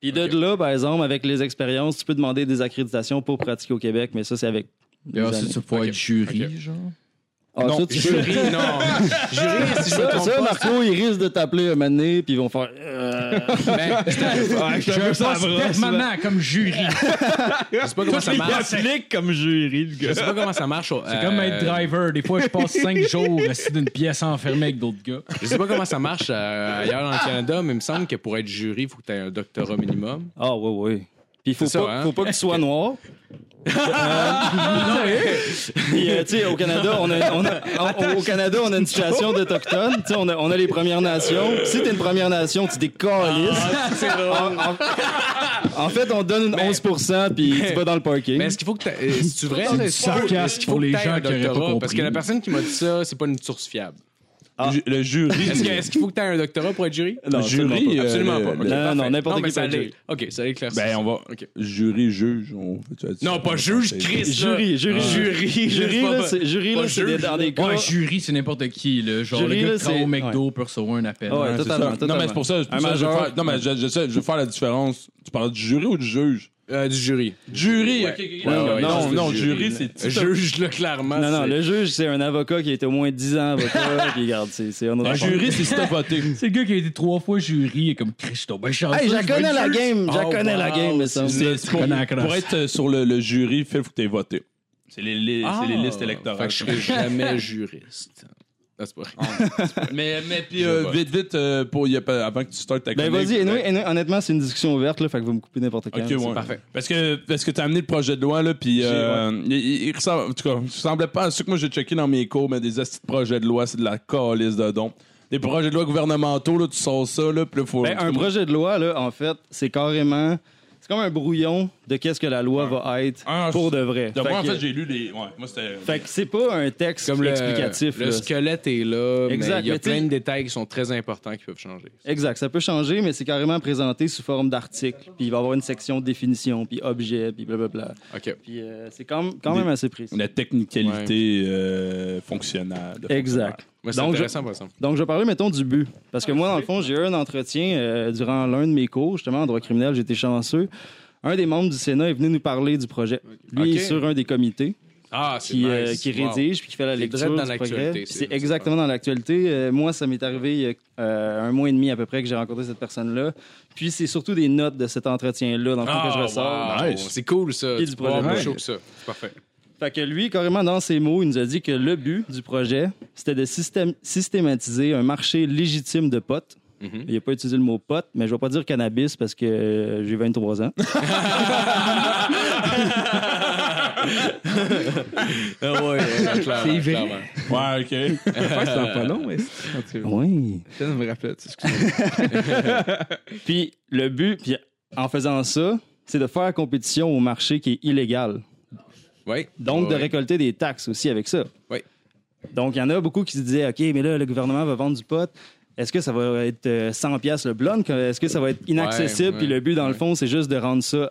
Speaker 5: Puis de là, par exemple, avec les expériences, tu peux demander des accréditations pour pratiquer au Québec, mais ça c'est avec.
Speaker 3: Et ensuite, tu vas pouvoir
Speaker 1: Ok.
Speaker 3: être jury,
Speaker 1: Ok.
Speaker 3: genre.
Speaker 5: Ah, ça,
Speaker 1: Non,
Speaker 5: tu-
Speaker 1: jury, non. Jury, si je me
Speaker 5: Ça,
Speaker 1: trompe
Speaker 5: ça,
Speaker 1: pas,
Speaker 5: Marco, ils risquent de t'appeler un moment donné, puis ils vont faire. euh,
Speaker 3: J'ai un poste permanent comme jury.
Speaker 1: Je sais pas comment ça marche.
Speaker 2: comme jury, le
Speaker 1: Je
Speaker 2: gars.
Speaker 1: sais pas comment ça marche. au-
Speaker 3: C'est
Speaker 1: euh,
Speaker 3: comme être driver. Des fois, je passe cinq jours assis d'une pièce enfermée avec d'autres gars.
Speaker 1: Je sais pas comment ça marche euh, ailleurs dans le Canada, mais il me semble que pour être jury, il faut que tu aies un doctorat minimum.
Speaker 5: Ah, oui, oui. Puis il faut,
Speaker 1: C'est ça,
Speaker 5: pas-
Speaker 1: hein?
Speaker 5: faut pas que tu sois noir. Euh, Puis, euh, tu sais, au Canada, on a, on a- au- au Canada, on a une situation d'autochtones. Tu sais, on a, on a les Premières Nations. Si t'es une Première Nation, tu décalisses.
Speaker 1: Ah,
Speaker 5: en, en- en fait, on donne une 11 puis tu vas dans le parking.
Speaker 1: Mais est-ce qu'il faut que tu C'est vrai
Speaker 3: C'est du
Speaker 1: est-ce qu'il faut-
Speaker 3: sarcasme
Speaker 1: est-ce qu'il faut
Speaker 3: pour
Speaker 1: que
Speaker 3: les
Speaker 1: t'aies
Speaker 3: gens
Speaker 1: un
Speaker 3: qui auraient pas
Speaker 1: doctorat?
Speaker 3: compris.
Speaker 1: Parce que la personne qui m'a dit ça, c'est pas une source fiable.
Speaker 4: Ju- Le jury. euh,
Speaker 1: Est-ce que- est-ce qu'il faut que tu aies un doctorat pour être jury
Speaker 5: Non,
Speaker 4: Le jury. euh,
Speaker 1: Absolument
Speaker 4: le-
Speaker 1: pas.
Speaker 4: le-
Speaker 1: Ok,
Speaker 5: non,
Speaker 1: parfait.
Speaker 5: non, n'importe
Speaker 1: mais
Speaker 5: qui
Speaker 1: ça
Speaker 5: peut être
Speaker 1: allait- OK, ça éclaircit.
Speaker 4: Ben, on va.
Speaker 1: Ok.
Speaker 4: Jury, juge. On... tu as dit
Speaker 1: Non,
Speaker 4: ça,
Speaker 1: pas
Speaker 4: on
Speaker 1: juge,
Speaker 4: va
Speaker 1: Chris.
Speaker 5: Jury, jury.
Speaker 1: là. Ah. Jury,
Speaker 5: Jury,
Speaker 1: pas-
Speaker 5: là, c'est- jury,
Speaker 1: pas
Speaker 5: là, c'est
Speaker 1: juge,
Speaker 5: des- dans des cas.
Speaker 3: Ouais, jury, c'est n'importe qui. Là. Genre,
Speaker 5: Jury,
Speaker 3: le gars
Speaker 5: là,
Speaker 3: qui travaille au
Speaker 5: c'est-
Speaker 3: McDo peut recevoir un appel.
Speaker 5: Ouais,
Speaker 4: Ouais, c'est
Speaker 5: totalement,
Speaker 4: ça. Non,
Speaker 5: totalement.
Speaker 4: mais c'est pour ça. c'est pour
Speaker 5: Un
Speaker 4: ça que je veux
Speaker 5: majeur.
Speaker 4: faire- Non, mais je, je sais, je veux faire la différence. Tu parles du jury ou du juge?
Speaker 1: Euh, du jury.
Speaker 4: Jury,
Speaker 1: Ouais.
Speaker 4: ok, ok, ok.
Speaker 1: Ouais, ouais,
Speaker 4: non,
Speaker 1: juste
Speaker 4: non,
Speaker 1: le
Speaker 4: jury,
Speaker 1: jury,
Speaker 4: c'est
Speaker 1: Juge-le clairement.
Speaker 5: Non, non,
Speaker 1: hein, c'est-
Speaker 5: le juge, c'est un avocat qui a été au moins 10 ans avocat. puis regarde, c'est c'est un autre
Speaker 4: Un
Speaker 5: affaire.
Speaker 4: jury, c'est si t'as voté.
Speaker 3: C'est le gars qui a été trois fois jury et comme Christo, ben chanceux. je
Speaker 5: Hey, je
Speaker 3: vais
Speaker 5: la
Speaker 3: être
Speaker 5: connais la
Speaker 3: juge.
Speaker 5: game, je la
Speaker 1: Oh,
Speaker 5: connais la
Speaker 1: wow,
Speaker 5: game, mais ça.
Speaker 4: Ah, C'est-
Speaker 3: c'est
Speaker 4: pour,
Speaker 3: con à crosse.
Speaker 4: pour être euh, sur le, le jury, Phil, faut que t'aies voté. Ah. C'est les, les- c'est les listes
Speaker 1: Ah! Fait
Speaker 4: électorales.
Speaker 1: que je serai jamais juriste. Ah, c'est pas vrai.
Speaker 4: mais, mais puis,
Speaker 1: Je
Speaker 4: euh,
Speaker 1: vote.
Speaker 4: vite, vite, euh, pour, y a pas- avant que tu startes ta
Speaker 5: Ben
Speaker 4: chronique,
Speaker 5: vas-y, anyway, anyway, honnêtement, c'est une discussion ouverte, là, fait que vous me coupez n'importe quand.
Speaker 4: Ok,
Speaker 5: C'est-
Speaker 4: ouais.
Speaker 1: parfait.
Speaker 4: Parce que, parce que t'as amené le projet de loi, là, puis euh, il, il- il ressemble, en tout cas, il ressemblait pas à ce que moi j'ai checké dans mes cours, mais des astis de projets de loi, c'est de la calice de dons. Des projets de loi gouvernementaux, là, tu sors ça, là, puis là, faut...
Speaker 5: Ben, un projet de loi, là, en fait, c'est carrément. C'est comme un brouillon de qu'est-ce que la loi va être
Speaker 4: Ah,
Speaker 5: pour de vrai.
Speaker 4: De
Speaker 5: fait,
Speaker 4: moi, en
Speaker 5: que,
Speaker 4: fait, j'ai lu les... Ouais, moi, c'était...
Speaker 5: fait que c'est pas un texte
Speaker 1: Comme le,
Speaker 5: explicatif.
Speaker 1: le
Speaker 5: là.
Speaker 1: squelette est là,
Speaker 5: Exact,
Speaker 1: mais il y a
Speaker 5: mais
Speaker 1: plein
Speaker 5: t'sais-
Speaker 1: de détails qui sont très importants qui peuvent changer.
Speaker 5: Exact, ça peut changer, mais c'est carrément présenté sous forme d'article. Puis il va y avoir une section de définition, puis objet, puis blablabla.
Speaker 1: OK.
Speaker 5: Puis euh, c'est quand, même- quand même assez précis.
Speaker 4: La technicalité euh, fonctionnelle. de
Speaker 5: Exact.
Speaker 1: Mais c'est
Speaker 5: Donc, je-
Speaker 1: intéressant, par exemple.
Speaker 5: Donc, je vais parler, mettons, du but. Parce que
Speaker 1: Ah,
Speaker 5: moi, dans le fond, j'ai eu un entretien euh, durant l'un de mes cours, justement, en droit criminel, j'étais chanceux. Un des membres du Sénat est venu nous parler du projet. Lui,
Speaker 1: Ok.
Speaker 5: il est sur un des comités
Speaker 1: Ah, c'est
Speaker 5: qui, euh,
Speaker 1: nice.
Speaker 5: qui
Speaker 1: Wow.
Speaker 5: rédige puis qui fait la
Speaker 1: C'est
Speaker 5: lecture
Speaker 1: direct dans
Speaker 5: du
Speaker 1: l'actualité,
Speaker 5: projet.
Speaker 1: c'est-
Speaker 5: C'est
Speaker 1: c'est
Speaker 5: exactement dans l'actualité. Euh, moi, ça m'est arrivé il y a euh, un mois et demi à peu près que j'ai rencontré cette personne-là. Puis, c'est surtout des notes de cet entretien-là, dans le fond,
Speaker 1: Ah,
Speaker 5: que je ressors.
Speaker 1: wow. C'est cool, ça.
Speaker 5: Puis
Speaker 1: Tu
Speaker 5: du
Speaker 1: peux avoir
Speaker 5: projet.
Speaker 1: plus chaud que ça. C'est parfait.
Speaker 5: Fait que lui, carrément dans ses mots, il nous a dit que le but du projet, c'était de systém- systématiser un marché légitime de potes.
Speaker 1: Mhm.
Speaker 5: Il n'a pas utilisé le mot potes, mais je vais pas dire cannabis parce que euh, j'ai 23 ans.
Speaker 2: Ah
Speaker 1: C'est vrai.
Speaker 4: Faire. Ouais, OK.
Speaker 2: J'espère que c'est dans pas long, mais c'est- en tout cas,
Speaker 5: Oui.
Speaker 2: je me rappelle, tu- excuse-moi.
Speaker 5: Puis le but, puis en faisant ça, c'est de faire compétition au marché qui est illégal.
Speaker 1: Oui.
Speaker 5: Donc, de
Speaker 1: Ouais.
Speaker 5: récolter des taxes aussi avec ça.
Speaker 1: Oui.
Speaker 5: Donc, il y en a beaucoup qui se disaient, OK, mais là, le gouvernement va vendre du pot. Est-ce que ça va être euh, 100 pièces le blonde? Est-ce que ça va être inaccessible?
Speaker 1: ouais,
Speaker 5: Puis le but, dans le
Speaker 1: ouais.
Speaker 5: fond, c'est juste de rendre ça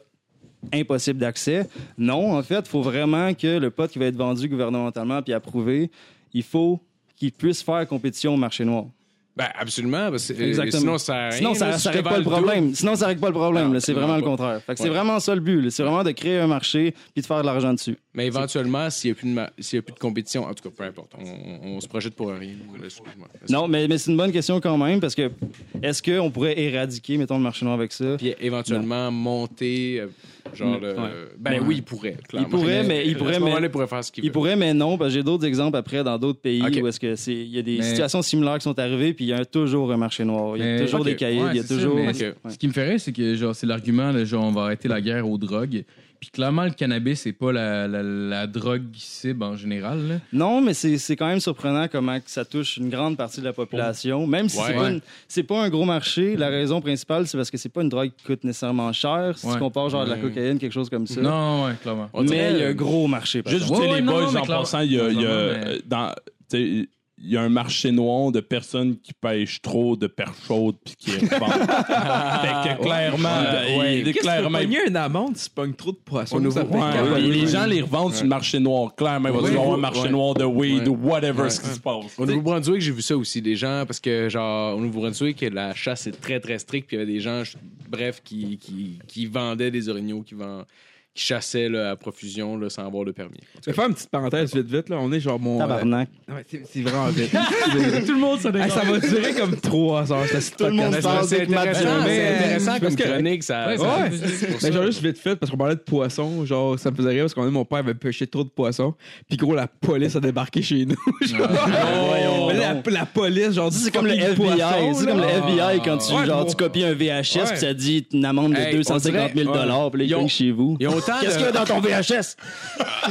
Speaker 5: impossible d'accès. Non, en fait, il faut vraiment que le pot qui va être vendu gouvernementalement puis approuvé, il faut qu'il puisse faire compétition au marché noir.
Speaker 1: Ben, absolument. parce que, euh,
Speaker 5: Exactement.
Speaker 1: Sinon, ça sert à rien,
Speaker 5: Sinon, ça
Speaker 1: là, si
Speaker 5: ça
Speaker 1: je te
Speaker 5: règle pas le
Speaker 1: vends double,
Speaker 5: problème. Sinon, ça règle pas le problème.
Speaker 1: Non,
Speaker 5: là. C'est
Speaker 1: absolument
Speaker 5: vraiment le
Speaker 1: pas.
Speaker 5: contraire. Fait que c'est
Speaker 1: Ouais.
Speaker 5: vraiment ça le but. là. C'est vraiment de créer un marché puis de faire de l'argent dessus.
Speaker 1: Mais éventuellement, s'il n'y a, plus de ma- s'il y a plus de compétition, en tout cas, peu importe. On, on se projette pour rien. là, excuse-moi.
Speaker 5: Non, mais, mais c'est une bonne question quand même parce que est-ce qu'on pourrait éradiquer, mettons, le marché noir avec ça?
Speaker 1: Puis éventuellement monter, euh, genre. le- Ben oui, il pourrait, clairement.
Speaker 5: pourrait, mais il
Speaker 1: À
Speaker 5: pourrait,
Speaker 1: ce moment-là,
Speaker 5: mais-
Speaker 1: il pourrait faire ce qu'il
Speaker 5: Il
Speaker 1: veut.
Speaker 5: pourrait, mais non, parce que j'ai d'autres exemples après dans d'autres pays
Speaker 1: Ok.
Speaker 5: où est-ce que c'est, il y a des
Speaker 3: Mais-
Speaker 5: situations similaires qui sont arrivées, puis il y a un- toujours un marché noir, il y a
Speaker 3: Mais-
Speaker 5: toujours
Speaker 1: ok,
Speaker 5: des caïds,
Speaker 3: ouais,
Speaker 5: il y a
Speaker 3: c'est ça,
Speaker 5: toujours.
Speaker 3: mais-
Speaker 1: Ok.
Speaker 5: Ouais.
Speaker 3: Ce qui me ferait, c'est que genre c'est l'argument de genre on va arrêter la guerre aux drogues. Puis clairement, le cannabis, c'est pas la, la, la drogue qui cible en général. là.
Speaker 5: Non, mais c'est c'est quand même surprenant comment que ça touche une grande partie de la population. Même si c'est
Speaker 1: Ouais.
Speaker 5: pas une- c'est pas, un gros marché, la raison principale, c'est parce que c'est pas une drogue qui coûte nécessairement cher. Si
Speaker 3: Ouais.
Speaker 5: tu compares genre de la
Speaker 1: Ouais.
Speaker 5: cocaïne, quelque chose comme ça.
Speaker 3: Non, ouais, clairement.
Speaker 1: On
Speaker 5: mais
Speaker 1: dirait-
Speaker 5: il y a un gros marché. par
Speaker 4: Juste,
Speaker 5: contre.
Speaker 4: tu sais,
Speaker 3: Ouais, ouais,
Speaker 4: les
Speaker 3: non,
Speaker 4: boys,
Speaker 3: non, mais
Speaker 4: en
Speaker 3: clairement-
Speaker 4: passant, il y a, il y a,
Speaker 3: clairement, mais-
Speaker 4: euh, dans- tu sais, il y a un marché noir de personnes qui pêchent trop de perches chaudes puis qui revendent. fait que clairement, euh, il- clairement,
Speaker 2: Qu'est-ce
Speaker 4: il-
Speaker 2: que tu peux pogner une amende si tu pognes trop de poissons?
Speaker 1: Au
Speaker 2: ça
Speaker 1: nouveau-
Speaker 2: fait
Speaker 4: Ouais,
Speaker 2: capoter.
Speaker 4: ouais, les gens les revendent sur le marché noir, clairement. Il va
Speaker 1: Ouais.
Speaker 4: y avoir un marché
Speaker 1: Ouais.
Speaker 4: noir de weed
Speaker 1: Ouais.
Speaker 4: ou whatever ce qui se passe.
Speaker 1: Au Nouveau-Brunswick, j'ai vu ça aussi, des gens, parce que, genre, au Nouveau-Brunswick, la chasse est très, très stricte, puis il y avait des gens, je- bref, qui, qui, qui vendaient des orignaux, qui, vend- qui chassaient là, à profusion là, sans avoir de permis.
Speaker 2: Je vais faire une petite parenthèse vite vite là, on est genre mon euh,
Speaker 5: Tabarnak.
Speaker 2: ouais, c'est c'est vraiment vite. Hey,
Speaker 6: Tout le monde, ça
Speaker 2: ça va durer comme 3 heures ça, c'est
Speaker 5: Tout le monde
Speaker 2: podcast.
Speaker 5: parle.
Speaker 1: C'est intéressant, Ben,
Speaker 2: Mais-
Speaker 1: c'est intéressant
Speaker 2: parce
Speaker 1: comme
Speaker 2: que-
Speaker 1: chronique, ça.
Speaker 3: Ouais,
Speaker 1: ça-
Speaker 2: ouais.
Speaker 1: c'est pour ça.
Speaker 2: Mais genre juste vite fait parce qu'on parlait de poissons, genre ça me faisait rire parce qu'on mon père avait pêché trop de poissons, puis gros la police a débarqué chez nous. genre.
Speaker 5: voyons
Speaker 2: Mais la,
Speaker 5: donc.
Speaker 2: la police genre
Speaker 5: Oh, C'est comme le Ah. FBI, c'est comme le FBI quand tu,
Speaker 2: Ouais,
Speaker 5: genre,
Speaker 2: bon.
Speaker 5: tu copies un VHS
Speaker 2: Ouais.
Speaker 5: puis ça dit une amende de
Speaker 1: Hey,
Speaker 5: 250 000
Speaker 1: on dirait-
Speaker 5: dollars puis là,
Speaker 1: Ils
Speaker 5: ils
Speaker 1: ont-
Speaker 5: cognent chez vous.
Speaker 1: Ils ont autant
Speaker 5: Qu'est-ce
Speaker 1: de-
Speaker 5: qu'il y a dans ton VHS?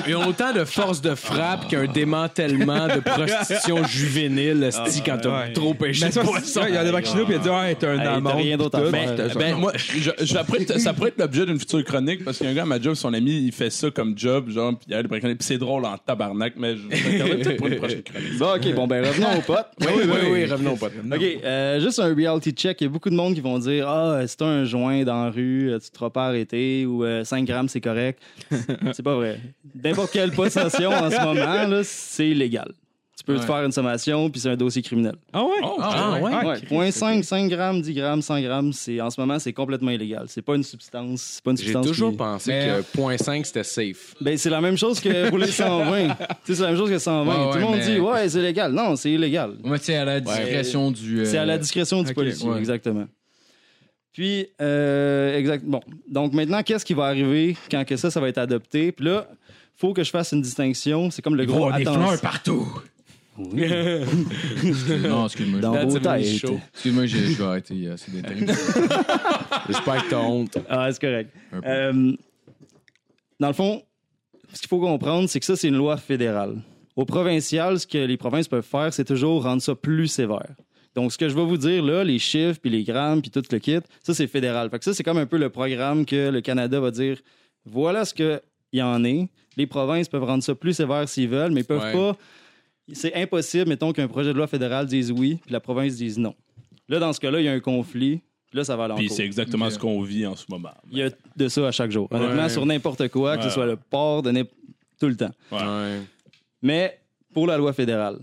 Speaker 1: Ils ont autant de force de frappe qu'un démantèlement de prostitution juvénile, sti, quand t'as
Speaker 2: ouais.
Speaker 1: trop pêché
Speaker 2: Mais
Speaker 1: de
Speaker 2: ça,
Speaker 1: poisson.
Speaker 2: il a débarqué chez nous puis il a dit ah t'as un
Speaker 5: Hey, t'as
Speaker 2: amende.
Speaker 5: rien d'autre à
Speaker 2: puis tout.
Speaker 5: faire.
Speaker 2: J'étais genre,
Speaker 4: Ben, moi, je- je- ça pourrait être- ça pourrait être l'objet d'une future chronique parce qu'il y a un gars à ma job, son ami, il fait ça comme job, genre, puis il a des chroniques, puis c'est drôle en tabarnak, mais je je regarderai peut-être pour une prochaine chronique.
Speaker 5: Bon, ok, bon, ben revenons aux potes.
Speaker 1: Oui, oui, oui, revenons pas.
Speaker 5: OK, euh, juste un reality check. Il y a beaucoup de monde qui vont dire Ah, si t'as un joint dans la rue, euh, tu te feras pas arrêter ou euh, 5 grammes, c'est correct. c'est pas vrai. N'importe quelle possession en ce moment, là, c'est illégal. Tu peux te
Speaker 3: Ouais.
Speaker 5: faire une sommation, puis c'est un dossier criminel.
Speaker 2: Ah ouais.
Speaker 3: Ah, ouais.
Speaker 5: Ouais, 0.5, 5 grammes, 10 grammes, 100 grammes, c'est, en ce moment, c'est complètement illégal. C'est pas une substance. C'est pas une
Speaker 1: J'ai
Speaker 5: substance.
Speaker 1: toujours
Speaker 5: qui-
Speaker 1: pensé
Speaker 3: Mais-
Speaker 1: que point .5, c'était safe.
Speaker 5: Ben, c'est la même chose que rouler 120. Tu sais, c'est la même chose que 120.
Speaker 3: Ouais,
Speaker 5: Tout le
Speaker 3: ouais,
Speaker 5: monde
Speaker 3: mais-
Speaker 5: dit Ouais, c'est légal. Non, c'est illégal.
Speaker 3: Ouais, mais c'est à la discrétion du. euh,
Speaker 5: C'est à la discrétion du
Speaker 2: ok,
Speaker 5: policier,
Speaker 3: ouais.
Speaker 5: exactement. Puis, euh, exact, bon. Donc, maintenant, qu'est-ce qui va arriver quand que ça, ça va être adopté? Puis là, faut que je fasse une distinction. C'est comme le gros
Speaker 3: Ah,
Speaker 6: des
Speaker 5: attention
Speaker 6: fleurs partout.
Speaker 3: Non, excuse-moi.
Speaker 5: dans
Speaker 1: That's
Speaker 5: vos
Speaker 1: a really
Speaker 5: têtes.
Speaker 1: show.
Speaker 3: Excuse-moi, je, je vais arrêter. euh, C'est des termes.
Speaker 1: J'espère que t'as honte.
Speaker 5: Ah, c'est correct.
Speaker 3: Un peu.
Speaker 5: Euh, dans le fond, ce qu'il faut comprendre, c'est que ça, c'est une loi fédérale. Au provincial, ce que les provinces peuvent faire, c'est toujours rendre ça plus sévère. Donc, ce que je vais vous dire là, les chiffres, puis les grammes, puis tout le kit, ça, c'est fédéral. Fait que ça, c'est comme un peu le programme que le Canada va dire voilà ce qu'il y en est. Les provinces peuvent rendre ça plus sévère s'ils veulent, mais ils peuvent
Speaker 1: Ouais.
Speaker 5: pas. C'est impossible, mettons, qu'un projet de loi fédéral dise oui, puis la province dise non. Là, dans ce cas-là, il y a un conflit, puis là, ça va à
Speaker 4: Puis
Speaker 5: l'encontre.
Speaker 4: c'est exactement
Speaker 3: Ok.
Speaker 4: ce qu'on vit en ce moment.
Speaker 5: Il y a de ça à chaque jour. Honnêtement,
Speaker 1: Ouais.
Speaker 5: sur n'importe quoi, que ce
Speaker 4: Ouais.
Speaker 5: soit le port, de n'im- tout le temps.
Speaker 1: Ouais.
Speaker 5: Mais pour la loi fédérale,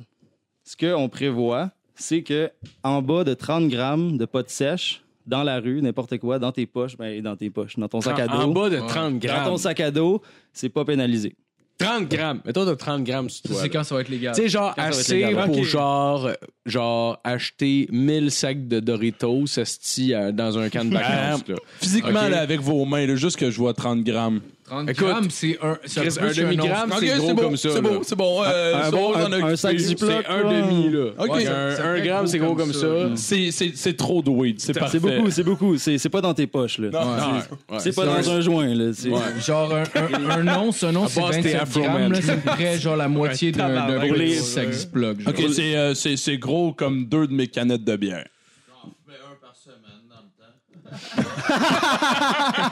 Speaker 5: ce qu'on prévoit, c'est que en bas de 30 grammes de potes sèches, dans la rue, n'importe quoi, dans tes poches, ben, dans tes poches, dans ton sac à
Speaker 1: En
Speaker 5: dos,
Speaker 1: bas de
Speaker 3: Ouais.
Speaker 1: 30
Speaker 5: dans
Speaker 1: grammes.
Speaker 5: ton sac à dos, c'est pas pénalisé.
Speaker 1: 30 grammes. Mettons, t'as 30 grammes sur
Speaker 3: Ça,
Speaker 1: toi.
Speaker 3: c'est
Speaker 1: là.
Speaker 3: quand ça va être légal.
Speaker 1: Tu sais, genre,
Speaker 5: Quand ça va être
Speaker 1: assez
Speaker 5: légal.
Speaker 1: pour
Speaker 2: Ok.
Speaker 1: genre, euh, genre, acheter 1000 sacs de Doritos esti, euh, dans un camp de
Speaker 3: Ah.
Speaker 1: vacances. là.
Speaker 4: Ben, Physiquement,
Speaker 1: Ok.
Speaker 4: là, avec vos mains, là, juste que je vois 30 grammes.
Speaker 3: 30
Speaker 1: Écoute,
Speaker 3: grammes, c'est un. c'est
Speaker 1: Chris,
Speaker 3: peu
Speaker 1: un
Speaker 3: sur once.
Speaker 1: demi-gramme, c'est
Speaker 4: Ok,
Speaker 1: gros
Speaker 4: bon,
Speaker 1: comme ça.
Speaker 4: C'est
Speaker 1: là.
Speaker 4: bon, c'est bon. euh,
Speaker 5: Un
Speaker 4: ça,
Speaker 5: bon-
Speaker 4: on en a
Speaker 5: un- un
Speaker 4: occupé.
Speaker 5: sac Ziploc,
Speaker 1: C'est un
Speaker 5: là.
Speaker 1: demi, là.
Speaker 4: Ok,
Speaker 1: Ouais,
Speaker 4: ça-
Speaker 1: un,
Speaker 3: ça
Speaker 1: un
Speaker 3: fait
Speaker 1: gramme,
Speaker 3: gros
Speaker 1: c'est gros
Speaker 3: comme
Speaker 1: comme
Speaker 3: ça.
Speaker 1: ça.
Speaker 3: Mm.
Speaker 4: C'est- C'est c'est trop de weed, c'est parfait.
Speaker 5: C'est beaucoup, c'est beaucoup. C'est c'est pas dans tes poches, là.
Speaker 4: Non.
Speaker 1: Ouais.
Speaker 5: C'est
Speaker 1: Ouais.
Speaker 5: pas dans un joint, là. C'est-
Speaker 3: Genre un, un, un once, un once, c'est
Speaker 1: base, t'es
Speaker 3: 27
Speaker 1: Afro
Speaker 3: grammes,
Speaker 1: Man.
Speaker 3: là, c'est près genre la moitié d'un d'un
Speaker 5: Pour les-
Speaker 3: petit sac Ziploc. genre.
Speaker 4: Ok, c'est euh, c'est- c'est gros comme deux de mes canettes de bière.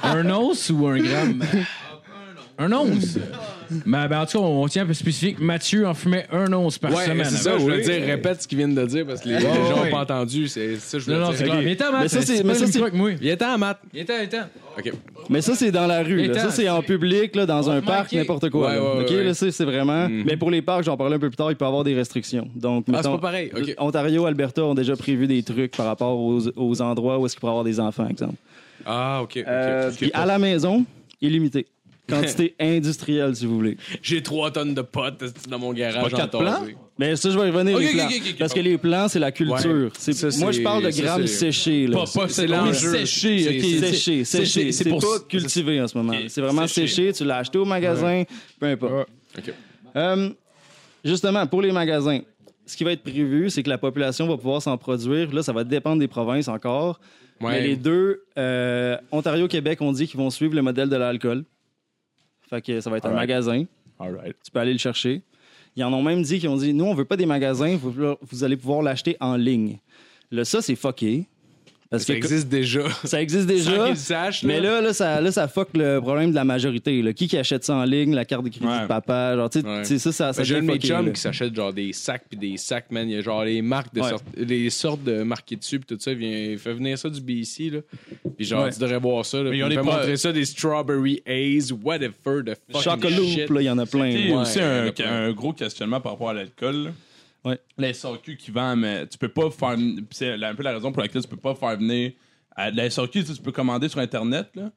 Speaker 3: Un once ou un gramme? Un once. Mais ben, en tout cas, on tient un peu spécifique. Mathieu en fumait un once par
Speaker 1: Ouais,
Speaker 3: Ah, semaine.
Speaker 1: c'est ça,
Speaker 3: avant.
Speaker 1: je voulais dire, répète ce qu'ils viennent de dire parce que les, les gens n'ont
Speaker 3: ouais.
Speaker 1: pas entendu. C'est c'est ça, que je
Speaker 3: Non,
Speaker 1: voulais
Speaker 3: non,
Speaker 1: dire.
Speaker 3: c'est clair.
Speaker 1: Ok.
Speaker 3: Viens-t'en, Matt.
Speaker 5: Mais ça, c'est-
Speaker 3: Tu
Speaker 5: mais
Speaker 3: peux
Speaker 5: ça,
Speaker 3: le
Speaker 5: c'est-
Speaker 3: truc, moi.
Speaker 1: Viens-t'en, Matt.
Speaker 3: Viens-t'en, viens-t'en.
Speaker 1: OK.
Speaker 5: Mais ça, c'est dans la rue. là.
Speaker 3: Attends,
Speaker 5: Ça, c'est en public, là, dans un
Speaker 3: te
Speaker 5: parc,
Speaker 3: manquer.
Speaker 5: n'importe quoi.
Speaker 1: Ouais,
Speaker 5: là.
Speaker 1: ouais,
Speaker 5: OK,
Speaker 1: ouais. Mm-hmm.
Speaker 5: là, c'est c'est vraiment. Mais pour les parcs, j'en parlais un peu plus tard, il peut y avoir des restrictions. Donc,
Speaker 1: Ah, c'est
Speaker 5: mettons,
Speaker 1: pas pareil. OK.
Speaker 5: Ontario, Alberta ont déjà prévu des trucs par rapport aux, aux endroits où est-ce qu'il pourrait y avoir des enfants, exemple.
Speaker 1: Ah, OK. ok.
Speaker 5: Euh,
Speaker 1: Ok.
Speaker 5: puis à la maison, illimité. Quantité industrielle, si vous voulez.
Speaker 1: J'ai trois tonnes de potes dans mon garage.
Speaker 4: Pas quatre
Speaker 1: entendu.
Speaker 4: plans?
Speaker 5: Mais ça, je vais y revenir.
Speaker 1: Ok,
Speaker 5: les
Speaker 1: ok,
Speaker 5: plans.
Speaker 1: ok, ok,
Speaker 5: Parce que
Speaker 1: pardon.
Speaker 5: les plans, c'est la culture. C'est-
Speaker 1: Ça,
Speaker 5: Moi,
Speaker 1: c'est-
Speaker 5: je parle de
Speaker 1: ça,
Speaker 5: grammes
Speaker 1: c'est-
Speaker 5: séchés. Là.
Speaker 1: pas, c'est l'enjeu.
Speaker 4: séché,
Speaker 1: C'est-
Speaker 4: ok.
Speaker 1: c'est-
Speaker 5: Séché,
Speaker 4: c'est-
Speaker 5: séché.
Speaker 4: c'est
Speaker 5: C'est
Speaker 4: pour
Speaker 5: pas
Speaker 4: ça-
Speaker 5: cultivé en ce moment.
Speaker 4: Ok,
Speaker 5: C'est vraiment
Speaker 4: séché.
Speaker 5: séché. Tu l'as acheté au magasin, peu importe.
Speaker 1: Ok.
Speaker 5: Euh, justement, pour les magasins, ce qui va être prévu, c'est que la population va pouvoir s'en produire. Là, ça va dépendre des provinces encore.
Speaker 1: Ouais.
Speaker 5: Mais les deux, euh, Ontario-Québec, on dit qu'ils vont suivre le modèle de l'alcool. Fait que ça va être un magasin.
Speaker 4: All right.
Speaker 5: Tu peux aller le chercher. Ils en ont même dit qu'ils ont dit Nous, on veut pas des magasins, vous, vous allez pouvoir l'acheter en ligne. Là, ça, c'est fucké. Parce
Speaker 1: Ça
Speaker 5: que
Speaker 1: existe déjà.
Speaker 5: ça
Speaker 1: Sans
Speaker 5: existe déjà.
Speaker 1: qu'ils sachent,
Speaker 5: Mais là, là, ça, là, ça fuck le problème de la majorité. là. Qui qui achète ça en ligne, la carte de crédit
Speaker 4: Ouais.
Speaker 5: de papa, genre, tu sais,
Speaker 1: Ouais.
Speaker 5: tu sais, ça, ça, ça
Speaker 1: J'ai un de
Speaker 5: devient
Speaker 1: mes
Speaker 5: fucké,
Speaker 1: chums
Speaker 5: là.
Speaker 1: qui s'achète genre des sacs puis des sacs, man. Il y a genre les marques de
Speaker 5: Ouais.
Speaker 1: sortes, les sortes de marquées dessus puis tout ça. Il, vient, il fait venir ça du BC, là. Puis genre,
Speaker 5: Ouais.
Speaker 1: tu devrais boire ça, là. Puis
Speaker 4: ils
Speaker 1: il
Speaker 4: ont
Speaker 1: me
Speaker 4: des
Speaker 1: fait
Speaker 4: pro-
Speaker 1: montrer ça, des strawberry haze, whatever, de fucking shit.
Speaker 5: Chocoloop, là, il y en a plein.
Speaker 4: Il y
Speaker 5: là.
Speaker 4: a aussi
Speaker 1: Ouais,
Speaker 4: un,
Speaker 1: le plan.
Speaker 4: un gros questionnement par rapport à l'alcool. là.
Speaker 5: Ouais.
Speaker 4: La SRQ qui vend, mais tu peux pas faire. ven- pis C'est la- un peu la raison pour laquelle tu peux pas faire venir. à- La SRQ, tu sais, tu peux commander sur Internet, là,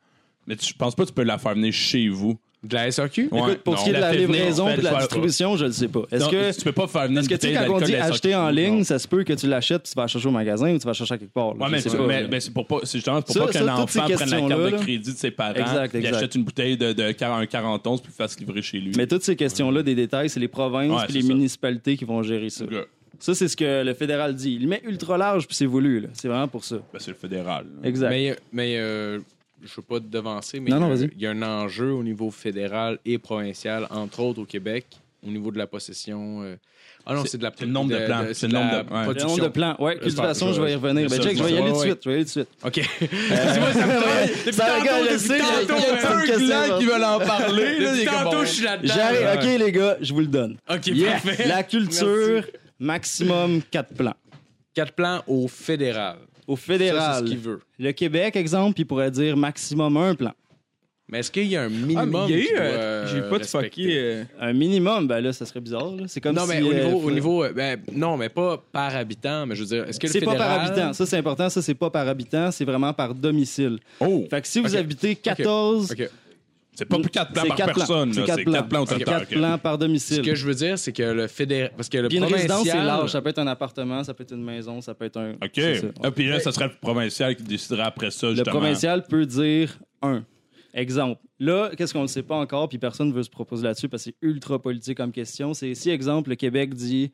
Speaker 4: mais tu- je pense pas que tu peux la faire venir chez vous.
Speaker 1: De la SAQ?
Speaker 4: Ouais,
Speaker 5: Écoute, pour ce
Speaker 4: non.
Speaker 5: qui est de la
Speaker 4: fait venir,
Speaker 5: livraison
Speaker 4: fait
Speaker 5: et de la
Speaker 4: faire-
Speaker 5: distribution, je ne sais pas. Est-ce
Speaker 4: Non,
Speaker 5: que.
Speaker 4: tu peux pas faire venir
Speaker 5: Parce que,
Speaker 4: une
Speaker 5: tu sais,
Speaker 4: bouteille
Speaker 5: quand on
Speaker 4: d'alcool
Speaker 5: dit
Speaker 4: de la SRQ,
Speaker 5: acheter en
Speaker 4: non.
Speaker 5: ligne, ça se peut que tu l'achètes puis tu vas la chercher au magasin ou tu vas la chercher à quelque part. là.
Speaker 4: Ouais,
Speaker 5: Je
Speaker 4: mais,
Speaker 5: sais
Speaker 4: c'est-
Speaker 5: pas,
Speaker 4: mais-
Speaker 5: là.
Speaker 4: mais c'est pour pas, c'est justement pour
Speaker 5: Ça,
Speaker 4: pas
Speaker 5: ça,
Speaker 4: qu'un
Speaker 5: toutes ces
Speaker 4: enfant prenne la carte
Speaker 5: questions-là,
Speaker 4: de
Speaker 5: là.
Speaker 4: crédit de ses parents
Speaker 5: Exact,
Speaker 4: et
Speaker 5: exact.
Speaker 4: achète une bouteille de, de 40, 41 puis le fasse livrer chez lui.
Speaker 5: Mais toutes ces questions-là, des détails, c'est les provinces
Speaker 4: Ouais,
Speaker 5: puis
Speaker 4: c'est
Speaker 5: les
Speaker 4: ça.
Speaker 5: municipalités qui vont gérer ça.
Speaker 4: Ben,
Speaker 5: Ça, c'est ce que le fédéral dit. Il met ultra large puis c'est voulu. là. C'est vraiment pour ça.
Speaker 4: ben, c'est le fédéral. là.
Speaker 5: Exact.
Speaker 1: Mais, mais euh, je veux pas te devancer, mais
Speaker 5: Non, non,
Speaker 1: euh,
Speaker 5: vas-y.
Speaker 1: il y a un enjeu au niveau fédéral et provincial, entre autres au Québec, au niveau de la possession. euh, Ah non,
Speaker 4: C'est-
Speaker 1: c'est de la
Speaker 4: c'est le nombre de plans, c'est le
Speaker 1: la
Speaker 4: nombre de- ouais.
Speaker 5: Le
Speaker 1: production.
Speaker 5: nombre de plans. Ouais,
Speaker 1: J'espère que
Speaker 5: cultivation,
Speaker 1: je-
Speaker 5: je vais y revenir.
Speaker 4: c'est
Speaker 5: Ben,
Speaker 4: ça,
Speaker 5: check, je vais y
Speaker 1: ouais,
Speaker 5: aller tout de
Speaker 1: ouais.
Speaker 5: suite. Je vais y aller tout de suite.
Speaker 4: Euh,
Speaker 1: OK.
Speaker 5: Ça regarde, je sais, il y a- il y a plein de questions, là.
Speaker 4: veulent en parler. là, il est
Speaker 1: Depuis
Speaker 4: comme, bon,
Speaker 1: tantôt, je suis là-dedans.
Speaker 5: J'arrive. OK, les gars, je vous le donne.
Speaker 1: OK,
Speaker 5: Yeah.
Speaker 1: parfait.
Speaker 5: La culture, maximum 4 plans.
Speaker 1: Quatre plans au fédéral.
Speaker 5: Au
Speaker 1: Ça, c'est
Speaker 5: fédéral,
Speaker 1: ce qu'il veut.
Speaker 5: le Québec, exemple, il pourrait dire maximum un plan.
Speaker 1: Mais est-ce qu'il y a un
Speaker 2: Ah, mais
Speaker 1: minimum
Speaker 2: il y a
Speaker 1: qu'il
Speaker 2: eu.
Speaker 1: doit,
Speaker 2: euh,
Speaker 1: euh,
Speaker 2: J'ai pas de
Speaker 1: respecter?
Speaker 2: fucké. euh,
Speaker 5: Un minimum, ben là, ça serait bizarre. là. C'est comme
Speaker 1: Non,
Speaker 5: si...
Speaker 1: mais au
Speaker 5: euh,
Speaker 1: niveau,
Speaker 5: faut-
Speaker 1: au niveau euh, ben, non, mais pas par habitant, mais je veux dire, est-ce que le
Speaker 5: C'est pas
Speaker 1: fédéral...
Speaker 5: par habitant. Ça, c'est important. Ça, c'est pas par habitant. C'est vraiment par domicile.
Speaker 4: Oh,
Speaker 5: Fait que si vous
Speaker 1: Ok.
Speaker 5: habitez 14...
Speaker 1: OK.
Speaker 4: c'est pas plus 4 plans
Speaker 5: c'est
Speaker 4: par
Speaker 5: quatre plans.
Speaker 4: personne.
Speaker 5: C'est
Speaker 4: là,
Speaker 5: quatre
Speaker 4: C'est 4 plans au
Speaker 5: plans. C'est
Speaker 4: total.
Speaker 5: quatre
Speaker 4: ok.
Speaker 5: plans par
Speaker 1: Ce que
Speaker 5: domicile.
Speaker 1: je veux dire, c'est que le fédéral... Parce que le
Speaker 5: Puis une
Speaker 1: provincial...
Speaker 5: résidence, c'est large. Ça peut être un appartement, ça peut être une maison, ça peut être un...
Speaker 4: OK.
Speaker 5: c'est ça. Ouais.
Speaker 4: Ah, puis là, ça serait le provincial qui décidera après ça,
Speaker 5: Le
Speaker 4: justement.
Speaker 5: provincial peut dire un. Exemple. Là, qu'est-ce qu'on ne sait pas encore, puis personne ne veut se proposer là-dessus parce que c'est ultra politique comme question. C'est si, exemple, le Québec dit,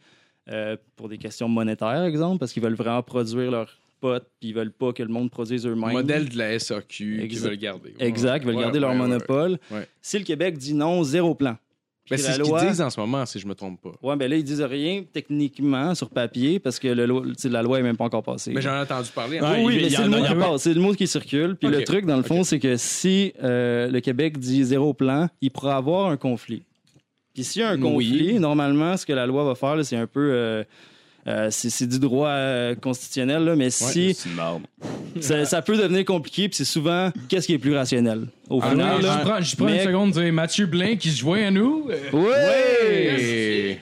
Speaker 5: euh, pour des questions monétaires, exemple, parce qu'ils veulent vraiment produire leurs potes, puis ils veulent pas que le monde produise eux-mêmes.
Speaker 1: modèle de la SAQ qu'ils
Speaker 5: Exact.
Speaker 1: veulent garder.
Speaker 5: Exact, ils veulent
Speaker 1: Ouais,
Speaker 5: garder leur
Speaker 1: ouais, ouais.
Speaker 5: monopole.
Speaker 1: Ouais.
Speaker 5: Si le Québec dit non, zéro plan.
Speaker 1: Ben,
Speaker 5: Puis
Speaker 1: c'est
Speaker 5: la
Speaker 1: ce qu'ils
Speaker 5: loi-
Speaker 1: disent en ce moment, si je me trompe pas.
Speaker 5: Ouais, ben là, ils disent rien techniquement sur papier parce que le loi- tu sais, la loi est même pas encore passée.
Speaker 1: Mais j'en ai entendu parler.
Speaker 4: Ouais.
Speaker 1: hein.
Speaker 5: Oui, oui,
Speaker 4: il-
Speaker 5: mais
Speaker 4: il y
Speaker 5: c'est
Speaker 4: en
Speaker 5: le
Speaker 4: a-
Speaker 5: mot
Speaker 4: il y
Speaker 5: qui
Speaker 4: en a-
Speaker 5: passe, c'est le mot qui circule. Puis
Speaker 1: Ok,
Speaker 5: le truc, dans le fond, c'est que si euh, le Québec dit zéro plan, il pourra avoir un conflit. Puis s'il y a un
Speaker 1: Oui.
Speaker 5: conflit, normalement, ce que la loi va faire, là, c'est un peu. euh, euh, c'est c'est du droit euh, constitutionnel, là, mais si
Speaker 4: C'est une norme.
Speaker 5: ça, ça peut devenir compliqué, puis c'est souvent qu'est-ce qui est plus rationnel au
Speaker 3: Ah,
Speaker 5: final.
Speaker 3: non,
Speaker 5: là.
Speaker 3: je prends, je prends
Speaker 5: Mais-
Speaker 3: une seconde dire Mathieu Blain qui se joint à nous. Euh,
Speaker 5: Ouais!
Speaker 1: Hey!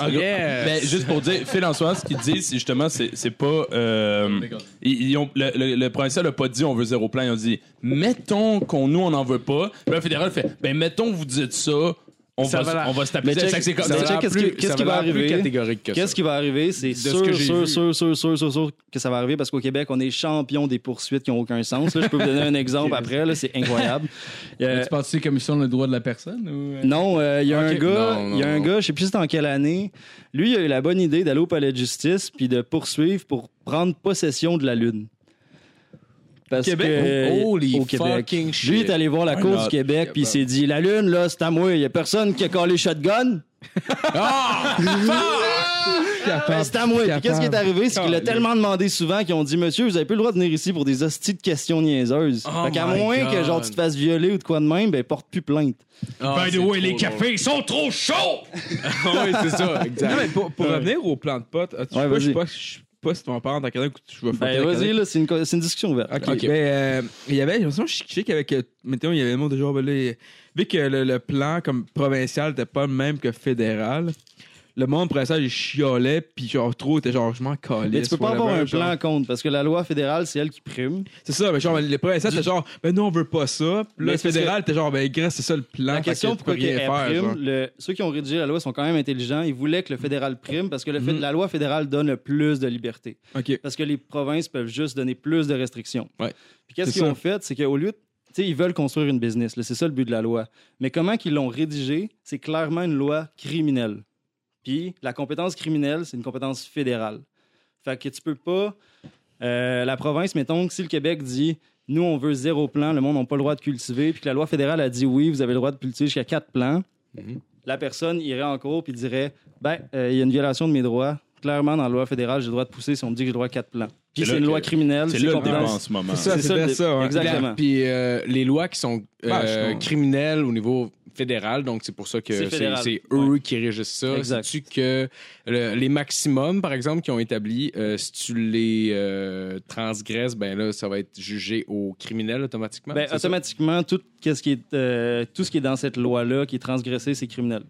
Speaker 4: En gros,
Speaker 1: Yes.
Speaker 4: ben, juste pour dire, Phil en soi, ce qu'ils disent, c'est justement, c'est c'est pas. euh, ils, ils ont, le, le, le provincial n'a pas dit on veut zéro plan. Ils ont dit mettons qu'on nous, on n'en veut pas. Puis le fédéral fait ben, mettons vous dites ça, on,
Speaker 1: Ça
Speaker 4: va,
Speaker 1: va la-
Speaker 4: on va se taper.
Speaker 5: Mais
Speaker 4: dessus.
Speaker 5: check-
Speaker 4: C'est comme-
Speaker 1: Ça
Speaker 5: ça Mais
Speaker 1: va
Speaker 5: check, qu'est-ce
Speaker 1: plus-
Speaker 5: qui- qu'est-ce
Speaker 1: ça
Speaker 5: qui
Speaker 1: va
Speaker 5: va
Speaker 1: l'air plus
Speaker 5: arriver?
Speaker 1: catégorique que
Speaker 5: Qu'est-ce
Speaker 1: ça.
Speaker 5: qui va arriver? C'est
Speaker 1: ce
Speaker 5: sûr,
Speaker 1: que j'ai vu.
Speaker 5: sûr, sûr, sûr, sûr, sûr, sûr que ça va arriver parce qu'au Québec, on est champion des poursuites qui n'ont aucun sens. Là, je peux vous donner un exemple après, là, c'est incroyable. Euh,
Speaker 3: Tu penses que c'est commission le droit de la personne ou. euh?
Speaker 5: non, euh, il y a
Speaker 1: Ok.
Speaker 5: un gars,
Speaker 1: Non, non,
Speaker 5: il y a un
Speaker 1: non.
Speaker 5: gars, je sais plus c'est en quelle année, lui, il a eu la bonne idée d'aller au palais de justice puis de poursuivre pour prendre possession de la Lune. Parce
Speaker 1: Québec?
Speaker 5: que- euh,
Speaker 1: Holy
Speaker 5: au Québec.
Speaker 1: fucking shit.
Speaker 5: Lui est allé voir la
Speaker 4: Why
Speaker 5: Cour
Speaker 4: not?
Speaker 5: du Québec, puis il s'est dit La Lune, là, c'est à moi, il n'y a personne qui a collé shotgun. Ben, c'est à moi. Puis qu'est-ce qui est arrivé? C'est qu'il a tellement demandé souvent qu'ils ont dit Monsieur, vous avez plus le droit de venir ici pour des hosties de questions niaiseuses.
Speaker 1: Oh
Speaker 5: fait qu'à
Speaker 1: my
Speaker 5: moins
Speaker 1: God.
Speaker 5: que genre tu te fasses violer ou de quoi de même, ben porte plus plainte.
Speaker 1: Ah,
Speaker 6: By the
Speaker 1: c'est
Speaker 6: way, les
Speaker 1: trop drôle.
Speaker 6: cafés sont trop chauds!
Speaker 1: Ah oui, c'est ça, exact.
Speaker 2: Non, mais pour, pour revenir au plan de potes, as-tu
Speaker 5: Ouais,
Speaker 2: pas- je
Speaker 5: vas-y.
Speaker 2: sais pas, je suis pas, pas si tu en parles dans quelqu'un que tu vas
Speaker 5: Ben, vas-y, là, c'est une, co- c'est une discussion ouverte.
Speaker 2: Ok,
Speaker 1: Ok.
Speaker 2: mais euh, il y avait, j'ai l'impression, je sais qu'avec, euh, mettons, il y avait le monde de genre, ben là, il- vu que le, le plan comme provincial n'était pas le même que fédéral, le monde provincial, il chiolait, puis genre trop, était genre, je m'en calais.
Speaker 5: Mais tu peux pas avoir un plan contre parce que la loi fédérale, c'est elle qui prime.
Speaker 2: C'est ça, mais genre, le provincial, c'était genre, ben nous, on veut pas ça. Puis là,
Speaker 5: Mais
Speaker 2: le
Speaker 5: c'est parce
Speaker 2: fédéral, t'es genre, ben grâce, c'est ça le plan.
Speaker 5: La
Speaker 2: fait que
Speaker 5: question
Speaker 2: tu peux
Speaker 5: pourquoi qu'elle prime, le- ceux qui ont rédigé la loi sont quand même intelligents. Ils voulaient que le fédéral prime parce que le fait, la loi fédérale donne le plus de liberté.
Speaker 2: genre. Ok.
Speaker 5: Parce que les provinces peuvent juste donner plus de restrictions.
Speaker 2: Ouais.
Speaker 5: Puis qu'est-ce
Speaker 2: C'est
Speaker 5: qu'ils
Speaker 2: ça.
Speaker 5: ont fait? C'est qu'au lieu de. Tu sais, ils veulent construire une business. là, C'est ça le but de la loi. Mais comment qu'ils l'ont rédigée, c'est clairement une loi criminelle. Puis la compétence criminelle, c'est une compétence fédérale. Fait que tu peux pas. euh, la province, mettons que si le Québec dit nous, on veut zéro plan, le monde n'a pas le droit de cultiver, puis que la loi fédérale a dit oui, vous avez le droit de cultiver jusqu'à quatre plans, la personne irait en cours puis dirait ben, euh, il y a une violation de mes droits. Clairement, dans la loi fédérale, j'ai le droit de pousser si on me dit que j'ai le droit à quatre plans. Puis
Speaker 4: C'est
Speaker 5: c'est
Speaker 4: là
Speaker 5: une
Speaker 4: que-
Speaker 5: loi criminelle.
Speaker 4: C'est là le débat
Speaker 5: compétence-
Speaker 4: en ce moment.
Speaker 2: C'est ça,
Speaker 5: C'est ça,
Speaker 2: c'était
Speaker 5: le-
Speaker 2: ça. hein. ouais.
Speaker 5: exact. Exactement.
Speaker 1: Puis euh, les lois qui sont euh,
Speaker 2: Ah, je comprends.
Speaker 1: criminelles au niveau fédéral, donc c'est pour ça que
Speaker 5: C'est
Speaker 1: c'est
Speaker 5: fédéral.
Speaker 1: c'est eux qui régissent ça.
Speaker 5: Exact.
Speaker 1: Sais-tu que le- les maximums, par exemple, qui ont établi, euh, si tu les euh, transgresses, ben là, ça va être jugé au criminel automatiquement?
Speaker 5: Ben,
Speaker 1: c'est ça?
Speaker 5: automatiquement, tout, qu'est-ce qui est, euh, tout ce qui est dans cette loi-là, qui est transgressé, c'est criminel.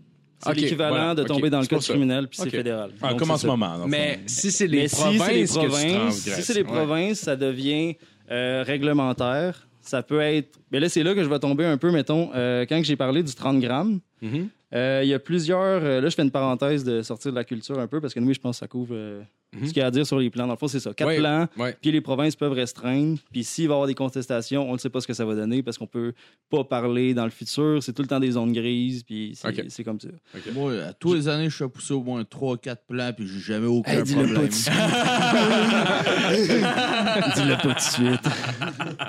Speaker 5: C'est
Speaker 1: Ok,
Speaker 5: l'équivalent
Speaker 1: voilà,
Speaker 5: de
Speaker 1: ok,
Speaker 5: tomber dans le
Speaker 1: c'est pour
Speaker 5: code
Speaker 1: ça.
Speaker 5: criminel, puis
Speaker 1: Ok.
Speaker 5: c'est fédéral.
Speaker 4: Ah,
Speaker 5: Donc,
Speaker 4: comme en
Speaker 5: c'est
Speaker 4: ce
Speaker 5: ça.
Speaker 4: moment. dans le
Speaker 1: Mais
Speaker 4: fond.
Speaker 1: si c'est les
Speaker 5: Mais si
Speaker 1: provinces
Speaker 5: c'est les
Speaker 1: que tu
Speaker 5: provinces,
Speaker 1: transgresses,
Speaker 5: si c'est les
Speaker 1: ouais.
Speaker 5: provinces, ça devient euh, réglementaire. Ça peut être. Mais là, c'est là que je vais tomber un peu, mettons, euh, quand j'ai parlé du 30 grammes.
Speaker 1: Mhm.
Speaker 5: Euh, Il y a plusieurs. euh, là, je fais une parenthèse de sortir de la culture un peu parce que nous, je pense que ça couvre euh,
Speaker 1: Mhm.
Speaker 5: ce qu'il y a à dire sur les plans. Dans le fond, c'est ça. Quatre
Speaker 1: Ouais,
Speaker 5: plans,
Speaker 1: ouais.
Speaker 5: puis les provinces peuvent restreindre. Puis s'il va y avoir des contestations, on ne sait pas ce que ça va donner parce qu'on peut pas parler dans le futur. C'est tout le temps des zones grises, puis c'est
Speaker 1: Ok.
Speaker 5: c'est comme ça.
Speaker 7: Moi, à tous les années, je suis poussé au moins 3-4 plans, puis j'ai jamais aucun
Speaker 5: Hey, dis-le
Speaker 7: problème.
Speaker 5: pas tout Dis-le pas tout de suite.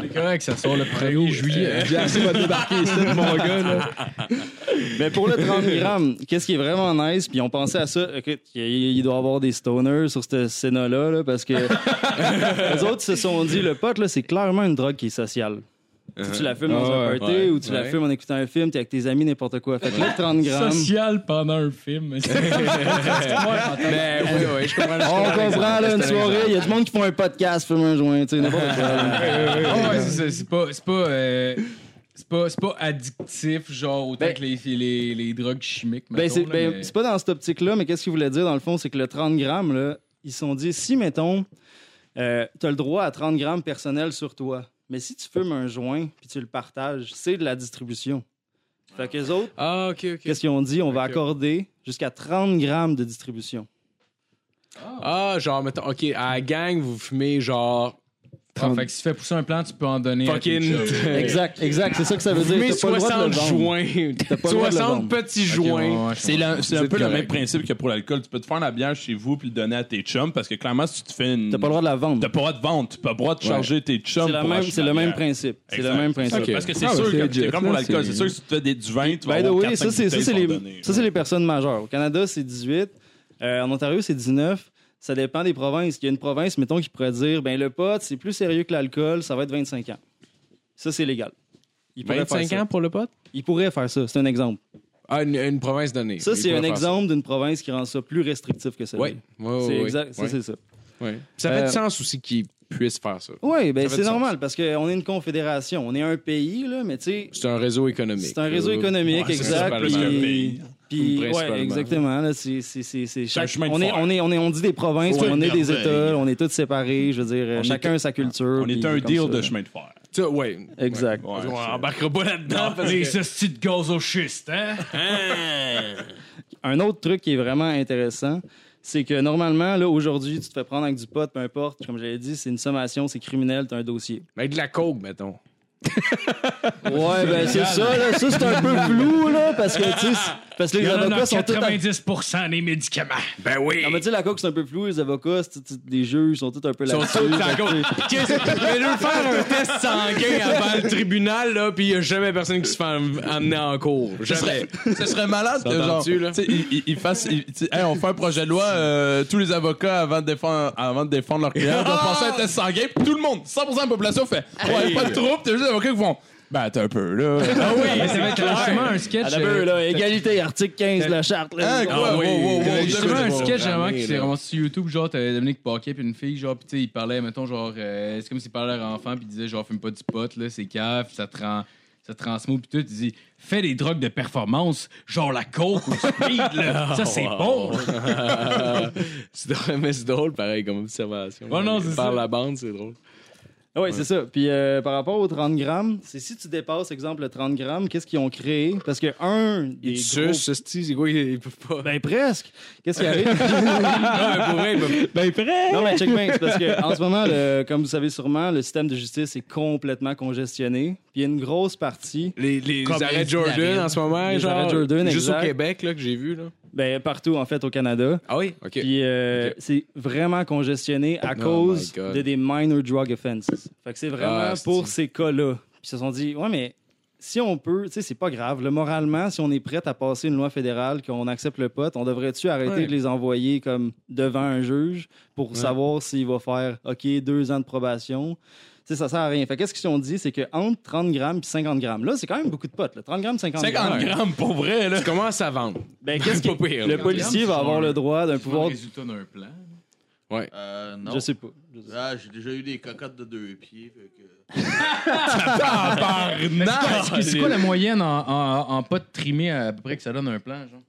Speaker 3: C'est correct, ça sort le 1er juillet.
Speaker 2: J'ai assez pas débarqué ici, mon gars, là.
Speaker 5: Mais pour le 30 grammes, qu'est-ce qui est vraiment nice? Puis on pensait à ça. écoute, il il doit y avoir des stoners sur ce scéna-là là, parce que les autres se sont dit le pot, là, c'est clairement une drogue qui est sociale. Si tu la fumes dans
Speaker 2: Ah
Speaker 5: un
Speaker 2: ouais,
Speaker 5: party
Speaker 1: Uh-huh. ouais,
Speaker 5: ou tu la
Speaker 1: ouais.
Speaker 5: fumes en écoutant un film, t'es avec tes amis, n'importe quoi. Fait que là, le 30 grammes.
Speaker 6: Social pendant un film.
Speaker 1: Ben, oui, oui, je comprends. je
Speaker 5: On
Speaker 1: comprends
Speaker 5: comprend,
Speaker 1: l'exemple,
Speaker 5: là, une
Speaker 1: c'est un exemple.
Speaker 5: soirée, il y a du monde qui font un podcast, fume un joint, tu sais, n'importe quoi. là.
Speaker 3: Ah ouais, c'est ça, c'est pas. C'est pas, euh, c'est pas, c'est pas addictif, genre autant
Speaker 5: Ben-
Speaker 3: que les, les, les drogues chimiques.
Speaker 5: Ben,
Speaker 3: mettons,
Speaker 5: c'est
Speaker 3: là,
Speaker 5: ben,
Speaker 3: mais-
Speaker 5: c'est pas dans cette optique-là, mais qu'est-ce qu'ils voulaient dire, dans le fond, c'est que le 30 grammes, là, ils se sont dit, si, mettons, euh, t'as le droit à 30 grammes personnel sur toi, mais si tu fumes un joint puis tu le partages, c'est de la distribution. Fait qu'eux autres,
Speaker 1: Ah, ok, ok.
Speaker 5: qu'est-ce qu'ils ont dit? On va
Speaker 1: Ok.
Speaker 5: accorder jusqu'à 30 grammes de distribution.
Speaker 1: Ah, genre, mettons, ok, à la gang, vous fumez genre.
Speaker 3: Ah, fait que si tu fais pousser un plan, tu peux en donner. à tes
Speaker 1: Fucking.
Speaker 3: chums.
Speaker 5: Exact, exact, c'est ça que ça
Speaker 1: Vous
Speaker 5: veut
Speaker 1: fumez
Speaker 5: dire. T'as pas le droit de le
Speaker 1: 60
Speaker 5: vendre.
Speaker 1: Euh, joints.
Speaker 5: T'as pas le droit de le
Speaker 1: 60
Speaker 5: vendre.
Speaker 1: petits
Speaker 3: Ok,
Speaker 1: joints.
Speaker 3: ouais, ouais, je
Speaker 4: C'est la- c'est
Speaker 1: Vous
Speaker 4: un
Speaker 1: êtes
Speaker 4: peu le
Speaker 1: correct.
Speaker 4: même principe que pour l'alcool. Tu peux te faire la bière chez vous puis le donner à tes chums parce que clairement, si tu te fais une.
Speaker 5: T'as pas le droit de la vendre.
Speaker 4: T'as pas le droit de vendre. Tu peux pas le droit de charger tes chums.
Speaker 5: C'est la
Speaker 4: pour
Speaker 5: même-
Speaker 4: acheter
Speaker 5: c'est
Speaker 4: la
Speaker 5: le même
Speaker 4: bière.
Speaker 5: principe. C'est le
Speaker 4: Exact.
Speaker 5: même principe.
Speaker 1: Ok.
Speaker 4: Parce que c'est
Speaker 2: Ah,
Speaker 4: sûr
Speaker 2: c'est
Speaker 4: que
Speaker 2: legit,
Speaker 4: c'est comme pour
Speaker 2: là,
Speaker 4: l'alcool.
Speaker 2: c'est-
Speaker 4: C'est sûr que si tu fais des- du vin, tu vas
Speaker 5: By the
Speaker 4: avoir
Speaker 5: way,
Speaker 4: quatre,
Speaker 5: ça,
Speaker 4: cinq
Speaker 5: c'est, ça,
Speaker 4: bouteilles
Speaker 5: c'est
Speaker 4: qui
Speaker 5: les,
Speaker 4: sont données.
Speaker 5: ça, c'est les personnes majeures. Au Canada, c'est 18. Euh, en Ontario, c'est 19. Ça dépend des provinces. Il y a une province, mettons, qui pourrait dire ben le pot, c'est plus sérieux que l'alcool, ça va être 25 ans. Ça, c'est légal. Il pourrait, faire
Speaker 1: 25
Speaker 5: ça.
Speaker 1: ans pour le pote?
Speaker 5: Il pourrait faire ça. C'est un exemple.
Speaker 1: Ah, une, une province donnée.
Speaker 5: Ça,
Speaker 1: Il
Speaker 5: c'est
Speaker 1: pourrait
Speaker 5: un
Speaker 1: faire ça. Oh,
Speaker 5: exemple d'une province qui rend ça plus restrictif que ça.
Speaker 1: Oui, oui, oui.
Speaker 5: C'est
Speaker 1: oui,
Speaker 5: exact. Ça,
Speaker 1: oui.
Speaker 5: c'est ça.
Speaker 1: Oui. Ça fait
Speaker 5: Euh,
Speaker 1: du sens aussi qu'ils puissent faire ça.
Speaker 5: Oui, ben,
Speaker 1: Ça fait
Speaker 5: c'est
Speaker 1: du sens.
Speaker 5: normal parce qu'on est une confédération. On est un pays, là, mais tu sais,
Speaker 1: C'est un réseau économique.
Speaker 5: c'est un réseau
Speaker 1: Euh,
Speaker 5: économique,
Speaker 1: ouais, c'est ça,
Speaker 5: exact.
Speaker 1: c'est
Speaker 4: plus
Speaker 5: puis-
Speaker 4: qu'un pays.
Speaker 5: Puis,
Speaker 1: Principalement.
Speaker 5: ouais, exactement. Là, c'est, c'est, c'est, c'est
Speaker 4: C'est un
Speaker 5: chaque-
Speaker 4: chemin de
Speaker 5: on, est,
Speaker 4: fer.
Speaker 5: on, est, on, est, on dit des provinces,
Speaker 7: Ouais,
Speaker 5: on est des
Speaker 7: merveille.
Speaker 5: États, on est tous séparés. Je veux dire,
Speaker 4: On
Speaker 5: chacun sa culture.
Speaker 4: On
Speaker 5: puis
Speaker 4: est un
Speaker 5: comme ça,
Speaker 4: deal de
Speaker 5: là.
Speaker 4: chemin de fer.
Speaker 1: Tu vois, ouais.
Speaker 5: Exact.
Speaker 4: Ouais,
Speaker 1: On
Speaker 4: c'est-
Speaker 1: embarquera pas là-dedans parce que
Speaker 6: Les hosties de gazoschistes, hein?
Speaker 4: Hein?
Speaker 5: Un autre truc qui est vraiment intéressant, c'est que normalement, là, aujourd'hui, tu te fais prendre avec du pot, peu importe. Comme je l'ai dit, c'est une sommation, c'est criminel, t'as un dossier.
Speaker 1: Avec de la coke, mettons.
Speaker 5: Ouais, ben c'est ça, là. Ça, c'est un peu flou, là, parce que, tu sais, c'est- parce que
Speaker 6: Il
Speaker 5: les
Speaker 6: y en a
Speaker 5: avocats
Speaker 6: dans
Speaker 5: sont tous. à-
Speaker 6: 90% des médicaments.
Speaker 1: Ben oui.
Speaker 5: Non, mais tu sais, la coque, c'est un peu flou, les avocats, c'est- c'est- les juges sont tous un peu là-dessus. fait que, tu sais,
Speaker 1: Qu'est-ce que mais là, faire un test sanguin avant le tribunal là, puis y a jamais personne qui se fait am- amener en cours. Jamais.
Speaker 7: Ce serait malade que genre,
Speaker 1: T'entends-tu, là?
Speaker 4: Tu sais, ils- ils- ils fassent- ils- tu sais, hey, on fait un projet de loi, euh, tous les avocats avant de défendre, avant de
Speaker 1: Ah!
Speaker 4: défendre leur client, doivent passer un test sanguin, puis tout le monde, 100% de la population fait, ouais, pas de trouble, t'as juste des avocats qui vont, Ben, t'as un peu,
Speaker 1: Ah
Speaker 4: là.
Speaker 3: oui, t'avais t'avais Ben, justement un sketch.
Speaker 5: À la
Speaker 3: euh,
Speaker 5: beurre, là, égalité, article 15 de la charte. là.
Speaker 4: Hein, quoi?
Speaker 1: oui,
Speaker 4: Wow, wow, wow,
Speaker 3: T'avais
Speaker 4: wow,
Speaker 3: justement
Speaker 4: deux
Speaker 3: un
Speaker 4: secondes.
Speaker 3: sketch avant
Speaker 1: Jamais,
Speaker 3: qui s'est
Speaker 1: là.
Speaker 3: ramassé sur YouTube, genre t'avais Dominique Paquet puis une fille, genre pis tu sais, il parlait, mettons, genre euh, c'est comme s'il parlait à leur enfant puis il disait genre fume pas du pot, là, c'est cave, ça te rend ça te rend smooth pis tout, il dit fais des drogues de performance, genre la coke ou du speed, là, ça c'est bon.
Speaker 1: c'est drôle, mais c'est drôle, pareil, comme observation.
Speaker 3: Ouais, non, c'est
Speaker 1: Par
Speaker 3: ça.
Speaker 1: la bande, c'est drôle.
Speaker 5: Ah ouais, c'est ça. Puis euh, par rapport aux 30 grammes, c'est si tu dépasses, exemple, le 30 grammes, qu'îce qu'ils ont créé? Parce que un des
Speaker 1: Ils
Speaker 5: gros-
Speaker 1: sucent, ceci, c'est quoi, ils peuvent pas.
Speaker 5: Ben presque. Qu'est-ce qui arrive?
Speaker 1: non, mais pour vrai, ils peuvent
Speaker 2: Ben, prêt!
Speaker 5: Non, mais check bien, c'est parce que en ce moment, le- comme vous savez sûrement, le système de justice est complètement congestionné. Puis il y a une grosse partie,
Speaker 1: Les, les
Speaker 7: Comme
Speaker 1: arrêts
Speaker 7: les
Speaker 1: Jordan
Speaker 7: David.
Speaker 1: en ce moment,
Speaker 5: Les
Speaker 1: genre,
Speaker 5: arrêts Jordan,
Speaker 1: juste
Speaker 5: exact.
Speaker 1: au Québec là, que j'ai vu. Là.
Speaker 5: ben, partout en fait au Canada.
Speaker 1: Ah oui, ok.
Speaker 5: Puis euh,
Speaker 1: Ok.
Speaker 5: c'est vraiment congestionné à
Speaker 1: Oh
Speaker 5: cause
Speaker 1: my God.
Speaker 5: de des minor drug offenses. Fait que c'est vraiment
Speaker 1: Ah,
Speaker 5: pour
Speaker 1: c'est-
Speaker 5: ces cas-là. Puis ils se sont dit, ouais, mais si on peut, tu sais, c'est pas grave. Là, moralement, si on est prêt à passer une loi fédérale, qu'on accepte le pot, on devrait-tu arrêter
Speaker 1: Ouais.
Speaker 5: de les envoyer comme devant un juge pour savoir s'il va faire, OK, deux ans de probation? Tu sais, ça sert à rien. Fait qu'est-ce qu'ils ont dit, c'est que entre 30 grammes et 50 grammes, là, c'est quand même beaucoup de potes. Là. 30 grammes, 50,
Speaker 4: 50
Speaker 5: grammes.
Speaker 4: grammes, pour vrai, là.
Speaker 1: Tu commences à vendre.
Speaker 5: Ben, qu'est-ce que
Speaker 1: Pas pire.
Speaker 5: le
Speaker 1: 50
Speaker 5: policier va
Speaker 3: grammes,
Speaker 5: avoir
Speaker 3: c'est
Speaker 5: le droit d'un
Speaker 3: Pouvoir...
Speaker 5: pouvoir.
Speaker 3: résultat d'un plan.
Speaker 7: Euh, non.
Speaker 5: Je sais pas. Je sais pas.
Speaker 7: Ah, j'ai déjà eu des cocottes de deux pieds. fait que-
Speaker 3: Ah, Est-ce que Ben, C'est quoi la moyenne en, en, en pot trimé à peu près que ça donne un plan, genre?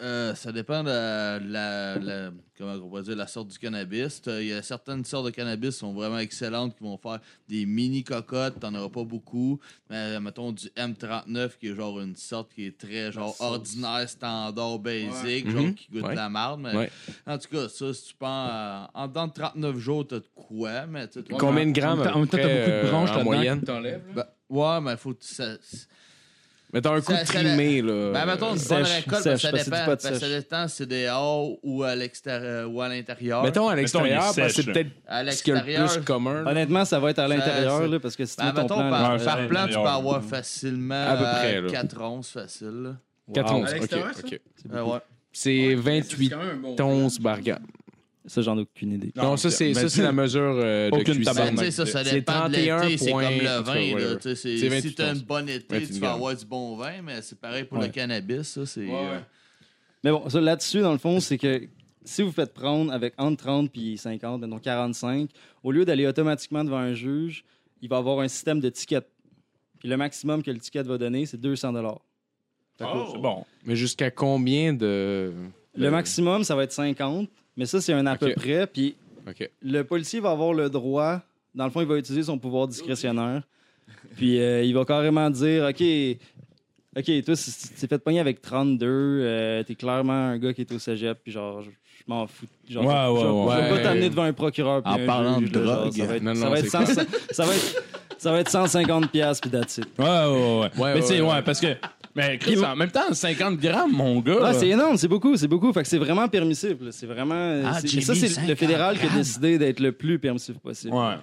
Speaker 7: Euh, ça dépend de la, la- la- comment on pourrait dire, la sorte du cannabis. T'as- Il y a certaines sortes de cannabis qui sont vraiment excellentes, qui vont faire des mini cocottes. T'en auras pas beaucoup. Mais euh, mettons du M39, qui est genre une sorte qui est très genre ordinaire, standard, basic, genre
Speaker 1: Mhm.
Speaker 7: qui goûte
Speaker 1: Ouais.
Speaker 7: la marde. Mais
Speaker 1: Ouais.
Speaker 7: en tout cas, ça, si tu penses euh, en dedans de 39 jours, t'as de quoi. Mais tu sais, toi-
Speaker 1: Combien de grammes
Speaker 3: En même temps- en même temps,
Speaker 1: à peu
Speaker 3: t'as beaucoup
Speaker 1: près,
Speaker 3: de branches
Speaker 1: euh, en
Speaker 3: là-dedans
Speaker 1: moyenne?
Speaker 3: que t'enlèves, là.
Speaker 7: Ben, ouais, mais faut que ça,
Speaker 1: Mettons un coup
Speaker 7: Ça- ça-
Speaker 1: trimé. Là,
Speaker 7: Ben, mettons une
Speaker 5: sèche,
Speaker 7: bonne récolte,
Speaker 5: sèche,
Speaker 7: parce que ça
Speaker 5: parce que
Speaker 7: dépend.
Speaker 5: c'est du pot de
Speaker 7: Parce que ça
Speaker 5: sèche.
Speaker 7: dépend si c'est dehors ou à l'extérieur. Ou à l'intérieur.
Speaker 1: Mettons à
Speaker 4: il est
Speaker 1: l'extérieur, parce que
Speaker 4: sèche,
Speaker 1: c'est peut-être
Speaker 7: À
Speaker 1: ce qu'il y a le
Speaker 7: l'extérieur.
Speaker 1: plus commun. là.
Speaker 5: Honnêtement, ça va être à
Speaker 7: Ça-
Speaker 5: l'intérieur,
Speaker 7: ça-
Speaker 5: là, parce que si tu
Speaker 7: Ben,
Speaker 5: mets ton
Speaker 7: mettons,
Speaker 5: plan...
Speaker 7: par,
Speaker 5: là,
Speaker 4: ouais,
Speaker 7: par
Speaker 4: c'est
Speaker 7: plan, tu peux
Speaker 4: l'intérieur.
Speaker 7: avoir facilement euh,
Speaker 1: À peu près, là.
Speaker 7: 4 onces facile. là.
Speaker 1: Quatre
Speaker 5: Wow.
Speaker 1: onces,
Speaker 3: À
Speaker 1: ok,
Speaker 3: l'extérieur, ça?
Speaker 1: Ah, ok.
Speaker 7: Euh, ouais.
Speaker 1: C'est 28
Speaker 3: C'est quand même un bon plan.
Speaker 1: onces barga.
Speaker 5: Ça, j'en ai aucune idée.
Speaker 1: Non, ça, c'est ça, c'est la mesure euh, de
Speaker 2: Aucune
Speaker 1: cuisson.
Speaker 7: Ben,
Speaker 2: tabarnak.
Speaker 7: tu sais, ça, ça
Speaker 1: C'est
Speaker 7: dépend de l'été. C'est
Speaker 1: 31
Speaker 7: comme
Speaker 1: points,
Speaker 7: le
Speaker 1: en tout cas,
Speaker 7: vin.
Speaker 1: whatever.
Speaker 7: là, tu sais, c'est-
Speaker 1: C'est 28
Speaker 7: si tu as une
Speaker 1: onces.
Speaker 7: bonne été,
Speaker 1: 28
Speaker 7: tu vas
Speaker 1: grammes.
Speaker 7: avoir du bon vin, mais c'est pareil pour
Speaker 2: Ouais.
Speaker 7: le cannabis. Ça, c'est.
Speaker 3: Ouais,
Speaker 7: euh,
Speaker 3: ouais.
Speaker 5: Mais bon, ça, là-dessus, dans le fond, c'est que si vous faites prendre avec entre 30 puis 50, ben, donc 45, au lieu d'aller automatiquement devant un juge, il va avoir un système de tickets. Puis le maximum que le ticket va donner, c'est 200 Fait que
Speaker 4: C'est bon.
Speaker 1: Mais jusqu'à combien de.
Speaker 5: Le maximum, ça va être 50, mais ça, c'est un à
Speaker 1: Ok.
Speaker 5: peu près. Puis
Speaker 1: Ok.
Speaker 5: le policier va avoir le droit, dans le fond, il va utiliser son pouvoir discrétionnaire. Puis euh, il va carrément dire OK, OK, toi, si tu t'es fait pogner avec 32, euh, t'es clairement un gars qui est au cégep, puis genre, je je m'en fous. Genre,
Speaker 4: Ouais, ouais,
Speaker 5: je, je vais
Speaker 1: ouais.
Speaker 5: pas t'amener devant un procureur. puis
Speaker 7: En
Speaker 5: un
Speaker 7: parlant
Speaker 5: juge,
Speaker 7: de
Speaker 5: là, genre,
Speaker 7: drogue.
Speaker 5: ça va être-
Speaker 1: Non,
Speaker 5: ça
Speaker 1: non,
Speaker 5: va être
Speaker 1: c'est
Speaker 5: 100 ça va être- ça va être 150 pièces puis that's it.
Speaker 4: Ouais, ouais, ouais.
Speaker 1: Ouais,
Speaker 4: mais
Speaker 1: ouais,
Speaker 4: tu sais,
Speaker 1: ouais.
Speaker 4: ouais, parce que. Mais Chris,
Speaker 5: Puis-
Speaker 4: en même temps, 50 grammes, mon gars.
Speaker 5: Ah,
Speaker 4: là.
Speaker 5: c'est énorme, c'est beaucoup, c'est beaucoup. Fait que c'est vraiment permissif. là. C'est vraiment.
Speaker 7: Ah,
Speaker 5: c'est-
Speaker 7: Jimmy,
Speaker 5: ça, c'est le
Speaker 7: 50
Speaker 5: fédéral qui a
Speaker 7: grammes.
Speaker 5: décidé d'être le plus permissif possible.
Speaker 4: Ouais.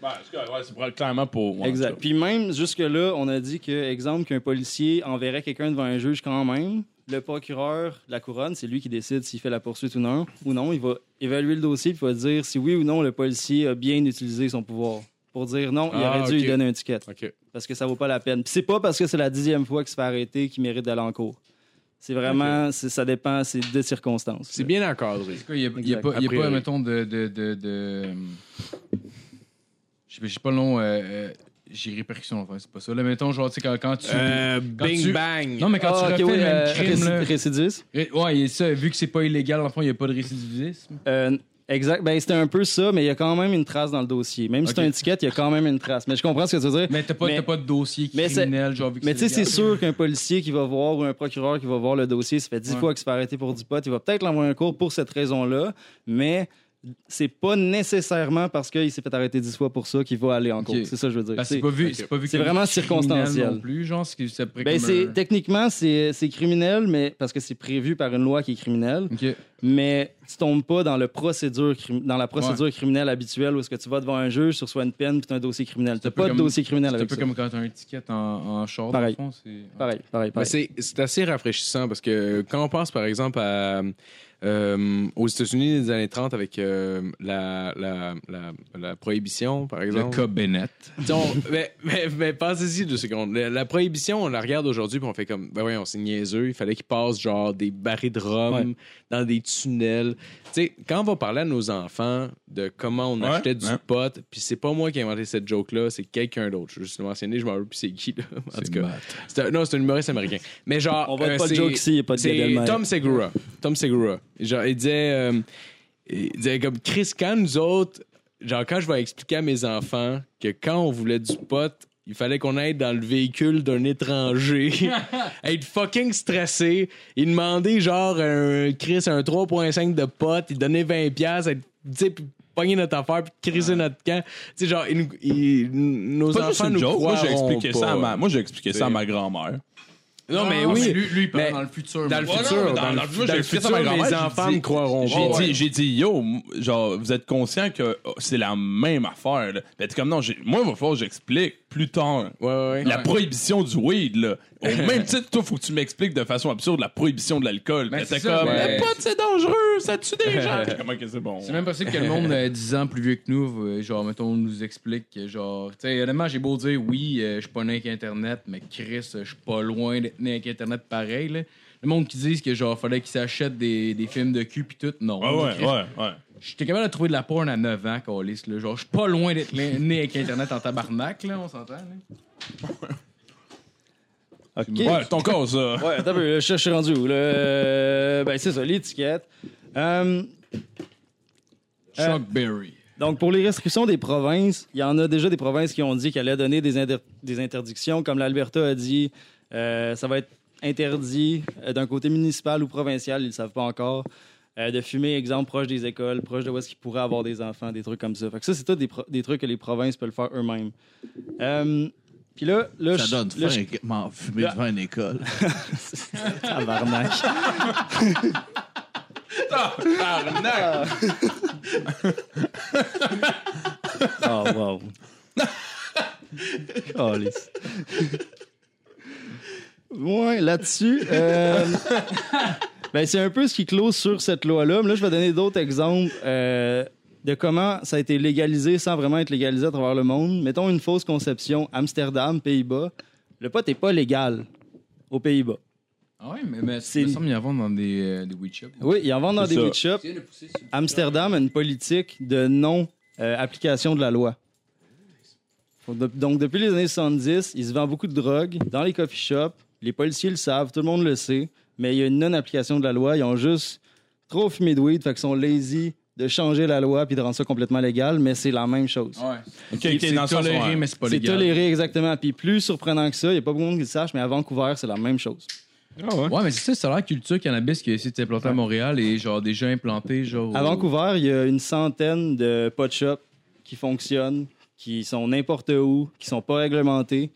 Speaker 4: Ben, c'est correct, ouais, c'est pour- clairement pour. ouais,
Speaker 5: exact. Puis même jusque-là, on a dit que, exemple, qu'un policier enverrait quelqu'un devant un juge quand même. Le procureur, la couronne, c'est lui qui décide s'il fait la poursuite ou non. Ou non, il va évaluer le dossier puis il va dire si oui ou non le policier a bien utilisé son pouvoir. Pour dire non, il
Speaker 1: Ah,
Speaker 5: aurait dû
Speaker 1: ok.
Speaker 5: lui donner un ticket
Speaker 1: Ok.
Speaker 5: parce que ça vaut pas la peine. Puis c'est pas parce que c'est la dixième fois qu'il se fait arrêter qu'il mérite d'aller en cours. C'est vraiment, c'est- ça dépend, c'est de circonstances.
Speaker 1: C'est bien encadré.
Speaker 3: Il n'y a, y a
Speaker 5: Exact.
Speaker 3: pas, y a
Speaker 1: A
Speaker 3: pas
Speaker 1: priori.
Speaker 3: mettons, de. de, de, de... Je sais pas- je sais pas le nom. euh, euh, J'ai répercussion, enfin, c'est pas ça. Là, mettons, genre, tu sais, quand, quand tu.
Speaker 1: Euh,
Speaker 3: quand
Speaker 1: Bing
Speaker 3: tu-
Speaker 1: bang.
Speaker 3: Non, mais quand
Speaker 5: Ah,
Speaker 3: tu refais
Speaker 5: ok, oui,
Speaker 3: le même
Speaker 5: euh,
Speaker 3: crime,
Speaker 5: récid-
Speaker 3: là.
Speaker 5: récidiviste.
Speaker 3: Ré- Ouais, et ça, vu que c'est pas illégal, en fond, il n'y a pas de récidivisme.
Speaker 5: Euh, exact. Ben, c'était un peu ça, mais il y a quand même une trace dans le dossier. Même si c'est
Speaker 3: Ok.
Speaker 5: un ticket, il y a quand même une trace. Mais je comprends ce que tu veux dire.
Speaker 3: Mais t'as pas,
Speaker 5: Mais-
Speaker 3: t'as pas de dossier
Speaker 5: mais c'est-
Speaker 3: criminel, genre, vu que
Speaker 5: Mais tu sais, c'est
Speaker 3: légal.
Speaker 5: sûr qu'un policier qui va voir ou un procureur qui va voir le dossier, ça fait dix
Speaker 3: Ouais.
Speaker 5: fois qu'il se fait arrêter pour du pot, il va peut-être l'envoyer un cours pour cette raison-là, mais c'est pas nécessairement parce qu'il s'est fait arrêter dix fois pour ça qu'il va aller en cours. C'est ça que je veux dire.
Speaker 3: Parce que
Speaker 5: C'est-
Speaker 3: Ben, c'est pas vu, c'est pas vu
Speaker 5: C'est
Speaker 3: comme
Speaker 5: vraiment
Speaker 3: criminel
Speaker 5: circonstanciel.
Speaker 3: Non plus, genre, ce que ça pourrait
Speaker 5: Ben,
Speaker 3: comme euh,
Speaker 5: c'est,
Speaker 3: un-
Speaker 5: techniquement, c'est, c'est criminel, mais parce que c'est prévu par une loi qui est criminelle,
Speaker 3: Ok.
Speaker 5: mais tu tombes pas dans, le procédure, crim- dans la procédure criminelle habituelle où est-ce que tu vas devant un juge, tu reçois une peine, puis tu as un dossier criminel. Tu
Speaker 3: un peu
Speaker 5: pas
Speaker 3: comme-
Speaker 5: de dossier criminel
Speaker 3: C'est un
Speaker 5: avec
Speaker 3: peu
Speaker 5: ça.
Speaker 3: comme quand t'as un ticket en, en short,
Speaker 5: Pareil.
Speaker 3: dans le fond, c'est-
Speaker 1: Ben,
Speaker 5: Pareil, pareil,
Speaker 1: Mais
Speaker 5: pareil.
Speaker 1: c'est c'est assez rafraîchissant parce que quand on pense, par exemple, à, euh, aux États-Unis des années 30 avec euh, la, la, la, la prohibition, par
Speaker 3: Le
Speaker 1: exemple.
Speaker 3: cas Bennett.
Speaker 1: Tu sais, on- mais mais, mais pensez-y deux secondes. La, la prohibition, on la regarde aujourd'hui, puis on fait comme, ben voyons, c'est niaiseux. Il fallait qu'ils passent genre des barils de rhum dans des tunnels. Tu sais, quand on va parler à nos enfants de comment on
Speaker 4: Ouais,
Speaker 1: achetait du
Speaker 4: ouais.
Speaker 1: pot, puis c'est pas moi qui ai inventé cette joke-là, c'est quelqu'un d'autre. Je vais juste le mentionner, je m'en rappelle plus c'est qui, là. En tout cas, c'est un- non, c'est un humoriste américain. Mais genre,
Speaker 5: On vote
Speaker 1: euh,
Speaker 5: pas de
Speaker 1: c'est-
Speaker 5: joke ici, il n'y a pas de
Speaker 1: c'est
Speaker 5: Gadelman.
Speaker 1: Tom Segura. Tom Segura. Genre, il disait, euh, il disait comme Chris, quand nous autres, genre, quand je vais expliquer à mes enfants que quand on voulait du pot, il fallait qu'on aille dans le véhicule d'un étranger, être fucking stressé. Il demandait genre un Chris, un 3,5 de pot, il donnait 20$, piastres, être, tu sais, puis pogner notre affaire, puis criser notre camp. Tu sais, genre, il nous- il- nos
Speaker 4: C'est pas juste
Speaker 1: enfants
Speaker 4: une
Speaker 1: nous
Speaker 4: joke. Moi, j'ai
Speaker 1: croiront
Speaker 4: expliqué ça
Speaker 1: pas.
Speaker 4: à ma, moi, j'ai expliqué ça à
Speaker 1: C'est-
Speaker 4: ma grand-mère.
Speaker 1: Non, mais
Speaker 3: Ah,
Speaker 1: oui.
Speaker 3: lui, lui, il parle
Speaker 1: mais-
Speaker 3: dans le futur.
Speaker 1: Dans le
Speaker 3: moi.
Speaker 1: futur,
Speaker 4: mais dans-
Speaker 1: dans,
Speaker 4: dans le
Speaker 1: le,
Speaker 4: futur,
Speaker 1: dans
Speaker 4: j'ai
Speaker 1: le
Speaker 4: fait ça
Speaker 1: futur,
Speaker 4: à ma
Speaker 1: les
Speaker 4: grand-mère,
Speaker 1: enfants
Speaker 4: j'ai
Speaker 1: me croiront
Speaker 4: J'ai
Speaker 1: pas.
Speaker 4: dit, j'ai dit, yo, m- genre, vous êtes conscient que oh, c'est la même affaire, là. Ben, t'es comme, non, j'ai- moi, il va falloir que j'explique plus tard.
Speaker 1: Ouais, ouais, ouais.
Speaker 4: La prohibition du weed, là. Au même titre, toi, faut que tu m'expliques de façon absurde la prohibition de l'alcool.
Speaker 3: Ben,
Speaker 4: Ben,
Speaker 3: c'est
Speaker 4: t'es
Speaker 3: ça,
Speaker 4: comme,
Speaker 1: ouais.
Speaker 4: le pot, c'est dangereux, ça tue des gens. T'es Comment que c'est bon?
Speaker 3: C'est même possible que le monde euh, 10 ans plus vieux que nous, euh, genre, mettons, nous explique que, genre, tu sais, honnêtement, j'ai beau dire, oui, euh, je suis pas né avec Internet, mais Chris, euh, je suis pas loin d'être né avec Internet pareil, là. Le monde qui disent que, genre, fallait qu'ils s'achètent des, des films de cul pis tout, non.
Speaker 4: Ouais, Ah ouais,
Speaker 3: Chris,
Speaker 4: ouais, ouais.
Speaker 3: J'étais capable de trouver de la porn à 9 ans, Calis, là. Genre, je suis pas loin d'être né né avec Internet en tabarnak, là, on s'entend, là.
Speaker 4: Ouais, c'est ton cas, ça.
Speaker 5: Ouais, attends un peu, là, je je suis rendu où? là? Euh, ben, c'est ça, l'étiquette. Euh,
Speaker 3: Chuck Berry.
Speaker 5: donc, pour les restrictions des provinces, il y en a déjà des provinces qui ont dit qu'elles allaient donner des, inter- des interdictions, comme l'Alberta a dit, euh, ça va être interdit euh, d'un côté municipal ou provincial, ils ne le savent pas encore, euh, de fumer, exemple, proche des écoles, proche de où est-ce qu'ils pourraient avoir des enfants, des trucs comme ça. Fait que ça, c'est tout des, pro- des trucs que les provinces peuvent faire eux-mêmes. Euh, Puis là, là,
Speaker 7: Ça
Speaker 5: je-
Speaker 7: donne
Speaker 5: là, je-
Speaker 7: faim m'en fumer devant une école.
Speaker 5: Tabarnak. Tabarnak. oh, wow. Calice. Ouais, là-dessus. euh, ben, c'est un peu ce qui close sur cette loi-là. Mais là, je vais donner d'autres exemples euh, de comment ça a été légalisé sans vraiment être légalisé à travers le monde. Mettons une fausse conception Amsterdam, Pays-Bas. Le pot n'est pas légal aux Pays-Bas.
Speaker 3: Ah ouais, mais, mais
Speaker 5: C'est-
Speaker 3: il me semble y avoir dans des, euh, des weed shops.
Speaker 5: Oui, ils en vendent dans
Speaker 4: C'est
Speaker 5: des
Speaker 4: ça.
Speaker 5: weed shops. Amsterdam a une politique de non-application de la loi. De- Donc, depuis les années 70, il se vend beaucoup de drogue dans les coffee shops. Les policiers le savent, tout le monde le sait, mais il y a une non-application de la loi. Ils ont juste trop fumé de weed, fait qu'ils sont lazy de changer la loi puis de rendre ça complètement légal, mais c'est la même chose.
Speaker 3: Ouais.
Speaker 4: Ok, ok, dans le
Speaker 3: c'est
Speaker 4: sens,
Speaker 3: toléré,
Speaker 4: ouais.
Speaker 3: mais c'est Ah, pas
Speaker 5: C'est
Speaker 3: légal.
Speaker 5: toléré exactement. Puis plus surprenant que ça, il n'y a pas beaucoup de monde qui le sache, mais à Vancouver, c'est la même chose. Ah
Speaker 3: Ouais, mais c'est ça, ça a l'air culture cannabis qui a essayé de s'implanter à Montréal et genre déjà implanté genre.
Speaker 5: À Vancouver, il y a une centaine de pot shops qui fonctionnent, qui sont n'importe où, qui sont pas réglementés,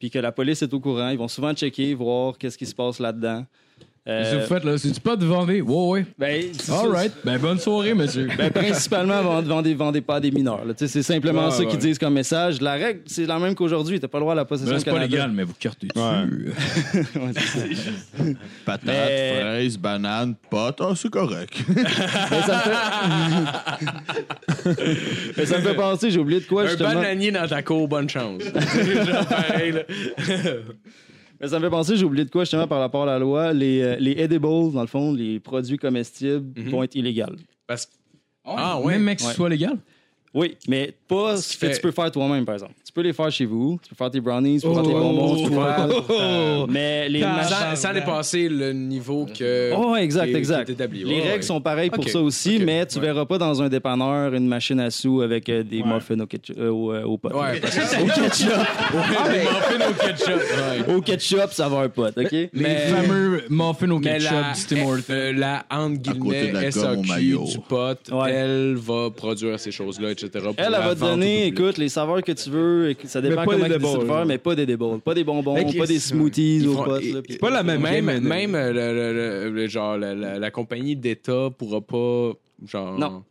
Speaker 5: puis que la police est au courant. Ils vont souvent checker, voir qu'est-ce qui se passe là-dedans. Euh,
Speaker 3: Qu'est-ce que vous faites là? C'est-tu pas de Vendée? Ouais, ouais.
Speaker 5: ben, c'est ça,
Speaker 3: Alright. Ben, bonne soirée, monsieur.
Speaker 5: c'est- ben, Principalement, vend- vendez, vendez pas à des mineurs. là. Tu sais, C'est simplement
Speaker 2: Ouais,
Speaker 5: ça qu'ils
Speaker 2: ouais.
Speaker 5: disent comme message. La règle, c'est la même qu'aujourd'hui. T'as pas le droit à la possession
Speaker 3: Ben,
Speaker 5: au
Speaker 3: c'est pas
Speaker 5: Canada.
Speaker 3: légal, mais vous cartez dessus.
Speaker 5: Ouais, c'est ça.
Speaker 7: Patate,
Speaker 5: Mais-
Speaker 7: fraise, banane, pote. Ah, c'est correct.
Speaker 5: Mais Ben, ça me fait- Mais ça me fait penser, j'ai oublié de quoi
Speaker 1: Un
Speaker 5: justement.
Speaker 1: bananier dans ta cour, bonne chance. Genre, pareil, là.
Speaker 5: Mais ça me fait penser, j'ai oublié de quoi justement par rapport à la loi. Les, euh, les edibles, dans le fond, les produits comestibles
Speaker 1: Mhm.
Speaker 5: vont être illégaux.
Speaker 1: Parce que- Ah, ouais.
Speaker 3: Même mec, que ce
Speaker 5: Ouais.
Speaker 3: soit légal.
Speaker 5: Oui, mais pas ce que
Speaker 1: fait-
Speaker 5: tu peux faire toi-même, par exemple. Tu peux les faire chez vous, tu peux faire tes brownies, tu peux faire
Speaker 1: Oh,
Speaker 5: tes bonbons,
Speaker 3: Oh,
Speaker 5: tu euh, peux faire- Mais les machins-
Speaker 1: sans, sans dépasser le niveau que.
Speaker 5: Oh, ouais, exact,
Speaker 1: qui est-
Speaker 5: exact.
Speaker 1: qui est établi.
Speaker 5: Les
Speaker 1: Ouais,
Speaker 5: règles
Speaker 1: ouais.
Speaker 5: sont pareilles pour
Speaker 1: Ok,
Speaker 5: ça aussi,
Speaker 1: ok,
Speaker 5: mais tu
Speaker 1: ouais.
Speaker 5: verras pas dans un dépanneur une machine à sous avec euh, des muffins au, ketchup, euh, au, euh, au pot.
Speaker 1: Ouais, parce que
Speaker 5: Au ketchup, Ah,
Speaker 1: les muffins au ketchup. ouais.
Speaker 5: au ketchup, ça va un pot, OK?
Speaker 3: Les
Speaker 1: Mais-
Speaker 3: fameux muffins au
Speaker 1: Mais
Speaker 3: ketchup
Speaker 1: la,
Speaker 3: du Tim Hortons.
Speaker 1: euh, la entre
Speaker 7: côté de la
Speaker 1: guillemets,
Speaker 7: gomme au
Speaker 1: SAQ
Speaker 7: maillot.
Speaker 1: du pote,
Speaker 5: Ouais.
Speaker 1: elle va produire ces choses-là, etc. pour
Speaker 5: Elle, elle
Speaker 1: la
Speaker 5: va te
Speaker 1: vente au
Speaker 5: donner,
Speaker 1: public.
Speaker 5: écoute, les saveurs que tu veux, et que- ça dépend
Speaker 2: pas
Speaker 5: comment
Speaker 2: des
Speaker 5: tu décides de
Speaker 2: déballs,
Speaker 5: faire,
Speaker 2: là.
Speaker 5: mais pas des déballs, pas des bonbons,
Speaker 1: Mais qu'est-ce-
Speaker 5: pas des smoothies
Speaker 1: Ils
Speaker 5: aux
Speaker 1: font-
Speaker 5: potes.
Speaker 1: et-
Speaker 5: là, puis-
Speaker 1: et-
Speaker 2: pas la même
Speaker 1: Même,
Speaker 2: game,
Speaker 1: même euh, le, le- le- le- genre, la, la- la compagnie d'État pourra pas. Genre,
Speaker 5: Non.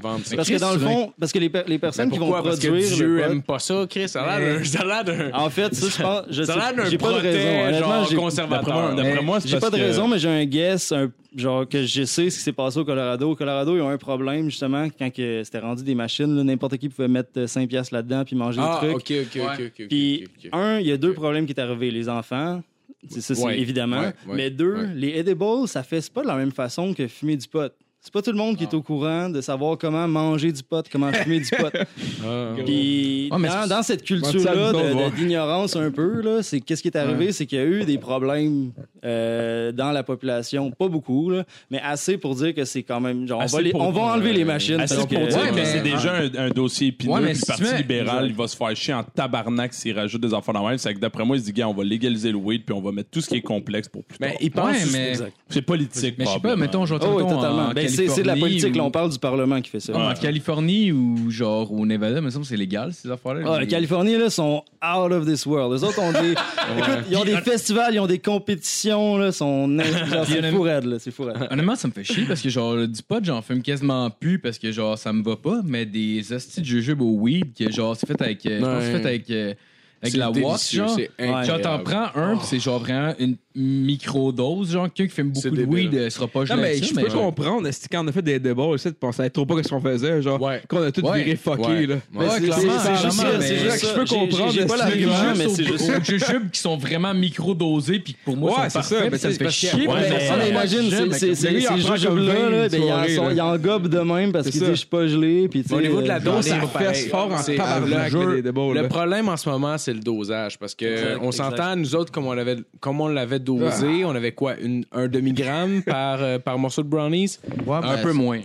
Speaker 1: vendre ça.
Speaker 5: Parce que dans le
Speaker 3: tu vas-
Speaker 5: fond, parce que les, per- les personnes qui vont
Speaker 1: Pourquoi? Parce
Speaker 5: produire
Speaker 1: que Dieu
Speaker 5: le pot-
Speaker 1: aime pas ça, Chris. Ça a l'air d'un- ça a l'air d'un...
Speaker 5: En fait, ça, je pense. Je
Speaker 1: Ça a
Speaker 5: sais-
Speaker 1: l'air
Speaker 5: j'ai
Speaker 1: d'un
Speaker 5: pas de raison.
Speaker 1: proté,
Speaker 5: Honnêtement,
Speaker 1: genre
Speaker 5: j'ai-
Speaker 1: conservateur.
Speaker 4: D'après moi, c'est
Speaker 5: j'ai pas
Speaker 4: parce
Speaker 5: de
Speaker 4: que-
Speaker 5: raison, mais j'ai un guess, un, genre que je sais ce qui s'est passé au Colorado. Au Colorado, ils ont un problème, justement, quand que c'était rendu des machines. là, N'importe qui pouvait mettre euh, 5 piastres là-dedans puis manger
Speaker 1: Ah,
Speaker 5: des
Speaker 1: ok,
Speaker 5: trucs.
Speaker 1: ok, ok, ok, ok.
Speaker 5: Puis,
Speaker 1: ok, ok.
Speaker 5: un, il y a deux
Speaker 1: Ok.
Speaker 5: problèmes qui est arrivé. Les enfants, c'est ça, c'est
Speaker 1: Ouais,
Speaker 5: évidemment.
Speaker 1: ouais, ouais,
Speaker 5: mais deux,
Speaker 1: ouais.
Speaker 5: les edibles, ça fait c'est pas de la même façon que fumer du pot. C'est pas tout le monde qui
Speaker 1: Ah.
Speaker 5: est au courant de savoir comment manger du pot, comment fumer du pot.
Speaker 1: Ah.
Speaker 5: Puis
Speaker 3: Ouais, mais
Speaker 5: dans,
Speaker 3: c'est-
Speaker 5: dans cette
Speaker 2: Ouais, ça,
Speaker 5: culture-là
Speaker 2: nous autres,
Speaker 5: de-
Speaker 2: ouais.
Speaker 5: de- d'ignorance un peu, là, c'est qu'est-ce qui est arrivé, c'est qu'il y a eu des problèmes euh, dans la population, pas beaucoup, là, mais assez pour dire que c'est quand même genre on
Speaker 4: Assez
Speaker 5: va, les-
Speaker 4: pour-
Speaker 5: on va enlever les machines.
Speaker 4: Assez
Speaker 5: parce
Speaker 4: pour
Speaker 5: que-
Speaker 4: dire
Speaker 3: Ouais,
Speaker 4: que
Speaker 3: mais-
Speaker 4: c'est déjà un, un dossier épineux.
Speaker 3: Ouais, mais
Speaker 4: puis
Speaker 3: si
Speaker 4: le Parti
Speaker 3: tu mets-
Speaker 4: libéral, il va se faire chier en tabarnak s'il rajoute des enfants dans même. C'est que d'après moi, il se dit, gars, on va légaliser le weed, puis on va mettre tout ce qui est complexe pour plus tard.
Speaker 1: Mais il pense...
Speaker 3: Ouais, mais,
Speaker 4: C'est politique,
Speaker 3: mais je sais pas,
Speaker 4: probablement.
Speaker 3: mettons, genre,
Speaker 5: Oh, oui,
Speaker 3: mettons,
Speaker 5: totalement.
Speaker 3: en
Speaker 5: Ben, c'est c'est de la
Speaker 3: Californie
Speaker 5: politique,
Speaker 3: ou- Ah,
Speaker 5: là, on parle du Parlement qui fait ça.
Speaker 3: Non, mais En Californie ou genre au Nevada, mais ça, c'est légal, ces affaires-là.
Speaker 5: Ah, les
Speaker 3: Les-
Speaker 5: Californiens, là, sont out of this world. Les autres ont des. Écoute, ils ont des festivals, ils ont des compétitions, là, sont. genre,
Speaker 3: il y en
Speaker 5: C'est
Speaker 3: a-
Speaker 5: fou raide, là, c'est fou raide.
Speaker 3: Honnêtement, ça me fait chier parce que genre le pot, j'en fume quasiment plus parce que genre ça me va pas, mais des hosties de jujube au weed que genre c'est fait avec euh, je pense que c'est fait avec euh, avec
Speaker 1: C'est
Speaker 3: la wax
Speaker 1: délicieux,
Speaker 3: genre.
Speaker 1: c'est
Speaker 3: Genre
Speaker 1: incroyable.
Speaker 3: t'en prends un, pis c'est genre vraiment une micro dose, genre quelqu'un qui fume
Speaker 1: C'est
Speaker 3: beaucoup de
Speaker 1: débile.
Speaker 3: weed euh, sera pas gelé
Speaker 2: Non, mais
Speaker 3: avec ça,
Speaker 2: je peux
Speaker 3: mais-
Speaker 2: comprendre. est-ce que Quand on a fait des débats, on pensait trop pas que ce qu'on faisait. Genre,
Speaker 1: Ouais.
Speaker 2: qu'on a tout
Speaker 3: Ouais.
Speaker 2: viré fucké.
Speaker 1: Ouais.
Speaker 2: là.
Speaker 1: Ouais,
Speaker 5: c'est-
Speaker 3: clairement,
Speaker 5: c'est- c'est juste
Speaker 3: clairement,
Speaker 5: ça, c'est
Speaker 3: mais-
Speaker 5: juste ça.
Speaker 2: Je peux
Speaker 5: J'ai-
Speaker 2: comprendre
Speaker 5: J'ai pas
Speaker 2: le style
Speaker 5: l'argument,
Speaker 2: juste
Speaker 5: mais c'est juste ça.
Speaker 3: aux jujubes qui sont vraiment micro dosés puis pour moi
Speaker 2: Ouais,
Speaker 3: sont
Speaker 2: c'est ça,
Speaker 3: parfaits,
Speaker 2: mais ça
Speaker 3: pis
Speaker 2: me fait
Speaker 3: parce que
Speaker 2: chier.
Speaker 3: chier,
Speaker 2: Ouais,
Speaker 3: mais
Speaker 5: mais
Speaker 2: mais
Speaker 5: ça,
Speaker 3: ça,
Speaker 5: imagine,
Speaker 3: j'aime
Speaker 5: c'est-
Speaker 3: avec
Speaker 5: c'est
Speaker 3: le-
Speaker 2: gars,
Speaker 5: c'est-
Speaker 2: il en
Speaker 5: ces
Speaker 2: prend comme
Speaker 5: jujubes-là,
Speaker 2: 20
Speaker 5: là, ben,
Speaker 2: une
Speaker 5: il en
Speaker 2: soirée,
Speaker 5: sont-
Speaker 2: là.
Speaker 5: il en gobe de même parce
Speaker 2: C'est
Speaker 5: qu'il
Speaker 2: ça.
Speaker 5: dit je suis pas gelé. Puis, tu sais,
Speaker 1: Au niveau de la
Speaker 5: euh,
Speaker 1: dose,
Speaker 2: ça
Speaker 1: c'est pas pareil.
Speaker 2: fesse fort en
Speaker 1: C'est-
Speaker 2: tabarnak,
Speaker 1: le,
Speaker 2: les déballs,
Speaker 1: le
Speaker 2: Oh, là.
Speaker 1: problème en ce moment, c'est le dosage. Parce que
Speaker 5: Exact,
Speaker 1: on
Speaker 5: exact.
Speaker 1: s'entend, nous autres, comme on l'avait, comme on l'avait dosé, on avait quoi? Une- un demi-gramme par, euh, par morceau de brownies?
Speaker 3: un
Speaker 7: ben,
Speaker 3: peu moins.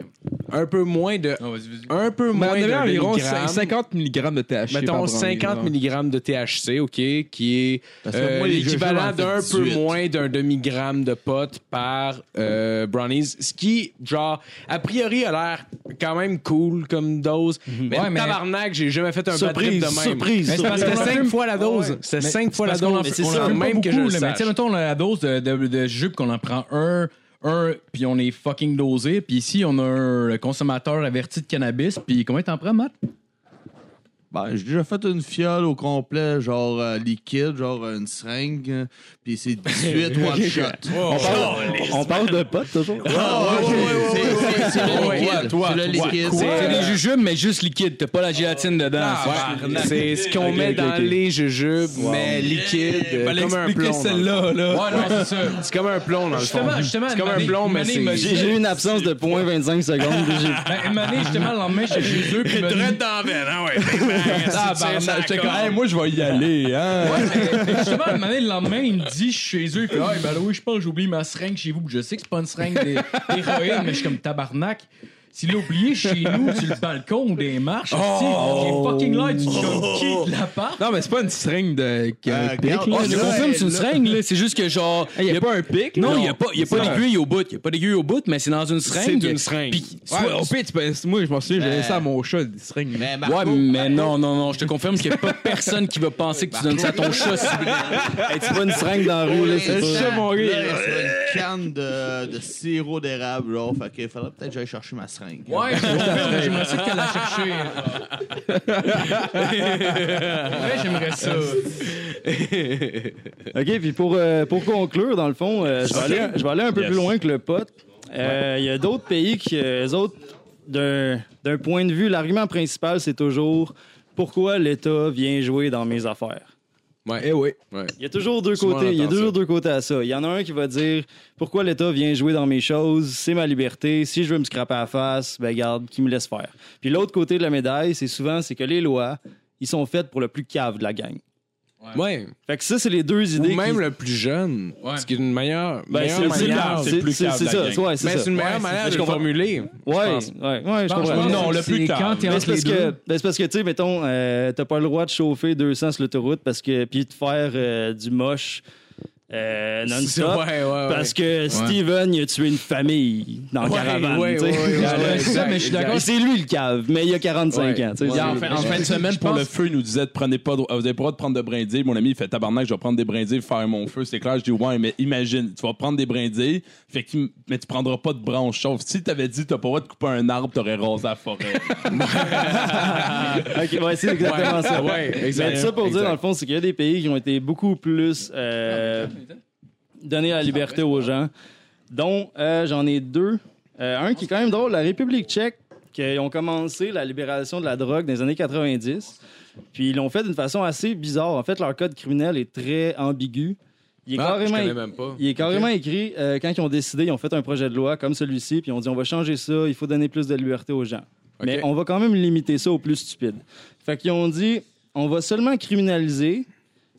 Speaker 1: Un peu moins de.
Speaker 3: Non, Ah, vas-y, vas-y.
Speaker 1: Un peu
Speaker 2: Mais on
Speaker 1: moins
Speaker 2: avait
Speaker 1: d'un
Speaker 2: environ
Speaker 1: demi-gramme.
Speaker 2: 50 mg de THC. par
Speaker 1: Mettons
Speaker 2: brownie,
Speaker 1: 50
Speaker 2: genre.
Speaker 1: mg de THC, OK, qui est
Speaker 7: Parce que
Speaker 1: euh,
Speaker 7: moi, les
Speaker 1: l'équivalent
Speaker 7: jeux-jeux, j'en
Speaker 1: d'un
Speaker 7: fais
Speaker 1: peu
Speaker 7: 18.
Speaker 1: moins d'un demi-gramme de pot par euh, brownies. Ce qui, genre, a priori, a l'air quand même cool comme dose. Mais,
Speaker 3: Ouais, mais-
Speaker 1: tabarnak, j'ai jamais fait un bad trip
Speaker 5: Surprise,
Speaker 1: de même.
Speaker 5: surprise,
Speaker 3: Mais c'est parce
Speaker 1: C'était
Speaker 3: qu'on en fume-
Speaker 1: 5 fois la dose. C'était
Speaker 3: Mais
Speaker 1: 5 fois la
Speaker 3: parce qu'on en
Speaker 1: dose.
Speaker 3: fait-
Speaker 1: C'est
Speaker 3: on en
Speaker 1: ça,
Speaker 3: fait
Speaker 1: même
Speaker 3: pas
Speaker 1: que je
Speaker 3: beaucoup,
Speaker 1: le
Speaker 3: là, Mais tu sais,
Speaker 1: sache.
Speaker 3: mettons, on a la dose de, de, de jupe qu'on en prend un, un, puis on est fucking dosé. Puis ici, on a un consommateur averti de cannabis. Puis combien t'en prends, Matt?
Speaker 7: Ben, j'ai déjà fait une fiole au complet, genre euh, liquide, genre une seringue, euh, puis c'est 18 one shot.
Speaker 5: On parle- On parle de potes toujours.
Speaker 7: Ah, oh, ouais, ouais, ouais, ouais, ouais, ouais, C'est le liquide. C'est le liquide. Ah,
Speaker 3: C'est des jujubes, mais juste liquide. T'as pas la gélatine dedans.
Speaker 1: Ah, C'est ce qu'on met dans les jujubes, mais liquide, euh, comme un plomb. dans le
Speaker 2: celle-là, là.
Speaker 3: Ouais, non, c'est ça.
Speaker 1: fond. C'est comme un plomb, dans le fond.
Speaker 3: Justement, justement,
Speaker 1: C'est comme un
Speaker 3: Mané-
Speaker 1: plomb, mais
Speaker 3: Mané
Speaker 1: c'est...
Speaker 3: me
Speaker 5: J'ai j'ai eu une absence de 0.25 secondes. puis j'ai-
Speaker 3: Ben, une année, justement, le lendemain, j'étais chez eux. Puis me...
Speaker 1: dans la veine, hein, ouais.
Speaker 3: Tabarnak, j'étais comme, Hey,
Speaker 4: moi, je vais y aller, hein.
Speaker 3: Mais Ben, justement, une année, le lendemain, il me dit, je suis chez eux. Puis, ah, ben là, oui, je pense que j'ai oublié ma seringue chez vous. Puis je sais que c'est pas une seringue des- d'héroïne, mais je suis comme tabarnak. S'il l'a oublié chez nous, sur le balcon ou des marches, oh, fucking light, tu te comme qui de l'appart.
Speaker 2: Non, mais c'est pas une seringue de. qui a un
Speaker 7: Ah,
Speaker 2: pic,
Speaker 7: regarde,
Speaker 2: là.
Speaker 7: on
Speaker 2: Je
Speaker 7: l'a,
Speaker 2: consomme-
Speaker 7: elle
Speaker 8: C'est une seringue, là. C'est juste que genre.
Speaker 2: Il n'y
Speaker 8: le-
Speaker 2: a pas un pic.
Speaker 8: Non,
Speaker 2: là.
Speaker 8: il n'y a pas, il y a pas
Speaker 2: C'est ça.
Speaker 8: d'aiguille au bout. Il n'y a pas d'aiguille au bout, mais c'est dans une seringue.
Speaker 1: une seringue.
Speaker 8: Puis,
Speaker 2: Ouais,
Speaker 8: soit-
Speaker 2: au pire, tu peux- moi, je m'en souviens, j'ai
Speaker 7: Ben-
Speaker 2: laissé à mon chat des seringues.
Speaker 7: Mais Marco,
Speaker 8: Ouais, mais non, non, non, je te confirme qu'il n'y a pas personne qui va penser que tu donnes ça à ton chat.
Speaker 5: Hey, tu vois une seringue dans la rue, là, c'est
Speaker 7: Là,
Speaker 5: pas-
Speaker 2: ça, mon gars.
Speaker 7: là, c'est une canne de, de sirop d'érable, genre. Fait qu'il faudrait peut-être que j'aille chercher ma seringue. Ah,
Speaker 3: Ouais, j'aimerais ça qu'elle la cherché. ouais, j'aimerais ça.
Speaker 5: OK, puis pour, euh, pour conclure, dans le fond, euh, je, vais aller, je vais aller un peu plus loin que le pote. Euh, Il y a d'autres pays qui, euh, eux autres, d'un d'un point de vue, l'argument principal, c'est toujours pourquoi l'État vient jouer dans mes affaires.
Speaker 1: Ouais. Eh oui. Ouais.
Speaker 5: Il y a toujours deux
Speaker 1: Souvent,
Speaker 5: côtés.
Speaker 1: on
Speaker 5: Il y a
Speaker 1: entend
Speaker 5: toujours
Speaker 1: ça.
Speaker 5: deux côtés à ça. Il y en a un qui va dire pourquoi l'État vient jouer dans mes choses, c'est ma liberté. Si je veux me scraper à la face, ben garde, qui me laisse faire. Puis l'autre côté de la médaille, c'est souvent c'est que les lois, ils sont faites pour le plus cave de la gang.
Speaker 1: Ouais.
Speaker 5: Fait que ça, c'est les deux
Speaker 1: Ou
Speaker 5: idées.
Speaker 1: même
Speaker 5: qui-
Speaker 1: le plus jeune.
Speaker 3: Ouais.
Speaker 1: Ce qui est une meilleure,
Speaker 5: Ben,
Speaker 1: meilleure
Speaker 5: c'est- c'est
Speaker 1: manière.
Speaker 5: c'est-
Speaker 4: c'est plus
Speaker 5: c'est-
Speaker 4: cave
Speaker 5: c'est
Speaker 4: de la
Speaker 5: ça.
Speaker 4: gang.
Speaker 5: Ouais, c'est
Speaker 1: Mais
Speaker 5: ça.
Speaker 1: c'est une meilleure manière de le formuler.
Speaker 5: Ouais,
Speaker 1: pense.
Speaker 5: ouais, ouais, je comprends.
Speaker 4: pense- Non, le plus tard.
Speaker 6: quand t'es
Speaker 5: Mais
Speaker 6: entre
Speaker 5: c'est parce
Speaker 6: les
Speaker 5: que,
Speaker 6: deux.
Speaker 5: ben, c'est parce que, tu sais, mettons, euh, t'as pas le droit de chauffer 200 sur l'autoroute parce que, puis de faire euh, du moche euh,
Speaker 1: C'est-
Speaker 5: non-stop.
Speaker 1: ouais, ouais, ouais.
Speaker 5: Parce que Steven, il a tué une famille dans le
Speaker 1: Ouais,
Speaker 5: caravane.
Speaker 1: ouais,
Speaker 5: tu sais.
Speaker 1: ouais, ouais, ouais,
Speaker 3: Ouais, c'est ça, mais je suis
Speaker 1: exact,
Speaker 3: d'accord.
Speaker 5: Et c'est lui le cave, mais il a 45
Speaker 1: Ouais.
Speaker 5: ans. tu sais.
Speaker 4: Hier, en fin, en fin de semaine, pour le feu, il nous disait prenez pas de- vous avez pas le droit de prendre de brindilles. Mon ami, il fait tabarnak, je vais prendre des brindilles, faire mon feu. C'est clair, je dis ouais, mais imagine, tu vas prendre des brindilles, fait que, mais tu prendras pas de branches. Sauf si t'avais dit t'as pas le droit de couper un arbre, t'aurais rasé la forêt.
Speaker 5: Ok, ouais, c'est exactement ça.
Speaker 1: ouais, exact.
Speaker 5: Mais ça pour dire,
Speaker 1: Exact.
Speaker 5: dans le fond, c'est qu'il y a des pays qui ont été beaucoup plus euh, donner la liberté aux gens, dont euh, j'en ai deux. Euh, un qui est quand même drôle, la République tchèque, qui ont commencé la libération de la drogue dans les années 90. Puis ils l'ont fait d'une façon assez bizarre. En fait, leur code criminel est très ambigu. Il est
Speaker 1: Ah, je
Speaker 5: carrément
Speaker 1: connais même pas.
Speaker 5: il est carrément écrit, euh, quand ils ont décidé, ils ont fait un projet de loi comme celui-ci, puis ils ont dit on va changer ça, il faut donner plus de liberté aux gens. Mais on va quand même limiter ça aux plus stupides. Fait qu'ils ont dit on va seulement criminaliser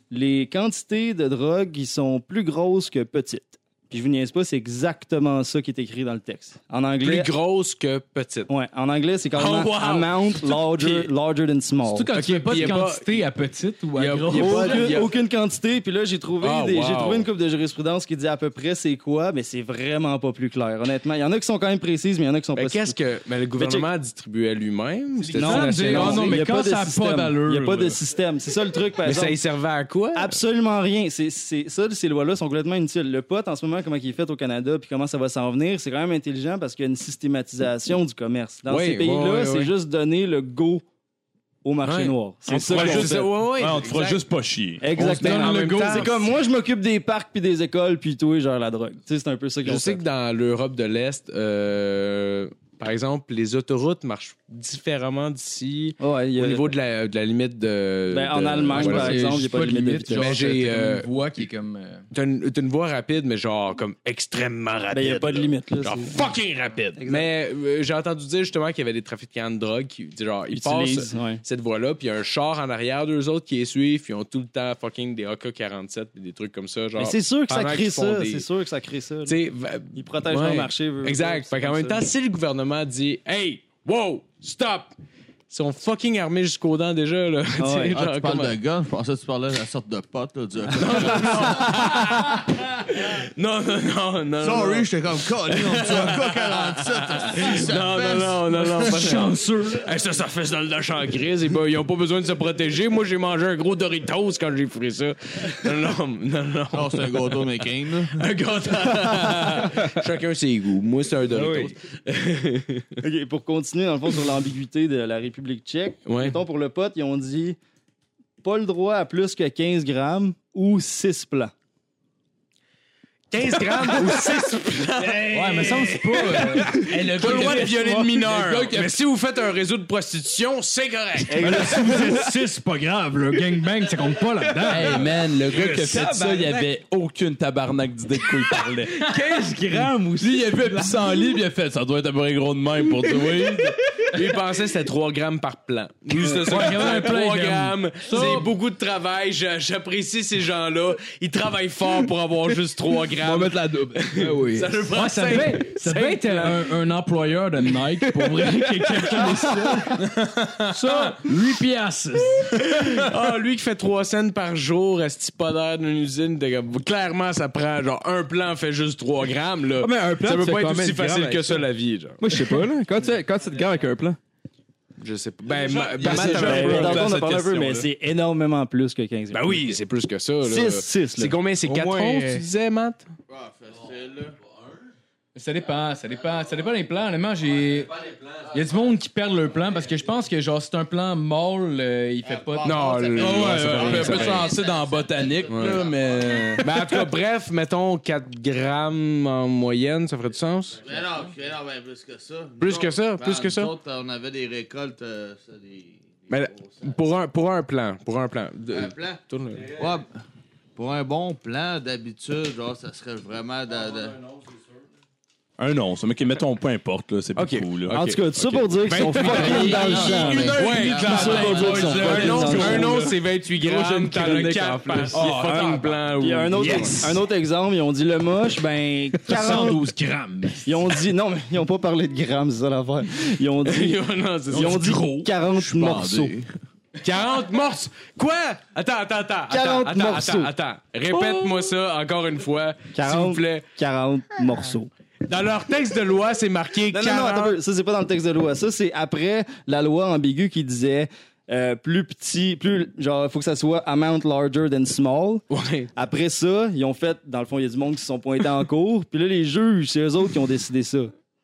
Speaker 5: les quantités de drogue qui sont plus grosses que petites. Puis je vous niaise pas, c'est exactement ça qui est écrit dans le texte. En anglais.
Speaker 1: Plus grosse que petite.
Speaker 5: Ouais, en anglais, c'est carrément
Speaker 1: Oh, wow!
Speaker 5: amount larger, larger than small.
Speaker 3: Surtout quand tu fais pas
Speaker 1: puis
Speaker 3: de
Speaker 1: il y a pas-
Speaker 3: quantité à petite ou à
Speaker 1: il y a-
Speaker 3: grosse.
Speaker 1: il y a pas-
Speaker 5: Aucune, aucune quantité. Puis là, j'ai trouvé,
Speaker 1: Ah,
Speaker 5: des-
Speaker 1: wow.
Speaker 5: j'ai trouvé une coupe de jurisprudence qui dit à peu près c'est quoi, mais c'est vraiment pas plus clair, honnêtement. Il y en a qui sont quand même précises, mais il y en a qui sont
Speaker 1: Mais
Speaker 5: pas
Speaker 1: qu'est-ce que. Mais le gouvernement distribuait lui-même? C'était
Speaker 5: Non,
Speaker 1: national?
Speaker 3: non, non,
Speaker 5: Il y
Speaker 3: mais
Speaker 5: a
Speaker 3: quand
Speaker 5: pas de
Speaker 3: ça a pas
Speaker 5: système.
Speaker 3: d'allure,
Speaker 5: Il n'y a pas de
Speaker 3: là.
Speaker 5: système. C'est ça le truc, par
Speaker 1: Mais ça
Speaker 5: exemple.
Speaker 1: y servait à quoi?
Speaker 5: Absolument rien. C'est, c'est, ça, ces lois-là sont complètement inutiles. Le pot, en ce moment, comment il est fait au Canada, puis comment ça va s'en venir, c'est quand même intelligent parce qu'il y a une systématisation du commerce. Dans
Speaker 1: Oui,
Speaker 5: ces pays-là,
Speaker 1: ouais, ouais,
Speaker 5: c'est
Speaker 1: ouais.
Speaker 5: juste donner le go au marché
Speaker 1: Ouais.
Speaker 5: noir. C'est ça
Speaker 4: fera
Speaker 5: qu'on
Speaker 4: juste
Speaker 5: fait.
Speaker 1: Ouais, ouais,
Speaker 4: Ouais, on te fera
Speaker 1: exact.
Speaker 4: juste pas chier.
Speaker 1: Mais
Speaker 5: Exactement.
Speaker 1: en
Speaker 3: le
Speaker 1: même
Speaker 3: go.
Speaker 1: temps,
Speaker 5: C'est comme moi, je m'occupe des parcs puis des écoles puis tout et genre la drogue. Tu sais, c'est un peu ça qu'ils
Speaker 1: Je
Speaker 5: ont
Speaker 1: sais
Speaker 5: fait.
Speaker 1: que dans l'Europe de l'Est, euh, par exemple, les autoroutes marchent différemment d'ici
Speaker 5: Ouais, il y a-
Speaker 1: au niveau de la, de la limite de.
Speaker 5: Euh, Ben, en
Speaker 1: de-
Speaker 5: Allemagne,
Speaker 1: voilà.
Speaker 5: par
Speaker 3: Ouais,
Speaker 5: exemple,
Speaker 3: j'ai
Speaker 5: il y a pas de limite de vitesse.
Speaker 3: genre,
Speaker 1: Mais j'ai,
Speaker 3: t'as
Speaker 1: euh,
Speaker 3: une voix qui est comme. euh,
Speaker 1: T'as une, t'as une voie rapide, mais genre comme extrêmement rapide.
Speaker 5: Ben, il n'y a pas de
Speaker 1: là.
Speaker 5: limite. Là,
Speaker 1: Genre
Speaker 5: c'est-
Speaker 1: fucking rapide.
Speaker 5: Exact.
Speaker 1: Mais euh, j'ai entendu dire justement qu'il y avait des trafiquants de drogue qui, genre, ils
Speaker 5: Utilise,
Speaker 1: passent
Speaker 5: ouais.
Speaker 1: cette voie-là, puis il y a un char en arrière d'eux autres qui les suivent, puis ils ont tout le temps fucking des AK-47 et des trucs comme ça. Genre,
Speaker 5: Mais c'est sûr que ça
Speaker 1: pendant
Speaker 5: crée
Speaker 1: qu'ils font
Speaker 5: ça.
Speaker 1: des-
Speaker 5: C'est sûr que ça crée ça. là.
Speaker 1: Tu sais, va-
Speaker 5: Ils protègent
Speaker 1: Ouais.
Speaker 5: leur marché. veut-
Speaker 1: Exact.
Speaker 5: veut-
Speaker 1: Fait qu'en même temps, si le gouvernement dit Hey, wow, stop! Ils sont fucking armés jusqu'aux dents déjà, là. Tu sais,
Speaker 5: ouais.
Speaker 1: genre,
Speaker 7: Ah, tu parles
Speaker 1: comment-
Speaker 7: de gun, je pensais que tu parlais de la sorte de pote. Là, du...
Speaker 1: Non, non, non, non.
Speaker 7: Sorry, j'étais comme collé, on me tue un K-47.
Speaker 1: Non, non, non, non, non, non. chanceux. ça, ça fait dans le lâche en crise. Et ben, ils ont pas besoin de se protéger. Moi, j'ai mangé un gros Doritos quand j'ai pris ça. Non, non, non, non.
Speaker 7: Non, c'est un gâteau McCain. là.
Speaker 1: Un gros- Chacun ses goûts. Moi, c'est un Doritos.
Speaker 5: Ok, pour continuer, dans le fond, sur l'ambiguïté de la République tchèque,
Speaker 1: Ouais.
Speaker 5: mettons, pour le pote, ils ont dit pas le droit à plus que 15 grammes ou 6 plans.
Speaker 1: 15 grammes ou 6
Speaker 3: Ouais, mais ça, c'est pas. euh, hey, le
Speaker 1: Pas
Speaker 3: gars
Speaker 1: le
Speaker 3: qui
Speaker 1: droit de
Speaker 3: avait-
Speaker 1: violer de
Speaker 3: Le
Speaker 1: mineur.
Speaker 3: gars qui a-
Speaker 1: Mais si vous faites un réseau de prostitution, c'est correct.
Speaker 6: Si, c'est pas grave, le gangbang, ça compte pas là-dedans.
Speaker 8: Hey man, le gars qui a fait
Speaker 4: Fait ça, il y avait aucune tabarnak d'idée de quoi il parlait.
Speaker 2: 15 grammes aussi.
Speaker 4: Lui, il a vu un pissenlit, puis il a fait ça doit être à peu près gros de même pour toi.
Speaker 1: Lui, il pensait que c'était 3 grammes par plan. Lui, c'est ça.
Speaker 6: il y avait un plan,
Speaker 1: 3
Speaker 6: il y avait-
Speaker 1: grammes, c'est beaucoup de travail. Je- J'apprécie ces gens-là. Ils travaillent fort pour avoir juste 3
Speaker 2: On va
Speaker 1: grammes.
Speaker 2: mettre la double.
Speaker 1: Ça le prend
Speaker 3: Ouais, Ah, ça
Speaker 1: cinq-
Speaker 3: devait, ça devait
Speaker 1: cinq
Speaker 3: être un, un employeur de Nike pour vrai que quelqu'un décide. Ça, 8 piastres.
Speaker 1: Ah, lui qui fait 3 cents par jour, est-ce pas d'air d'une usine? de- Clairement, ça prend genre un plan fait juste 3 grammes. Là.
Speaker 2: Ah, mais un plan,
Speaker 1: ça peut
Speaker 2: c'est
Speaker 1: pas être
Speaker 2: combien
Speaker 1: aussi
Speaker 2: de grammes
Speaker 1: facile
Speaker 2: avec
Speaker 1: que
Speaker 2: ça?
Speaker 1: ça, la vie. Genre.
Speaker 2: Moi, je sais pas, là. Quand tu quand tu te gares avec un plan.
Speaker 1: Je sais pas. Ben, ma-
Speaker 4: il y a
Speaker 1: Matt
Speaker 4: ces
Speaker 1: avait
Speaker 4: gens-
Speaker 1: un
Speaker 5: Ben,
Speaker 1: plan.
Speaker 5: dans le fond, on a
Speaker 4: cette
Speaker 5: parlé un peu, mais
Speaker 4: question-là.
Speaker 5: c'est énormément plus que 15
Speaker 1: Ben
Speaker 5: grammes.
Speaker 1: oui, c'est plus que ça. là.
Speaker 5: 6, 6.
Speaker 1: C'est combien? C'est 4
Speaker 6: moins,
Speaker 1: onces,
Speaker 6: euh,
Speaker 1: tu disais, Matt?
Speaker 7: Ah, facile. là.
Speaker 3: Ça dépend, ça dépend, ça dépend des plans. Honnêtement, j'ai. Il y a du monde qui perd leur plan parce que je pense que, genre, c'est un plan mâle, euh, il fait pas.
Speaker 1: Non,
Speaker 7: ça fait-
Speaker 1: le-
Speaker 7: Ah
Speaker 1: ouais, ça fait rien,
Speaker 4: On
Speaker 1: ça
Speaker 4: peut
Speaker 1: fait
Speaker 4: se
Speaker 1: rien.
Speaker 4: lancer dans la botanique, là, mais.
Speaker 1: Mais Ben, en tout cas, bref, mettons 4 grammes en moyenne, ça ferait du sens?
Speaker 7: Mais non, mais non, ben, plus que ça. Nous
Speaker 1: Plus que
Speaker 7: autres,
Speaker 1: ça, plus
Speaker 7: ben,
Speaker 1: que ça.
Speaker 7: nous autres, on avait des récoltes, euh, ça, des. des
Speaker 1: Mais
Speaker 7: grosses-
Speaker 1: pour un, pour un plan, pour un plan. De-
Speaker 7: Un plan.
Speaker 1: tourne le-
Speaker 7: Ouais, b- pour un bon plan, d'habitude, genre, ça serait vraiment. de- de-
Speaker 4: Un non, ça, mais qui- mettons, peu importe, là, c'est plus
Speaker 1: Ok. Ben
Speaker 4: cool. là.
Speaker 5: En tout cas, tout ça pour dire qu'ils sont fucking dans le champ. man.
Speaker 1: Ouais,
Speaker 5: Tout ça pour dire qu'ils sont
Speaker 1: un
Speaker 5: fucking dans le
Speaker 1: once,
Speaker 5: champ.
Speaker 1: un once, c'est 28 grammes, t'as le cap par Ah, un plan.
Speaker 5: Puis
Speaker 1: oui.
Speaker 5: un autre,
Speaker 1: Yes!
Speaker 5: un autre exemple, ils ont dit le moche, ben 40,
Speaker 6: 112 grammes.
Speaker 5: ils ont dit non mais ils ont pas parlé de grammes, c'est ça l'affaire. Ils ont dit
Speaker 1: Non, c'est ça.
Speaker 5: ils ont dit 40 morceaux.
Speaker 1: 40 morceaux! Quoi? Attends, attends, attends.
Speaker 5: 40
Speaker 1: attends, attends,
Speaker 5: morceaux.
Speaker 1: attends, attends. Répète-moi ça encore une fois, s'il vous plaît.
Speaker 5: 40 morceaux.
Speaker 1: Dans leur texte de loi, c'est marqué
Speaker 5: Non, non,
Speaker 1: 40.
Speaker 5: non, attends un peu. ça, c'est pas dans le texte de loi. Ça, c'est après la loi ambiguë qui disait euh, plus petit, plus, genre, faut que ça soit amount larger than small.
Speaker 1: Ouais.
Speaker 5: Après ça, ils ont fait, dans le fond, il y a du monde qui se sont pointés en cours. Puis là, les juges, c'est eux autres qui ont décidé ça.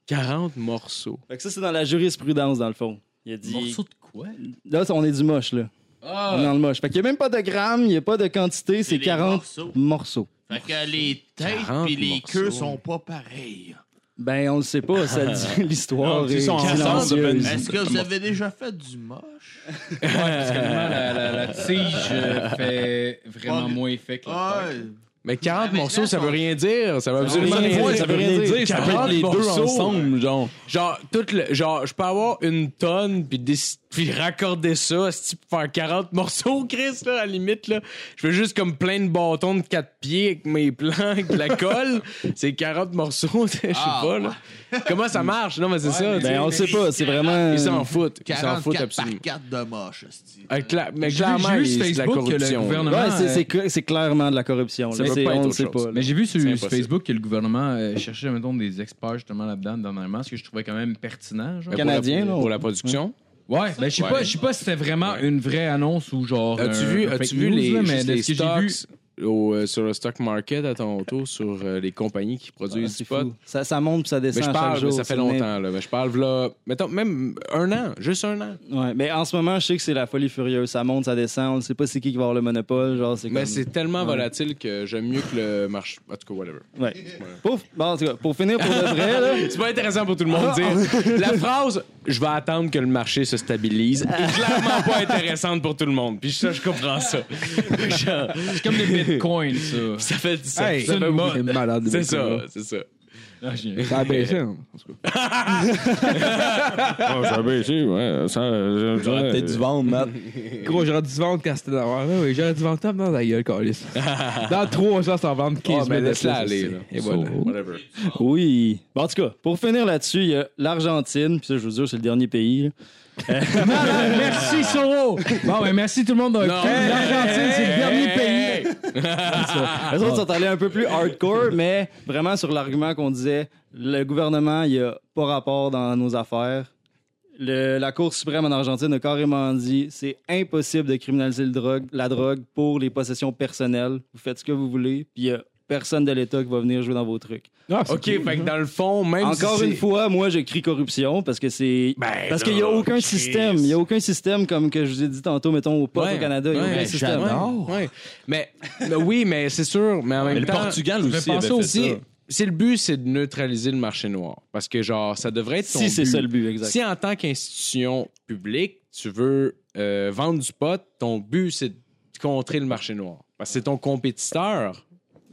Speaker 1: 40 morceaux.
Speaker 5: Fait que ça, c'est dans la jurisprudence, dans le fond. Il a dit.
Speaker 3: Morceau de quoi?
Speaker 5: Là, on est du moche, là. On est dans le moche. Fait qu'il n'y a même pas de grammes, il n'y a pas de quantité, c'est
Speaker 7: les
Speaker 5: 40
Speaker 7: morceaux.
Speaker 5: morceaux.
Speaker 7: Fait que les têtes
Speaker 1: 40
Speaker 7: et les queues
Speaker 1: morceaux.
Speaker 7: sont pas pareilles.
Speaker 5: Ben, on le sait pas, ça dit l'histoire.
Speaker 4: Non,
Speaker 5: est
Speaker 4: ils sont ensemble,
Speaker 5: silencieuse.
Speaker 4: ben,
Speaker 7: Est-ce que vous avez déjà fait du moche?
Speaker 3: Vraiment, la, la- la tige euh, fait vraiment moins effet que la tête.
Speaker 1: Mais 40
Speaker 7: mais
Speaker 1: morceaux,
Speaker 7: là,
Speaker 1: ça
Speaker 7: sont-
Speaker 1: veut rien dire. Ça veut absolument
Speaker 5: rien
Speaker 1: rien
Speaker 5: dire,
Speaker 1: dire.
Speaker 5: ça veut rien dire.
Speaker 4: Ça peut être les
Speaker 1: 40
Speaker 4: deux
Speaker 1: morceaux.
Speaker 4: ensemble, genre.
Speaker 1: Genre, tout le, genre, je peux avoir une tonne, puis, des, puis raccorder ça, esti, pour faire 40 morceaux, Chris, là, à la limite, là. Je veux juste comme plein de bâtons de 4 pieds avec mes plans, avec la colle. c'est 40 morceaux, je sais
Speaker 7: Ah,
Speaker 1: pas, là. Comment ça marche? Non, mais c'est ça, tu sais.
Speaker 5: Ben, on le sait pas, c'est vraiment.
Speaker 1: Ils s'en foutent. Ils s'en foutent
Speaker 7: 44 par
Speaker 1: absolument.
Speaker 7: 4 de moche, esti.
Speaker 1: Euh, cla- mais
Speaker 3: J'ai
Speaker 1: clairement,
Speaker 3: vu- j'ai vu
Speaker 1: il-
Speaker 3: sur
Speaker 1: c'est de la
Speaker 3: Facebook que le
Speaker 1: corruption. là.
Speaker 3: gouvernement-
Speaker 5: Ouais, c'est-
Speaker 3: euh,
Speaker 5: c'est cl- c'est clairement de la corruption.
Speaker 1: hein. Ça
Speaker 5: là.
Speaker 1: peut
Speaker 5: C'est-
Speaker 1: pas être
Speaker 5: on le
Speaker 1: autre
Speaker 5: sait
Speaker 1: chose.
Speaker 5: pas. là.
Speaker 3: Mais j'ai vu sur,
Speaker 1: C'est
Speaker 3: sur
Speaker 1: impossible.
Speaker 3: Facebook que le gouvernement euh, cherchait, mettons, des experts justement là-dedans dernièrement, ce que je trouvais quand même pertinent. Genre.
Speaker 1: Pour la-
Speaker 5: Canadien, là, on-
Speaker 1: Pour la production.
Speaker 3: Ouais, ben je sais pas, je sais pas si c'était vraiment une vraie annonce ou genre.
Speaker 1: As-tu
Speaker 3: un-
Speaker 1: vu,
Speaker 3: un
Speaker 1: as
Speaker 3: fake
Speaker 1: vu
Speaker 3: news,
Speaker 1: les,
Speaker 3: là,
Speaker 1: juste
Speaker 3: mais
Speaker 1: les
Speaker 3: de ce que j'ai vu,
Speaker 1: stocks au, euh, sur le stock market à Toronto, sur euh, les compagnies qui
Speaker 5: Ah,
Speaker 1: produisent
Speaker 5: c'est
Speaker 1: du pot?
Speaker 5: fou. Ça, ça monte puis ça
Speaker 1: Mais
Speaker 5: descend
Speaker 1: je
Speaker 5: à
Speaker 1: parle,
Speaker 5: chaque jour.
Speaker 1: mais ça fait
Speaker 5: c'est
Speaker 1: longtemps, là. Mais je parle, là, mettons, même un an, juste un an.
Speaker 5: n'im- Ouais, mais en ce moment, je sais que c'est la folie furieuse. Ça monte, ça descend. On ne sait pas c'est qui qui va avoir le monopole. Genre, c'est
Speaker 1: Mais
Speaker 5: comme-
Speaker 1: c'est tellement
Speaker 5: Ouais.
Speaker 1: volatile que j'aime mieux que le marché. En tout cas, whatever.
Speaker 5: Ouais. Pouf! Bon, en tout cas, pour finir, pour de vrai,
Speaker 3: Ah.
Speaker 5: là,
Speaker 1: C'est pas intéressant pour tout le monde de dire. La phrase, je vais attendre que le marché se stabilise,
Speaker 3: Ah.
Speaker 1: est clairement pas intéressante pour tout le monde. Puis ça, je comprends ça. Genre,
Speaker 3: C'est comme le bitcoin, ça.
Speaker 1: ça fait du ça,
Speaker 2: Hey,
Speaker 1: ça fait
Speaker 2: c'est
Speaker 1: mal.
Speaker 2: malade,
Speaker 1: C'est
Speaker 2: mais
Speaker 1: ça, c'est ça.
Speaker 3: Ah, j'ai-
Speaker 2: Ça a baissé, hein, en tout cas.
Speaker 9: ça a baissé, ouais. Ça, je- je-
Speaker 4: J'aurais peut-être dû vendre, Matt.
Speaker 2: Gros, j'aurais dû vendre quand c'était dans ouais, ouais, J'aurais dû vendre top dans la gueule, Carlis. Dans 3 ans, ça va vendre 15
Speaker 1: Ah,
Speaker 2: 000
Speaker 1: ben,
Speaker 2: de
Speaker 1: laisse-la
Speaker 2: plus,
Speaker 1: aller,
Speaker 2: c'est-
Speaker 1: là.
Speaker 2: Et voilà.
Speaker 1: Whatever.
Speaker 5: Oui. Bon, en tout cas, pour finir là-dessus, il y a l'Argentine, puis ça, je vous jure, c'est le dernier pays.
Speaker 6: Merci, Soro! Bon, ben, merci tout le monde. L'Argentine, c'est le dernier pays.
Speaker 5: là. Les autres sont allés un peu plus hardcore, mais vraiment sur l'argument qu'on disait, le gouvernement, il n'y a pas rapport dans nos affaires. Le- la Cour suprême en Argentine a carrément dit c'est impossible de criminaliser le drogue, la drogue pour les possessions personnelles. Vous faites ce que vous voulez, puis il n'y a personne de l'État qui va venir jouer dans vos trucs.
Speaker 2: Ah, c'est
Speaker 1: OK,
Speaker 2: cool.
Speaker 1: fait que dans le fond, même
Speaker 5: Encore
Speaker 1: si
Speaker 5: une
Speaker 1: c'est-
Speaker 5: fois, moi, je crie corruption parce que c'est.
Speaker 1: Ben
Speaker 5: parce
Speaker 1: là,
Speaker 5: qu'il n'y a aucun
Speaker 1: Chris.
Speaker 5: système. Il n'y a aucun système comme que je vous ai dit tantôt, mettons, au pot
Speaker 1: Ouais,
Speaker 5: au Canada. Il n'y a
Speaker 1: ouais,
Speaker 5: aucun système.
Speaker 1: Ouais, ouais. Mais, mais oui, mais c'est sûr, mais en même
Speaker 4: Mais le
Speaker 1: temps...
Speaker 4: Portugal
Speaker 1: Je
Speaker 4: aussi
Speaker 1: pense
Speaker 4: avait fait
Speaker 1: aussi,
Speaker 4: ça.
Speaker 1: c'est le but, c'est de neutraliser le marché noir. Parce que, genre, ça devrait être ton
Speaker 5: Si c'est
Speaker 1: but.
Speaker 5: ça le but, exact.
Speaker 1: Si en tant qu'institution publique, tu veux euh, vendre du pot, ton but, c'est de contrer le marché noir. Parce que c'est ton compétiteur.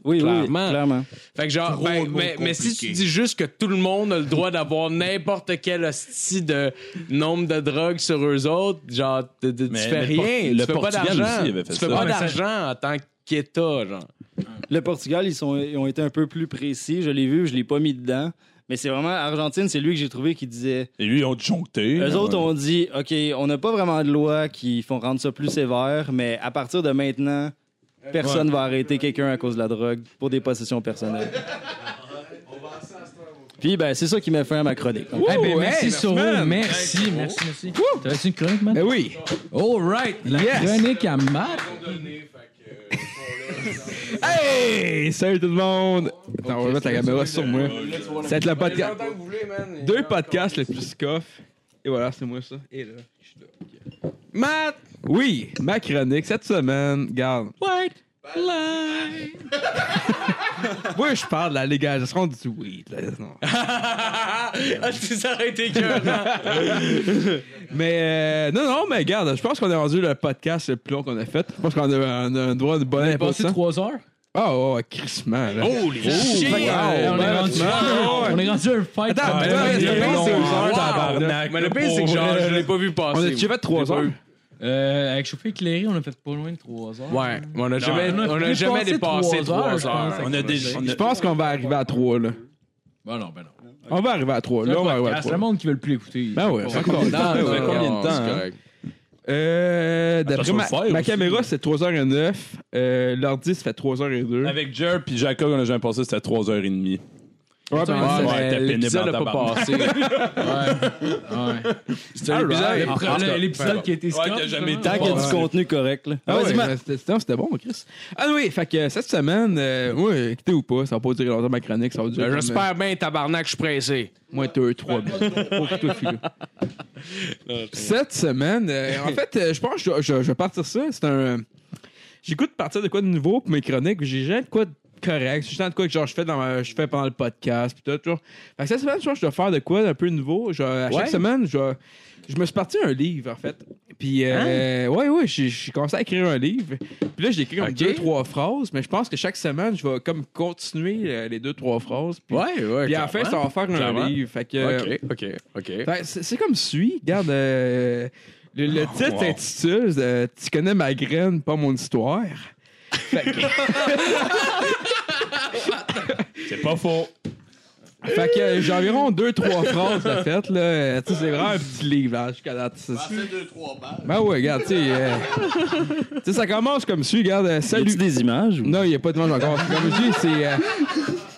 Speaker 5: Oui, oui,
Speaker 1: clairement.
Speaker 5: oui, clairement.
Speaker 1: Fait que genre,
Speaker 7: Gros
Speaker 1: ben,
Speaker 7: mot
Speaker 1: mais, mais si tu
Speaker 7: compliqué.
Speaker 1: dis juste que tout le monde a le droit d'avoir n'importe quel hostie de nombre de drogues sur eux autres, genre, de- de- tu
Speaker 4: Mais
Speaker 1: fais
Speaker 4: le
Speaker 1: rien.
Speaker 4: Por-
Speaker 1: tu
Speaker 4: le
Speaker 1: fais pas
Speaker 4: Portugal
Speaker 1: d'argent.
Speaker 4: aussi, il avait fait
Speaker 1: tu fais
Speaker 4: ça.
Speaker 1: pas
Speaker 4: Ouais, mais ça-
Speaker 1: d'argent en tant qu'État, genre.
Speaker 5: Le Portugal, ils, sont, ils ont été un peu plus précis. Je l'ai vu, je ne l'ai pas mis dedans. Mais c'est vraiment Argentine, c'est lui que j'ai trouvé qui disait.
Speaker 4: Et lui, ils ont joncté.
Speaker 5: Eux autres ont dit OK, on n'a pas vraiment de loi qui font rendre ça plus sévère, mais à partir de maintenant, personne ne va arrêter quelqu'un à cause de la drogue pour des possessions personnelles. Puis, ben, c'est ça qui m'a fait ma chronique.
Speaker 3: Eh ben,
Speaker 2: Ouh,
Speaker 3: merci,
Speaker 2: hey,
Speaker 3: Soro.
Speaker 2: man.
Speaker 3: Merci, merci, merci. T'avais-tu une chronique, man?
Speaker 2: Ben oui.
Speaker 3: All right. La
Speaker 2: Yes.
Speaker 3: chronique à Matt.
Speaker 2: Hey! Salut tout le monde! Attends, on va mettre la caméra sur moi. Ça va être le podcast. Deux podcasts, le plus coff. Et voilà, c'est moi ça. Et là, je suis là. Ok. Matt! Oui, ma chronique cette semaine, garde. White light. moi, je parle de la légalisation du weed. là, non.
Speaker 1: Ah, ça aurait été écœurant.
Speaker 2: Mais euh, non, non, mais garde, je pense qu'on a rendu le podcast le plus long qu'on a fait. Je pense qu'on a, on a un droit de bonne
Speaker 3: J'ai passé trois heures.
Speaker 2: Ah, oh, crissement. là. Oh,
Speaker 1: Holy shit!
Speaker 2: wow.
Speaker 3: Euh, on, est
Speaker 2: ben,
Speaker 3: rendu,
Speaker 2: ben,
Speaker 3: on est rendu un fight.
Speaker 2: Attends,
Speaker 3: Ouais,
Speaker 2: attends,
Speaker 3: ouais,
Speaker 2: attends,
Speaker 3: ouais.
Speaker 2: attends.
Speaker 1: c'est
Speaker 2: Wow.
Speaker 1: tabarnak. Mais le pire, c'est que genre, je l'ai pas vu passer.
Speaker 2: On a déjà fait trois
Speaker 1: J'ai pas
Speaker 2: heures.
Speaker 1: eu-
Speaker 3: Euh, avec chauffé éclairé, on a fait pas loin de trois heures.
Speaker 1: Ouais, mais on a jamais,
Speaker 3: on a
Speaker 1: on a
Speaker 3: plus
Speaker 1: jamais
Speaker 3: passé
Speaker 1: dépassé
Speaker 3: trois heures,
Speaker 1: trois
Speaker 3: je
Speaker 1: heures.
Speaker 3: pense.
Speaker 4: On a déjà.
Speaker 2: Je pense qu'on va arriver à 3 là.
Speaker 3: Ben non, ben non.
Speaker 2: On va arriver à 3.
Speaker 3: C'est
Speaker 2: Là, on va
Speaker 3: un
Speaker 2: arriver à
Speaker 3: podcast,
Speaker 2: 3.
Speaker 3: le monde qui veut le plus écouter.
Speaker 2: Ben ouais,
Speaker 3: Bon,
Speaker 2: c'est encore.
Speaker 1: Non, non,
Speaker 4: combien de
Speaker 1: non,
Speaker 4: temps,
Speaker 1: c'est
Speaker 4: hein?
Speaker 1: correct.
Speaker 2: Euh, D'après
Speaker 4: ça
Speaker 2: ma,
Speaker 4: va faire
Speaker 2: ma
Speaker 4: aussi.
Speaker 2: caméra, c'est 3h09. Euh, L'ordi, ça fait 3h02.
Speaker 4: Avec Jer puis Jacob, on a jamais passé, c'était 3h30.
Speaker 2: Ouais, ben,
Speaker 4: ouais,
Speaker 2: c'est-
Speaker 4: ouais, t'as pénible
Speaker 8: L'épisode n'a
Speaker 4: en
Speaker 8: pas
Speaker 4: tabarnak.
Speaker 8: passé.
Speaker 1: C'est un épisode-
Speaker 2: Alright.
Speaker 1: en tout cas,
Speaker 3: Le- L'épisode qui a été
Speaker 4: Ouais, que jamais
Speaker 5: Tant qu'il y a du contenu correct, là.
Speaker 2: Ah,
Speaker 5: Ah,
Speaker 2: ouais,
Speaker 5: vas-y,
Speaker 2: mais
Speaker 5: Matt.
Speaker 2: c'était c'était- c'était bon, Chris. Ah oui, fait que cette semaine, euh, ouais, écoutez ou pas, ça va pas durer longtemps ma chronique, ça va durer.
Speaker 1: Ben,
Speaker 2: comme, euh,
Speaker 1: J'espère bien, tabarnak, je suis pressé.
Speaker 2: Moins 2, 3 buts. Pour tout filer. Cette semaine, euh, en fait, euh, je pense que je, je- je vais partir ça. C'est un. J'écoute partir de quoi de nouveau pour mes chroniques. J'ai jamais de quoi de correct. J'ai jamais de quoi que genre, je fais dans ma- je fais pendant le podcast. Puis tout, genre. Fait que cette semaine, je pense que je dois faire de quoi d'un peu nouveau. Je- à chaque
Speaker 1: Ouais.
Speaker 2: semaine, je, je me suis parti un livre, en fait. Puis, euh, ouais, ouais, j'ai j'ai commencé à écrire un livre. Puis là, j'ai écrit comme
Speaker 1: Hein? Ok.
Speaker 2: deux, trois phrases. Mais je pense que chaque semaine, je vais comme continuer euh, les deux, trois phrases. Puis,
Speaker 1: Ouais, ouais.
Speaker 2: puis à la fin, ça va faire un
Speaker 1: Clairement.
Speaker 2: livre. Fait que.
Speaker 1: OK, OK, OK.
Speaker 2: Ben, c'est c'est comme suit. Regarde, euh, le, le titre s'intitule euh, Tu connais ma graine, pas mon histoire.
Speaker 4: C'est pas faux.
Speaker 2: Fait que euh, j'ai environ deux, trois phrases de fait. là. Euh, Tu sais, C'est vraiment un petit livre hein, jusqu'à date. C'est-
Speaker 7: Passez Ah, deux, trois balles.
Speaker 2: Ben ouais, regarde, tu sais. euh, tu sais, ça commence comme suit. Regarde, euh,
Speaker 5: Y a-tu
Speaker 2: salut.
Speaker 5: des images? ou-
Speaker 2: Non, il n'y a pas de manche encore. Comme je dis, c'est. euh,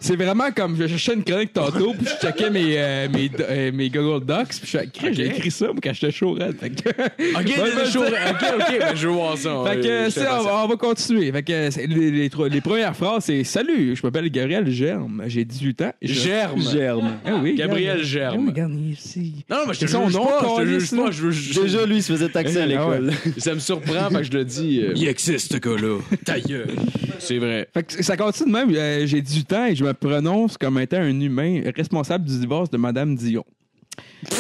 Speaker 2: c'est vraiment comme je cherchais une chronique tantôt, puis je checkais mes, euh, mes, do- euh, mes Google Docs, puis je suis j'ai écrit ça moi, quand j'étais chaud, raide. Fait que-
Speaker 1: OK,
Speaker 2: Ouais, ben,
Speaker 1: c'est chaud. OK, OK, ben, je veux voir ça.
Speaker 2: Fait que,
Speaker 1: Ouais,
Speaker 2: euh, ça, on, va- on va continuer. Fait que, euh, c'est- les, les trois- les premières phrases, c'est Salut, je m'appelle Gabriel Germe, j'ai 18 ans. Je-
Speaker 1: Germe.
Speaker 5: Germe.
Speaker 2: Ah oui,
Speaker 1: Gabriel
Speaker 2: Germe.
Speaker 1: Germe.
Speaker 2: Ah oui, Germe, il- c'est-
Speaker 1: Non, non, mais je te
Speaker 2: C'est son
Speaker 1: juge
Speaker 2: nom,
Speaker 1: pas, je te
Speaker 2: Carlis,
Speaker 1: juge
Speaker 2: là.
Speaker 1: pas. Je, veux- je- je-
Speaker 5: Déjà, lui, il se faisait taxer à
Speaker 2: Ah ouais.
Speaker 5: l'école.
Speaker 1: ça me surprend, fait que je le dis. euh,
Speaker 8: Il existe, ce gars-là. Ta gueule.
Speaker 1: C'est vrai.
Speaker 2: Fait que ça continue de même. euh, j'ai 18 ans et je me prononce comme étant un humain responsable du divorce de Madame Dion.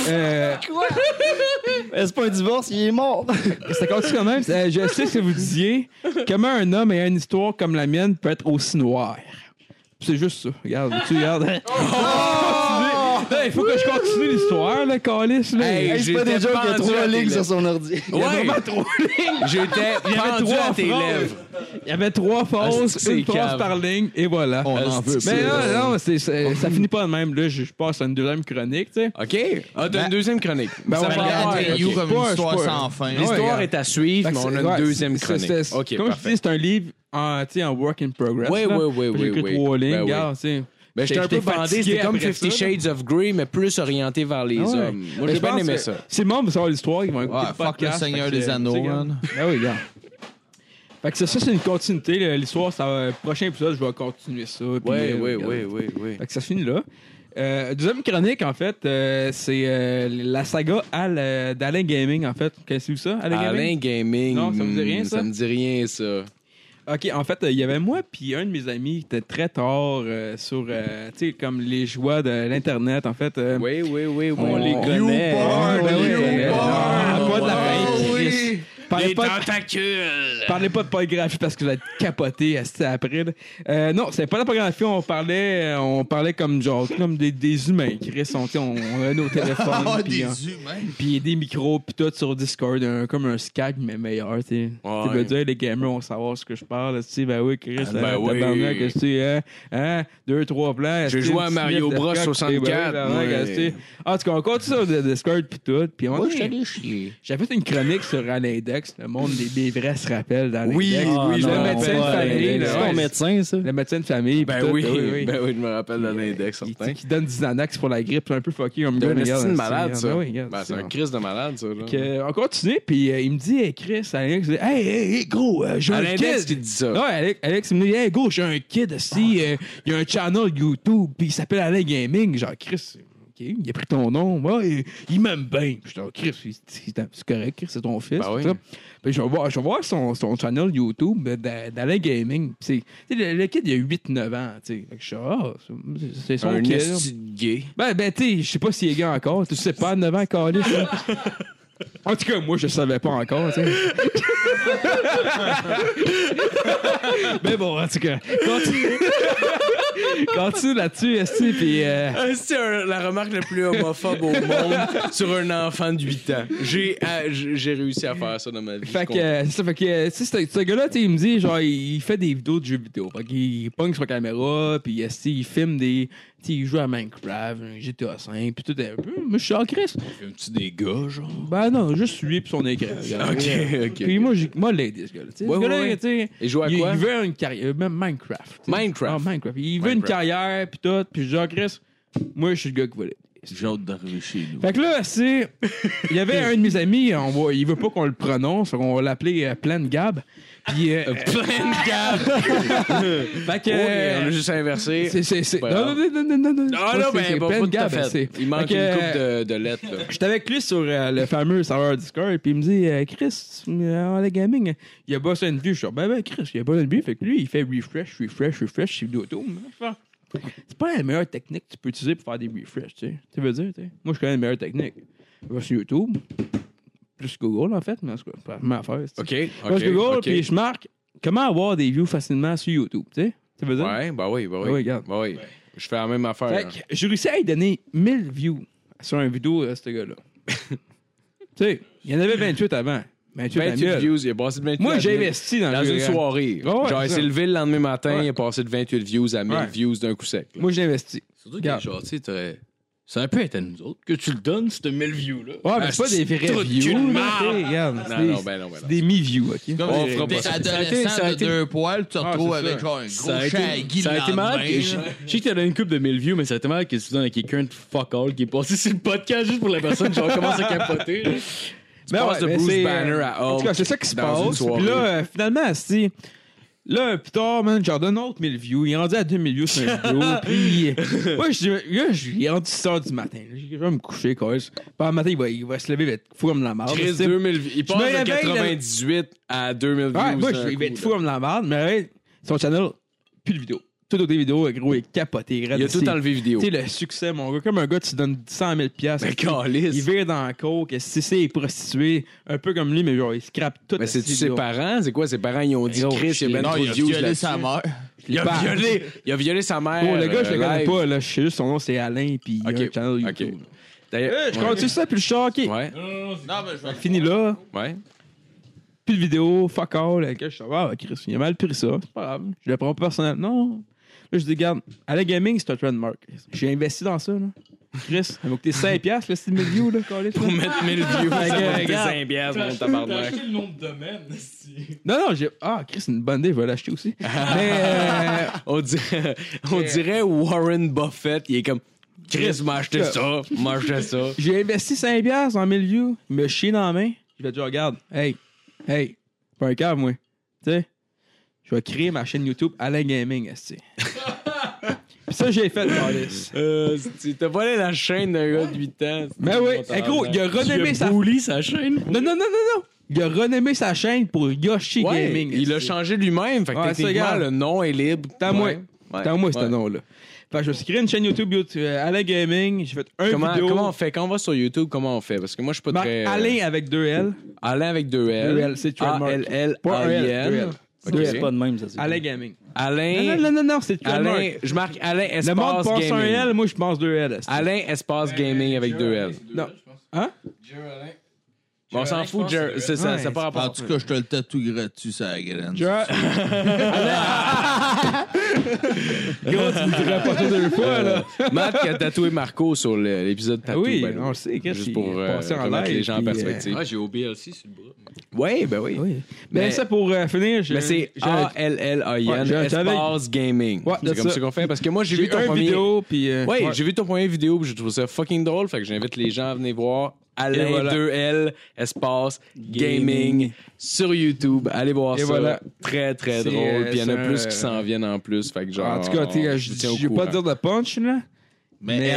Speaker 2: Euh,
Speaker 5: Est-ce pas un divorce? Il est mort!
Speaker 2: ça continue quand même. Euh, je sais ce que vous disiez. Comment un homme ayant une histoire comme la mienne peut être aussi noir? C'est juste ça. Regarde, tu regardes. On va continuer. Hey, Il faut que je continue l'histoire, le calice. Là.
Speaker 1: Oh! Hey,
Speaker 5: Hey, c'est pas
Speaker 1: j'étais
Speaker 5: des gens qui a
Speaker 1: pendu à
Speaker 5: trois
Speaker 1: tes
Speaker 5: lignes
Speaker 1: lèvres.
Speaker 5: sur son ordi.
Speaker 1: Ouais. J'étais pendu à tes
Speaker 2: phrases.
Speaker 1: lèvres.
Speaker 2: Il y avait trois fausses,
Speaker 1: Ah, c'est-
Speaker 2: une
Speaker 1: c'est
Speaker 2: phrase
Speaker 1: cave.
Speaker 2: par ligne, et voilà.
Speaker 1: en veut
Speaker 2: Mais là, non, c'est- c'est- ça finit pas de même. Là, je je passe à une deuxième chronique, tu sais.
Speaker 1: OK. Ah, t'as une deuxième chronique.
Speaker 2: Ben,
Speaker 1: Ça
Speaker 2: on
Speaker 1: va aller
Speaker 2: va voir.
Speaker 1: à
Speaker 2: ouais,
Speaker 7: Regarde, You
Speaker 2: ok.
Speaker 7: comme
Speaker 2: Pas
Speaker 7: une
Speaker 2: un
Speaker 7: histoire
Speaker 2: spoil.
Speaker 7: sans fin.
Speaker 2: Non,
Speaker 1: L'histoire
Speaker 2: ouais,
Speaker 1: est à suivre,
Speaker 2: Fait que
Speaker 1: mais on a
Speaker 2: c'est-
Speaker 1: une
Speaker 2: ouais,
Speaker 1: deuxième
Speaker 2: c'est-
Speaker 1: chronique.
Speaker 2: c'est- c'est-
Speaker 1: OK,
Speaker 2: Comme je
Speaker 1: parfait.
Speaker 2: dis, c'est un livre en, tu sais, en work in progress.
Speaker 1: Oui,
Speaker 2: là.
Speaker 1: oui, oui,
Speaker 2: J'ai
Speaker 1: oui,
Speaker 2: écrit
Speaker 1: oui.
Speaker 2: trois lignes,
Speaker 1: Ben oui.
Speaker 2: regarde, tu sais.
Speaker 1: Ben, j'étais un peu
Speaker 2: J'étais
Speaker 1: bandé,
Speaker 2: fatigué
Speaker 1: c'était comme
Speaker 2: après
Speaker 1: Fifty
Speaker 2: ça, là.
Speaker 1: Shades of Grey, mais plus orienté vers les
Speaker 2: Ah ouais.
Speaker 1: hommes. Moi,
Speaker 2: Mais
Speaker 1: j'ai
Speaker 2: je
Speaker 1: bien
Speaker 2: pense
Speaker 1: aimé
Speaker 2: que
Speaker 1: ça.
Speaker 2: Si le monde veut savoir l'histoire, ils vont écouter
Speaker 7: Ouais,
Speaker 2: le
Speaker 7: fuck le
Speaker 2: podcast.
Speaker 7: Seigneur
Speaker 2: fait que,
Speaker 7: des
Speaker 2: euh,
Speaker 7: Anneaux,
Speaker 2: tu sais, regarde.
Speaker 7: man.
Speaker 2: Ah oui, regarde. Fait que c'est ça, c'est une continuité. là. L'histoire, ça va- prochain épisode, je vais continuer ça. puis,
Speaker 1: Oui,
Speaker 2: euh,
Speaker 1: oui,
Speaker 2: regarde.
Speaker 1: oui, oui, oui.
Speaker 2: Fait que ça finit là. Euh, deuxième chronique, en fait, euh, c'est euh, la saga Al- euh, d'Alain Gaming, en fait. Connaissez-vous ça, Alain, Gaming?
Speaker 1: Alain Gaming.
Speaker 2: Non, ça me dit rien,
Speaker 1: hmm,
Speaker 2: ça?
Speaker 1: Ça me dit rien, ça.
Speaker 2: OK, en fait, euh, il y avait moi puis un de mes amis qui était très tard euh, sur, euh, tu sais, comme les joies de l'Internet, en fait. euh,
Speaker 1: Oui, oui, oui, oui.
Speaker 2: On les connaît.
Speaker 5: Youporn,
Speaker 2: Ouais, ouais, ouais.
Speaker 5: Youporn.
Speaker 2: Ah, pas de la
Speaker 7: Oh, oui.
Speaker 2: Parlez pas de-
Speaker 1: tentacules.
Speaker 2: Parlez pas de polygraphie parce que vous êtes capoté à ce après. là. Euh, non, c'est pas la polygraphie, on parlait, euh, on parlait comme genre comme des, des humains qui on, t'sais, on, on a nos téléphones
Speaker 7: Ah,
Speaker 2: puis hein,
Speaker 7: des humains.
Speaker 2: puis des micros puis tout sur Discord, un- comme un Skype mais meilleur, tu ben,
Speaker 1: Ouais.
Speaker 2: Tu dire les gamers vont savoir ce que je parle, tu sais ben oui Chris,
Speaker 1: Ah, ben
Speaker 2: euh,
Speaker 1: oui.
Speaker 2: tabarnak, tu sais hein, hein, deux trois plans.
Speaker 1: J'ai
Speaker 2: est-ce que
Speaker 1: joué à
Speaker 2: tu
Speaker 1: Mario
Speaker 2: sniffes le
Speaker 1: Bros
Speaker 2: coq,
Speaker 1: 64,
Speaker 2: ben oui, tabarnak,
Speaker 1: ouais.
Speaker 2: est-ce que- Ah, tu comprends ça sur Discord puis tout, puis on
Speaker 1: chier.
Speaker 2: j'avais fait une chronique sur Alain Dex, le monde des, des vrais se rappelle dans
Speaker 1: Oui,
Speaker 2: Dex.
Speaker 5: Ah,
Speaker 1: oui,
Speaker 2: le
Speaker 1: je me
Speaker 2: médecin de
Speaker 1: rappelle
Speaker 2: famille.
Speaker 1: d'Alain
Speaker 2: là,
Speaker 1: Dex.
Speaker 5: C'est
Speaker 2: ouais,
Speaker 5: ton médecin, ça?
Speaker 2: Le médecin de famille.
Speaker 1: Ben
Speaker 2: puis tout,
Speaker 1: oui,
Speaker 2: eh
Speaker 1: ben oui, je me rappelle de l'index,
Speaker 2: Il-
Speaker 1: certain.
Speaker 2: Qui donne du Xanax pour la grippe, c'est un peu fucké comme
Speaker 1: C'est
Speaker 2: gars.
Speaker 1: un
Speaker 2: regarde,
Speaker 1: estime
Speaker 2: c'est-
Speaker 1: malade, ça.
Speaker 2: Ah oui, regarde,
Speaker 1: Ben, c'est
Speaker 2: c'est-
Speaker 1: un crise de malade, ça. là.
Speaker 2: Fait que, on continue, puis euh, il me dit, hey, Chris, Alain, je dis, hey, hey, hey, gros, euh, j'ai un
Speaker 1: Alain Dex
Speaker 2: kid.
Speaker 1: qui dit ça.
Speaker 2: Ouais, Alex, Alex, il me dit, hey, gros, j'ai un kid aussi, euh, il y a un channel YouTube, puis il s'appelle Alain Gaming. Genre, Chris, OK, il a pris ton nom, ouais, il, il m'aime bien. Je dis, Ah, Chris, il- il- c'est correct, Chris, c'est ton fils.
Speaker 1: Ben oui.
Speaker 2: tout ça. Puis je vais voir, je vais voir son, son channel YouTube de- d'a- d'Alain Gaming. Puis c'est- tu sais, le, le kid, il a 8-9 ans, tu sais. Fait que je suis, ah, c'est- c'est son
Speaker 1: un
Speaker 2: kid.
Speaker 1: esti de gay.
Speaker 2: Ben, ben, tu sais, je sais pas s'il est gars encore. Tu sais pas, 9 ans, calé. En tout cas, moi, je savais pas encore, tu sais. Mais bon, en tout cas. continue. Continue là-dessus, Esti, puis. euh,
Speaker 1: Euh, C'est un- la remarque la plus homophobe au monde sur un enfant de 8 ans. J'ai ah, j'ai j'ai réussi à faire ça dans ma vie.
Speaker 2: Fait
Speaker 1: je
Speaker 2: que, euh, c'est ça, fait que, euh, tu sais, ce- ce gars-là, tu sais, il me dit, genre, il il fait des vidéos de jeux vidéo. Fait qu'il pogne sur la caméra, puis euh, tu sais, il filme des. Tu sais, il joue à Minecraft, GTA 5, puis tout. un peu. Moi, je suis en crise.
Speaker 4: Filmes-tu des gars, genre?
Speaker 2: Ben non, juste lui, puis son écran.
Speaker 1: comprends.
Speaker 2: regarde.
Speaker 1: Ok, ok.
Speaker 2: Puis moi, j'ai moi, l'aider, ce gars-là. tu sais.
Speaker 1: Ouais,
Speaker 2: ce gars-là,
Speaker 1: ouais, ouais.
Speaker 2: tu sais,
Speaker 1: Et joue à
Speaker 2: il,
Speaker 1: quoi?
Speaker 2: il veut une carrière, euh, même Minecraft. tu sais.
Speaker 1: Minecraft.
Speaker 2: Ah, Minecraft. Il veut une
Speaker 1: Minecraft.
Speaker 2: carrière, puis tout. Puis genre, Chris, moi, je suis le gars qui va l'aider.
Speaker 7: J'ai hâte d'arriver chez nous.
Speaker 2: Fait que là, c'est. Il y avait un de mes amis, on va- il veut pas qu'on le prononce, on va l'appeler euh, Plan Gab. Puis. euh,
Speaker 1: Plein de gars.
Speaker 2: fait
Speaker 1: Oh, Ouais, on
Speaker 2: que. euh,
Speaker 1: a juste inversé.
Speaker 2: c'est, c'est, c'est-
Speaker 1: pas
Speaker 2: Non,
Speaker 1: grave.
Speaker 2: non, non, non, non, non.
Speaker 1: Ah
Speaker 2: Ça,
Speaker 1: non,
Speaker 2: c'est- c'est
Speaker 1: ben, pas,
Speaker 2: Plan
Speaker 1: pas tout à
Speaker 2: Gab,
Speaker 1: fait.
Speaker 2: c'est-
Speaker 1: Il manque
Speaker 2: Fait que,
Speaker 1: une coupe de, de lettres. là.
Speaker 2: J'étais avec lui sur euh, le fameux serveur Discord, puis il me dit euh, Chris, euh, le gaming, il a bossé une vue. Je suis ben, ben, Chris, il a bossé une vue. Fait que lui, il fait refresh, refresh, refresh, c'est d'auto. C'est pas la meilleure technique que tu peux utiliser pour faire des refresh, tu sais. Tu veux dire, tu sais. Moi, je connais la meilleure technique. Je vais sur YouTube, plus Google, en fait, mais en tout cas, c'est pas ma affaire. c'est-
Speaker 1: OK.
Speaker 2: Je vais
Speaker 1: OK,
Speaker 2: sur Google,
Speaker 1: OK.
Speaker 2: puis je marque comment avoir des views facilement sur YouTube, tu sais. Tu veux dire?
Speaker 1: Ouais, bah oui, bah oui.
Speaker 2: Ah oui, regarde.
Speaker 1: Bah oui. Je fais la même affaire.
Speaker 2: Fait
Speaker 1: là.
Speaker 2: que j'ai réussi à lui donner 1000 views sur un vidéo à ce gars-là. tu sais, il y en avait 28 avant. 28,
Speaker 1: 28
Speaker 2: annuels.
Speaker 1: views, il est passé de 28
Speaker 2: Moi,
Speaker 1: à
Speaker 2: j'ai
Speaker 1: 1000.
Speaker 2: investi dans,
Speaker 1: Dans
Speaker 2: le
Speaker 1: une
Speaker 2: jeu.
Speaker 1: soirée.
Speaker 2: Ah
Speaker 1: Genre,
Speaker 2: ouais, c'est
Speaker 1: il
Speaker 2: ça.
Speaker 1: s'est levé le lendemain matin,
Speaker 2: Ouais.
Speaker 1: il est passé de 28 views à 1000
Speaker 2: Ouais.
Speaker 1: views d'un coup sec. là.
Speaker 2: Moi, j'ai investi.
Speaker 8: Surtout que,
Speaker 2: Regarde.
Speaker 8: genre, tu sais, t'aurais- ça aurait pu être à nous autres que tu le donnes, cette 1000 views-là.
Speaker 2: Ouais, mais c'est pas des
Speaker 1: Ah,
Speaker 2: vrais views. là, tu sais, Regarde, c'est
Speaker 1: Non,
Speaker 2: des-
Speaker 1: non, ben non, ben
Speaker 2: c'est
Speaker 1: non.
Speaker 2: des mi-views, OK?
Speaker 7: Comme
Speaker 1: On
Speaker 7: des-
Speaker 1: fera pas
Speaker 7: des
Speaker 1: ça.
Speaker 8: Ça a été- ça
Speaker 7: adolescents
Speaker 8: a
Speaker 7: de
Speaker 8: été-
Speaker 7: deux poils, tu te retrouves
Speaker 2: c'est ça.
Speaker 7: avec genre un gros
Speaker 8: Ça a été,
Speaker 7: shaggy
Speaker 8: ça a été
Speaker 7: le
Speaker 8: malade.
Speaker 7: lendemain,
Speaker 8: que Je
Speaker 7: là.
Speaker 8: je sais que t'as donné une coupe de 1000 views, mais ça a été malade que tu donnes à quelqu'un de fuck all qui est passé sur le podcast juste pour la personne. Genre, commence à capoter. là.
Speaker 2: Ben
Speaker 1: passes
Speaker 2: ouais,
Speaker 1: de
Speaker 2: mais
Speaker 1: Bruce
Speaker 2: c'est-
Speaker 1: Banner à
Speaker 2: En tout cas,
Speaker 1: Hulk
Speaker 2: c'est ça qui se
Speaker 1: dans une
Speaker 2: passe.
Speaker 1: soirée.
Speaker 2: Puis là, euh, finalement, si. Là, plus tard, man, j'en donne autre 1000 views. Il est rendu à 2000 views sur une vidéo. Puis, euh, moi, je dis, là, je il est rendu 6 heures du matin. Je vais me coucher, quoi. Puis, le matin, il va, il va se lever, il va être fou comme la marde.
Speaker 1: Chris,
Speaker 2: C'est-
Speaker 1: 2000 views. Il
Speaker 2: Je
Speaker 1: passe
Speaker 2: me
Speaker 1: de
Speaker 2: réveille,
Speaker 1: 98 à 2000 views.
Speaker 2: Ouais, moi, je
Speaker 1: d'un
Speaker 2: vais
Speaker 1: coup,
Speaker 2: être fou
Speaker 1: là.
Speaker 2: comme la merde, mais hey, son channel, plus de vidéos. Tout autre vidéo, gros, il est capoté.
Speaker 1: Il a tout enlevé vidéo.
Speaker 2: Tu sais, le succès, mon gars, comme un gars, tu donnes 100 000 piastres.
Speaker 1: Mais
Speaker 2: tu sais,
Speaker 1: calisse.
Speaker 2: Il vire dans la coke, si c'est prostitué, un peu comme lui, mais genre, il scrape tout.
Speaker 1: Mais c'est-tu
Speaker 2: ses
Speaker 1: ses
Speaker 2: vidéos.
Speaker 1: parents? C'est quoi? Ses parents, ils ont dit
Speaker 2: Yo,
Speaker 1: Chris, il y a ben
Speaker 7: Non,
Speaker 1: trop
Speaker 7: il
Speaker 1: de
Speaker 7: a
Speaker 1: views
Speaker 7: violé
Speaker 1: là-dessus.
Speaker 7: sa mère.
Speaker 1: Il a
Speaker 2: Bah.
Speaker 1: violé! Il a violé sa mère.
Speaker 2: Oh, le gars, je le
Speaker 1: euh,
Speaker 2: connais
Speaker 1: live.
Speaker 2: pas, là. Je sais juste son nom, c'est Alain, puis il a un
Speaker 1: Ok.
Speaker 2: channel YouTube.
Speaker 1: Ok. D'ailleurs,
Speaker 2: Euh, je continue ça, puis le chat, ok.
Speaker 1: Ouais,
Speaker 7: Non, mais je vais
Speaker 2: Fini là,
Speaker 1: ouais.
Speaker 2: plus de vidéo, fuck all, avec le chat. Ah, Chris, il a mal pris ça. C'est pas grave. Je le prends pas personnel. Non. Là, je dis, regarde, Alain Gaming, c'est un trademark. J'ai investi dans ça, là. Chris, ça m'a coûté 5$, piastres, là, c'est le milieu, là, calé.
Speaker 1: Pour mettre 1000 views, ça
Speaker 2: que,
Speaker 1: va
Speaker 2: regarde.
Speaker 1: coûter 5 piastres, mon tabarnak.
Speaker 4: le nom de domaine,
Speaker 2: Non, non, j'ai. Ah, Chris, c'est une bonne idée, je vais l'acheter aussi. Mais. euh,
Speaker 1: On dirait, on dirait Warren Buffett, il est comme Chris m'a acheté ça, m'a acheté ça.
Speaker 2: J'ai investi 5$ piastres en milieu, il me chie dans la main. Je vais dire, regarde, hey, hey, pas un câble, moi. Tu sais, je vais créer ma chaîne YouTube Alain Gaming, esti. Puis ça, j'ai fait, Carlis.
Speaker 1: Euh, tu- T'as volé la chaîne d'un gars de 8 ans.
Speaker 2: Mais Ben oui, hey, gros, il a renommé sa.
Speaker 8: Bully sa chaîne.
Speaker 2: Non, non, non, non, non. Il a renommé sa chaîne pour Yoshi
Speaker 1: Ouais,
Speaker 2: Gaming.
Speaker 1: il l'a
Speaker 2: esti.
Speaker 1: changé lui-même, fait que
Speaker 2: Ouais, ça,
Speaker 1: techniquement,
Speaker 2: regarde.
Speaker 1: le nom est libre.
Speaker 2: Tant moi.
Speaker 1: Ouais. Ouais.
Speaker 2: Tant moi,
Speaker 1: Ouais.
Speaker 2: ce nom-là. Fait que je me suis créé une chaîne YouTube, YouTube euh, Alain Gaming. J'ai fait un
Speaker 1: Comment,
Speaker 2: vidéo.
Speaker 1: comment on fait? Quand on va sur YouTube, comment on fait? Parce que moi, je suis pas
Speaker 2: Marc
Speaker 1: très... euh,
Speaker 2: Ben, Alain avec deux L.
Speaker 1: Alain avec deux L.
Speaker 2: Deux L, c'est trademark.
Speaker 1: A-L-L,
Speaker 2: Pas un L, deux
Speaker 1: A-I-N.
Speaker 2: L.
Speaker 1: Ok.
Speaker 2: Deux
Speaker 5: C'est pas de même, ça. c'est-
Speaker 2: Alain Gaming. Non,
Speaker 1: Alain...
Speaker 2: non, non, non, non, c'est trademark.
Speaker 1: Alain, je marque Alain
Speaker 2: Le monde
Speaker 1: Espace
Speaker 2: pense un L,
Speaker 1: Gaming.
Speaker 2: moi je pense deux L. esti.
Speaker 1: Alain Espace
Speaker 8: Ben,
Speaker 1: Gaming avec deux L.
Speaker 2: Non. Hein?
Speaker 1: Bon, on s'en fout, Jer- c'est ça,
Speaker 2: Ouais,
Speaker 1: ça n'a pas
Speaker 7: En
Speaker 1: rapport.
Speaker 7: tout cas, je te le tatoue gratuit, ça la graine.
Speaker 2: Je- Gros, tu me dirais pas ça deux fois, là.
Speaker 1: Matt qui a tatoué Marco sur le- l'épisode Tatou.
Speaker 2: Ah oui,
Speaker 1: by the way.
Speaker 2: on le sait. Qu'est-ce
Speaker 1: Juste
Speaker 2: qui
Speaker 1: pour
Speaker 2: est
Speaker 1: euh,
Speaker 2: passé en
Speaker 1: remettre
Speaker 2: live,
Speaker 1: les gens en
Speaker 2: puis, euh,
Speaker 1: perspective.
Speaker 8: Ouais, j'ai OBLC sur le bras.
Speaker 1: Oui, ben oui.
Speaker 2: Oui. Mais,
Speaker 1: Mais-
Speaker 2: ça, pour euh, finir, j'ai.
Speaker 1: Mais c'est
Speaker 2: j'ai un- Ouais,
Speaker 1: A-L-L-I-N,
Speaker 2: j'ai un
Speaker 1: Espace Gaming.
Speaker 2: Ouais,
Speaker 1: c'est
Speaker 2: c'est
Speaker 1: comme
Speaker 2: ça.
Speaker 1: ça qu'on fait. Parce que moi, j'ai
Speaker 2: j'ai
Speaker 1: vu
Speaker 2: eu
Speaker 1: ton
Speaker 2: un
Speaker 1: premier...
Speaker 2: vidéo, puis. euh,
Speaker 1: Oui,
Speaker 2: ouais.
Speaker 1: j'ai vu ton premier vidéo, puis je trouve ça fucking drôle. Fait que j'invite les gens à venir voir Alain
Speaker 2: Et voilà.
Speaker 1: 2L Espace Gaming, sur YouTube. Allez voir
Speaker 2: Et
Speaker 1: ça.
Speaker 2: voilà.
Speaker 1: Très, très
Speaker 2: C'est,
Speaker 1: drôle.
Speaker 2: euh,
Speaker 1: Puis il y en a
Speaker 2: c'est
Speaker 1: plus
Speaker 2: un-
Speaker 1: qui s'en viennent en plus. Fait que genre,
Speaker 2: En tout cas, tu sais,
Speaker 1: on
Speaker 2: je
Speaker 1: vous tient au
Speaker 2: je vais pas
Speaker 1: courant.
Speaker 2: dire de punch, là.
Speaker 7: Mais,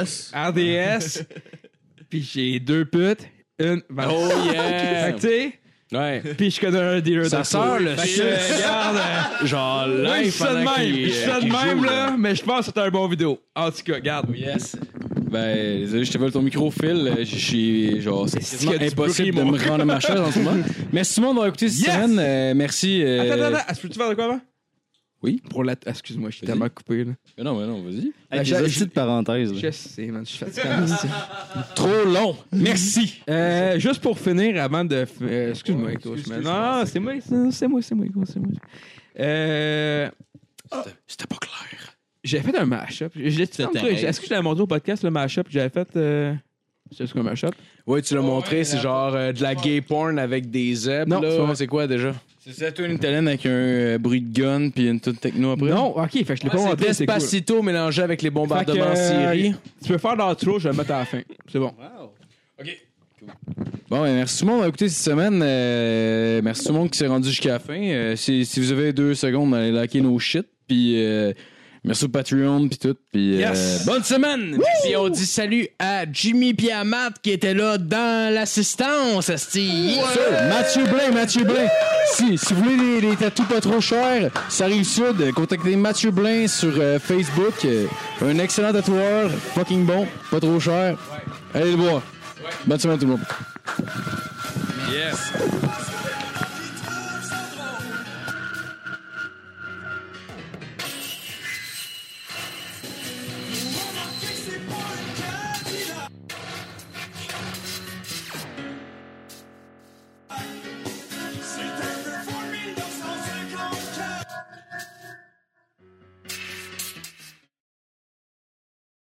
Speaker 7: RDS,
Speaker 2: RDS, puis j'ai deux putes, une.
Speaker 1: Oh
Speaker 2: Fait
Speaker 1: yeah!
Speaker 2: que, tu sais,
Speaker 1: ouais.
Speaker 2: puis je connais un dealer
Speaker 1: Ça
Speaker 2: de
Speaker 1: sort
Speaker 2: fou.
Speaker 1: le
Speaker 2: Fait que,
Speaker 1: shit.
Speaker 2: euh, regarde. euh,
Speaker 1: Genre,
Speaker 2: Là,
Speaker 1: live
Speaker 2: je suis ça de
Speaker 1: pendant
Speaker 2: même,
Speaker 1: qu'il-
Speaker 2: je suis ça de
Speaker 1: qu'il
Speaker 2: même,
Speaker 1: joue,
Speaker 2: là, mais je pense que c'est un bon vidéo. En tout cas, regarde.
Speaker 8: Yes. Ben, désolé, je te vole ton micro, Phil. Euh, Je suis, genre, c'est
Speaker 2: Est-ce
Speaker 8: quasiment
Speaker 2: que tu pries,
Speaker 8: impossible de
Speaker 2: mon
Speaker 8: me rendre à ma chaise en ce moment. Merci tout le monde d'avoir écouté cette
Speaker 2: Yes!
Speaker 8: semaine. Euh, merci. euh,
Speaker 2: Attends, attends, attends, est-ce que tu veux faire de quoi avant?
Speaker 3: Oui.
Speaker 2: Pour la. Excuse-moi, je suis
Speaker 1: Vas-y.
Speaker 2: tellement coupé, là.
Speaker 8: Ben
Speaker 1: Mais non, mais non, vas-y.
Speaker 5: Hey,
Speaker 2: j'ai-
Speaker 5: tes hosties de parenthèse. là.
Speaker 2: Je sais, man, je suis fatigué. merci.
Speaker 1: Trop long. Merci.
Speaker 2: Euh, juste pour finir, avant de. f- euh, Excuse-moi, Echo.
Speaker 3: excuse-
Speaker 2: mais Non, c'est moi, c'est c'est moi, c'est moi, Echo, c'est moi. Euh,
Speaker 1: C'était pas clair.
Speaker 2: J'avais fait un mashup. Je l'ai-
Speaker 10: C'était
Speaker 2: Est-ce que je l'avais montré au podcast, le mashup que j'avais fait? euh, C'est ce qu'un mashup?
Speaker 11: Oui, tu l'as montré, c'est genre euh, de la gay porn avec des zèbres.
Speaker 2: Non,
Speaker 11: là.
Speaker 2: c'est pas vrai.
Speaker 11: c'est quoi déjà?
Speaker 1: C'est ça, toi, une italienne avec un euh, bruit de gun puis une toute techno après?
Speaker 2: Non, ok, fait que
Speaker 1: Ah,
Speaker 2: je l'ai pas
Speaker 11: C'est
Speaker 2: montré. C'est cool.
Speaker 11: Despacito mélangé avec les
Speaker 2: Fait que,
Speaker 11: bombardements en
Speaker 2: euh,
Speaker 11: Syrie.
Speaker 2: Tu peux faire l'outro, je vais le mettre à la fin. C'est bon.
Speaker 1: Bon, ben, merci tout le monde d'avoir écouté cette semaine. Euh, merci tout le monde qui s'est rendu jusqu'à la fin. Euh, si, si vous avez deux secondes, allez liker nos shit. Puis euh, merci au Patreon puis tout. Puis euh,
Speaker 11: Yes.
Speaker 1: bonne-
Speaker 11: Bonne semaine! Puis on dit salut à Jimmy puis à Matt qui étaient là dans l'assistance, Asti!
Speaker 1: Mathieu Blain, Mathieu Blain. Si, si vous voulez des, des tatous pas trop chers, ça arrive sud, euh, contactez Mathieu Blain sur euh, Facebook. Euh, un excellent tatoueur, fucking bon, pas trop cher. Allez le voir. Bonne semaine tout le monde.
Speaker 11: Yes!